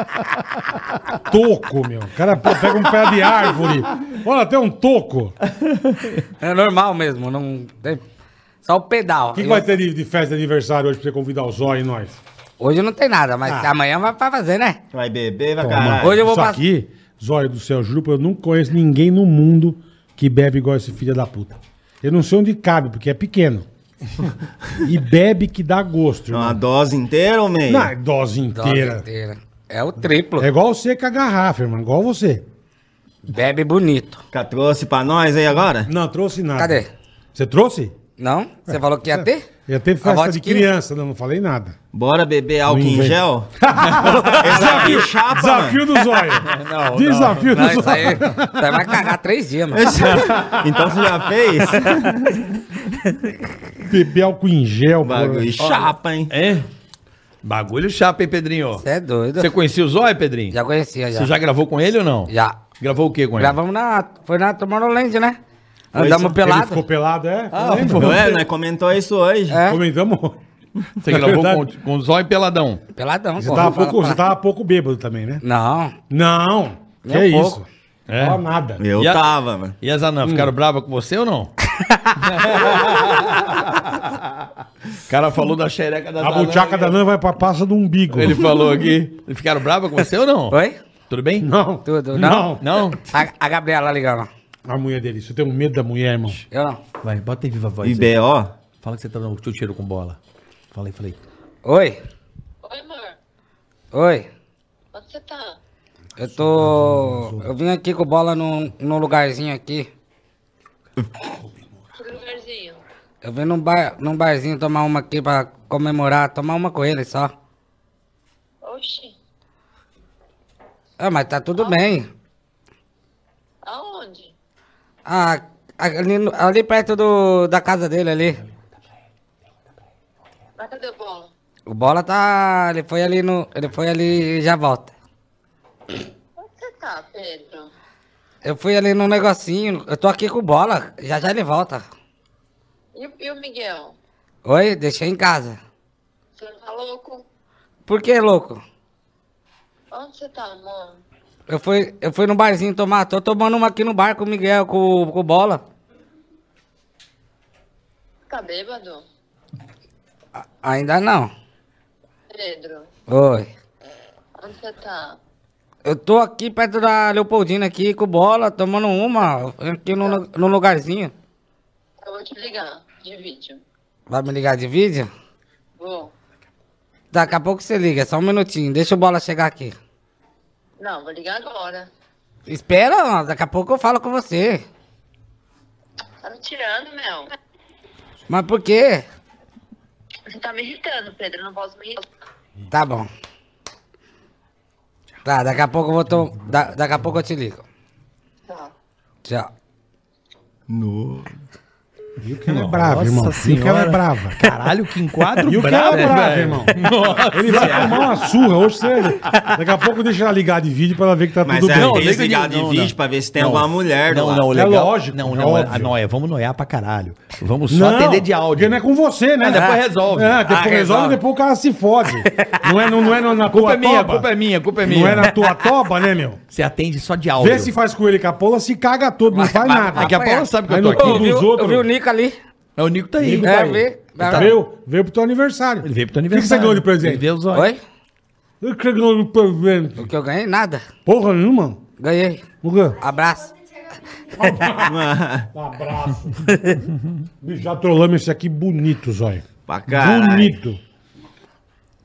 Speaker 3: toco, meu. O cara pô, pega um pé de árvore. Olha, até um toco. O
Speaker 7: É normal mesmo. Não tem... Só o pedal.
Speaker 3: que, que vai ter de, de festa de aniversário hoje pra você convidar o Zóio e nós?
Speaker 7: Hoje não tem nada, mas
Speaker 3: Ah.
Speaker 7: amanhã vai pra fazer, né?
Speaker 4: Vai beber, vai caralho.
Speaker 7: Hoje eu vou
Speaker 3: Isso
Speaker 7: pass-
Speaker 3: aqui, Zóio do céu, juro, eu não conheço ninguém no mundo que bebe igual esse filho da puta. Eu não sei onde cabe, porque é pequeno. E bebe que dá gosto,
Speaker 4: Uma
Speaker 3: irmão.
Speaker 4: dose inteira ou meio?
Speaker 3: Não, é
Speaker 7: Dose
Speaker 3: dose inteira.
Speaker 7: inteira. É o triplo.
Speaker 3: É igual você com a garrafa, irmão. Igual você.
Speaker 7: Bebe bonito.
Speaker 4: Cá trouxe pra nós aí agora?
Speaker 3: Não, trouxe nada.
Speaker 7: Cadê?
Speaker 3: Você trouxe?
Speaker 7: Não? Você falou que ia ter?
Speaker 3: É. Ia ter
Speaker 7: A
Speaker 3: festa de
Speaker 7: vodka?
Speaker 3: criança, não, não falei nada.
Speaker 4: Bora beber álcool em
Speaker 3: inventa.
Speaker 4: gel? Desafio chapa,
Speaker 3: Desafio do zóio. Desafio
Speaker 7: Ah, Não,
Speaker 3: do
Speaker 7: isso aí
Speaker 3: zóio.
Speaker 7: vai mais cagar três dias,
Speaker 3: É.
Speaker 7: mano.
Speaker 4: mano. Então você já fez?
Speaker 3: Beber álcool em gel,
Speaker 4: Bagulho
Speaker 3: pô.
Speaker 4: chapa, hein?
Speaker 2: É? Bagulho chapa, hein, Pedrinho?
Speaker 7: Você é doido.
Speaker 2: Você conhecia o Zóia, Pedrinho?
Speaker 7: Já conhecia, já.
Speaker 2: Você já gravou com ele ou não?
Speaker 7: Já.
Speaker 2: Gravou o que com ele?
Speaker 7: Gravamos na. Foi na Tomorrowland, né?
Speaker 4: Foi
Speaker 7: Andamos
Speaker 4: isso.
Speaker 3: Ele
Speaker 7: pelado.
Speaker 3: ficou pelado, é?
Speaker 2: Ah,
Speaker 3: Lembra?
Speaker 2: pô.
Speaker 4: Ué, nós comentou isso hoje.
Speaker 7: É,
Speaker 3: Comentamos.
Speaker 2: Você gravou
Speaker 3: Verdade.
Speaker 2: com, com o Zóia Peladão.
Speaker 7: peladão,
Speaker 3: Você
Speaker 7: pô.
Speaker 3: tava,
Speaker 7: Fala
Speaker 3: pouco,
Speaker 7: pra-
Speaker 3: você tava pouco bêbado também, né?
Speaker 7: Não.
Speaker 3: Não. Que
Speaker 7: Nem um
Speaker 3: é
Speaker 7: pouco.
Speaker 3: isso.
Speaker 2: É.
Speaker 3: Não nada.
Speaker 4: Eu
Speaker 2: E a-
Speaker 4: tava, mano.
Speaker 2: E as anãs ficaram bravas com você ou não? o cara falou da xereca
Speaker 7: tá
Speaker 2: das
Speaker 3: A buchaca da Nã vai pra passa do umbigo.
Speaker 2: Ele falou aqui. Ficaram bravas com você ou não?
Speaker 7: Oi?
Speaker 2: Tudo bem?
Speaker 3: Não.
Speaker 7: Tudo,
Speaker 3: não.
Speaker 7: não?
Speaker 2: Não?
Speaker 7: A, a Gabriela ligando.
Speaker 3: A mulher dele. Você tem um medo da mulher, irmão?
Speaker 7: Eu não.
Speaker 2: Vai, bota aí viva a voz.
Speaker 4: E
Speaker 2: aí.
Speaker 4: B.O.
Speaker 2: Fala que você tá dando chuteiro com bola. Fala aí, fala aí.
Speaker 7: Oi?
Speaker 8: Oi, amor.
Speaker 7: Oi?
Speaker 8: Onde você tá?
Speaker 7: Eu tô. Eu vim aqui com bola num, num lugarzinho aqui.
Speaker 8: Que lugarzinho?
Speaker 7: Eu vim num, bar, num barzinho tomar uma aqui pra comemorar, tomar uma com ele só.
Speaker 8: Oxi.
Speaker 7: Ah, mas tá tudo bem.
Speaker 8: Aonde?
Speaker 7: Ah, ali, no- ali perto do, da casa dele ali.
Speaker 8: Mas cadê o bola?
Speaker 7: O bola tá. Ele foi ali no. Ele foi ali e já volta.
Speaker 8: Onde você tá, Pedro?
Speaker 7: Eu fui ali num negocinho, eu tô aqui com o bola, já já ele volta.
Speaker 8: E, o- e o Miguel?
Speaker 7: Oi, deixei em casa.
Speaker 8: Você não tá louco?
Speaker 7: Por que, louco?
Speaker 8: Onde você tá, amor?
Speaker 7: Eu fui, eu fui no barzinho tomar, tô tomando uma aqui no bar com o Miguel, com, o- com o bola.
Speaker 8: Tá bêbado?
Speaker 7: Ainda não.
Speaker 8: Pedro,
Speaker 7: Oi.
Speaker 8: onde você tá?
Speaker 7: Eu tô aqui perto da Leopoldina aqui com o bola, tomando uma, aqui no, lu- no lugarzinho.
Speaker 8: Eu vou te ligar de vídeo.
Speaker 7: Vai me ligar de vídeo?
Speaker 8: Vou.
Speaker 7: Daqui a pouco você liga, só um minutinho, deixa o bola chegar aqui.
Speaker 8: Não, vou ligar agora.
Speaker 7: Espera, daqui a pouco eu falo com você.
Speaker 8: Tá me tirando, meu.
Speaker 7: Mas por quê?
Speaker 8: Você tá me irritando, Pedro. Eu Não posso me irritar.
Speaker 7: Tá bom. Tá, daqui a pouco eu vou to... da- Daqui a pouco eu te ligo.
Speaker 8: Tá.
Speaker 7: Tchau.
Speaker 4: No.
Speaker 3: Viu que ela é brava, irmão? Viu que ela é brava.
Speaker 2: Caralho, que enquadro
Speaker 3: Viu que ela
Speaker 2: brabo,
Speaker 3: é brava,
Speaker 2: velho.
Speaker 3: irmão? Ele vai tomar uma surra hoje. Você... Daqui a pouco deixa ela ligar de vídeo pra ela ver que tá
Speaker 4: Mas
Speaker 3: tudo
Speaker 4: é-
Speaker 3: bem.
Speaker 4: Não,
Speaker 2: liga
Speaker 4: desligar de vídeo pra ver se tem alguma mulher do
Speaker 2: Não,
Speaker 4: lado.
Speaker 2: não,
Speaker 3: É
Speaker 2: legal.
Speaker 3: lógico,
Speaker 2: Não,
Speaker 3: é
Speaker 2: não, a
Speaker 3: óbvio.
Speaker 2: noia, vamos noiar pra caralho. Vamos só atender de
Speaker 3: Porque
Speaker 2: áudio.
Speaker 3: não é com você, né?
Speaker 2: Ah, depois resolve.
Speaker 3: É, depois
Speaker 7: Ah,
Speaker 3: resolve,
Speaker 7: resolve.
Speaker 3: depois o cara se fode. Não é, não, não é na, na
Speaker 2: Culpa
Speaker 3: tua
Speaker 2: é minha,
Speaker 3: toba?
Speaker 2: culpa é minha, culpa é minha.
Speaker 3: Não é na tua toba, né, meu?
Speaker 2: Você atende só de áudio.
Speaker 3: Vê se faz com ele com a Paula, se caga todo, não
Speaker 7: vai-
Speaker 3: faz nada.
Speaker 7: vai
Speaker 2: Daqui
Speaker 7: apanhar.
Speaker 2: a pouco ela sabe que eu
Speaker 3: Aí
Speaker 2: tô
Speaker 3: no cu
Speaker 2: aqui.
Speaker 7: Eu vi,
Speaker 3: dos
Speaker 7: o- eu
Speaker 3: outros.
Speaker 7: vi o Nico ali.
Speaker 2: É, o Nico tá aí.
Speaker 3: Nico
Speaker 7: É,
Speaker 3: tá aí.
Speaker 7: vi.
Speaker 3: Ele tá- Veio, veio pro teu aniversário.
Speaker 2: Ele veio pro teu
Speaker 3: O que que você
Speaker 2: aniversário.
Speaker 3: ganhou de
Speaker 2: Ele
Speaker 3: presente?
Speaker 2: veio os olhos.
Speaker 7: Oi?
Speaker 3: O que você ganhou de presente?
Speaker 7: O que eu ganhei? Nada.
Speaker 3: Porra nenhuma.
Speaker 7: Ganhei.
Speaker 3: O quê?
Speaker 7: Abraço.
Speaker 3: Um abraço. Bicho, já trolamos esse aqui bonito, zóio.
Speaker 4: pra caralho.
Speaker 3: Bonito.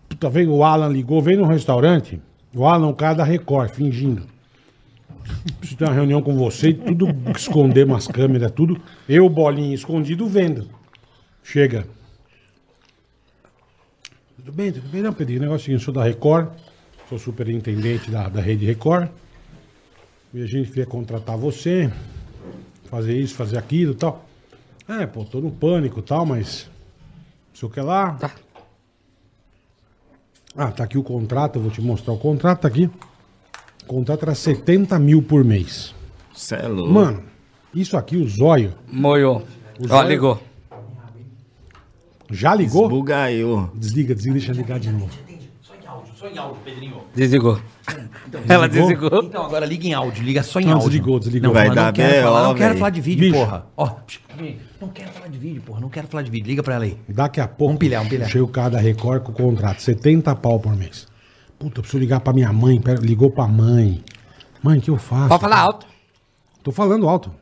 Speaker 3: Puta, veio o Alan, ligou, veio no restaurante. O Alan, o cara da Record, fingindo. Preciso ter uma reunião com você, e tudo esconder umas câmeras, tudo. Eu, bolinho escondido, vendo. Chega. Tudo bem, tudo bem, não, Pedrinho. Negocinho, eu sou da Record, sou superintendente da, da rede Record. E a gente queria contratar você, fazer isso, fazer aquilo e tal. É, pô, tô no pânico e tal, mas não sei o que lá.
Speaker 7: Tá.
Speaker 3: Ah, tá aqui o contrato, eu vou te mostrar o contrato, tá aqui. O contrato era 70 mil por mês.
Speaker 4: Cê é louco.
Speaker 3: Mano, isso aqui, o zóio,
Speaker 7: Moiou. Ó,
Speaker 3: zóio-
Speaker 7: ligou.
Speaker 3: já ligou?
Speaker 4: Bugaiu.
Speaker 3: Desliga, desliga, deixa eu ligar de novo.
Speaker 7: Desligou. Ela
Speaker 3: desligou?
Speaker 7: desligou.
Speaker 2: Então agora liga em áudio, liga só em
Speaker 3: Não,
Speaker 2: áudio.
Speaker 3: desligou, desligou.
Speaker 2: Não,
Speaker 4: Vai
Speaker 2: fala,
Speaker 4: dar
Speaker 2: não quero
Speaker 4: B.O.,
Speaker 2: falar, não quero
Speaker 4: velho.
Speaker 2: falar de vídeo,
Speaker 3: Bicho.
Speaker 2: porra. Ó, não quero falar de vídeo, porra, não quero falar de vídeo. Liga pra ela aí.
Speaker 3: Daqui a pouco.
Speaker 2: Um pilhão, um pilhão.
Speaker 3: Chega o cara da Record com o contrato, 70 pau por mês. Puta, eu preciso ligar pra minha mãe. Pera, ligou pra mãe. Mãe, o que eu faço?
Speaker 7: Pode falar alto.
Speaker 3: Tô falando alto.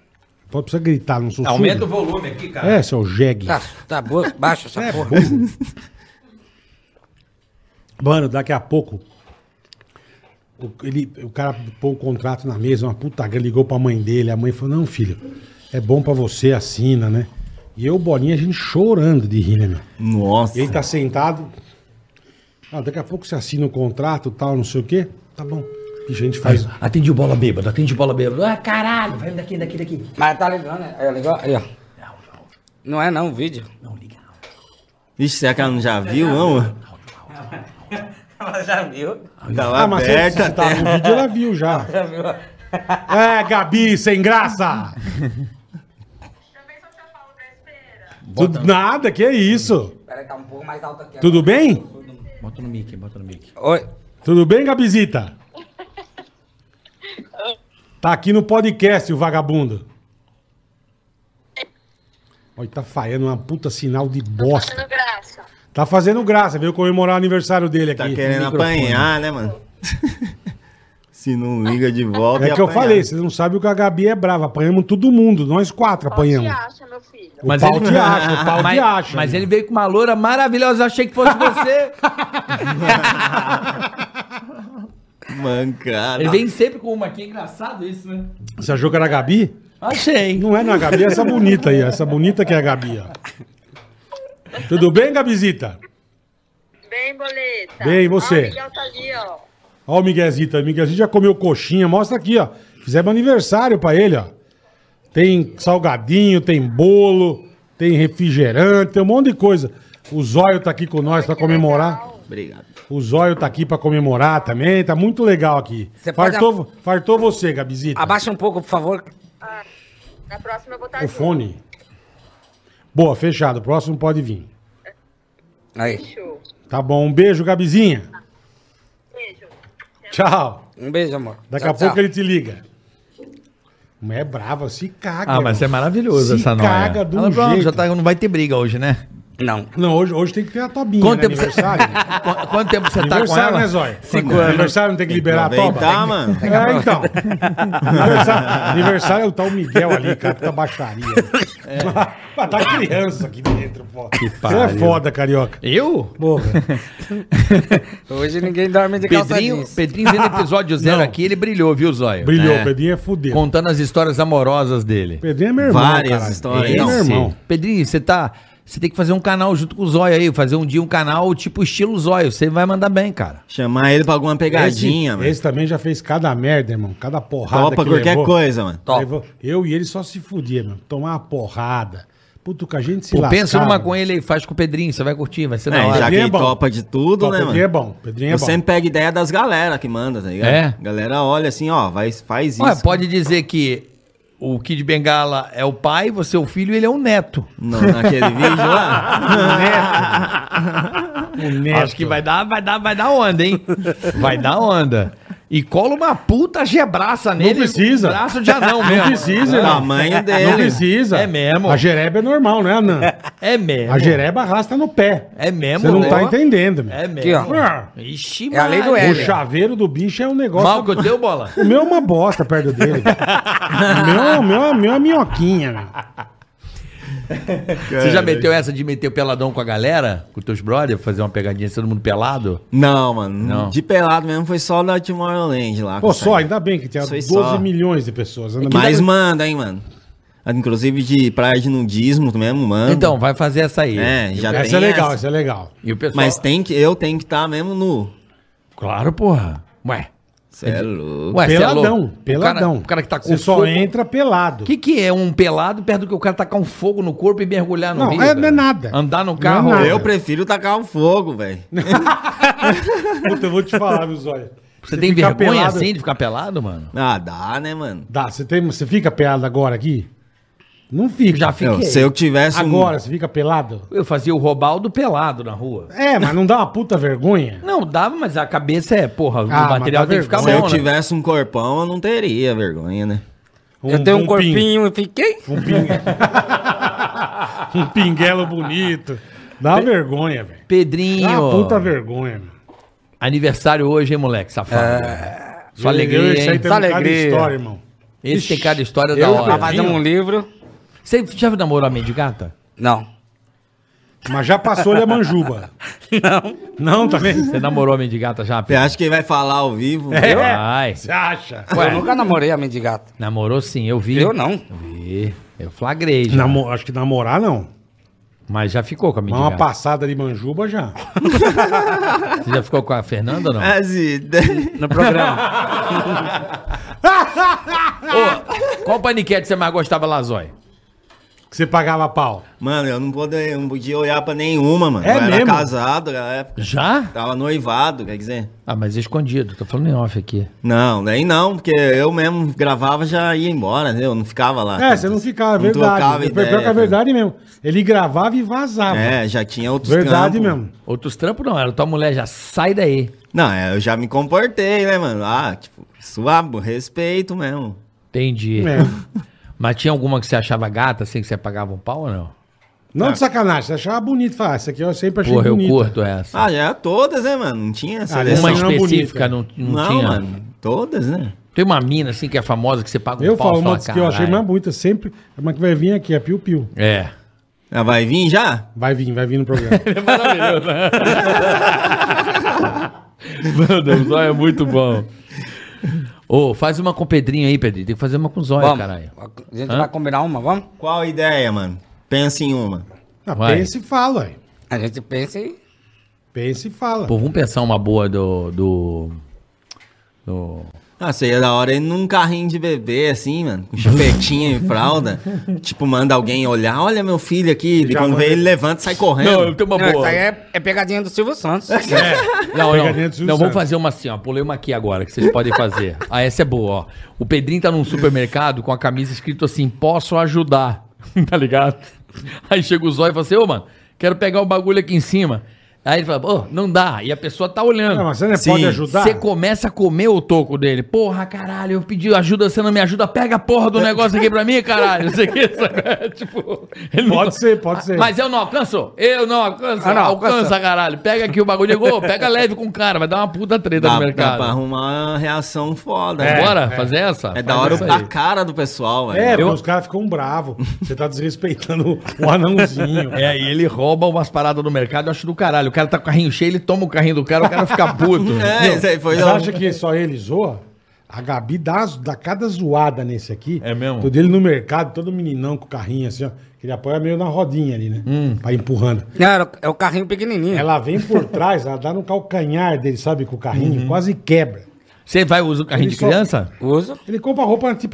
Speaker 3: Pode precisa gritar, não sou
Speaker 2: Aumenta o
Speaker 3: surdo.
Speaker 2: volume aqui, cara.
Speaker 3: É, seu jegue.
Speaker 7: Tá, tá boa, baixa essa porra.
Speaker 3: Mano, daqui a pouco. O, ele, o cara pôs o contrato na mesa, uma puta que ligou pra mãe dele. A mãe falou: Não, filho, é bom pra você, assina, né? E eu, Bolinha, a gente chorando de rir, né, meu?
Speaker 4: Nossa.
Speaker 3: E ele tá sentado. Ah, daqui a pouco você assina o contrato, tal, não sei o quê. Tá bom. E a gente faz.
Speaker 2: Atende o bola bêbado, atende o bola bêbado. Ah, caralho, vai daqui, daqui, daqui.
Speaker 7: Mas tá ligando, né? Aí, ó, ligou, aí, ó. Não é não, o vídeo.
Speaker 4: Vixe, será que ela não já viu, não?
Speaker 7: Ela já viu.
Speaker 4: Tá lá
Speaker 3: mas
Speaker 4: aberta
Speaker 3: você, você tá
Speaker 4: até.
Speaker 3: no vídeo, ela viu já.
Speaker 7: Já viu.
Speaker 3: É, Gabi, sem graça!
Speaker 8: Também só se eu falo besteira.
Speaker 3: Tudo, nada, que é isso?
Speaker 7: Peraí, tá um pouco mais alto aqui.
Speaker 3: Tudo bem?
Speaker 2: Bota no mic, bota no mic.
Speaker 7: Oi.
Speaker 3: Tudo bem, Gabizita? Tá aqui no podcast, o vagabundo. Olha, tá falhando uma puta sinal de bosta.
Speaker 8: Fazendo graça.
Speaker 3: Tá fazendo graça, veio comemorar o aniversário dele aqui.
Speaker 4: Tá querendo
Speaker 3: no microfone.
Speaker 4: apanhar, né, mano? Se não liga de volta.
Speaker 3: É
Speaker 4: ia
Speaker 3: que eu
Speaker 4: apanhar.
Speaker 3: falei, vocês não sabem o que a Gabi é brava. Apanhamos todo mundo, nós quatro
Speaker 8: Qual te
Speaker 3: apanhamos.
Speaker 8: acha, meu filho?
Speaker 3: O pau te acha, o pau
Speaker 2: mas,
Speaker 3: te acha.
Speaker 2: mas ele veio com uma loura maravilhosa, eu achei que fosse você.
Speaker 4: Mancada.
Speaker 2: ele vem sempre com uma aqui, engraçado isso, né?
Speaker 3: Você achou que era a Gabi?
Speaker 2: Achei.
Speaker 3: Não é na Gabi, é essa bonita aí, ó. essa bonita que é a Gabi, ó. Tudo bem, Gabizita?
Speaker 8: Bem, boleta.
Speaker 3: Bem, e você?
Speaker 8: Ó, o Miguel tá ali, ó.
Speaker 3: Ó o Miguelzito, o Miguelzito já comeu coxinha, mostra aqui, ó. Fizemos aniversário pra ele, ó. Tem salgadinho, tem bolo, tem refrigerante, tem um monte de coisa. O Zóio tá aqui com nós pra comemorar.
Speaker 4: Obrigado.
Speaker 3: O Zóio tá aqui pra comemorar também, tá muito legal aqui.
Speaker 7: Você pode
Speaker 3: Fartou, fartou você, Gabizita.
Speaker 7: Abaixa um pouco, por favor.
Speaker 8: Ah, na próxima eu vou estar
Speaker 3: O fone. Boa, fechado. Próximo pode vir.
Speaker 7: Aí.
Speaker 8: Show.
Speaker 3: Tá bom, um beijo, Gabizinha.
Speaker 8: Beijo.
Speaker 3: Tchau.
Speaker 7: Um beijo, amor.
Speaker 3: Daqui
Speaker 7: Tchau,
Speaker 3: a pouco
Speaker 7: tchau.
Speaker 3: ele te liga. Mulher brava, se caga.
Speaker 2: Ah, mas
Speaker 3: irmão.
Speaker 2: é maravilhoso
Speaker 3: Se
Speaker 2: essa noia.
Speaker 3: caga de um
Speaker 2: Ela, pronto,
Speaker 3: jeito.
Speaker 2: já tá- não vai ter briga hoje, né?
Speaker 7: Não.
Speaker 3: Não, hoje, hoje tem que ter a tobinha,
Speaker 2: Quanto
Speaker 3: né?
Speaker 2: tempo você-
Speaker 3: Aniversário.
Speaker 2: Qu- Quanto tempo você tá com
Speaker 3: aniversário,
Speaker 2: ela?
Speaker 3: né, Zóia?
Speaker 2: Cinco
Speaker 3: Quando-
Speaker 2: anos.
Speaker 3: Aniversário não tem que liberar a toba?
Speaker 4: Aproveitar, mano.
Speaker 3: É, então. aniversário, aniversário é o tal Miguel ali, cara, que tá baixaria.
Speaker 2: É.
Speaker 3: Mas tá criança aqui dentro, pô. Você é
Speaker 2: pariu.
Speaker 3: foda, carioca.
Speaker 2: Eu?
Speaker 3: Porra.
Speaker 7: Hoje ninguém dorme de calça
Speaker 2: Pedrinho,
Speaker 7: jeans.
Speaker 2: Pedrinho vendo episódio zero
Speaker 3: Não.
Speaker 2: aqui, ele brilhou, viu, Zóio?
Speaker 3: Brilhou,
Speaker 2: É.
Speaker 3: Pedrinho é fudido.
Speaker 2: Contando as histórias amorosas dele.
Speaker 3: Pedrinho é meu irmão.
Speaker 4: Várias
Speaker 3: caralho.
Speaker 4: histórias.
Speaker 3: Pedrinho é meu
Speaker 4: Esse.
Speaker 3: irmão.
Speaker 2: Pedrinho, você tá. Você tem que fazer um canal junto com o Zóio aí, fazer um dia um canal tipo estilo Zóio. Você vai mandar bem, cara.
Speaker 4: Chamar ele pra alguma pegadinha,
Speaker 3: esse,
Speaker 4: mano.
Speaker 3: esse também já fez cada merda, irmão. Cada porrada.
Speaker 4: Topa
Speaker 3: que
Speaker 4: qualquer
Speaker 3: levou.
Speaker 4: coisa, mano.
Speaker 7: Top.
Speaker 3: Levou- Eu e ele só se fudia, mano. Tomar uma porrada. Puto, que a gente se né?
Speaker 2: Pô,
Speaker 3: lascava.
Speaker 2: pensa numa com ele aí, faz com o Pedrinho, você vai curtir, vai ser da
Speaker 4: É,
Speaker 2: hora.
Speaker 4: já que
Speaker 3: Pedrinho
Speaker 4: ele
Speaker 3: é bom.
Speaker 4: topa de tudo,
Speaker 3: Top,
Speaker 4: né, mano?
Speaker 3: Pedrinho é bom. Pedrinho é
Speaker 4: Eu
Speaker 3: bom.
Speaker 4: sempre pego ideia das galera que manda, tá ligado?
Speaker 2: É?
Speaker 4: Galera olha assim, ó, vai, faz isso.
Speaker 2: Ué, pode dizer que o Kid Bengala é o pai, você é o filho e ele é o neto.
Speaker 4: Não, naquele vídeo lá.
Speaker 3: O Neto.
Speaker 2: Acho que vai dar, vai dar, vai dar onda, hein? Vai dar onda. E cola uma puta gebraça nele. um
Speaker 3: precisa.
Speaker 2: Braço de anão mesmo.
Speaker 3: Não
Speaker 4: Tá,
Speaker 3: precisa, não.
Speaker 4: Tamanho
Speaker 3: é Não
Speaker 4: dele.
Speaker 3: precisa.
Speaker 2: É mesmo.
Speaker 3: A jereba é normal, né, Anan?
Speaker 2: É mesmo.
Speaker 3: A jereba arrasta no pé.
Speaker 2: É mesmo,
Speaker 3: Você não
Speaker 2: né?
Speaker 3: tá entendendo, meu.
Speaker 2: É mesmo.
Speaker 7: Aqui, ó.
Speaker 3: Ah,
Speaker 2: Ixi,
Speaker 7: É a lei do
Speaker 2: Maria.
Speaker 7: É,
Speaker 3: O
Speaker 7: meu.
Speaker 3: chaveiro do bicho é um negócio...
Speaker 2: Mal que eu deu bola.
Speaker 3: O meu é uma bosta perto dele. meu, meu, meu é minhoquinha, meu. É.
Speaker 2: Você já meteu essa de meter o peladão com a galera? Com teus brothers? Fazer uma pegadinha, todo mundo pelado?
Speaker 4: Não, mano.
Speaker 2: Não.
Speaker 4: De pelado mesmo foi só da Tomorrowland lá.
Speaker 3: Pô,
Speaker 4: com
Speaker 3: só,
Speaker 4: essa-
Speaker 3: ainda bem que tinha
Speaker 4: é. Isso aí
Speaker 3: 12
Speaker 4: só.
Speaker 3: milhões de pessoas. Ainda um- bem.
Speaker 4: Mas manda, hein, mano. Inclusive de praia de nudismo mesmo, manda.
Speaker 2: Então, vai fazer essa aí.
Speaker 4: É, já
Speaker 3: Essa
Speaker 4: tem
Speaker 3: é legal,
Speaker 4: essa.
Speaker 3: essa é legal.
Speaker 2: E o pessoal...
Speaker 4: Mas tem que, eu tenho que estar mesmo nu.
Speaker 2: Claro, porra. Ué.
Speaker 4: Você é louco.
Speaker 2: Ué, cê é
Speaker 3: peladão,
Speaker 2: louco. O
Speaker 3: peladão.
Speaker 2: cara, o cara que tá com
Speaker 3: Você só
Speaker 2: fogo.
Speaker 3: entra pelado.
Speaker 2: O que, que é um pelado perto do que o cara tacar um fogo no corpo e mergulhar no
Speaker 3: Não,
Speaker 2: rio?
Speaker 3: é-
Speaker 2: cara?
Speaker 3: não é nada.
Speaker 2: Andar no
Speaker 3: Não é
Speaker 2: carro.
Speaker 3: nada.
Speaker 4: Eu prefiro tacar o fogo, velho.
Speaker 3: Puta, eu vou te falar, meu zóio.
Speaker 2: Você, tem
Speaker 3: fica
Speaker 2: vergonha
Speaker 3: pelado-
Speaker 2: assim de ficar pelado, mano?
Speaker 4: Ah, dá, né, mano?
Speaker 3: Dá, você, tem, você fica pelado agora aqui? Não fica.
Speaker 2: Já fiquei.
Speaker 4: Eu, se eu tivesse um-
Speaker 3: Agora, você fica pelado?
Speaker 2: Eu fazia o Robaldo pelado na rua.
Speaker 3: É, mas não dá uma puta vergonha?
Speaker 2: Não, dava, mas a cabeça é, porra, o
Speaker 3: Ah, mas
Speaker 2: material
Speaker 3: dá
Speaker 2: tem que ficar
Speaker 4: Se
Speaker 2: bom,
Speaker 4: eu
Speaker 2: né?
Speaker 4: tivesse um corpão, eu não teria vergonha, né?
Speaker 7: Eu tenho um
Speaker 3: pin-
Speaker 7: corpinho e fiquei.
Speaker 3: um pin- um pinguelo bonito. Dá uma vergonha, velho.
Speaker 2: Pedrinho.
Speaker 3: Dá uma Ah, puta vergonha, meu.
Speaker 2: Aniversário hoje, hein, moleque, safado. Sua
Speaker 3: Eu- eu-
Speaker 2: alegria,
Speaker 3: É. isso
Speaker 2: hein?
Speaker 3: aí tá- tem
Speaker 7: Só
Speaker 3: um bocado de
Speaker 7: alegria.
Speaker 3: história, irmão.
Speaker 2: Esse tem cada história da
Speaker 7: Eu pra
Speaker 2: hora.
Speaker 7: fazer um livro.
Speaker 2: Você já namorou a mendigata?
Speaker 7: Não.
Speaker 3: Mas já passou-lhe a manjuba. Não. tá Não, também?
Speaker 2: Você namorou a mendigata já?
Speaker 4: Você acha que ele vai falar ao vivo?
Speaker 3: É.
Speaker 2: Ai,
Speaker 3: Você acha?
Speaker 7: eu nunca namorei a mendigata.
Speaker 2: namorou sim, eu vi.
Speaker 7: Eu não.
Speaker 2: Vi, eu flagrei já.
Speaker 3: Namo- acho que namorar não.
Speaker 2: Mas já ficou com a
Speaker 3: Mas
Speaker 2: mendigata.
Speaker 3: uma passada de manjuba já.
Speaker 2: Você já ficou com a Fernanda ou não?
Speaker 4: As ideias.
Speaker 7: No programa.
Speaker 2: Ô, qual paniquete você mais gostava, Lazói?
Speaker 3: Que você pagava pau.
Speaker 4: Mano, eu não podia, eu não podia olhar pra nenhuma, mano.
Speaker 3: É
Speaker 4: eu
Speaker 3: mesmo?
Speaker 4: era casado na época.
Speaker 2: Já?
Speaker 4: Tava noivado, quer dizer.
Speaker 2: Ah, mas escondido. Tô falando em off aqui.
Speaker 4: Não, nem não, porque eu mesmo gravava já ia embora, né? Eu não ficava lá.
Speaker 3: É, você não ficava, é
Speaker 4: trocava
Speaker 3: verdade. É
Speaker 4: ideia,
Speaker 3: Pior que é
Speaker 4: cara.
Speaker 3: verdade mesmo. Ele gravava e vazava.
Speaker 4: É, já tinha outros
Speaker 3: verdade
Speaker 4: campos.
Speaker 3: mesmo.
Speaker 2: Outros trampos não, era tua mulher já sai daí.
Speaker 4: Não, é, eu já me comportei, né, mano? Ah, tipo, suave, respeito mesmo.
Speaker 2: Entendi.
Speaker 3: É.
Speaker 2: Mas tinha alguma que você achava gata, assim, que você pagava um pau ou não?
Speaker 3: Não de sacanagem, você achava bonito. Falar, essa aqui eu sempre achei
Speaker 2: Porra, eu
Speaker 3: bonita.
Speaker 2: curto essa.
Speaker 4: Ah, já era todas, né, mano? Não tinha seleção.
Speaker 2: uma
Speaker 3: essa não é
Speaker 2: específica não, não,
Speaker 4: não,
Speaker 2: tinha.
Speaker 4: mano. Todas, né?
Speaker 2: Tem uma mina, assim, que é famosa, que você paga um
Speaker 3: Eu
Speaker 2: pau
Speaker 3: falo
Speaker 2: e fala,
Speaker 3: uma que eu achei
Speaker 2: "Caralho".
Speaker 3: mais bonita sempre. É uma que vai vir aqui, é Piu Piu.
Speaker 2: É.
Speaker 4: Ah, vai vir já?
Speaker 3: Vai vir, vai vir no programa.
Speaker 2: Meu Deus, o zóio é muito bom. Ô, faz uma com o Pedrinho aí, Pedrinho. Tem que fazer uma com o zóio,
Speaker 7: Vamos.
Speaker 2: caralho.
Speaker 7: A gente vai combinar uma, vamos?
Speaker 4: Qual a ideia, mano? Pensa em uma.
Speaker 3: Ah,
Speaker 2: Vai.
Speaker 3: pensa e fala, aí.
Speaker 7: A gente pensa e.
Speaker 3: Pensa e fala.
Speaker 2: Pô, vamos pensar uma boa do. do. do-
Speaker 4: Ah, seria da hora ir num carrinho de bebê, assim, mano, com chupetinha e fralda. Tipo, manda alguém olhar, olha meu filho aqui. E
Speaker 3: Já
Speaker 4: quando vê,
Speaker 3: manda-
Speaker 4: ele levanta e sai correndo.
Speaker 2: Não, eu tenho uma
Speaker 7: Não, isso
Speaker 2: boa.
Speaker 7: aí é, é pegadinha do Silvio Santos.
Speaker 2: Não, não.
Speaker 3: Pegadinha do Silvio
Speaker 2: Não, vamos
Speaker 3: Santos.
Speaker 2: fazer uma assim, ó. Pulei uma aqui agora, que vocês podem fazer. Ah, essa é boa, ó. O Pedrinho tá num supermercado com a camisa escrito assim, posso ajudar. tá ligado? Aí chega o zóio e fala assim, ô, mano, quero pegar o bagulho aqui em cima. Aí ele fala, ô, não dá. E a pessoa tá olhando.
Speaker 3: Não, mas você não
Speaker 4: Sim,
Speaker 3: pode ajudar?
Speaker 2: Você começa a comer o toco dele. Porra, caralho, eu pedi ajuda, você não me ajuda, pega a porra do negócio aqui pra mim, caralho. Não sei o que, sabe? É, tipo, ele
Speaker 3: Pode
Speaker 2: não-
Speaker 3: ser, pode
Speaker 2: Ah,
Speaker 3: ser.
Speaker 2: Mas eu não alcanço? Eu não alcanço.
Speaker 7: Ah, não,
Speaker 2: alcança,
Speaker 7: alcança.
Speaker 2: caralho. Pega aqui o bagulho, ô, pega leve com o cara, vai dar uma puta treta
Speaker 4: Dá,
Speaker 2: no
Speaker 4: dá
Speaker 2: mercado.
Speaker 4: pra arrumar uma reação foda. né?
Speaker 2: É. Bora fazer essa?
Speaker 4: É da hora
Speaker 2: Faz
Speaker 4: a
Speaker 2: essa aí.
Speaker 4: cara do pessoal, velho.
Speaker 3: É, porque os caras ficam bravos. Você tá desrespeitando o anãozinho.
Speaker 2: É, e ele rouba umas paradas no mercado, eu acho do caralho. O cara tá com o carrinho cheio, ele toma o carrinho do cara, o cara fica puto.
Speaker 4: É, isso aí foi
Speaker 3: Você
Speaker 4: da-
Speaker 3: acha que só ele zoa? A Gabi dá, as- dá cada zoada nesse aqui.
Speaker 2: É mesmo?
Speaker 3: Todo ele no mercado, todo meninão com o carrinho assim, ó. Que ele apoia meio na rodinha ali, né?
Speaker 2: Hum.
Speaker 3: Pra ir empurrando.
Speaker 7: Não, era o- é o carrinho pequenininho.
Speaker 3: Ela vem por trás, ela dá no calcanhar dele, sabe? Com o carrinho,
Speaker 2: Uhum.
Speaker 3: quase quebra.
Speaker 2: Você vai usar o carrinho
Speaker 3: Ele
Speaker 2: de
Speaker 3: só-
Speaker 2: criança?
Speaker 7: Uso.
Speaker 3: Ele compra roupa na tip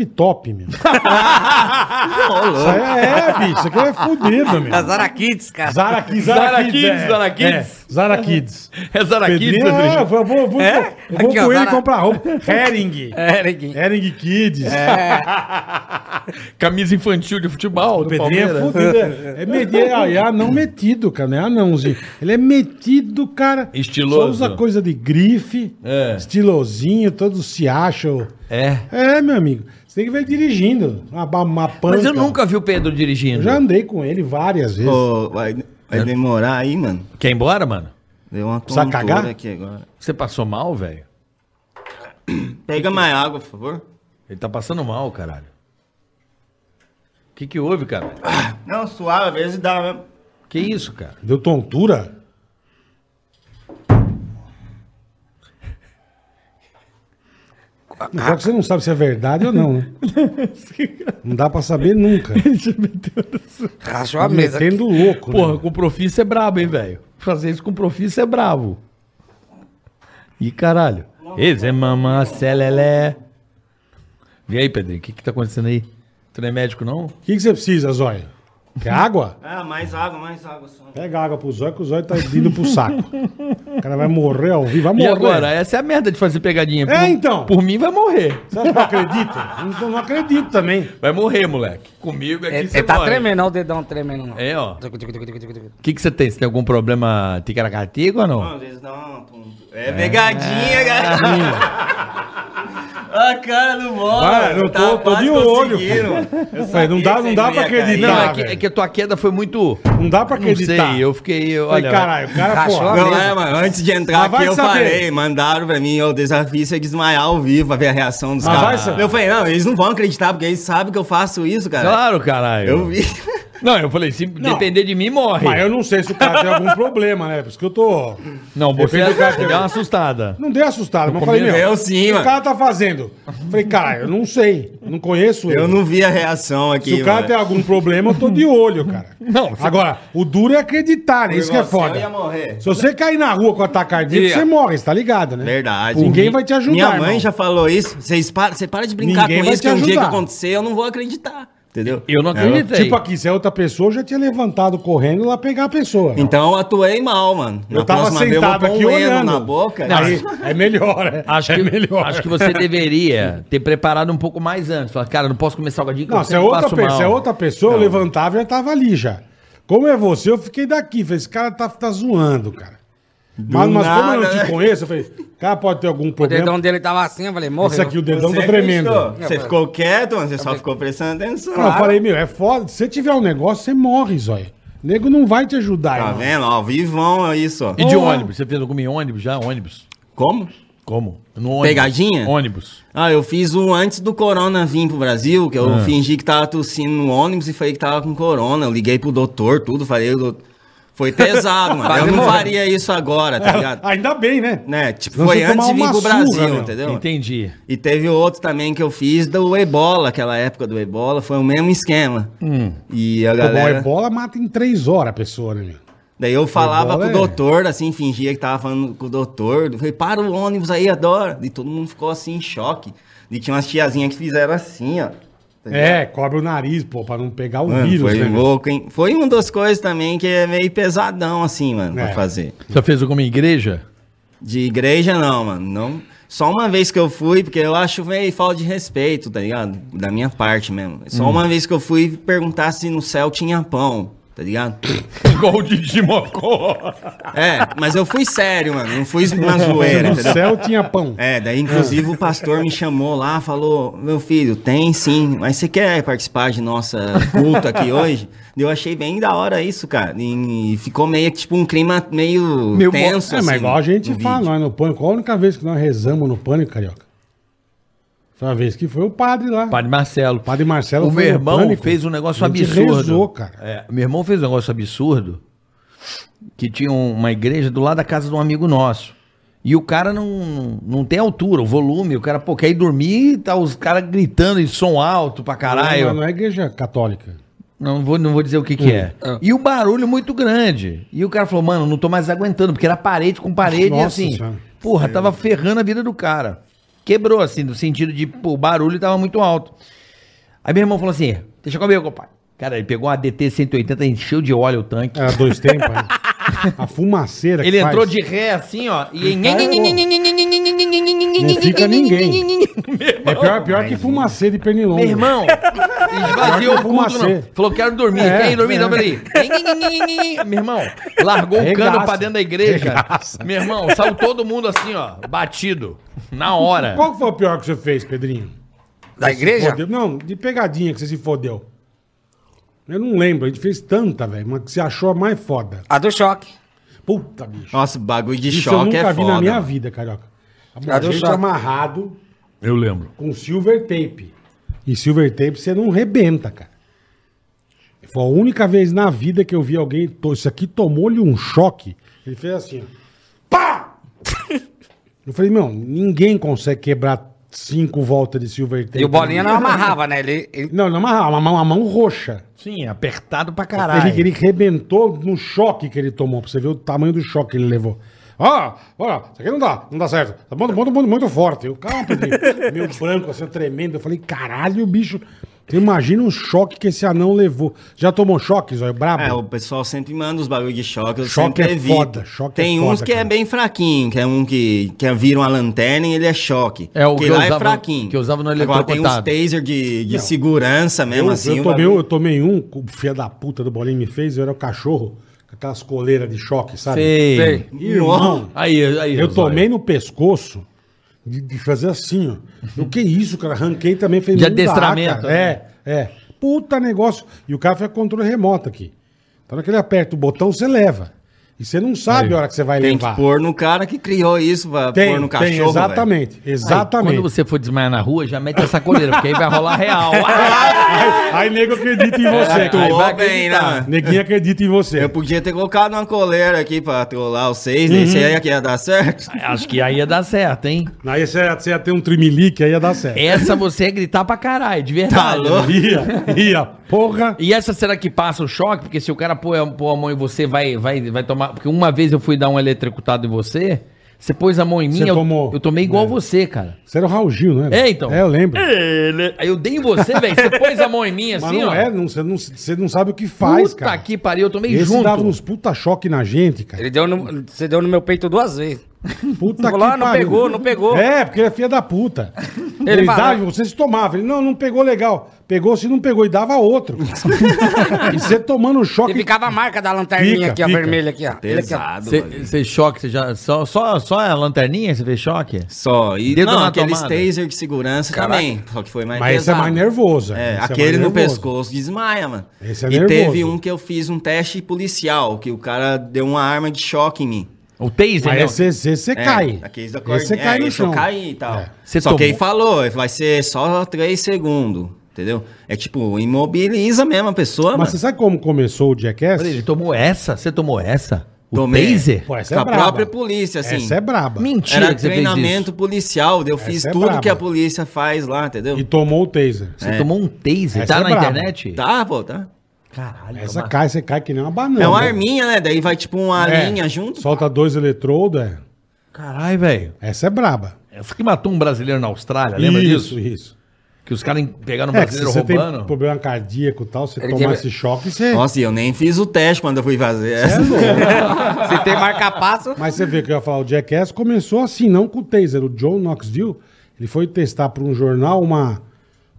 Speaker 3: top, meu. Isso
Speaker 4: Ô, louco.
Speaker 3: aí é, é, bicho. Isso aqui é fudido, meu.
Speaker 7: Da Zara Kids, cara.
Speaker 3: Zara Kids,
Speaker 2: Zara Kids,
Speaker 3: é.
Speaker 2: Zara Kids.
Speaker 3: É, Zara Kids.
Speaker 2: É Zaraquid,
Speaker 3: Pedrinho, é, eu vou, vou, vou, eu vou
Speaker 7: Aqui, ó,
Speaker 3: com ele
Speaker 7: Zara-
Speaker 3: comprar roupa. Hering.
Speaker 7: É, Neguinho.
Speaker 3: Hering Kids.
Speaker 2: Camisa infantil de futebol
Speaker 3: O
Speaker 2: do
Speaker 3: Pedrinho é
Speaker 2: Palmeiras.
Speaker 3: fudido. É, é, medi- é anão metido, cara. Não é anãozinho. Ele é metido, cara.
Speaker 2: Estiloso.
Speaker 3: Só usa coisa de grife.
Speaker 2: É.
Speaker 3: Estilosinho, todos se acham.
Speaker 2: É.
Speaker 3: É, meu amigo. Você tem que ver ele dirigindo. Uma, ba- uma panca.
Speaker 2: Mas eu nunca vi o Pedro dirigindo.
Speaker 3: Eu já andei com ele várias vezes.
Speaker 4: Ô, vai, vai demorar aí, mano.
Speaker 2: Quer ir embora, mano?
Speaker 4: Deu uma
Speaker 3: É. Precisa
Speaker 4: tontura
Speaker 3: cagar?
Speaker 4: aqui agora.
Speaker 2: Você passou mal, velho?
Speaker 4: Pega mais água, por favor.
Speaker 2: Ele tá passando mal, caralho. O que que houve, cara?
Speaker 4: Não, suave, às vezes dá mesmo.
Speaker 2: Que isso, cara?
Speaker 3: Deu tontura?
Speaker 2: Ah,
Speaker 3: Só que você não sabe se é verdade ou não, né? Não dá pra saber nunca.
Speaker 7: Rachou
Speaker 3: Tá
Speaker 7: a mesa. aqui.
Speaker 3: metendo louco. né?
Speaker 2: Porra, com o profício é brabo, hein, velho? Fazer isso com o profício é brabo. Ih, caralho. Esse é mamã, celelé. Vem aí, Pedrinho, o que que tá acontecendo aí? Tu não é médico, não?
Speaker 3: O que, que você precisa, Zóia? Quer água?
Speaker 4: Ah, mais água, mais água só.
Speaker 3: Pega água pro Zóio, que o Zóio tá indo pro saco. O cara vai morrer ao vivo, vai morrer.
Speaker 2: E agora? Essa é a merda de fazer pegadinha.
Speaker 3: É, então.
Speaker 2: Por mim vai morrer.
Speaker 3: Você acha que eu acredito? Não, não acredito também.
Speaker 2: Vai morrer, moleque. Comigo aqui
Speaker 7: Ele,
Speaker 2: você
Speaker 7: ele tá
Speaker 2: morre.
Speaker 7: tremendo, olha o dedão tremendo. não.
Speaker 2: É, ó. O que, que você tem? Você tem algum problema
Speaker 3: Ah,
Speaker 2: ticaracatico ou não?
Speaker 3: É.
Speaker 4: Às vezes dá uma tontura. É pegadinha, galera. A cara do Bola. tá
Speaker 3: Para, não tô- tô
Speaker 4: quase
Speaker 3: de olho,
Speaker 4: conseguindo.
Speaker 3: filho.
Speaker 4: Eu
Speaker 3: Falei,
Speaker 4: sabia
Speaker 3: não dá-
Speaker 4: que
Speaker 3: não
Speaker 4: você
Speaker 3: dá
Speaker 4: não
Speaker 3: pra
Speaker 4: ia cair.
Speaker 3: acreditar.
Speaker 2: Não,
Speaker 3: Tá,
Speaker 2: é que,
Speaker 3: velho.
Speaker 2: é que a tua queda foi muito.
Speaker 3: Não dá pra
Speaker 2: Não
Speaker 3: acreditar.
Speaker 2: sei, eu fiquei.
Speaker 3: Falei,
Speaker 2: Olha,
Speaker 3: caralho, o cara,
Speaker 7: Rachou
Speaker 3: porra.
Speaker 7: a
Speaker 4: Não,
Speaker 7: Beleza.
Speaker 4: é, mano, antes de
Speaker 3: Mas
Speaker 4: entrar
Speaker 3: vai
Speaker 4: aqui, eu
Speaker 3: saber.
Speaker 4: falei, mandaram pra mim, ó, o desafio é desmaiar ao vivo, pra ver a reação dos
Speaker 3: Mas Ah, vai
Speaker 4: caras.
Speaker 3: saber.
Speaker 4: Eu falei, não, eles não vão acreditar, porque eles sabem que eu faço isso, cara.
Speaker 2: Claro, caralho.
Speaker 4: Eu vi.
Speaker 2: Não, eu falei, se depender de mim, morre.
Speaker 3: Mas eu não sei se o cara tem algum problema, né? Por isso que eu tô.
Speaker 2: Não, você
Speaker 3: Depende do cara que-
Speaker 2: deu uma assustada.
Speaker 3: Não dei assustado, mas
Speaker 2: No
Speaker 3: falei, meu.
Speaker 4: começo- Eu sim,
Speaker 3: o que o
Speaker 4: mano.
Speaker 3: cara tá fazendo? Falei, cara, eu não sei. Não conheço ele.
Speaker 4: Eu não vi a reação aqui.
Speaker 3: Se o cara
Speaker 4: mano.
Speaker 3: tem algum problema, eu tô de olho, cara.
Speaker 2: Não, você-
Speaker 3: Agora, o duro é acreditar, né? Isso que é
Speaker 4: Irmão,
Speaker 3: foda.
Speaker 4: Eu ia morrer.
Speaker 3: Se você cair na rua com ataque cardíaco,
Speaker 2: Ia.
Speaker 3: você morre, você tá ligado, né?
Speaker 4: Verdade.
Speaker 3: Ninguém vai te ajudar,
Speaker 4: Minha mãe
Speaker 3: irmão.
Speaker 4: já falou isso. Vocês para, você para de brincar
Speaker 3: Ninguém
Speaker 4: com
Speaker 3: vai
Speaker 4: isso,
Speaker 3: te
Speaker 4: que um dia que
Speaker 3: ajudar.
Speaker 4: acontecer, eu não vou acreditar. Entendeu? Né,
Speaker 2: Eu não acreditei.
Speaker 3: Tipo aqui, se é outra pessoa, eu já tinha levantado correndo lá pegar a pessoa.
Speaker 4: Então eu atuei mal, mano.
Speaker 3: eu tava
Speaker 4: eu vou
Speaker 3: sentado
Speaker 4: pôr um
Speaker 3: aqui
Speaker 4: dedo
Speaker 3: olhando.
Speaker 4: na boca. Ah,
Speaker 3: Aí, é melhor, é.
Speaker 2: Acho
Speaker 3: é
Speaker 2: que,
Speaker 3: melhor.
Speaker 2: acho que você deveria ter preparado um pouco mais antes. Falar, cara, não posso comer salgadinho que
Speaker 3: Não,
Speaker 2: eu
Speaker 3: se é,
Speaker 2: sempre
Speaker 3: outra
Speaker 2: passo
Speaker 3: pe-
Speaker 2: mal.
Speaker 3: se é outra pessoa, eu levantava e já tava ali já. Como é você, eu fiquei daqui. Falei, esse cara tá, tá zoando, cara. Mas, mas como eu não
Speaker 4: nada,
Speaker 3: te
Speaker 4: né?
Speaker 3: conheço, eu falei, cara, pode ter algum
Speaker 7: O dedão
Speaker 3: problema.
Speaker 7: dele tava assim, eu falei, morreu.
Speaker 3: Esse aqui, o dedão
Speaker 4: um Você
Speaker 3: tá tremendo.
Speaker 4: acreditou?
Speaker 7: É,
Speaker 4: Você
Speaker 7: mas-
Speaker 4: ficou quieto, mano. Você só ficou prestando atenção.
Speaker 3: Não, eu falei, meu, é foda. Se você tiver um negócio, você morre, zóio. O nego não vai te ajudar,
Speaker 4: Tá
Speaker 3: irmão.
Speaker 4: vendo? Ó, vivão é isso, ó.
Speaker 2: E de ônibus? Você fez alguma em ônibus já? Ônibus?
Speaker 4: Como?
Speaker 2: Como? No ônibus.
Speaker 4: Pegadinha?
Speaker 2: Ônibus.
Speaker 4: Ah, eu fiz um antes do corona vir pro Brasil, que eu
Speaker 3: Ah.
Speaker 4: fingi que tava tossindo no ônibus e falei que tava com corona. Eu liguei pro doutor, tudo, falei... o doutor- Foi pesado, mano. Eu não faria isso agora, tá ligado?
Speaker 3: Ainda bem, né?
Speaker 4: Né? Tipo,
Speaker 3: Senão
Speaker 4: foi
Speaker 3: você tomar
Speaker 4: antes de vir
Speaker 3: uma
Speaker 4: pro
Speaker 3: surra,
Speaker 4: Brasil,
Speaker 3: meu.
Speaker 4: entendeu?
Speaker 2: Entendi.
Speaker 4: E teve outro também que eu fiz do Ebola, aquela época do Ebola, foi o mesmo esquema.
Speaker 3: Hum.
Speaker 4: E a
Speaker 3: Tomar
Speaker 4: galera...
Speaker 3: ebola mata em três horas a pessoa, né, meu?
Speaker 4: Daí eu falava
Speaker 3: Ebola
Speaker 4: com
Speaker 3: é-
Speaker 4: o doutor, assim, fingia que tava falando com o doutor. Eu Falei, para o ônibus aí, adora. E todo mundo ficou assim, em choque. E tinha umas tiazinhas que fizeram assim, ó.
Speaker 3: É, cobre o nariz, pô, pra não pegar o
Speaker 4: Mano,
Speaker 3: vírus,
Speaker 4: foi
Speaker 3: né? meu?
Speaker 4: louco, hein? Foi uma das coisas também que é meio pesadão, assim, mano,
Speaker 3: É.
Speaker 4: pra fazer.
Speaker 2: Já fez alguma em igreja?
Speaker 4: De igreja, não, mano. Não... Só uma vez que eu fui, porque eu acho meio falta de respeito, tá ligado? Da minha parte mesmo.
Speaker 3: Hum.
Speaker 4: Só uma vez que eu fui perguntar se no céu tinha pão, tá ligado?
Speaker 2: Igual o de Mocó.
Speaker 4: É, mas eu fui sério, mano. Não fui na zoeira,
Speaker 3: No
Speaker 4: entendeu?
Speaker 3: céu tinha pão.
Speaker 4: É, daí inclusive o pastor me chamou lá, falou: Meu filho, tem sim, mas você quer participar de nossa culto aqui hoje? E Eu achei bem da hora isso, cara. E ficou meio que tipo um clima meio,
Speaker 2: Meio bo-
Speaker 4: tenso.
Speaker 3: É,
Speaker 4: assim,
Speaker 3: mas igual a gente
Speaker 4: no
Speaker 3: fala, né?
Speaker 4: vídeo.
Speaker 3: nós no pânico. Qual a única vez que nós rezamos no pânico, carioca? Foi uma vez que foi o padre lá.
Speaker 2: Padre Marcelo.
Speaker 3: Padre Marcelo
Speaker 2: O
Speaker 3: foi
Speaker 2: meu
Speaker 3: no
Speaker 2: irmão
Speaker 3: Pânico.
Speaker 2: fez um negócio
Speaker 3: A gente
Speaker 2: absurdo.
Speaker 3: rezou, cara.
Speaker 2: É, meu irmão fez um negócio absurdo que tinha um- uma igreja do lado da casa de um amigo nosso. E o cara não, não tem altura, o volume. O cara, pô, quer ir dormir, tá os caras gritando em som alto pra caralho.
Speaker 3: Não, não é igreja católica.
Speaker 2: Não vou, não vou dizer o que que é. E o barulho muito grande. E o cara falou, mano, não tô mais aguentando, porque era parede com parede
Speaker 3: Nossa
Speaker 2: e assim.
Speaker 3: Senhora.
Speaker 2: Porra, tava ferrando a vida do cara. Quebrou, assim, no sentido de, pô, o barulho tava muito alto. Aí meu irmão falou assim, deixa comigo, compadre. Cara, ele pegou uma DT 180, encheu de óleo o tanque.
Speaker 3: Era dois tempos. né? A fumaceira que
Speaker 2: Ele
Speaker 3: faz.
Speaker 2: entrou de ré assim, ó, e
Speaker 3: Não fica ninguém. É pior, pior que fumacê de pernilongo.
Speaker 2: Meu irmão, esvaziou o culto, não.
Speaker 3: Fumacê.
Speaker 2: Falou, quero dormir.
Speaker 3: É,
Speaker 2: Quer ir dormir? Não,
Speaker 3: é.
Speaker 2: peraí. Meu irmão, largou o
Speaker 3: Regaça.
Speaker 2: cano pra dentro da igreja.
Speaker 3: Regaça.
Speaker 2: Meu irmão, saiu todo mundo assim, ó, batido. Na hora.
Speaker 3: Qual que foi o pior que você fez, Pedrinho?
Speaker 7: Da igreja?
Speaker 3: Fodeu. Não, de pegadinha que você se fodeu. Eu não lembro, a gente fez tanta, velho, mas que você achou a mais foda.
Speaker 7: A do choque.
Speaker 3: Puta, bicho.
Speaker 4: Nossa, bagulho de
Speaker 3: Isso eu
Speaker 4: choque
Speaker 3: nunca
Speaker 4: é
Speaker 3: vi
Speaker 4: foda.
Speaker 3: na minha
Speaker 4: mano.
Speaker 3: vida, carioca. A
Speaker 7: Cadê o
Speaker 3: gente
Speaker 7: choque?
Speaker 3: amarrado
Speaker 5: Eu lembro.
Speaker 3: com silver tape. E silver tape você não rebenta, cara. Foi a única vez na vida que eu vi alguém. to- Isso aqui tomou-lhe um choque. Ele fez assim, ó. Pá! eu falei, meu, ninguém consegue quebrar cinco voltas de silver tape.
Speaker 7: E o bolinha não amarrava, né? Ele, ele-
Speaker 3: Não, não amarrava, uma mão, a mão roxa.
Speaker 2: Sim, apertado pra
Speaker 3: Ele, ele rebentou no choque que ele tomou, pra você ver o tamanho do choque que ele levou. Ah, olha, isso aqui não dá, não dá certo. Tá muito, muito, muito, muito forte. é Eu, calma, Pedrinho. Meu um branco, assim, tremendo. Eu falei, caralho, bicho. Você imagina o choque que esse anão levou. Já tomou choques, ó, é brabo?
Speaker 4: É, o pessoal sempre manda os bagulhos de choque, eu
Speaker 3: Choque
Speaker 4: sempre
Speaker 3: é
Speaker 4: evito.
Speaker 3: foda, choque é
Speaker 4: Tem
Speaker 3: foda,
Speaker 4: uns que
Speaker 3: cara.
Speaker 4: é bem fraquinho, que é um que, que vira uma lanterna e ele é choque.
Speaker 2: É, o
Speaker 4: que,
Speaker 2: que eu
Speaker 4: lá
Speaker 2: usava-
Speaker 4: é fraquinho.
Speaker 2: que eu usava no
Speaker 4: Agora tem uns
Speaker 2: eletrocutado.
Speaker 4: taser de, de
Speaker 3: Não.
Speaker 4: segurança mesmo,
Speaker 3: eu,
Speaker 4: assim.
Speaker 3: eu
Speaker 4: o
Speaker 3: tomei,
Speaker 4: bagulho-
Speaker 3: eu tomei um, que o filho da puta do bolinho me fez, eu era o cachorro, com aquelas coleiras de choque, sabe?
Speaker 2: Sei.
Speaker 7: Sei.
Speaker 3: Irmão,
Speaker 2: Aí, aí.
Speaker 3: eu
Speaker 2: Zóio.
Speaker 3: tomei no pescoço, De, de fazer assim, ó. O que é isso, cara? Ranquei também fez
Speaker 2: De
Speaker 3: não dá,
Speaker 2: adestramento,
Speaker 3: cara. É, é. Puta negócio. E o cara faz controle remoto aqui. Então, naquele aperta o botão, você leva. E você não sabe a hora que você vai
Speaker 4: Tem
Speaker 3: levar.
Speaker 4: que pôr no cara que criou isso, pra pôr no cachorro. velho.
Speaker 3: exatamente. Exatamente.
Speaker 2: Aí, quando você for desmaiar na rua, já mete essa coleira, porque aí vai rolar real.
Speaker 3: Aí, aí nego acredita em você.
Speaker 4: Atuou
Speaker 3: cara.
Speaker 4: bem, né? mano?
Speaker 3: Neguinho acredita em você.
Speaker 4: Eu podia ter colocado uma coleira aqui pra trollar os seis,
Speaker 3: Uhum.
Speaker 4: nem sei aí que ia dar certo.
Speaker 2: Acho que aí ia dar certo, hein?
Speaker 3: Aí você ia, você ia ter um trimelique, aí ia dar certo.
Speaker 2: Essa você ia gritar pra caralho, de verdade. né?
Speaker 4: Tá louco?
Speaker 3: Ia, ia, porra.
Speaker 2: E essa será que passa o choque? Porque se o cara pôr a, pôr a mão em você, vai, vai, vai tomar. Porque uma vez eu fui dar um eletrocutado em você, você pôs a mão em mim,
Speaker 3: Você
Speaker 2: eu,
Speaker 3: tomou.
Speaker 2: eu tomei igual
Speaker 3: É.
Speaker 2: você, cara.
Speaker 3: Você era o Raul Gil, né?
Speaker 2: É, então.
Speaker 3: É, eu lembro.
Speaker 2: Aí eu dei em você, velho. Você pôs a mão em mim
Speaker 3: Mas
Speaker 2: assim,
Speaker 3: não
Speaker 2: ó.
Speaker 3: é, não- você, não, você não sabe o que faz,
Speaker 2: Puta
Speaker 3: cara.
Speaker 2: que pariu, eu tomei
Speaker 3: Esse
Speaker 2: junto.
Speaker 3: dava um uns puta choque na gente, cara.
Speaker 7: Ele deu no, você deu no meu peito duas vezes.
Speaker 3: Puta
Speaker 7: Falou, "Ah, não pegou, não pegou."
Speaker 3: É, porque ele é filha da puta. Ele,
Speaker 7: Ele
Speaker 3: dava,
Speaker 7: fala-
Speaker 3: você se tomava. Ele, não, não pegou legal. Pegou, se não pegou, e dava outro. e você tomando
Speaker 7: E
Speaker 3: choque.
Speaker 7: ficava a marca da lanterninha
Speaker 3: Fica,
Speaker 7: aqui, ó,
Speaker 3: fica.
Speaker 7: vermelha aqui, ó. Ele aqui, ó.
Speaker 4: Pesado, velho.
Speaker 2: Você choque, você já. Só, só, só a lanterninha você fez choque?
Speaker 4: Só. E
Speaker 2: Dedo
Speaker 4: não,
Speaker 2: na
Speaker 4: aqueles
Speaker 2: tomada.
Speaker 4: taser de segurança também. Só que foi mais
Speaker 3: Mas esse é
Speaker 4: pesado.
Speaker 3: mais nervoso.
Speaker 4: É,
Speaker 3: esse mais
Speaker 4: aquele no
Speaker 3: nervoso.
Speaker 4: pescoço desmaia, mano.
Speaker 3: Esse é
Speaker 4: e
Speaker 3: nervoso.
Speaker 4: teve um que eu fiz um teste policial, que o cara deu uma arma de choque em mim.
Speaker 2: O taser,
Speaker 3: Aí
Speaker 2: né?
Speaker 3: esse esse
Speaker 4: É,
Speaker 3: você cai.
Speaker 4: Aqueles da
Speaker 3: Esse você
Speaker 4: cordinha,
Speaker 3: cai no
Speaker 4: é, esse eu
Speaker 3: chão.
Speaker 4: caí e tal.
Speaker 3: É.
Speaker 2: Você
Speaker 4: Só que
Speaker 2: tomou?
Speaker 4: ele falou, vai ser só 3 segundos, entendeu? É tipo, imobiliza mesmo a pessoa,
Speaker 3: Mas
Speaker 4: mano.
Speaker 3: você sabe como começou o Jackass?
Speaker 2: Peraí, ele tomou essa? Você tomou essa? O
Speaker 4: Tomei.
Speaker 2: taser?
Speaker 3: é Pô, essa
Speaker 4: Com
Speaker 3: é
Speaker 4: a
Speaker 3: braba.
Speaker 4: própria polícia, assim.
Speaker 3: Essa é braba.
Speaker 2: Mentira
Speaker 4: Era
Speaker 2: que você fez
Speaker 4: treinamento
Speaker 2: isso.
Speaker 4: policial, eu fiz
Speaker 3: é
Speaker 4: tudo
Speaker 3: braba.
Speaker 4: que a polícia faz lá, entendeu?
Speaker 3: E tomou o taser.
Speaker 2: Você tomou um taser?
Speaker 3: Essa
Speaker 2: tá
Speaker 3: é
Speaker 2: na
Speaker 3: braba.
Speaker 2: internet?
Speaker 4: Tá, pô, tá.
Speaker 2: Caralho.
Speaker 3: Essa
Speaker 2: mas-
Speaker 3: cai, você cai que nem uma banana.
Speaker 4: é uma arminha, né? Daí vai tipo uma
Speaker 3: É.
Speaker 4: linha junto.
Speaker 3: Solta dois eletrodos, é.
Speaker 2: Caralho, velho.
Speaker 3: Essa é braba.
Speaker 2: Essa que matou um brasileiro na Austrália, lembra disso?
Speaker 3: Isso, isso.
Speaker 2: Que os caras pegaram um
Speaker 3: É, que se
Speaker 2: brasileiro
Speaker 3: você
Speaker 2: roubando.
Speaker 3: tem problema cardíaco e tal, você
Speaker 7: Ele
Speaker 3: tomar
Speaker 7: quebra-
Speaker 3: esse choque, você...
Speaker 4: Nossa, e eu nem fiz o teste quando eu fui fazer
Speaker 3: é
Speaker 4: essa.
Speaker 7: Se tem marca-passo,
Speaker 3: Mas você vê que eu ia falar, o Jackass começou assim, não com o taser. O John Knoxville, ele foi testar para um jornal uma,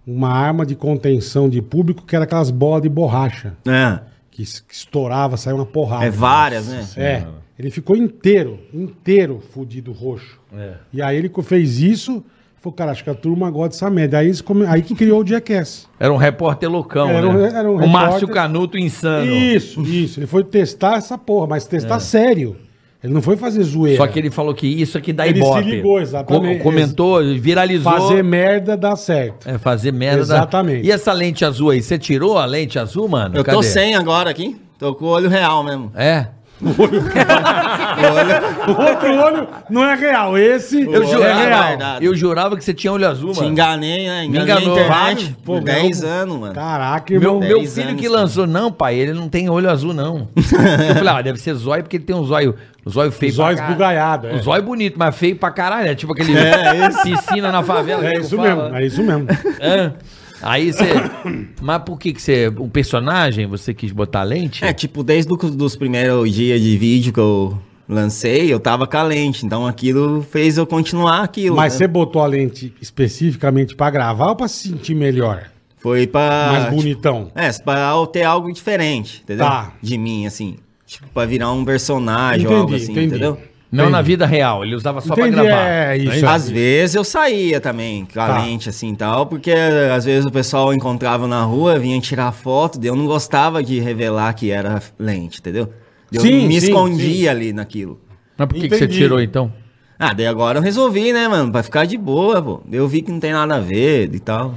Speaker 3: uma arma de contenção de público que era aquelas bolas de borracha,
Speaker 4: É,
Speaker 3: que, es- que estourava, saía uma porrada.
Speaker 4: é várias, né?
Speaker 3: É, ele ficou inteiro, inteiro fudido roxo.
Speaker 2: É.
Speaker 3: E aí ele co- fez isso, falou, cara, acho que a turma gosta dessa merda. Aí, eles come- aí que criou o Jackass.
Speaker 2: Era um repórter loucão,
Speaker 3: Era um-
Speaker 2: né?
Speaker 3: era um
Speaker 2: o
Speaker 3: repórter-
Speaker 2: Márcio Canuto insano.
Speaker 3: Isso, isso. Ele foi testar essa porra, mas testar sério. Ele não foi fazer zoeira.
Speaker 2: É. Só que ele falou que isso aqui dá
Speaker 3: Ele
Speaker 2: ibope.
Speaker 3: se ligou, exatamente.
Speaker 2: Co- comentou, viralizou.
Speaker 3: Fazer merda dá certo.
Speaker 2: É, fazer merda.
Speaker 3: Exatamente.
Speaker 2: E essa lente azul aí, você tirou a lente azul, mano?
Speaker 4: Eu tô
Speaker 2: Cadê?
Speaker 4: sem agora aqui. Tô com o olho real mesmo.
Speaker 2: É?
Speaker 3: O outro olho não é real. Esse
Speaker 4: Eu
Speaker 3: é
Speaker 4: juro,
Speaker 3: real.
Speaker 4: é verdade.
Speaker 2: Eu jurava que você tinha olho azul,
Speaker 4: Te
Speaker 2: mano.
Speaker 4: enganei, né? Enganei a
Speaker 2: enganou.
Speaker 4: internet
Speaker 3: Pô, um
Speaker 4: por
Speaker 3: meu-
Speaker 4: 10 anos, mano.
Speaker 3: Caraca,
Speaker 2: Meu,
Speaker 3: irmão.
Speaker 2: meu
Speaker 4: Dez
Speaker 2: filho
Speaker 4: anos,
Speaker 2: que
Speaker 4: cara.
Speaker 2: lançou, não, pai, ele não tem olho azul, não. Eu falei, ah, deve ser zóio, porque ele tem um zóio, um zóio feio
Speaker 3: Zóio
Speaker 2: caralho.
Speaker 3: esbugalhado, é.
Speaker 2: Um zóio bonito, mas feio pra caralho. É tipo aquele piscina na favela.
Speaker 3: É
Speaker 2: que eu
Speaker 3: isso
Speaker 2: falo,
Speaker 3: mesmo,
Speaker 2: né?
Speaker 3: é isso mesmo.
Speaker 2: Hã? Aí você. Mas por que que você. Um personagem, você quis botar lente?
Speaker 4: É, tipo, desde os primeiros dias de vídeo que eu lancei, eu tava calente. Então aquilo fez eu continuar aquilo.
Speaker 3: Mas
Speaker 4: né?
Speaker 3: você botou a lente especificamente pra gravar ou pra se sentir melhor?
Speaker 4: Foi
Speaker 2: Ah,
Speaker 4: pra.
Speaker 3: mais
Speaker 2: tipo,
Speaker 3: bonitão?
Speaker 4: É, pra eu ter algo diferente, entendeu?
Speaker 3: Tá.
Speaker 4: De mim, assim. Tipo, pra virar um personagem ou algo
Speaker 3: Entendi,
Speaker 4: assim,
Speaker 3: entendi.
Speaker 4: entendeu?
Speaker 2: não
Speaker 3: entendi.
Speaker 2: na vida real, ele usava só
Speaker 3: Entendi,
Speaker 2: pra gravar.
Speaker 3: é isso.
Speaker 2: Entendi.
Speaker 4: Né? Às vezes eu saía também, com a
Speaker 3: Tá.
Speaker 4: lente assim e tal, porque às vezes o pessoal encontrava na rua, vinha tirar foto, daí eu não gostava de revelar que era lente, entendeu? Eu
Speaker 3: Sim,
Speaker 4: me
Speaker 3: sim,
Speaker 4: escondia ali naquilo.
Speaker 2: Mas por que, que você
Speaker 3: Entendi.
Speaker 2: tirou então?
Speaker 4: Ah, daí agora eu resolvi, né, mano? Pra ficar de boa, pô. Eu vi que não tem nada a ver e tal.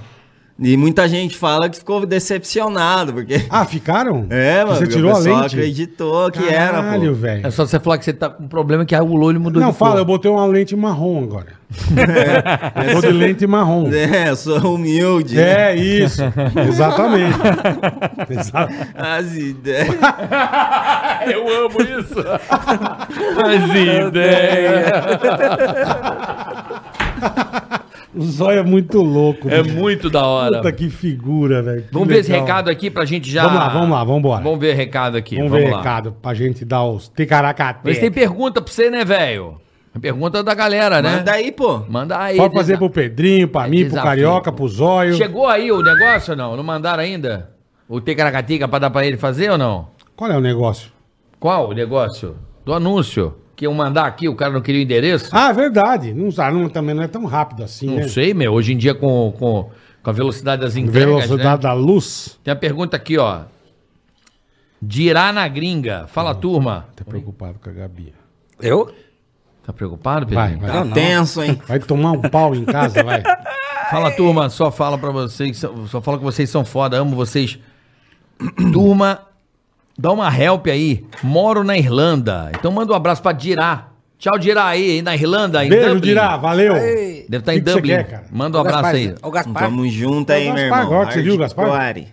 Speaker 4: E muita gente fala que ficou decepcionado, porque.
Speaker 3: Ah, ficaram?
Speaker 4: é, mano.
Speaker 3: Você
Speaker 4: porque
Speaker 3: tirou
Speaker 4: o
Speaker 3: a
Speaker 4: pessoal
Speaker 3: lente?
Speaker 4: acreditou que era,
Speaker 3: Caralho,
Speaker 4: pô.
Speaker 3: velho.
Speaker 2: É só você falar que você tá com um problema que aí o olho mudou
Speaker 3: Não,
Speaker 2: de
Speaker 3: fala, eu
Speaker 2: cor.
Speaker 3: botei uma lente marrom agora.
Speaker 2: É.
Speaker 3: Eu vou de lente marrom.
Speaker 4: É, eu sou humilde. né?
Speaker 3: É isso, exatamente. Exa-
Speaker 4: As ideias.
Speaker 5: Eu amo isso. As ideias.
Speaker 3: O zóio é muito louco.
Speaker 2: É
Speaker 3: bicho.
Speaker 2: muito da hora.
Speaker 3: Puta que figura, velho. Que
Speaker 2: Vamos ver esse
Speaker 3: legal.
Speaker 2: recado aqui pra gente já.
Speaker 3: Vamos lá, vamos lá, vambora.
Speaker 2: Vamos ver recado aqui.
Speaker 3: Vamos, ver recado pra gente dar os
Speaker 2: Mas
Speaker 4: É.
Speaker 3: ticaracatê.
Speaker 2: tem pergunta pra você, né, velho? Pergunta da galera, né?
Speaker 4: Manda aí, pô.
Speaker 2: Manda aí.
Speaker 3: Pode fazer
Speaker 2: desa-
Speaker 3: pro Pedrinho, pra mim, pro
Speaker 2: desafio.
Speaker 3: Carioca, pro Zóio.
Speaker 2: Chegou aí o negócio ou não? Não mandaram ainda? O Tecaracatica pra dar pra ele fazer ou não?
Speaker 3: Qual é o negócio?
Speaker 2: Qual o negócio? Do anúncio. que eu mandar aqui, o cara não queria o endereço.
Speaker 3: Ah, é verdade. Não, ah, não, também não é tão rápido assim,
Speaker 2: não
Speaker 3: né?
Speaker 2: sei, meu. Hoje em dia, com, com, com a velocidade das entregas.
Speaker 3: Velocidade
Speaker 2: né?
Speaker 3: da luz.
Speaker 2: Tem a pergunta aqui, ó. Dirá na gringa. Fala, turma.
Speaker 3: Tá preocupado com a Gabi.
Speaker 7: Eu?
Speaker 2: Tá preocupado,
Speaker 3: Vai,
Speaker 2: Pedrinho?
Speaker 3: vai.
Speaker 4: Tá tenso, hein?
Speaker 3: Vai tomar um pau em casa, vai.
Speaker 2: Fala, turma. Só fala pra vocês. Só só fala que vocês são foda. Amo vocês. turma, dá uma help aí. Moro na Irlanda. Então manda um abraço pra Dirá. Tchau, Dirá aí, na Irlanda. Em
Speaker 3: Beijo,
Speaker 2: Dublin.
Speaker 3: Dirá, valeu.
Speaker 7: Ei.
Speaker 2: Deve estar
Speaker 3: Que
Speaker 2: em
Speaker 3: que você
Speaker 2: Dublin.
Speaker 3: quer, cara? né?
Speaker 2: manda um abraço aí.
Speaker 7: O Gaspar.
Speaker 4: Tamo junto aí,
Speaker 3: Ô,
Speaker 4: meu
Speaker 3: Gaspar,
Speaker 4: irmão.
Speaker 3: agora que você viu, Gaspar?
Speaker 4: Hardcore.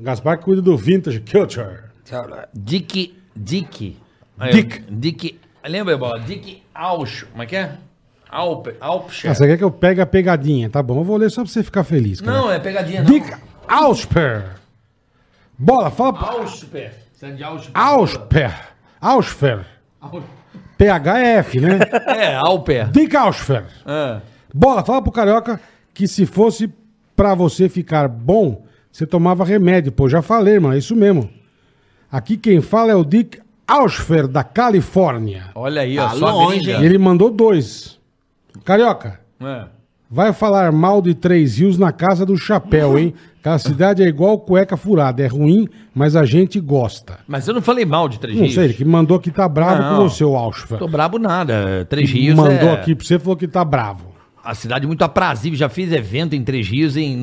Speaker 3: Gaspar cuida do Vintage Culture.
Speaker 7: Tchau,
Speaker 2: Dick. Dick. Aí,
Speaker 3: Dick.
Speaker 2: Dick. Lembra, bola? Dick Alch. Como é que é? Alp, Alpcher.
Speaker 3: Ah, você quer que eu pegue a pegadinha? Tá bom, eu vou ler só pra você ficar feliz. Cara.
Speaker 2: Não, é pegadinha, não.
Speaker 3: Dick Ausper. Bola, fala pra...
Speaker 2: Alchper. Você é de Alchper?
Speaker 3: Ausper. Ausper. PHF, né?
Speaker 2: É, Alper.
Speaker 3: Dick Ausper.
Speaker 2: Ah.
Speaker 3: Bola, fala pro Carioca que se fosse pra você ficar bom, você tomava remédio. Pô, já falei, irmão, é isso mesmo. Aqui quem fala é o Dick Ausfer, da Califórnia.
Speaker 2: Olha aí, ó.
Speaker 4: Tá
Speaker 2: só
Speaker 4: longe,
Speaker 2: gringa.
Speaker 3: E ele mandou dois. Carioca,
Speaker 2: É.
Speaker 3: vai falar mal de Três Rios na Casa do Chapéu, hein? Que a cidade é igual cueca furada. É ruim, mas a gente gosta.
Speaker 2: Mas eu não falei mal de Três
Speaker 3: Não
Speaker 2: Rios.
Speaker 3: sei, ele que mandou que tá bravo
Speaker 2: Não.
Speaker 3: com você, o Ausfer.
Speaker 2: Tô brabo nada. Três Rios
Speaker 3: mandou
Speaker 2: é
Speaker 3: aqui pra você e falou que tá bravo.
Speaker 2: a cidade muito aprazível. Já fiz evento em Três Rios em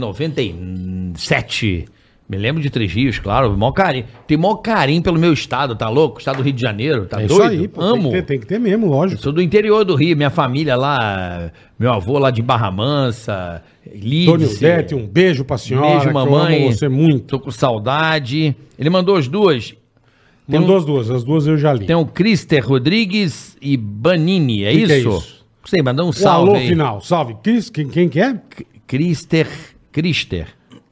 Speaker 2: 97. Me lembro de Três Rios, claro. Mó carinho. Tem maior carinho pelo meu estado, tá louco? Estado do Rio de Janeiro, tá
Speaker 3: é
Speaker 2: doido?
Speaker 3: isso aí, pô,
Speaker 2: Amo.
Speaker 3: Tem, que ter, tem que ter mesmo,
Speaker 2: Eu
Speaker 3: lógico.
Speaker 2: Sou do interior do Rio, minha família lá, meu avô lá de Barra Mansa,
Speaker 3: Tony
Speaker 2: Lídice.
Speaker 3: Udete, um beijo pra senhora,
Speaker 2: Beijo,
Speaker 3: que
Speaker 2: mamãe.
Speaker 3: eu amo você muito.
Speaker 2: Tô com saudade. Ele mandou as duas. Tem
Speaker 3: Mandou
Speaker 2: um-
Speaker 3: as duas, as duas eu já li.
Speaker 2: Tem o Crister Rodrigues e Banini, é
Speaker 3: Que que é
Speaker 2: isso?
Speaker 3: isso?
Speaker 2: Não sei, mandou um
Speaker 3: o
Speaker 2: salve
Speaker 3: alô
Speaker 2: aí.
Speaker 3: final, salve. Cris, quem, quem que é?
Speaker 2: Crister, Crister,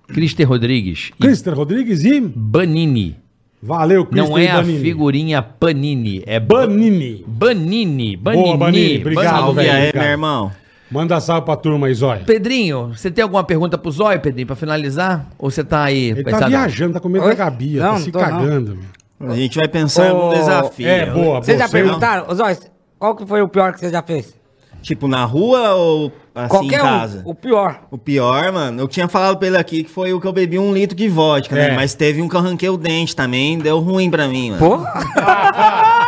Speaker 2: Crister Rodrigues e
Speaker 3: Crister Rodrigues e...
Speaker 2: Banini.
Speaker 3: Valeu, Crister
Speaker 2: Não é
Speaker 3: e
Speaker 2: a figurinha Panini, é ba-
Speaker 3: Banini.
Speaker 2: Banini, Banini.
Speaker 3: Boa, Banini, obrigado,
Speaker 2: Banini.
Speaker 4: Salve
Speaker 3: velho,
Speaker 4: aí,
Speaker 3: cara.
Speaker 4: meu irmão.
Speaker 3: Manda salve pra turma aí, Zóia.
Speaker 2: Pedrinho, você tem alguma pergunta pro Zóio, Pedrinho, pra finalizar? Ou você tá aí
Speaker 3: Ele tá
Speaker 2: pensadão?
Speaker 3: viajando, tá com medo
Speaker 7: Oi?
Speaker 3: da Gabi, ó,
Speaker 7: Não,
Speaker 3: tá
Speaker 7: não
Speaker 3: se
Speaker 7: tô, não.
Speaker 3: cagando. meu.
Speaker 4: A gente vai pensar em
Speaker 3: Ô,
Speaker 4: algum desafio.
Speaker 3: é, boa.
Speaker 7: Vocês já
Speaker 4: né?
Speaker 3: Você-
Speaker 7: perguntaram? Ô, Zóis, qual que foi o pior que você já fez?
Speaker 4: Tipo, na rua ou assim em
Speaker 7: Qualquer
Speaker 4: casa?
Speaker 7: um. O pior.
Speaker 4: O pior, mano, eu tinha falado pra ele aqui que foi o que eu bebi um litro de vodka,
Speaker 3: É.
Speaker 4: né? Mas teve um que eu arranquei o dente também, deu ruim pra mim, mano.
Speaker 7: Pô?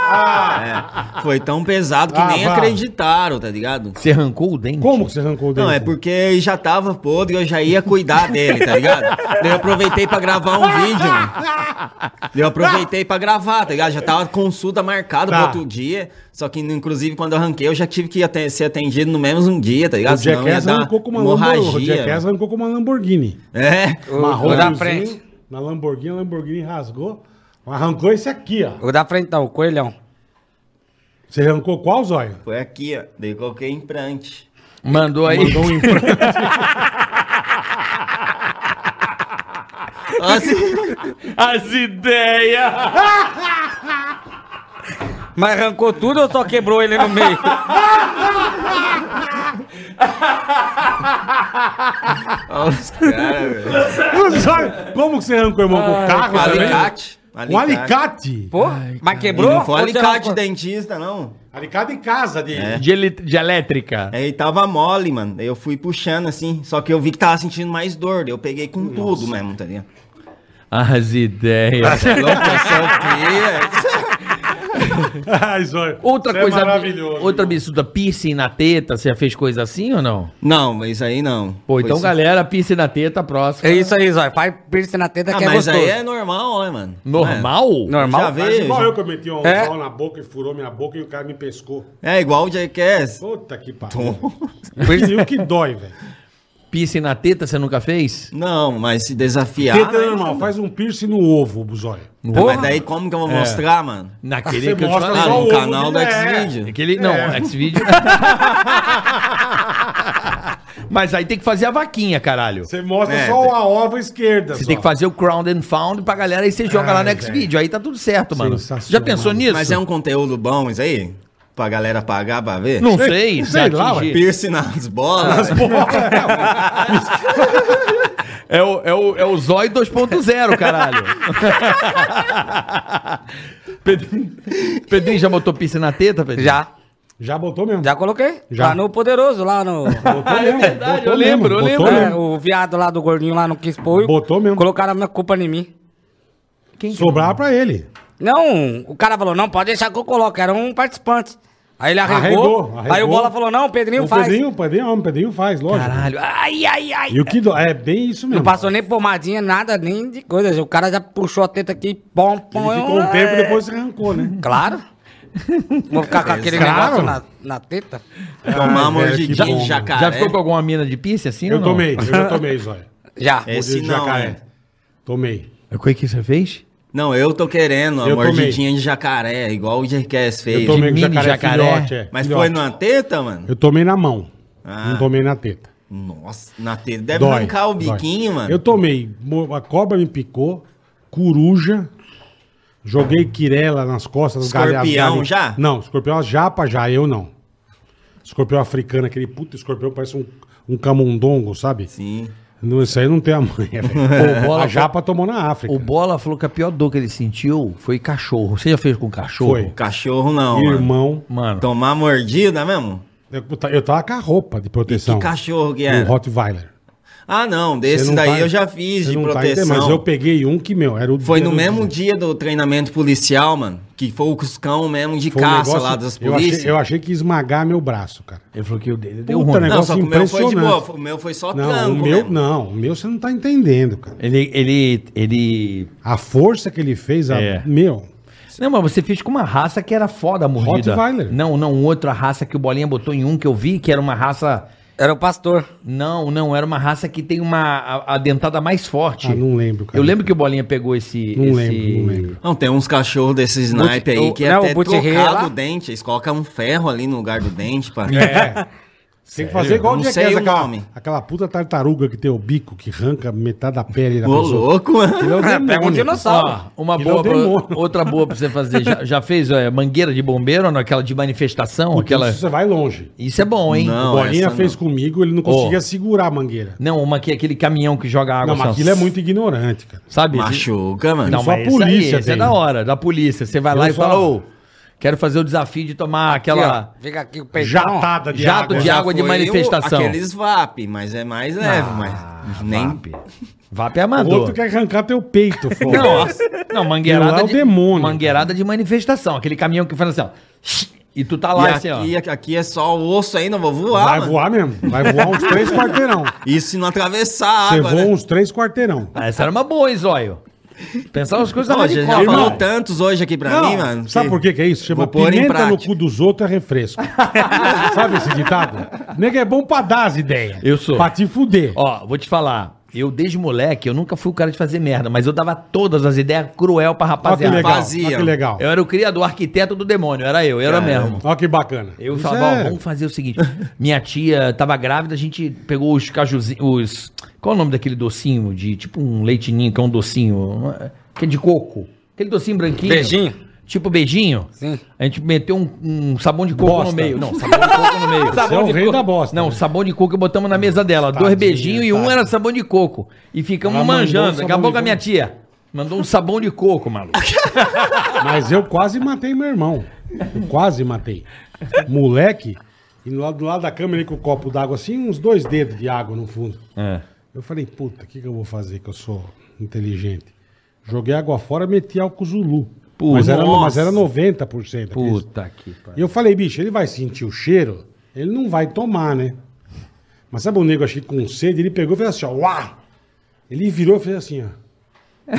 Speaker 4: É, foi tão pesado que
Speaker 3: Ah,
Speaker 4: nem
Speaker 3: vá.
Speaker 4: acreditaram, tá ligado?
Speaker 2: Você arrancou o dente?
Speaker 3: Como que você arrancou o dedo?
Speaker 4: Não, é porque já tava podre, eu já ia cuidar dele, tá ligado? Daí eu aproveitei pra gravar um vídeo. mano. Daí eu aproveitei pra gravar, tá ligado? Já tava consulta marcada
Speaker 3: Tá.
Speaker 4: pro outro dia. Só que, inclusive, quando eu arranquei, eu já tive que aten- ser atendido no mesmo um dia, tá ligado?
Speaker 3: O Jackass arrancou com uma Lamborghini. O Jackass arrancou com uma Lamborghini.
Speaker 4: né? É.
Speaker 7: O-
Speaker 3: Marrom
Speaker 7: o da
Speaker 3: fiozinho
Speaker 7: frente.
Speaker 3: Na Lamborghini, a Lamborghini rasgou. Arrancou esse aqui, ó.
Speaker 7: O da frente não, o coelhão.
Speaker 3: Você arrancou qual, Zóio?
Speaker 4: Foi aqui, ó. Daí eu coloquei implante.
Speaker 2: Mandou aí.
Speaker 3: Mandou um implante.
Speaker 4: Nossa,
Speaker 5: As ideias!
Speaker 7: Mas arrancou tudo ou só quebrou ele no meio?
Speaker 4: olha os caras, velho.
Speaker 3: O Zóio, Como que você arrancou, irmão?
Speaker 2: Ah,
Speaker 3: Com o carro?
Speaker 4: Com
Speaker 3: também?
Speaker 4: alicate.
Speaker 3: Com alicate?
Speaker 7: Pô? Mas
Speaker 4: E
Speaker 7: quebrou?
Speaker 4: Não foi
Speaker 7: Ou você
Speaker 4: alicate
Speaker 7: arrancou?
Speaker 4: de dentista, não.
Speaker 3: Alicate em casa dele.
Speaker 4: É.
Speaker 2: De, ele- de elétrica.
Speaker 4: Aí tava mole, mano. Daí eu fui puxando assim. Só que eu vi que tava sentindo mais dor. Daí eu peguei com tudo mesmo, tá ligado?
Speaker 2: As ideias.
Speaker 3: Ai, Zóio.
Speaker 2: Outra
Speaker 3: você
Speaker 2: coisa,
Speaker 3: É maravilhoso.
Speaker 2: outra absurda, piercing na teta, você já fez coisa assim ou não?
Speaker 4: não, mas isso aí não.
Speaker 2: Pô,
Speaker 4: Foi
Speaker 2: então
Speaker 4: isso-
Speaker 2: galera, piercing na teta, próxima.
Speaker 7: É isso aí, Zói. Faz piercing na teta
Speaker 4: Ah,
Speaker 7: que é
Speaker 4: mas
Speaker 7: gostoso.
Speaker 4: aí é normal, né, mano?
Speaker 2: Normal?
Speaker 4: É.
Speaker 7: Normal?
Speaker 4: Já
Speaker 3: Mas
Speaker 4: veio.
Speaker 3: igual
Speaker 4: já-
Speaker 3: eu que eu meti um
Speaker 7: É.
Speaker 3: pau na boca e furou minha boca e o cara me pescou.
Speaker 4: É igual o Jackass.
Speaker 3: Puta que pariu. é. E o que dói, velho.
Speaker 4: é.
Speaker 2: Piercing na teta você nunca fez?
Speaker 4: Não, mas se desafiar.
Speaker 3: Tenta
Speaker 2: ah,
Speaker 4: né?
Speaker 3: normal, faz um piercing no ovo, Zóio.
Speaker 4: Ah,
Speaker 7: Porra.
Speaker 4: Mas daí como que eu vou mostrar, mano?
Speaker 2: Naquele
Speaker 3: Você
Speaker 2: é que eu te
Speaker 3: mostra
Speaker 2: falei. um Ah,
Speaker 4: Ah,
Speaker 3: só
Speaker 4: no
Speaker 3: o
Speaker 4: canal
Speaker 3: ovo
Speaker 4: do
Speaker 3: de- é.
Speaker 4: Xvideo.
Speaker 2: Aquele, não, X-Video. Mas aí tem que fazer a vaquinha, caralho.
Speaker 3: Você mostra
Speaker 4: É,
Speaker 3: só
Speaker 4: tem-
Speaker 3: a ova esquerda.
Speaker 2: Você
Speaker 3: só.
Speaker 2: tem que fazer o Crown and Found pra galera e você joga lá no
Speaker 3: Ah, é velho.
Speaker 2: X-Video. Aí tá tudo certo, mano. Já
Speaker 3: Sensacional.
Speaker 2: pensou nisso?
Speaker 4: Mas é um conteúdo bom isso aí? Pra galera pagar pra ver?
Speaker 2: Não sei,
Speaker 3: sei
Speaker 2: se
Speaker 3: lá,
Speaker 2: atingir.
Speaker 4: Piercing nas bolas.
Speaker 3: Pô, é,
Speaker 2: É o, é o, é o Zói 2.0, caralho. Pedrinho, Pedrinho já botou pizza na teta, Pedrinho?
Speaker 7: Já.
Speaker 3: Já botou mesmo.
Speaker 7: Já coloquei?
Speaker 3: Já.
Speaker 7: Lá no Poderoso, lá no.
Speaker 3: Botou
Speaker 2: Ah, é verdade, eu
Speaker 3: mesmo,
Speaker 2: lembro, eu
Speaker 3: botou
Speaker 2: lembro.
Speaker 7: É,
Speaker 3: mesmo.
Speaker 7: o viado lá do gordinho lá no quis pôr.
Speaker 3: Botou mesmo.
Speaker 7: Colocaram a minha culpa em mim.
Speaker 2: Quem que-
Speaker 3: Sobrar pra ele.
Speaker 7: Não, o cara falou, não, pode deixar que eu coloco. Era um participante. Aí ele arregou.
Speaker 3: Arregou,
Speaker 7: Aí o
Speaker 3: arregou.
Speaker 7: Bola falou, não, o Pedrinho
Speaker 3: o
Speaker 7: faz.
Speaker 3: Pedrinho, o Pedrinho, é homem, o Pedrinho faz, lógico.
Speaker 2: Caralho. Ai, ai, ai.
Speaker 3: E o que do... É bem isso mesmo.
Speaker 7: Não passou nem pomadinha, nada, nem de coisa. O cara já puxou a teta aqui, pom, pom.
Speaker 3: Ele ficou
Speaker 7: eu-
Speaker 3: um tempo e
Speaker 7: é,
Speaker 3: depois se arrancou, né?
Speaker 7: Claro. Vou ficar com aquele
Speaker 3: É Claro.
Speaker 7: negócio na, na teta.
Speaker 4: Tomar uma
Speaker 3: velho, que
Speaker 4: mordidinha
Speaker 3: bom.
Speaker 4: de jacaré.
Speaker 2: Já ficou com alguma mina de pizza assim ou
Speaker 3: Eu
Speaker 2: não?
Speaker 3: tomei, eu já tomei, Zóia.
Speaker 7: Já.
Speaker 4: Esse
Speaker 3: Mordida de
Speaker 4: não,
Speaker 3: jacaré.
Speaker 4: é.
Speaker 3: Tomei.
Speaker 2: O que que você fez?
Speaker 4: Não, eu tô querendo a
Speaker 3: Eu tomei.
Speaker 4: mordidinha de jacaré, igual o Jerkes
Speaker 3: Eu
Speaker 4: fez.
Speaker 3: tomei com
Speaker 2: mini
Speaker 3: jacaré,
Speaker 2: jacaré.
Speaker 3: filhote, é.
Speaker 4: Mas
Speaker 3: filhote.
Speaker 4: foi numa teta, mano?
Speaker 3: Eu tomei na mão.
Speaker 4: Ah.
Speaker 3: Não tomei na teta.
Speaker 4: Nossa, na teta. Deve
Speaker 3: Dói.
Speaker 4: arrancar o
Speaker 3: dói.
Speaker 4: biquinho, mano.
Speaker 3: Eu tomei. mo- A cobra me picou, coruja, joguei quirela nas costas. as galhas- as
Speaker 4: Escorpião
Speaker 3: galhas-
Speaker 4: já?
Speaker 3: Não, escorpião a japa já, eu não. Escorpião africano, aquele puto escorpião parece um, um camundongo, sabe?
Speaker 4: Sim.
Speaker 3: Não, isso aí não tem amanhã,
Speaker 2: O
Speaker 3: velho.
Speaker 4: tá-
Speaker 2: bola-
Speaker 3: A japa tomou na África.
Speaker 2: O Bola falou que a pior dor que ele sentiu foi cachorro. Você já fez com cachorro?
Speaker 3: Foi.
Speaker 4: Cachorro não, mano.
Speaker 3: Irmão.
Speaker 2: Mano.
Speaker 4: Tomar mordida mesmo?
Speaker 3: Eu, ta- eu tava com a roupa de proteção.
Speaker 4: Que cachorro que
Speaker 3: Um
Speaker 4: era?
Speaker 3: Rottweiler.
Speaker 4: Ah, não,
Speaker 3: Você
Speaker 4: desse
Speaker 3: não
Speaker 4: daí
Speaker 3: tá-
Speaker 4: eu já fiz
Speaker 3: você
Speaker 4: de
Speaker 3: não tá entendendo,
Speaker 4: proteção.
Speaker 3: mas eu peguei um que, meu, era o
Speaker 4: Foi
Speaker 3: era
Speaker 4: no
Speaker 3: o-
Speaker 4: mesmo dia do treinamento policial, mano. Que foi o cuscão mesmo de
Speaker 3: Foi um
Speaker 4: caça
Speaker 3: negócio-
Speaker 4: lá das
Speaker 3: eu achei- um
Speaker 4: polícias.
Speaker 3: Eu achei que ia esmagar meu braço, cara.
Speaker 2: Ele falou que o dele deu
Speaker 3: Puta,
Speaker 2: ruim.
Speaker 3: né?
Speaker 4: Não, só que o meu foi de
Speaker 3: impressionante.
Speaker 4: boa. O meu foi só
Speaker 3: Não,
Speaker 4: tranco.
Speaker 3: o meu,
Speaker 4: mesmo.
Speaker 3: não, o meu você não tá entendendo, cara.
Speaker 2: Ele, ele, ele...
Speaker 3: A força que ele fez, a-
Speaker 5: É.
Speaker 3: meu,
Speaker 2: Não, mas você fez com uma raça que era foda a mordida.
Speaker 3: Rottweiler.
Speaker 2: Não, não, outra raça que o Bolinha botou em um que eu vi, que era uma raça...
Speaker 7: Era o pastor.
Speaker 2: Não, não, era uma raça que tem uma a, a dentada mais forte.
Speaker 3: Ah, não lembro, cara.
Speaker 2: Eu lembro que o Bolinha pegou esse...
Speaker 3: não
Speaker 2: esse-
Speaker 3: lembro, não lembro.
Speaker 4: Não, tem uns cachorros desses sniper aí
Speaker 7: o-
Speaker 4: que é
Speaker 7: não, o
Speaker 4: até
Speaker 7: Butch Rei lá?
Speaker 4: trocado o dente. Eles colocam um ferro ali no lugar do dente,
Speaker 3: É,
Speaker 4: pá.
Speaker 3: Tem que fazer igual
Speaker 4: É. Eu
Speaker 3: o
Speaker 4: não
Speaker 3: Jackass,
Speaker 4: sei o
Speaker 3: aquela,
Speaker 4: nome.
Speaker 3: aquela puta tartaruga que tem o bico, que arranca metade da pele da
Speaker 4: Ô,
Speaker 3: pessoa.
Speaker 4: louco, mano.
Speaker 3: Ele é o demônio.
Speaker 7: Pega um dinossauro.
Speaker 2: Ó, uma
Speaker 3: Ele é
Speaker 2: boa
Speaker 3: o
Speaker 2: pra-
Speaker 3: demônio.
Speaker 2: outra boa pra você fazer. Já, já fez é, mangueira de bombeiro, não? aquela de manifestação?
Speaker 3: Puta,
Speaker 2: aquela...
Speaker 3: Isso você vai longe.
Speaker 2: Isso é bom, hein?
Speaker 4: Não,
Speaker 3: o Bolinha
Speaker 4: essa
Speaker 3: fez
Speaker 4: não.
Speaker 3: comigo, ele não conseguia segurar a mangueira.
Speaker 2: Não, uma que é aquele caminhão que joga água.
Speaker 3: Não, mas
Speaker 2: assim, ó.
Speaker 3: aquilo é muito ignorante, cara.
Speaker 2: Sabe?
Speaker 4: Machuca, mano.
Speaker 2: Não,
Speaker 3: Só
Speaker 2: mas
Speaker 3: a polícia
Speaker 2: polícia. Isso, aí, isso
Speaker 3: tem.
Speaker 2: é da hora, da polícia. Você vai lá
Speaker 3: Eu
Speaker 2: e
Speaker 3: só-
Speaker 2: fala, ô, quero fazer o desafio de tomar aquela.
Speaker 7: Aqui, ó. Fica aqui o peitão.
Speaker 3: Jatada de
Speaker 2: Jato
Speaker 3: água.
Speaker 2: de
Speaker 4: Já
Speaker 2: água de
Speaker 4: foi o-
Speaker 2: manifestação.
Speaker 4: Aqueles VAP, mas é mais leve,
Speaker 3: Ah,
Speaker 4: mas nem...
Speaker 2: Ah, VAP. VAP é
Speaker 3: O outro
Speaker 2: amador.
Speaker 3: quer arrancar teu peito, foda.
Speaker 2: Não, não,
Speaker 3: Lá é
Speaker 2: mangueirada
Speaker 3: o
Speaker 2: de,
Speaker 3: demônio.
Speaker 2: mangueirada de manifestação. Aquele caminhão que faz assim, ó. E tu tá lá
Speaker 4: e
Speaker 2: assim, ó.
Speaker 4: aqui, aqui é só o osso ainda, vou voar,
Speaker 3: Vai
Speaker 4: mano.
Speaker 3: voar mesmo. Vai voar uns três quarteirão.
Speaker 4: E se não atravessar a
Speaker 3: Você
Speaker 4: água,
Speaker 3: voa
Speaker 4: né?
Speaker 3: uns três quarteirão.
Speaker 2: Ah, essa era uma boa, hein, Zóio? Pensar umas coisas
Speaker 4: Não, a
Speaker 2: mais de
Speaker 4: gente
Speaker 2: copa.
Speaker 4: já falou
Speaker 2: Irmão,
Speaker 4: tantos hoje aqui pra mim, mano.
Speaker 3: Sabe por que que é isso? Chama
Speaker 4: Vou pôr em
Speaker 3: pimenta no
Speaker 4: prática.
Speaker 3: cu dos outros é refresco. Sabe esse ditado? Nego é bom pra dar as ideias.
Speaker 2: Eu sou.
Speaker 3: Pra te fuder.
Speaker 2: Ó, vou te falar. Eu, desde moleque, eu nunca fui o cara de fazer merda, mas eu dava todas as ideias cruel pra
Speaker 3: Olha que
Speaker 2: rapaziada.
Speaker 3: legal.
Speaker 4: Fazia.
Speaker 3: Olha que legal.
Speaker 2: Eu era o criador, arquiteto do demônio, era eu, eu era mesmo.
Speaker 3: Olha que bacana.
Speaker 2: Eu
Speaker 3: Isso
Speaker 2: falava, ó,
Speaker 3: é-
Speaker 2: vamos fazer o seguinte. Minha tia tava grávida, a gente pegou os cajuzinhos, os... Qual é o nome daquele docinho de, tipo um leitinho, que é um docinho, que é de coco. Aquele docinho branquinho.
Speaker 7: Beijinho?
Speaker 2: Tipo beijinho.
Speaker 7: Sim.
Speaker 2: A gente meteu um, um sabão de coco
Speaker 3: Bosta.
Speaker 2: no meio. Não, sabão de coco no meio.
Speaker 3: Você é o rei da bosta.
Speaker 2: Não,
Speaker 3: né?
Speaker 2: sabão de coco botamos na mesa dela. Dois
Speaker 3: Tadinha,
Speaker 2: beijinhos e um
Speaker 3: tadinha.
Speaker 2: era sabão de coco. E ficamos
Speaker 3: Ela mandou um
Speaker 2: manjando.
Speaker 3: sabão
Speaker 2: Daqui a
Speaker 3: de
Speaker 2: pouco a minha
Speaker 3: coco.
Speaker 2: tia mandou um sabão de coco, maluco.
Speaker 3: Mas eu quase matei meu irmão. Eu quase matei. Moleque, e do lado, do lado da câmera, ele com o copo d'água assim, uns dois dedos de água no fundo.
Speaker 2: É.
Speaker 3: Eu falei, puta, o que, que eu vou fazer que eu sou inteligente? Joguei água fora, meti álcool Zulu.
Speaker 2: Pô,
Speaker 3: mas, era, mas
Speaker 4: nossa.
Speaker 3: era 90%. aqueles-
Speaker 2: Puta que pariu.
Speaker 3: E eu falei, bicho, ele vai sentir o cheiro, ele não vai tomar, né? Mas sabe o nego, achei que com sede, ele pegou e fez assim, ó, uá! Ele virou e fez assim, ó.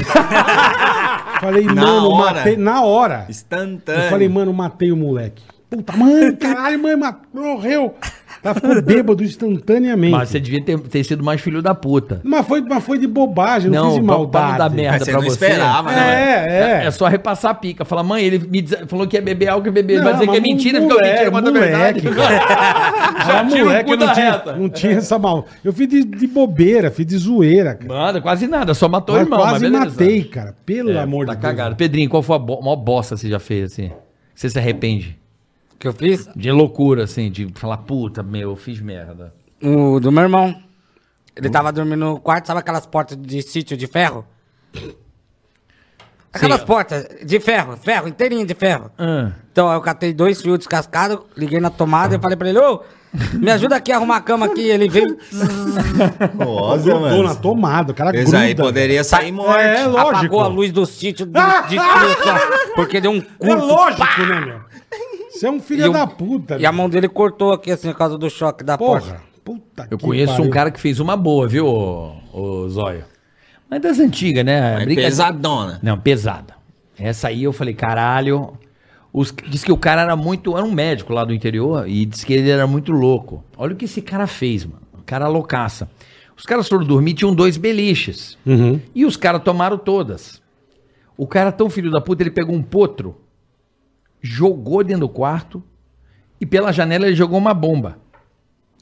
Speaker 3: falei,
Speaker 4: Na
Speaker 3: mano,
Speaker 4: hora.
Speaker 3: matei. Na hora.
Speaker 4: Instantâneo.
Speaker 3: Eu falei, mano, matei o moleque. Puta, mãe, caralho, mãe, ma- morreu. Ela ficou bêbado instantaneamente.
Speaker 2: Mas
Speaker 3: Mas,
Speaker 2: você devia ter, ter sido mais filho da puta.
Speaker 3: foi, mas foi de bobagem, não,
Speaker 2: Não,
Speaker 3: fiz de
Speaker 2: pra- pra não
Speaker 3: maldade.
Speaker 2: dar merda
Speaker 4: Mas você
Speaker 2: pra
Speaker 4: não
Speaker 2: você.
Speaker 4: esperava, né, mano?
Speaker 3: É,
Speaker 2: É.
Speaker 3: é.
Speaker 2: só repassar a pica. Falar, mãe, ele me diz- falou que ia beber algo e beber.
Speaker 3: Não, é
Speaker 2: Vai dizer
Speaker 3: mas
Speaker 2: que é mentira,
Speaker 3: mu-
Speaker 2: ficou mentira,
Speaker 3: moleque,
Speaker 2: conta a verdade.
Speaker 3: moleque,
Speaker 2: Já tira
Speaker 3: Ah,
Speaker 2: o cu
Speaker 3: moleque,
Speaker 2: da
Speaker 3: não tinha,
Speaker 2: reta.
Speaker 3: não tinha essa mal. Eu fiz de, de bobeira, fiz de zoeira, cara.
Speaker 2: Mano, quase nada, só matou o
Speaker 3: Mas
Speaker 2: irmão,
Speaker 3: quase
Speaker 2: mas beleza.
Speaker 3: matei, cara. Pelo
Speaker 2: É,
Speaker 3: amor
Speaker 2: tá
Speaker 3: de Deus.
Speaker 2: cagado. Pedrinho, qual foi a bo- maior bosta que você já fez, assim? Você se arrepende?
Speaker 7: Que eu fiz?
Speaker 2: De loucura, assim, de falar, puta, meu, eu fiz merda.
Speaker 7: O do meu irmão. Ele tava dormindo no quarto, sabe aquelas portas de sítio de ferro? Aquelas portas de ferro, ferro, inteirinho de ferro.
Speaker 2: Ah.
Speaker 7: Então eu catei dois fios descascados, liguei na tomada e falei pra ele, ô, me ajuda aqui a arrumar a cama aqui. Ele veio,
Speaker 4: Nossa,
Speaker 3: Grudou na
Speaker 4: mano.
Speaker 3: tomada, o cara
Speaker 4: Esse
Speaker 3: gruda.
Speaker 4: aí poderia sair morte.
Speaker 3: É, lógico.
Speaker 7: apagou a luz do sítio de, de tiro só, porque deu um curto.
Speaker 3: É lógico, né, meu? Você é um filho
Speaker 7: E o-
Speaker 3: da puta.
Speaker 7: E a
Speaker 3: meu.
Speaker 7: mão dele cortou aqui, assim, por causa do choque da porta.
Speaker 3: Porra. Puta
Speaker 2: Eu
Speaker 3: que
Speaker 2: conheço
Speaker 3: pariu.
Speaker 2: um cara que fez uma boa, viu, ô, ô Zóio? Mas das antigas, né?
Speaker 4: É
Speaker 2: Brinca-
Speaker 4: pesadona.
Speaker 2: Não, pesada. Essa aí eu falei, caralho. Os, diz que o cara era muito. Era um médico lá do interior e disse que ele era muito louco. Olha o que esse cara fez, mano. O cara loucaça. Os caras foram dormir, tinham dois beliches.
Speaker 3: Uhum.
Speaker 2: E os caras tomaram todas. O cara, tão filho da puta, ele pegou um potro, jogou dentro do quarto e pela janela ele jogou uma bomba.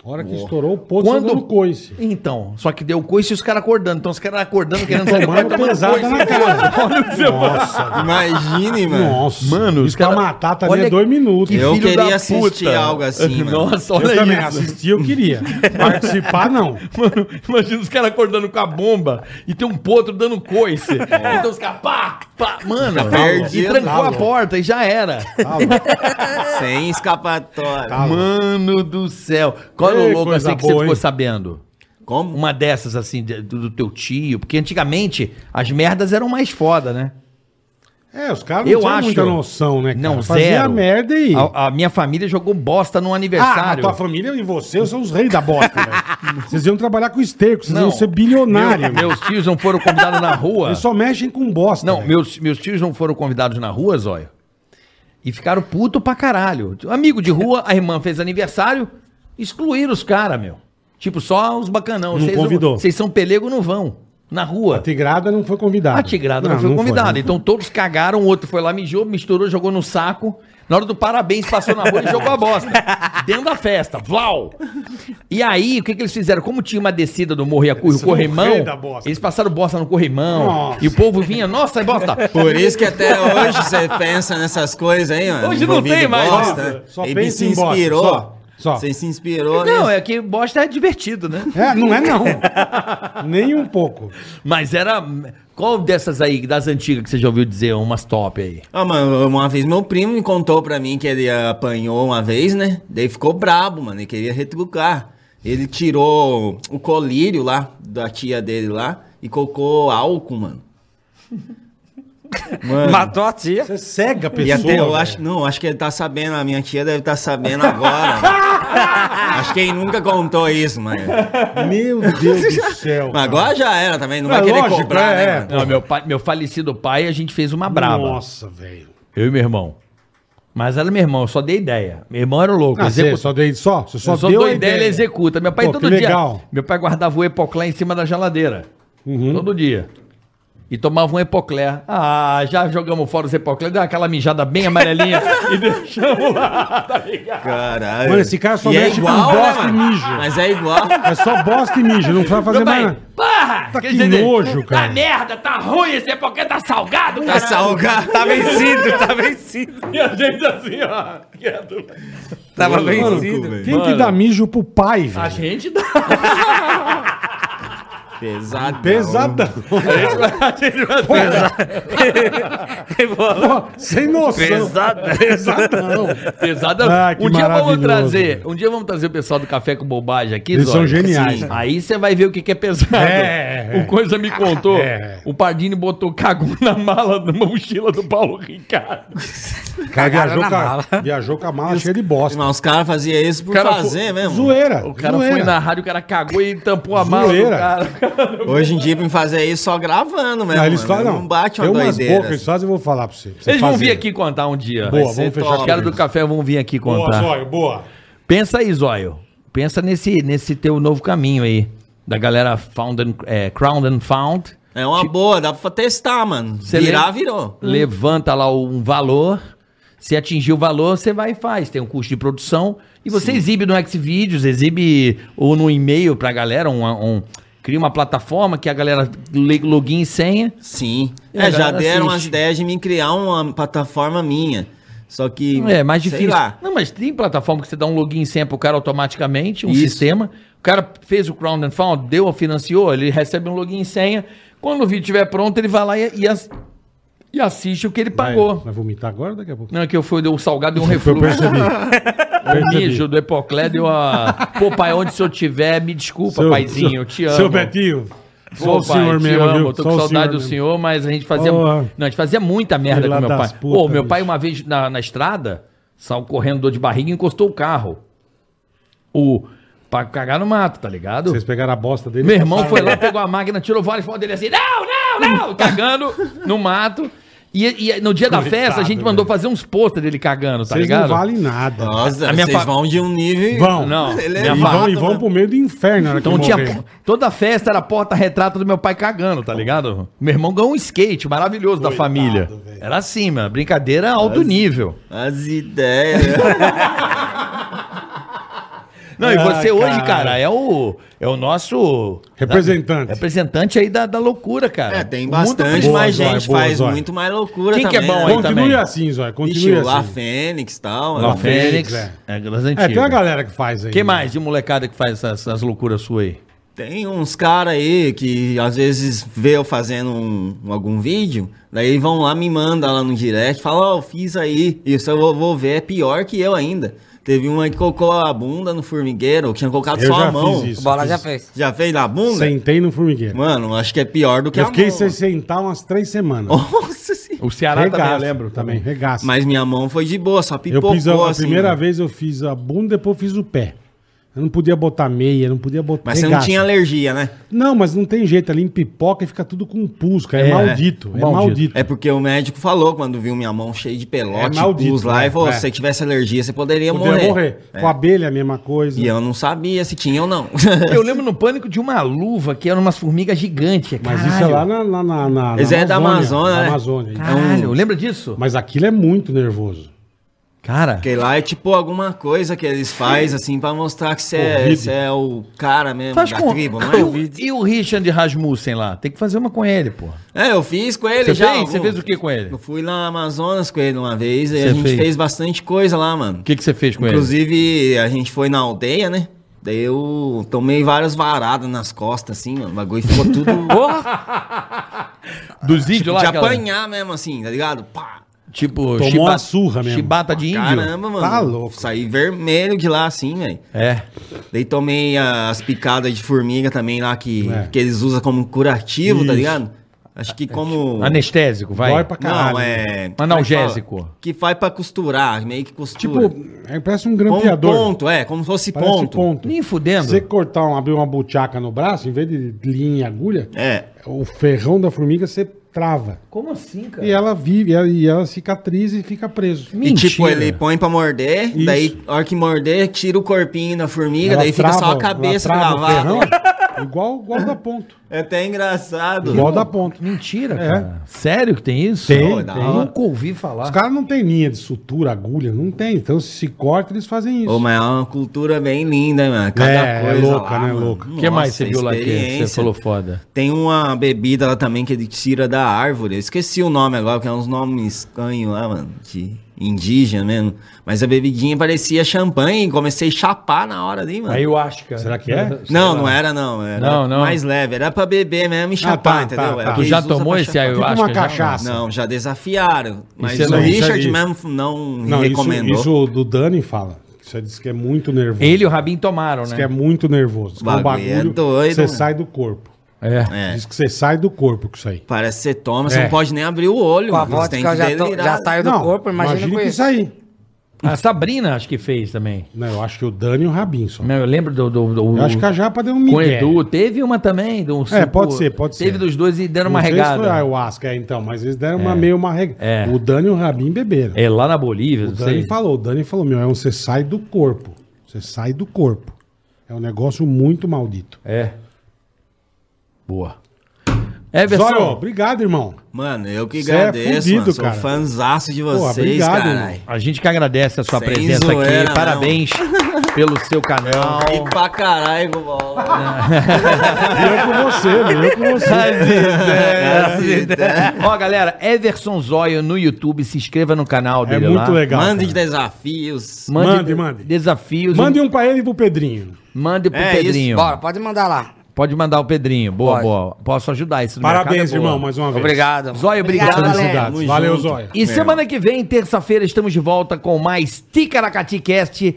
Speaker 3: A hora que estourou o poço,
Speaker 2: Quando-
Speaker 3: dando coice.
Speaker 2: Então, só que deu coice e os caras acordando. Então os caras acordando querendo sair do
Speaker 3: Mano, é
Speaker 2: quarto, tomando
Speaker 3: pesada
Speaker 2: coice.
Speaker 3: na cara. Nossa.
Speaker 4: Imagine, mano.
Speaker 3: Nossa.
Speaker 2: Mano, os
Speaker 3: isso pra
Speaker 2: cara-
Speaker 3: matar também
Speaker 2: Olha
Speaker 3: é dois minutos.
Speaker 4: Eu
Speaker 2: filho da
Speaker 4: queria assistir
Speaker 2: puta.
Speaker 4: algo assim, mano.
Speaker 2: Nossa,
Speaker 3: Eu
Speaker 2: olha
Speaker 3: também
Speaker 2: isso.
Speaker 3: assisti, eu queria. Participar, não.
Speaker 2: Mano, imagina os caras acordando com a bomba e tem um potro dando coice. Então os caras, pá, pá, mano.
Speaker 4: perdido.
Speaker 2: e trancou a
Speaker 3: louco.
Speaker 2: porta e já era.
Speaker 3: Tá
Speaker 4: Sem escapatória.
Speaker 2: Mano do céu. Qual é
Speaker 3: Ei,
Speaker 2: o louco
Speaker 3: coisa
Speaker 2: assim que você
Speaker 3: boa,
Speaker 2: ficou
Speaker 3: hein?
Speaker 2: sabendo?
Speaker 4: Como?
Speaker 2: Uma dessas assim, de- do, do teu tio. Porque antigamente as merdas eram mais foda, né?
Speaker 3: É, os caras não
Speaker 2: Eu
Speaker 3: tinham
Speaker 2: acho.
Speaker 3: muita noção, né? cara?
Speaker 2: Não,
Speaker 3: Fazia
Speaker 2: zero.
Speaker 3: merda e...
Speaker 2: A, a minha família jogou bosta no
Speaker 3: Ah, a
Speaker 2: aniversário.
Speaker 3: tua família e você são os reis da bosta, velho. Vocês iam trabalhar com esterco, vocês
Speaker 2: Não.
Speaker 3: iam ser bilionário.
Speaker 2: Meu-
Speaker 3: meu.
Speaker 2: meus tios não foram convidados na rua.
Speaker 3: Eles só mexem com bosta. né?
Speaker 2: Não,
Speaker 3: velho.
Speaker 2: meus, meus tios não foram convidados na rua, Zóio. E ficaram puto pra caralho. Amigo de rua, a irmã fez aniversário, excluíram os caras, meu. Tipo, só os bacanão.
Speaker 3: Não
Speaker 2: Vocês
Speaker 3: convidou.
Speaker 2: Vocês são pelego, não vão. Na
Speaker 3: A
Speaker 2: rua.
Speaker 3: tigrada não foi convidada.
Speaker 2: A tigrada Tá. não, foi convidada. então todos cagaram, o outro foi lá, mijou, misturou, jogou no saco. Na hora do parabéns, passou na rua e jogou a bosta. Dentro da festa. Vlau! E aí, o que, que eles fizeram? Como tinha uma descida do morro e a curva, o
Speaker 3: são o rei
Speaker 2: corrimão,
Speaker 3: da bosta.
Speaker 2: eles passaram bosta no corrimão.
Speaker 3: Nossa.
Speaker 2: E o povo vinha, nossa, é bosta.
Speaker 4: Por isso que até hoje você pensa nessas coisas, hein, mano?
Speaker 2: Hoje não
Speaker 4: Envolvido
Speaker 2: tem mais.
Speaker 4: bosta.
Speaker 3: Só
Speaker 4: Ele
Speaker 3: pensa
Speaker 4: se
Speaker 3: em bosta,
Speaker 4: inspirou.
Speaker 3: só, só.
Speaker 4: Você se inspirou.
Speaker 2: Não,
Speaker 4: né?
Speaker 2: é que bosta é divertido, né?
Speaker 3: É, não é não. Nem um pouco.
Speaker 2: Mas era. Qual dessas aí, das antigas, que você já ouviu dizer, umas top aí?
Speaker 4: Ah, mano, uma vez meu primo me contou pra mim que ele apanhou uma vez, né? Daí ficou brabo, mano, e queria retrucar. Ele tirou o colírio lá, da tia dele lá, e colocou álcool, mano. Mano,
Speaker 7: Matou a tia.
Speaker 3: Você cega a pessoa.
Speaker 4: E até eu
Speaker 3: velho.
Speaker 4: acho, não, acho que ele tá sabendo, a minha tia deve estar sabendo agora. acho que ele nunca contou isso, mano.
Speaker 3: Meu Deus do céu.
Speaker 4: Mas agora já era também, não
Speaker 3: É
Speaker 4: vai querer
Speaker 3: lógico,
Speaker 4: cobrar,
Speaker 3: é,
Speaker 4: né,
Speaker 3: é.
Speaker 4: mano?
Speaker 2: Não, meu, pai, meu falecido pai, a gente fez uma
Speaker 3: cara.
Speaker 2: é braba.
Speaker 3: Nossa, velho.
Speaker 2: Eu e meu irmão. Mas era meu irmão, eu só dei ideia. Meu irmão era louco.
Speaker 3: Ah, você
Speaker 2: execu-
Speaker 3: só dei só? Você só,
Speaker 2: eu só
Speaker 3: deu
Speaker 2: dou
Speaker 3: a
Speaker 2: ideia, ele executa. Meu pai
Speaker 3: Pô,
Speaker 2: todo
Speaker 3: que
Speaker 2: dia.
Speaker 3: legal. Uhum.
Speaker 2: Meu pai guardava o epoclé em cima da geladeira. Todo dia. E tomava um epoclé. Ah, já jogamos fora os epoclé, deu aquela mijada bem amarelinha e deixamos lá. Tá ligado?
Speaker 4: Caralho.
Speaker 3: Mano, esse cara só
Speaker 4: E é
Speaker 3: mexe com bosta e
Speaker 4: mano?
Speaker 3: mijo.
Speaker 4: Mas é igual.
Speaker 3: É só bosta e mijo, não vai fazer
Speaker 2: Meu pai,
Speaker 3: mais nada.
Speaker 2: porra!
Speaker 3: Tá
Speaker 2: Quer
Speaker 3: que nojo, cara.
Speaker 2: Tá merda, tá ruim esse epoclé, tá salgado,
Speaker 4: Tá
Speaker 2: cara.
Speaker 4: salgado.
Speaker 7: Tá vencido, tá vencido.
Speaker 2: E a gente assim, ó, quieto.
Speaker 7: Tava
Speaker 4: Mano,
Speaker 7: vencido.
Speaker 4: Tá velho.
Speaker 3: Tem que dar mijo pro pai,
Speaker 2: A
Speaker 3: velho.
Speaker 2: gente dá.
Speaker 4: Pesado.
Speaker 3: Pesadão.
Speaker 2: A gente vai
Speaker 3: Pô, Sem noção. Pesadão.
Speaker 2: Pesada.
Speaker 3: Ah, que
Speaker 2: um dia vamos
Speaker 3: maravilhoso,
Speaker 2: trazer,
Speaker 3: velho.
Speaker 2: um dia vamos trazer o pessoal do Café com Bobagem aqui,
Speaker 3: Eles são
Speaker 2: Zóio.
Speaker 3: geniais,
Speaker 2: Sim.
Speaker 3: cara.
Speaker 2: Aí você vai ver o que, que é pesado.
Speaker 3: É, é.
Speaker 2: O Coisa me contou,
Speaker 3: É.
Speaker 2: o Pardini botou cagou na mala, na mochila do Paulo Ricardo.
Speaker 3: Cara,
Speaker 7: Cagaram
Speaker 3: viajou
Speaker 7: na
Speaker 3: com, a,
Speaker 7: mala.
Speaker 3: viajou com a mala cheia de bosta.
Speaker 4: Mas os caras faziam isso por
Speaker 2: Cara,
Speaker 4: fazer mesmo.
Speaker 3: Zoeira.
Speaker 2: O cara
Speaker 3: zoeira.
Speaker 2: foi na rádio, o cara cagou e tampou a mala
Speaker 3: Zoeira.
Speaker 2: do cara.
Speaker 4: Hoje em dia, pra mim fazer isso só gravando mesmo.
Speaker 3: Não, eles
Speaker 4: mano.
Speaker 3: falam, não.
Speaker 4: não bate uma
Speaker 3: Tem umas
Speaker 4: doideira. assim.
Speaker 3: bocas que eles fazem, eu vou falar pra você. pra você
Speaker 2: Eles vão
Speaker 3: fazer.
Speaker 2: vir aqui contar um dia.
Speaker 3: Boa,
Speaker 2: Vai ser
Speaker 3: vamos
Speaker 4: top.
Speaker 3: fechar
Speaker 2: Os
Speaker 3: com
Speaker 2: caras do
Speaker 3: eles.
Speaker 2: café vão vir aqui
Speaker 3: Boa,
Speaker 2: contar.
Speaker 3: Zóio, boa.
Speaker 2: Pensa aí, Zóio. Pensa nesse, nesse teu novo caminho aí. Da galera found and, é, Crowned and Found.
Speaker 4: É uma
Speaker 3: Tipo-
Speaker 4: boa, dá pra testar, mano.
Speaker 2: Cê
Speaker 4: Virar,
Speaker 2: lembra?
Speaker 4: virou.
Speaker 2: Hum. Levanta lá um valor. Se atingir o valor, você vai e faz. Tem um custo de produção. E você exibe no Xvideos, exibe ou no e-mail pra galera. Um, um- cria uma plataforma que a galera lê login e senha.
Speaker 4: Sim.
Speaker 2: E a
Speaker 4: É, já
Speaker 2: galera
Speaker 4: deram
Speaker 2: assiste.
Speaker 4: as ideias de me criar uma plataforma minha. Só que.
Speaker 2: É mais
Speaker 4: sei
Speaker 2: difícil.
Speaker 4: lá.
Speaker 2: Não, mas tem plataforma que você dá um login e senha pro cara automaticamente, um
Speaker 4: Isso.
Speaker 2: sistema. O cara fez o Crown and Found, deu, financiou, ele recebe um login e senha. Quando o vídeo estiver pronto, ele vai lá e, e ass- e assiste o que ele pagou.
Speaker 3: Vai, vai vomitar agora ou daqui a pouco?
Speaker 2: Não, é que eu fui, deu um salgado e um refluxo. O mijo do Epoclé deu a. Pô, pai, onde o senhor tiver, me desculpa, paizinho, eu te amo.
Speaker 3: Seu Betinho.
Speaker 2: Pô, pai, te amo, tô
Speaker 3: Só
Speaker 2: com
Speaker 3: o
Speaker 2: saudade
Speaker 3: senhor
Speaker 2: do
Speaker 3: mesmo.
Speaker 2: senhor, mas a gente fazia.
Speaker 3: Porra.
Speaker 2: Não, a gente fazia muita merda
Speaker 3: Filha
Speaker 2: com meu
Speaker 3: das
Speaker 2: pai.
Speaker 3: puta,
Speaker 2: Pô, meu pai,
Speaker 3: bicho.
Speaker 2: uma vez na, na estrada, saiu correndo dor de barriga e encostou o carro. O. Pra cagar no mato, tá ligado?
Speaker 3: Vocês pegaram a bosta dele.
Speaker 2: Meu irmão foi lá, pegou a máquina, tirou várias fotos dele assim, não, não, não, cagando no mato. E, e no dia da
Speaker 3: Coitado,
Speaker 2: festa, a gente mandou fazer uns posters dele cagando, tá
Speaker 3: Vocês
Speaker 2: ligado?
Speaker 3: não valem nada.
Speaker 4: Nossa,
Speaker 2: A minha
Speaker 4: vocês
Speaker 2: fa-
Speaker 4: vão de um nível.
Speaker 3: Vão.
Speaker 2: Não,
Speaker 4: Ele é
Speaker 3: E
Speaker 2: minha
Speaker 4: vago,
Speaker 3: vão,
Speaker 2: fa-
Speaker 3: e vão pro meio do inferno. na hora que
Speaker 2: Então tinha.
Speaker 3: morrer.
Speaker 2: Toda festa era porta-retrato do meu pai cagando, tá ligado? Meu irmão ganhou um skate maravilhoso da família. Era assim, mano. Brincadeira alto nível.
Speaker 4: As ideias.
Speaker 2: Não, e
Speaker 3: Ah,
Speaker 2: você hoje,
Speaker 3: cara.
Speaker 2: cara, é o, é o nosso.
Speaker 3: Representante.
Speaker 2: representante aí da, da loucura, cara.
Speaker 4: É,
Speaker 2: O
Speaker 4: tem
Speaker 2: mundo
Speaker 4: bastante,
Speaker 2: aprendeu.
Speaker 4: mas
Speaker 3: Boa, Zóia,
Speaker 4: gente
Speaker 3: boa,
Speaker 4: faz
Speaker 3: Zóia.
Speaker 4: muito mais loucura
Speaker 2: Quem que é
Speaker 4: também.
Speaker 2: bom
Speaker 4: né?
Speaker 2: aí
Speaker 3: Continue
Speaker 2: também.
Speaker 3: assim, Zóia.
Speaker 4: Vixe,
Speaker 3: Continue
Speaker 4: o La
Speaker 3: assim.
Speaker 4: Fênix e tal.
Speaker 2: Lá
Speaker 4: né?
Speaker 2: Fênix.
Speaker 3: é.
Speaker 2: É,
Speaker 3: É, tem uma
Speaker 2: galera.
Speaker 3: galera que faz aí. né?
Speaker 2: Quem mais de molecada que faz essas, essas loucuras suas aí?
Speaker 4: Tem uns caras aí que às vezes vê eu fazendo um- algum vídeo, daí vão lá, me mandam lá no direct, falam, ó, eu fiz aí, isso eu vou, vou ver, é pior que eu ainda. Teve uma que colocou a bunda no formigueiro, tinha colocado
Speaker 3: Eu
Speaker 4: só
Speaker 3: já
Speaker 4: a mão.
Speaker 3: fiz
Speaker 7: O
Speaker 3: isso.
Speaker 7: Bola já
Speaker 3: fiz-
Speaker 7: fez.
Speaker 4: Já fez na bunda?
Speaker 3: Sentei no formigueiro.
Speaker 4: Mano, acho que é pior do que
Speaker 3: eu
Speaker 4: a
Speaker 3: fiquei
Speaker 4: mão.
Speaker 3: sem sentar umas três semanas.
Speaker 4: Nossa senhora.
Speaker 2: O Ceará também, eu
Speaker 3: Regaço
Speaker 2: lembro.
Speaker 3: Também, regaço.
Speaker 4: Mas minha mão foi de boa, só
Speaker 3: eu
Speaker 4: pipocou
Speaker 3: fiz a, a
Speaker 4: assim,
Speaker 3: primeira
Speaker 4: mano.
Speaker 3: vez eu fiz a bunda, depois eu fiz o pé. Eu não podia botar meia, não podia botar.
Speaker 4: Mas você não
Speaker 3: regaço.
Speaker 4: tinha alergia, né?
Speaker 3: Não, mas não tem jeito. Ali em pipoca e fica tudo com pus, cara. É,
Speaker 2: É,
Speaker 3: maldito. É
Speaker 2: maldito.
Speaker 3: maldito.
Speaker 4: É porque o médico falou quando viu minha mão cheia de pelote,
Speaker 3: É maldito,
Speaker 4: pus lá,
Speaker 3: né?
Speaker 4: e falou:
Speaker 3: É.
Speaker 4: se você tivesse alergia, você poderia
Speaker 3: Podia
Speaker 4: morrer. É.
Speaker 3: Com abelha, a mesma coisa.
Speaker 4: E é um eu não sabia se tinha ou não.
Speaker 2: Eu lembro no pânico de uma luva que era umas formigas gigantes.
Speaker 3: Mas isso é lá na. na, na, na- na
Speaker 4: Esse é da Amazônia,
Speaker 3: na
Speaker 4: né?
Speaker 3: Amazônia.
Speaker 2: Caralho, lembra disso?
Speaker 3: Mas aquilo é muito nervoso.
Speaker 2: Cara,
Speaker 4: Porque lá é tipo alguma coisa que eles fazem assim pra mostrar que você é,
Speaker 3: Corrido.
Speaker 4: você é o cara mesmo
Speaker 2: faz
Speaker 4: da
Speaker 2: com.
Speaker 4: tribo, não
Speaker 2: um- e, o,
Speaker 4: é?
Speaker 2: e o Richard Rasmussen lá? Tem que fazer uma com ele, pô.
Speaker 4: É, eu fiz com ele
Speaker 2: Você
Speaker 4: já.
Speaker 2: fez? Você
Speaker 4: algum-
Speaker 2: fez o que com ele?
Speaker 4: Eu fui lá no Amazonas com ele uma vez e
Speaker 2: Você
Speaker 4: a gente
Speaker 2: fez?
Speaker 4: fez. bastante coisa lá, mano.
Speaker 2: O que, que você fez com ele?
Speaker 4: Inclusive, a gente foi na aldeia, né? Daí eu tomei várias varadas nas costas, assim, mano. O bagulho ficou tudo.
Speaker 2: Dos índios
Speaker 4: tipo,
Speaker 2: lá?
Speaker 4: de
Speaker 2: aquela-
Speaker 4: apanhar mesmo, assim, tá ligado? Pá!
Speaker 2: Tipo,
Speaker 3: Tomou
Speaker 2: chiba-
Speaker 3: uma surra mesmo.
Speaker 2: Chibata de índio?
Speaker 4: Caramba, mano.
Speaker 3: Tá louco.
Speaker 4: Saí vermelho de lá, assim, velho.
Speaker 2: É.
Speaker 4: Daí tomei as picadas de formiga também lá, que,
Speaker 3: É.
Speaker 4: que eles usam como curativo,
Speaker 3: Isso.
Speaker 4: tá ligado? Acho que como...
Speaker 2: Anestésico, vai.
Speaker 3: Dói pra caralho.
Speaker 4: Não, é...
Speaker 2: Tá Analgésico.
Speaker 4: Que faz pra costurar, meio que
Speaker 3: Tipo,
Speaker 4: costura.
Speaker 3: é, parece um
Speaker 4: como
Speaker 3: grampeador.
Speaker 4: ponto, é, como se fosse
Speaker 3: Parece um
Speaker 4: ponto.
Speaker 3: ponto.
Speaker 2: Nem fudendo.
Speaker 3: Você cortar, um, abrir uma buchaca no braço, em vez de linha e agulha,
Speaker 4: É.
Speaker 3: o ferrão da formiga você trava.
Speaker 2: Como assim, cara?
Speaker 4: É.
Speaker 3: E ela vive, e ela, e ela cicatriza e fica preso.
Speaker 4: E tipo,
Speaker 2: Mentira.
Speaker 4: ele põe pra morder,
Speaker 3: Isso.
Speaker 4: daí a hora que morder, tira o corpinho da formiga,
Speaker 3: Ela
Speaker 4: daí fica só
Speaker 3: trava-
Speaker 4: a cabeça
Speaker 3: ela trava o
Speaker 4: gravada.
Speaker 3: ferrão, igual, igual da ponto.
Speaker 4: É até engraçado.
Speaker 3: Igual da ponto.
Speaker 2: Mentira,
Speaker 3: É.
Speaker 2: cara. Sério que tem isso?
Speaker 3: Tem,
Speaker 2: Pô, da
Speaker 4: tem.
Speaker 2: hora. Nunca ouvi falar.
Speaker 3: Os caras não tem linha de sutura, agulha, não tem. Então se corta, eles fazem isso.
Speaker 4: Ô, mas é uma cultura bem linda, hein, mano. Cada
Speaker 3: É, é
Speaker 4: coisa
Speaker 3: louca,
Speaker 4: lá,
Speaker 3: né,
Speaker 4: mano.
Speaker 3: louca.
Speaker 2: O que mais você
Speaker 4: Nossa,
Speaker 2: viu lá que você
Speaker 4: experiência.
Speaker 2: falou foda?
Speaker 4: Tem uma bebida lá também que ele tira da árvore. Eu esqueci o nome agora, que é uns nomes canhos lá, mano. De indígena mesmo. Mas a bebidinha parecia champanhe. Comecei a chapar na hora ali, mano.
Speaker 2: Ayahuasca.
Speaker 3: Será que é?
Speaker 4: Não, não era não. Era
Speaker 2: Não, não.
Speaker 4: mais leve. Era pra beber mesmo e chapar,
Speaker 3: tá,
Speaker 4: entendeu? É
Speaker 3: tá,
Speaker 4: Era
Speaker 3: tá.
Speaker 4: que
Speaker 2: Tu já
Speaker 4: eles usam
Speaker 2: tomou
Speaker 4: pra
Speaker 2: esse
Speaker 4: chapar.
Speaker 3: Tipo
Speaker 2: ayahuasca?
Speaker 3: uma
Speaker 2: é já?
Speaker 3: cachaça.
Speaker 4: Não, já desafiaram. Mas
Speaker 2: Isso é
Speaker 4: o
Speaker 2: não,
Speaker 3: isso é
Speaker 4: Richard
Speaker 3: isso.
Speaker 4: mesmo não,
Speaker 3: Não, isso,
Speaker 4: recomendou.
Speaker 3: isso do Dani fala. Isso diz que é muito nervoso.
Speaker 2: Ele e o Rabin tomaram,
Speaker 3: Diz que é
Speaker 2: né?
Speaker 3: muito nervoso. Diz que é um
Speaker 4: Bagulho é
Speaker 3: bagulho
Speaker 4: doido,
Speaker 3: que você
Speaker 4: mano.
Speaker 3: sai do corpo.
Speaker 2: É.
Speaker 4: É.
Speaker 3: Diz que você sai do corpo com isso aí.
Speaker 4: Parece que você toma, você
Speaker 3: É.
Speaker 4: não pode nem abrir o olho.
Speaker 7: Com a
Speaker 4: mano. Você
Speaker 7: vodka
Speaker 4: tem
Speaker 7: eu já,
Speaker 4: que
Speaker 7: tô, já
Speaker 4: delirar.
Speaker 7: saiu do corpo, imagina com
Speaker 3: que
Speaker 7: isso.
Speaker 3: isso aí.
Speaker 2: A Sabrina acho que fez também.
Speaker 3: Não, eu acho que o Dani e o Rabin só.
Speaker 2: Não, eu lembro do. do, do-
Speaker 3: Eu acho que a Japa deu um
Speaker 2: Com o
Speaker 3: migué.
Speaker 2: Edu. Teve uma também. Do,
Speaker 3: É, pode ser, pode
Speaker 2: Teve
Speaker 3: ser.
Speaker 2: dos dois e deram
Speaker 3: Não
Speaker 2: uma
Speaker 3: sei se Foi
Speaker 2: regada.
Speaker 3: ayahuasca, é, então, mas eles deram uma meio uma regada.
Speaker 2: É.
Speaker 3: O Dani e o Rabin beberam.
Speaker 2: É lá na Bolívia,
Speaker 3: O
Speaker 2: não
Speaker 3: Dani
Speaker 2: sei.
Speaker 3: falou, o Dani falou, meu, é um você sai do corpo. Você sai do corpo. É um negócio muito maldito.
Speaker 2: É. Boa. Everson.
Speaker 3: Zóio, obrigado, irmão.
Speaker 4: Mano, eu que
Speaker 3: Cê é
Speaker 4: agradeço,
Speaker 3: fudido,
Speaker 4: mano. Sou
Speaker 3: cara.
Speaker 4: fanzaço de vocês,
Speaker 3: obrigado,
Speaker 4: caralho.
Speaker 2: A gente que agradece a sua
Speaker 4: Sem
Speaker 2: presença
Speaker 4: zoeira,
Speaker 2: aqui.
Speaker 4: não.
Speaker 2: Parabéns pelo seu canal.
Speaker 4: E pra caralho, bola.
Speaker 3: E eu com você, meu, eu com você.
Speaker 2: Ó, galera, Everson Zóio no YouTube, se inscreva no canal
Speaker 3: É
Speaker 2: dele lá.
Speaker 3: muito legal.
Speaker 4: Mande
Speaker 3: cara.
Speaker 4: desafios.
Speaker 3: Mande, mande.
Speaker 2: Desafios.
Speaker 3: Mande um pra ele e pro Pedrinho.
Speaker 2: Mande pro
Speaker 4: É isso,
Speaker 2: Pedrinho.
Speaker 7: Bora, pode mandar lá.
Speaker 2: Pode mandar o Pedrinho. Boa,
Speaker 7: Pode.
Speaker 2: boa. Posso ajudar isso no
Speaker 3: Parabéns,
Speaker 2: mercado, é boa.
Speaker 3: irmão, mais uma vez.
Speaker 7: Obrigado.
Speaker 2: Zóio, obrigado.
Speaker 7: Obrigado, galera.
Speaker 3: Felicidades. Valeu, Zóia.
Speaker 2: E semana que vem, terça-feira, estamos de volta com mais Ticaracati Cast.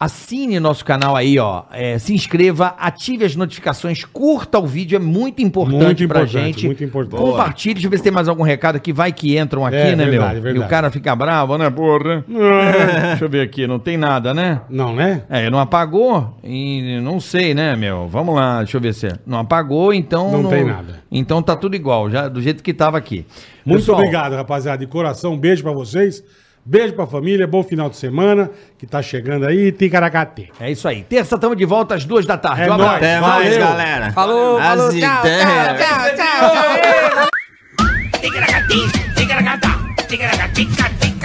Speaker 2: Assine nosso canal aí, ó. É, se inscreva, ative as notificações, curta o vídeo, é muito importante,
Speaker 3: Muito
Speaker 2: pra
Speaker 3: importante,
Speaker 2: gente.
Speaker 3: muito importante.
Speaker 2: Compartilhe, deixa eu ver se tem mais algum recado aqui. Vai que entram aqui,
Speaker 3: É,
Speaker 2: né,
Speaker 3: verdade,
Speaker 2: meu? E
Speaker 3: verdade. É.
Speaker 2: o cara fica bravo, né, porra? deixa eu ver aqui, não tem nada, né?
Speaker 3: Não, né?
Speaker 2: É, ele não apagou e não sei, né, meu? Vamos lá, deixa eu ver se. é. Não apagou, então.
Speaker 3: Não tem nada.
Speaker 2: Então tá tudo igual, já do jeito que tava aqui.
Speaker 3: Muito
Speaker 2: Pessoal,
Speaker 3: obrigado, rapaziada. De coração, um beijo pra vocês. Beijo pra família. Bom final de semana que tá chegando aí. Ticaracate.
Speaker 2: É isso aí. Terça estamos de volta às duas da tarde.
Speaker 3: É
Speaker 2: Um abraço.
Speaker 3: nóis.
Speaker 4: Até mais,
Speaker 3: Valeu.
Speaker 4: galera.
Speaker 7: Falou,
Speaker 4: As
Speaker 7: falou, tchau,
Speaker 4: ideias.
Speaker 7: tchau, tchau, tchau, tchau.
Speaker 1: Ticaracati, ticaracata, ticaracati, ticaracati.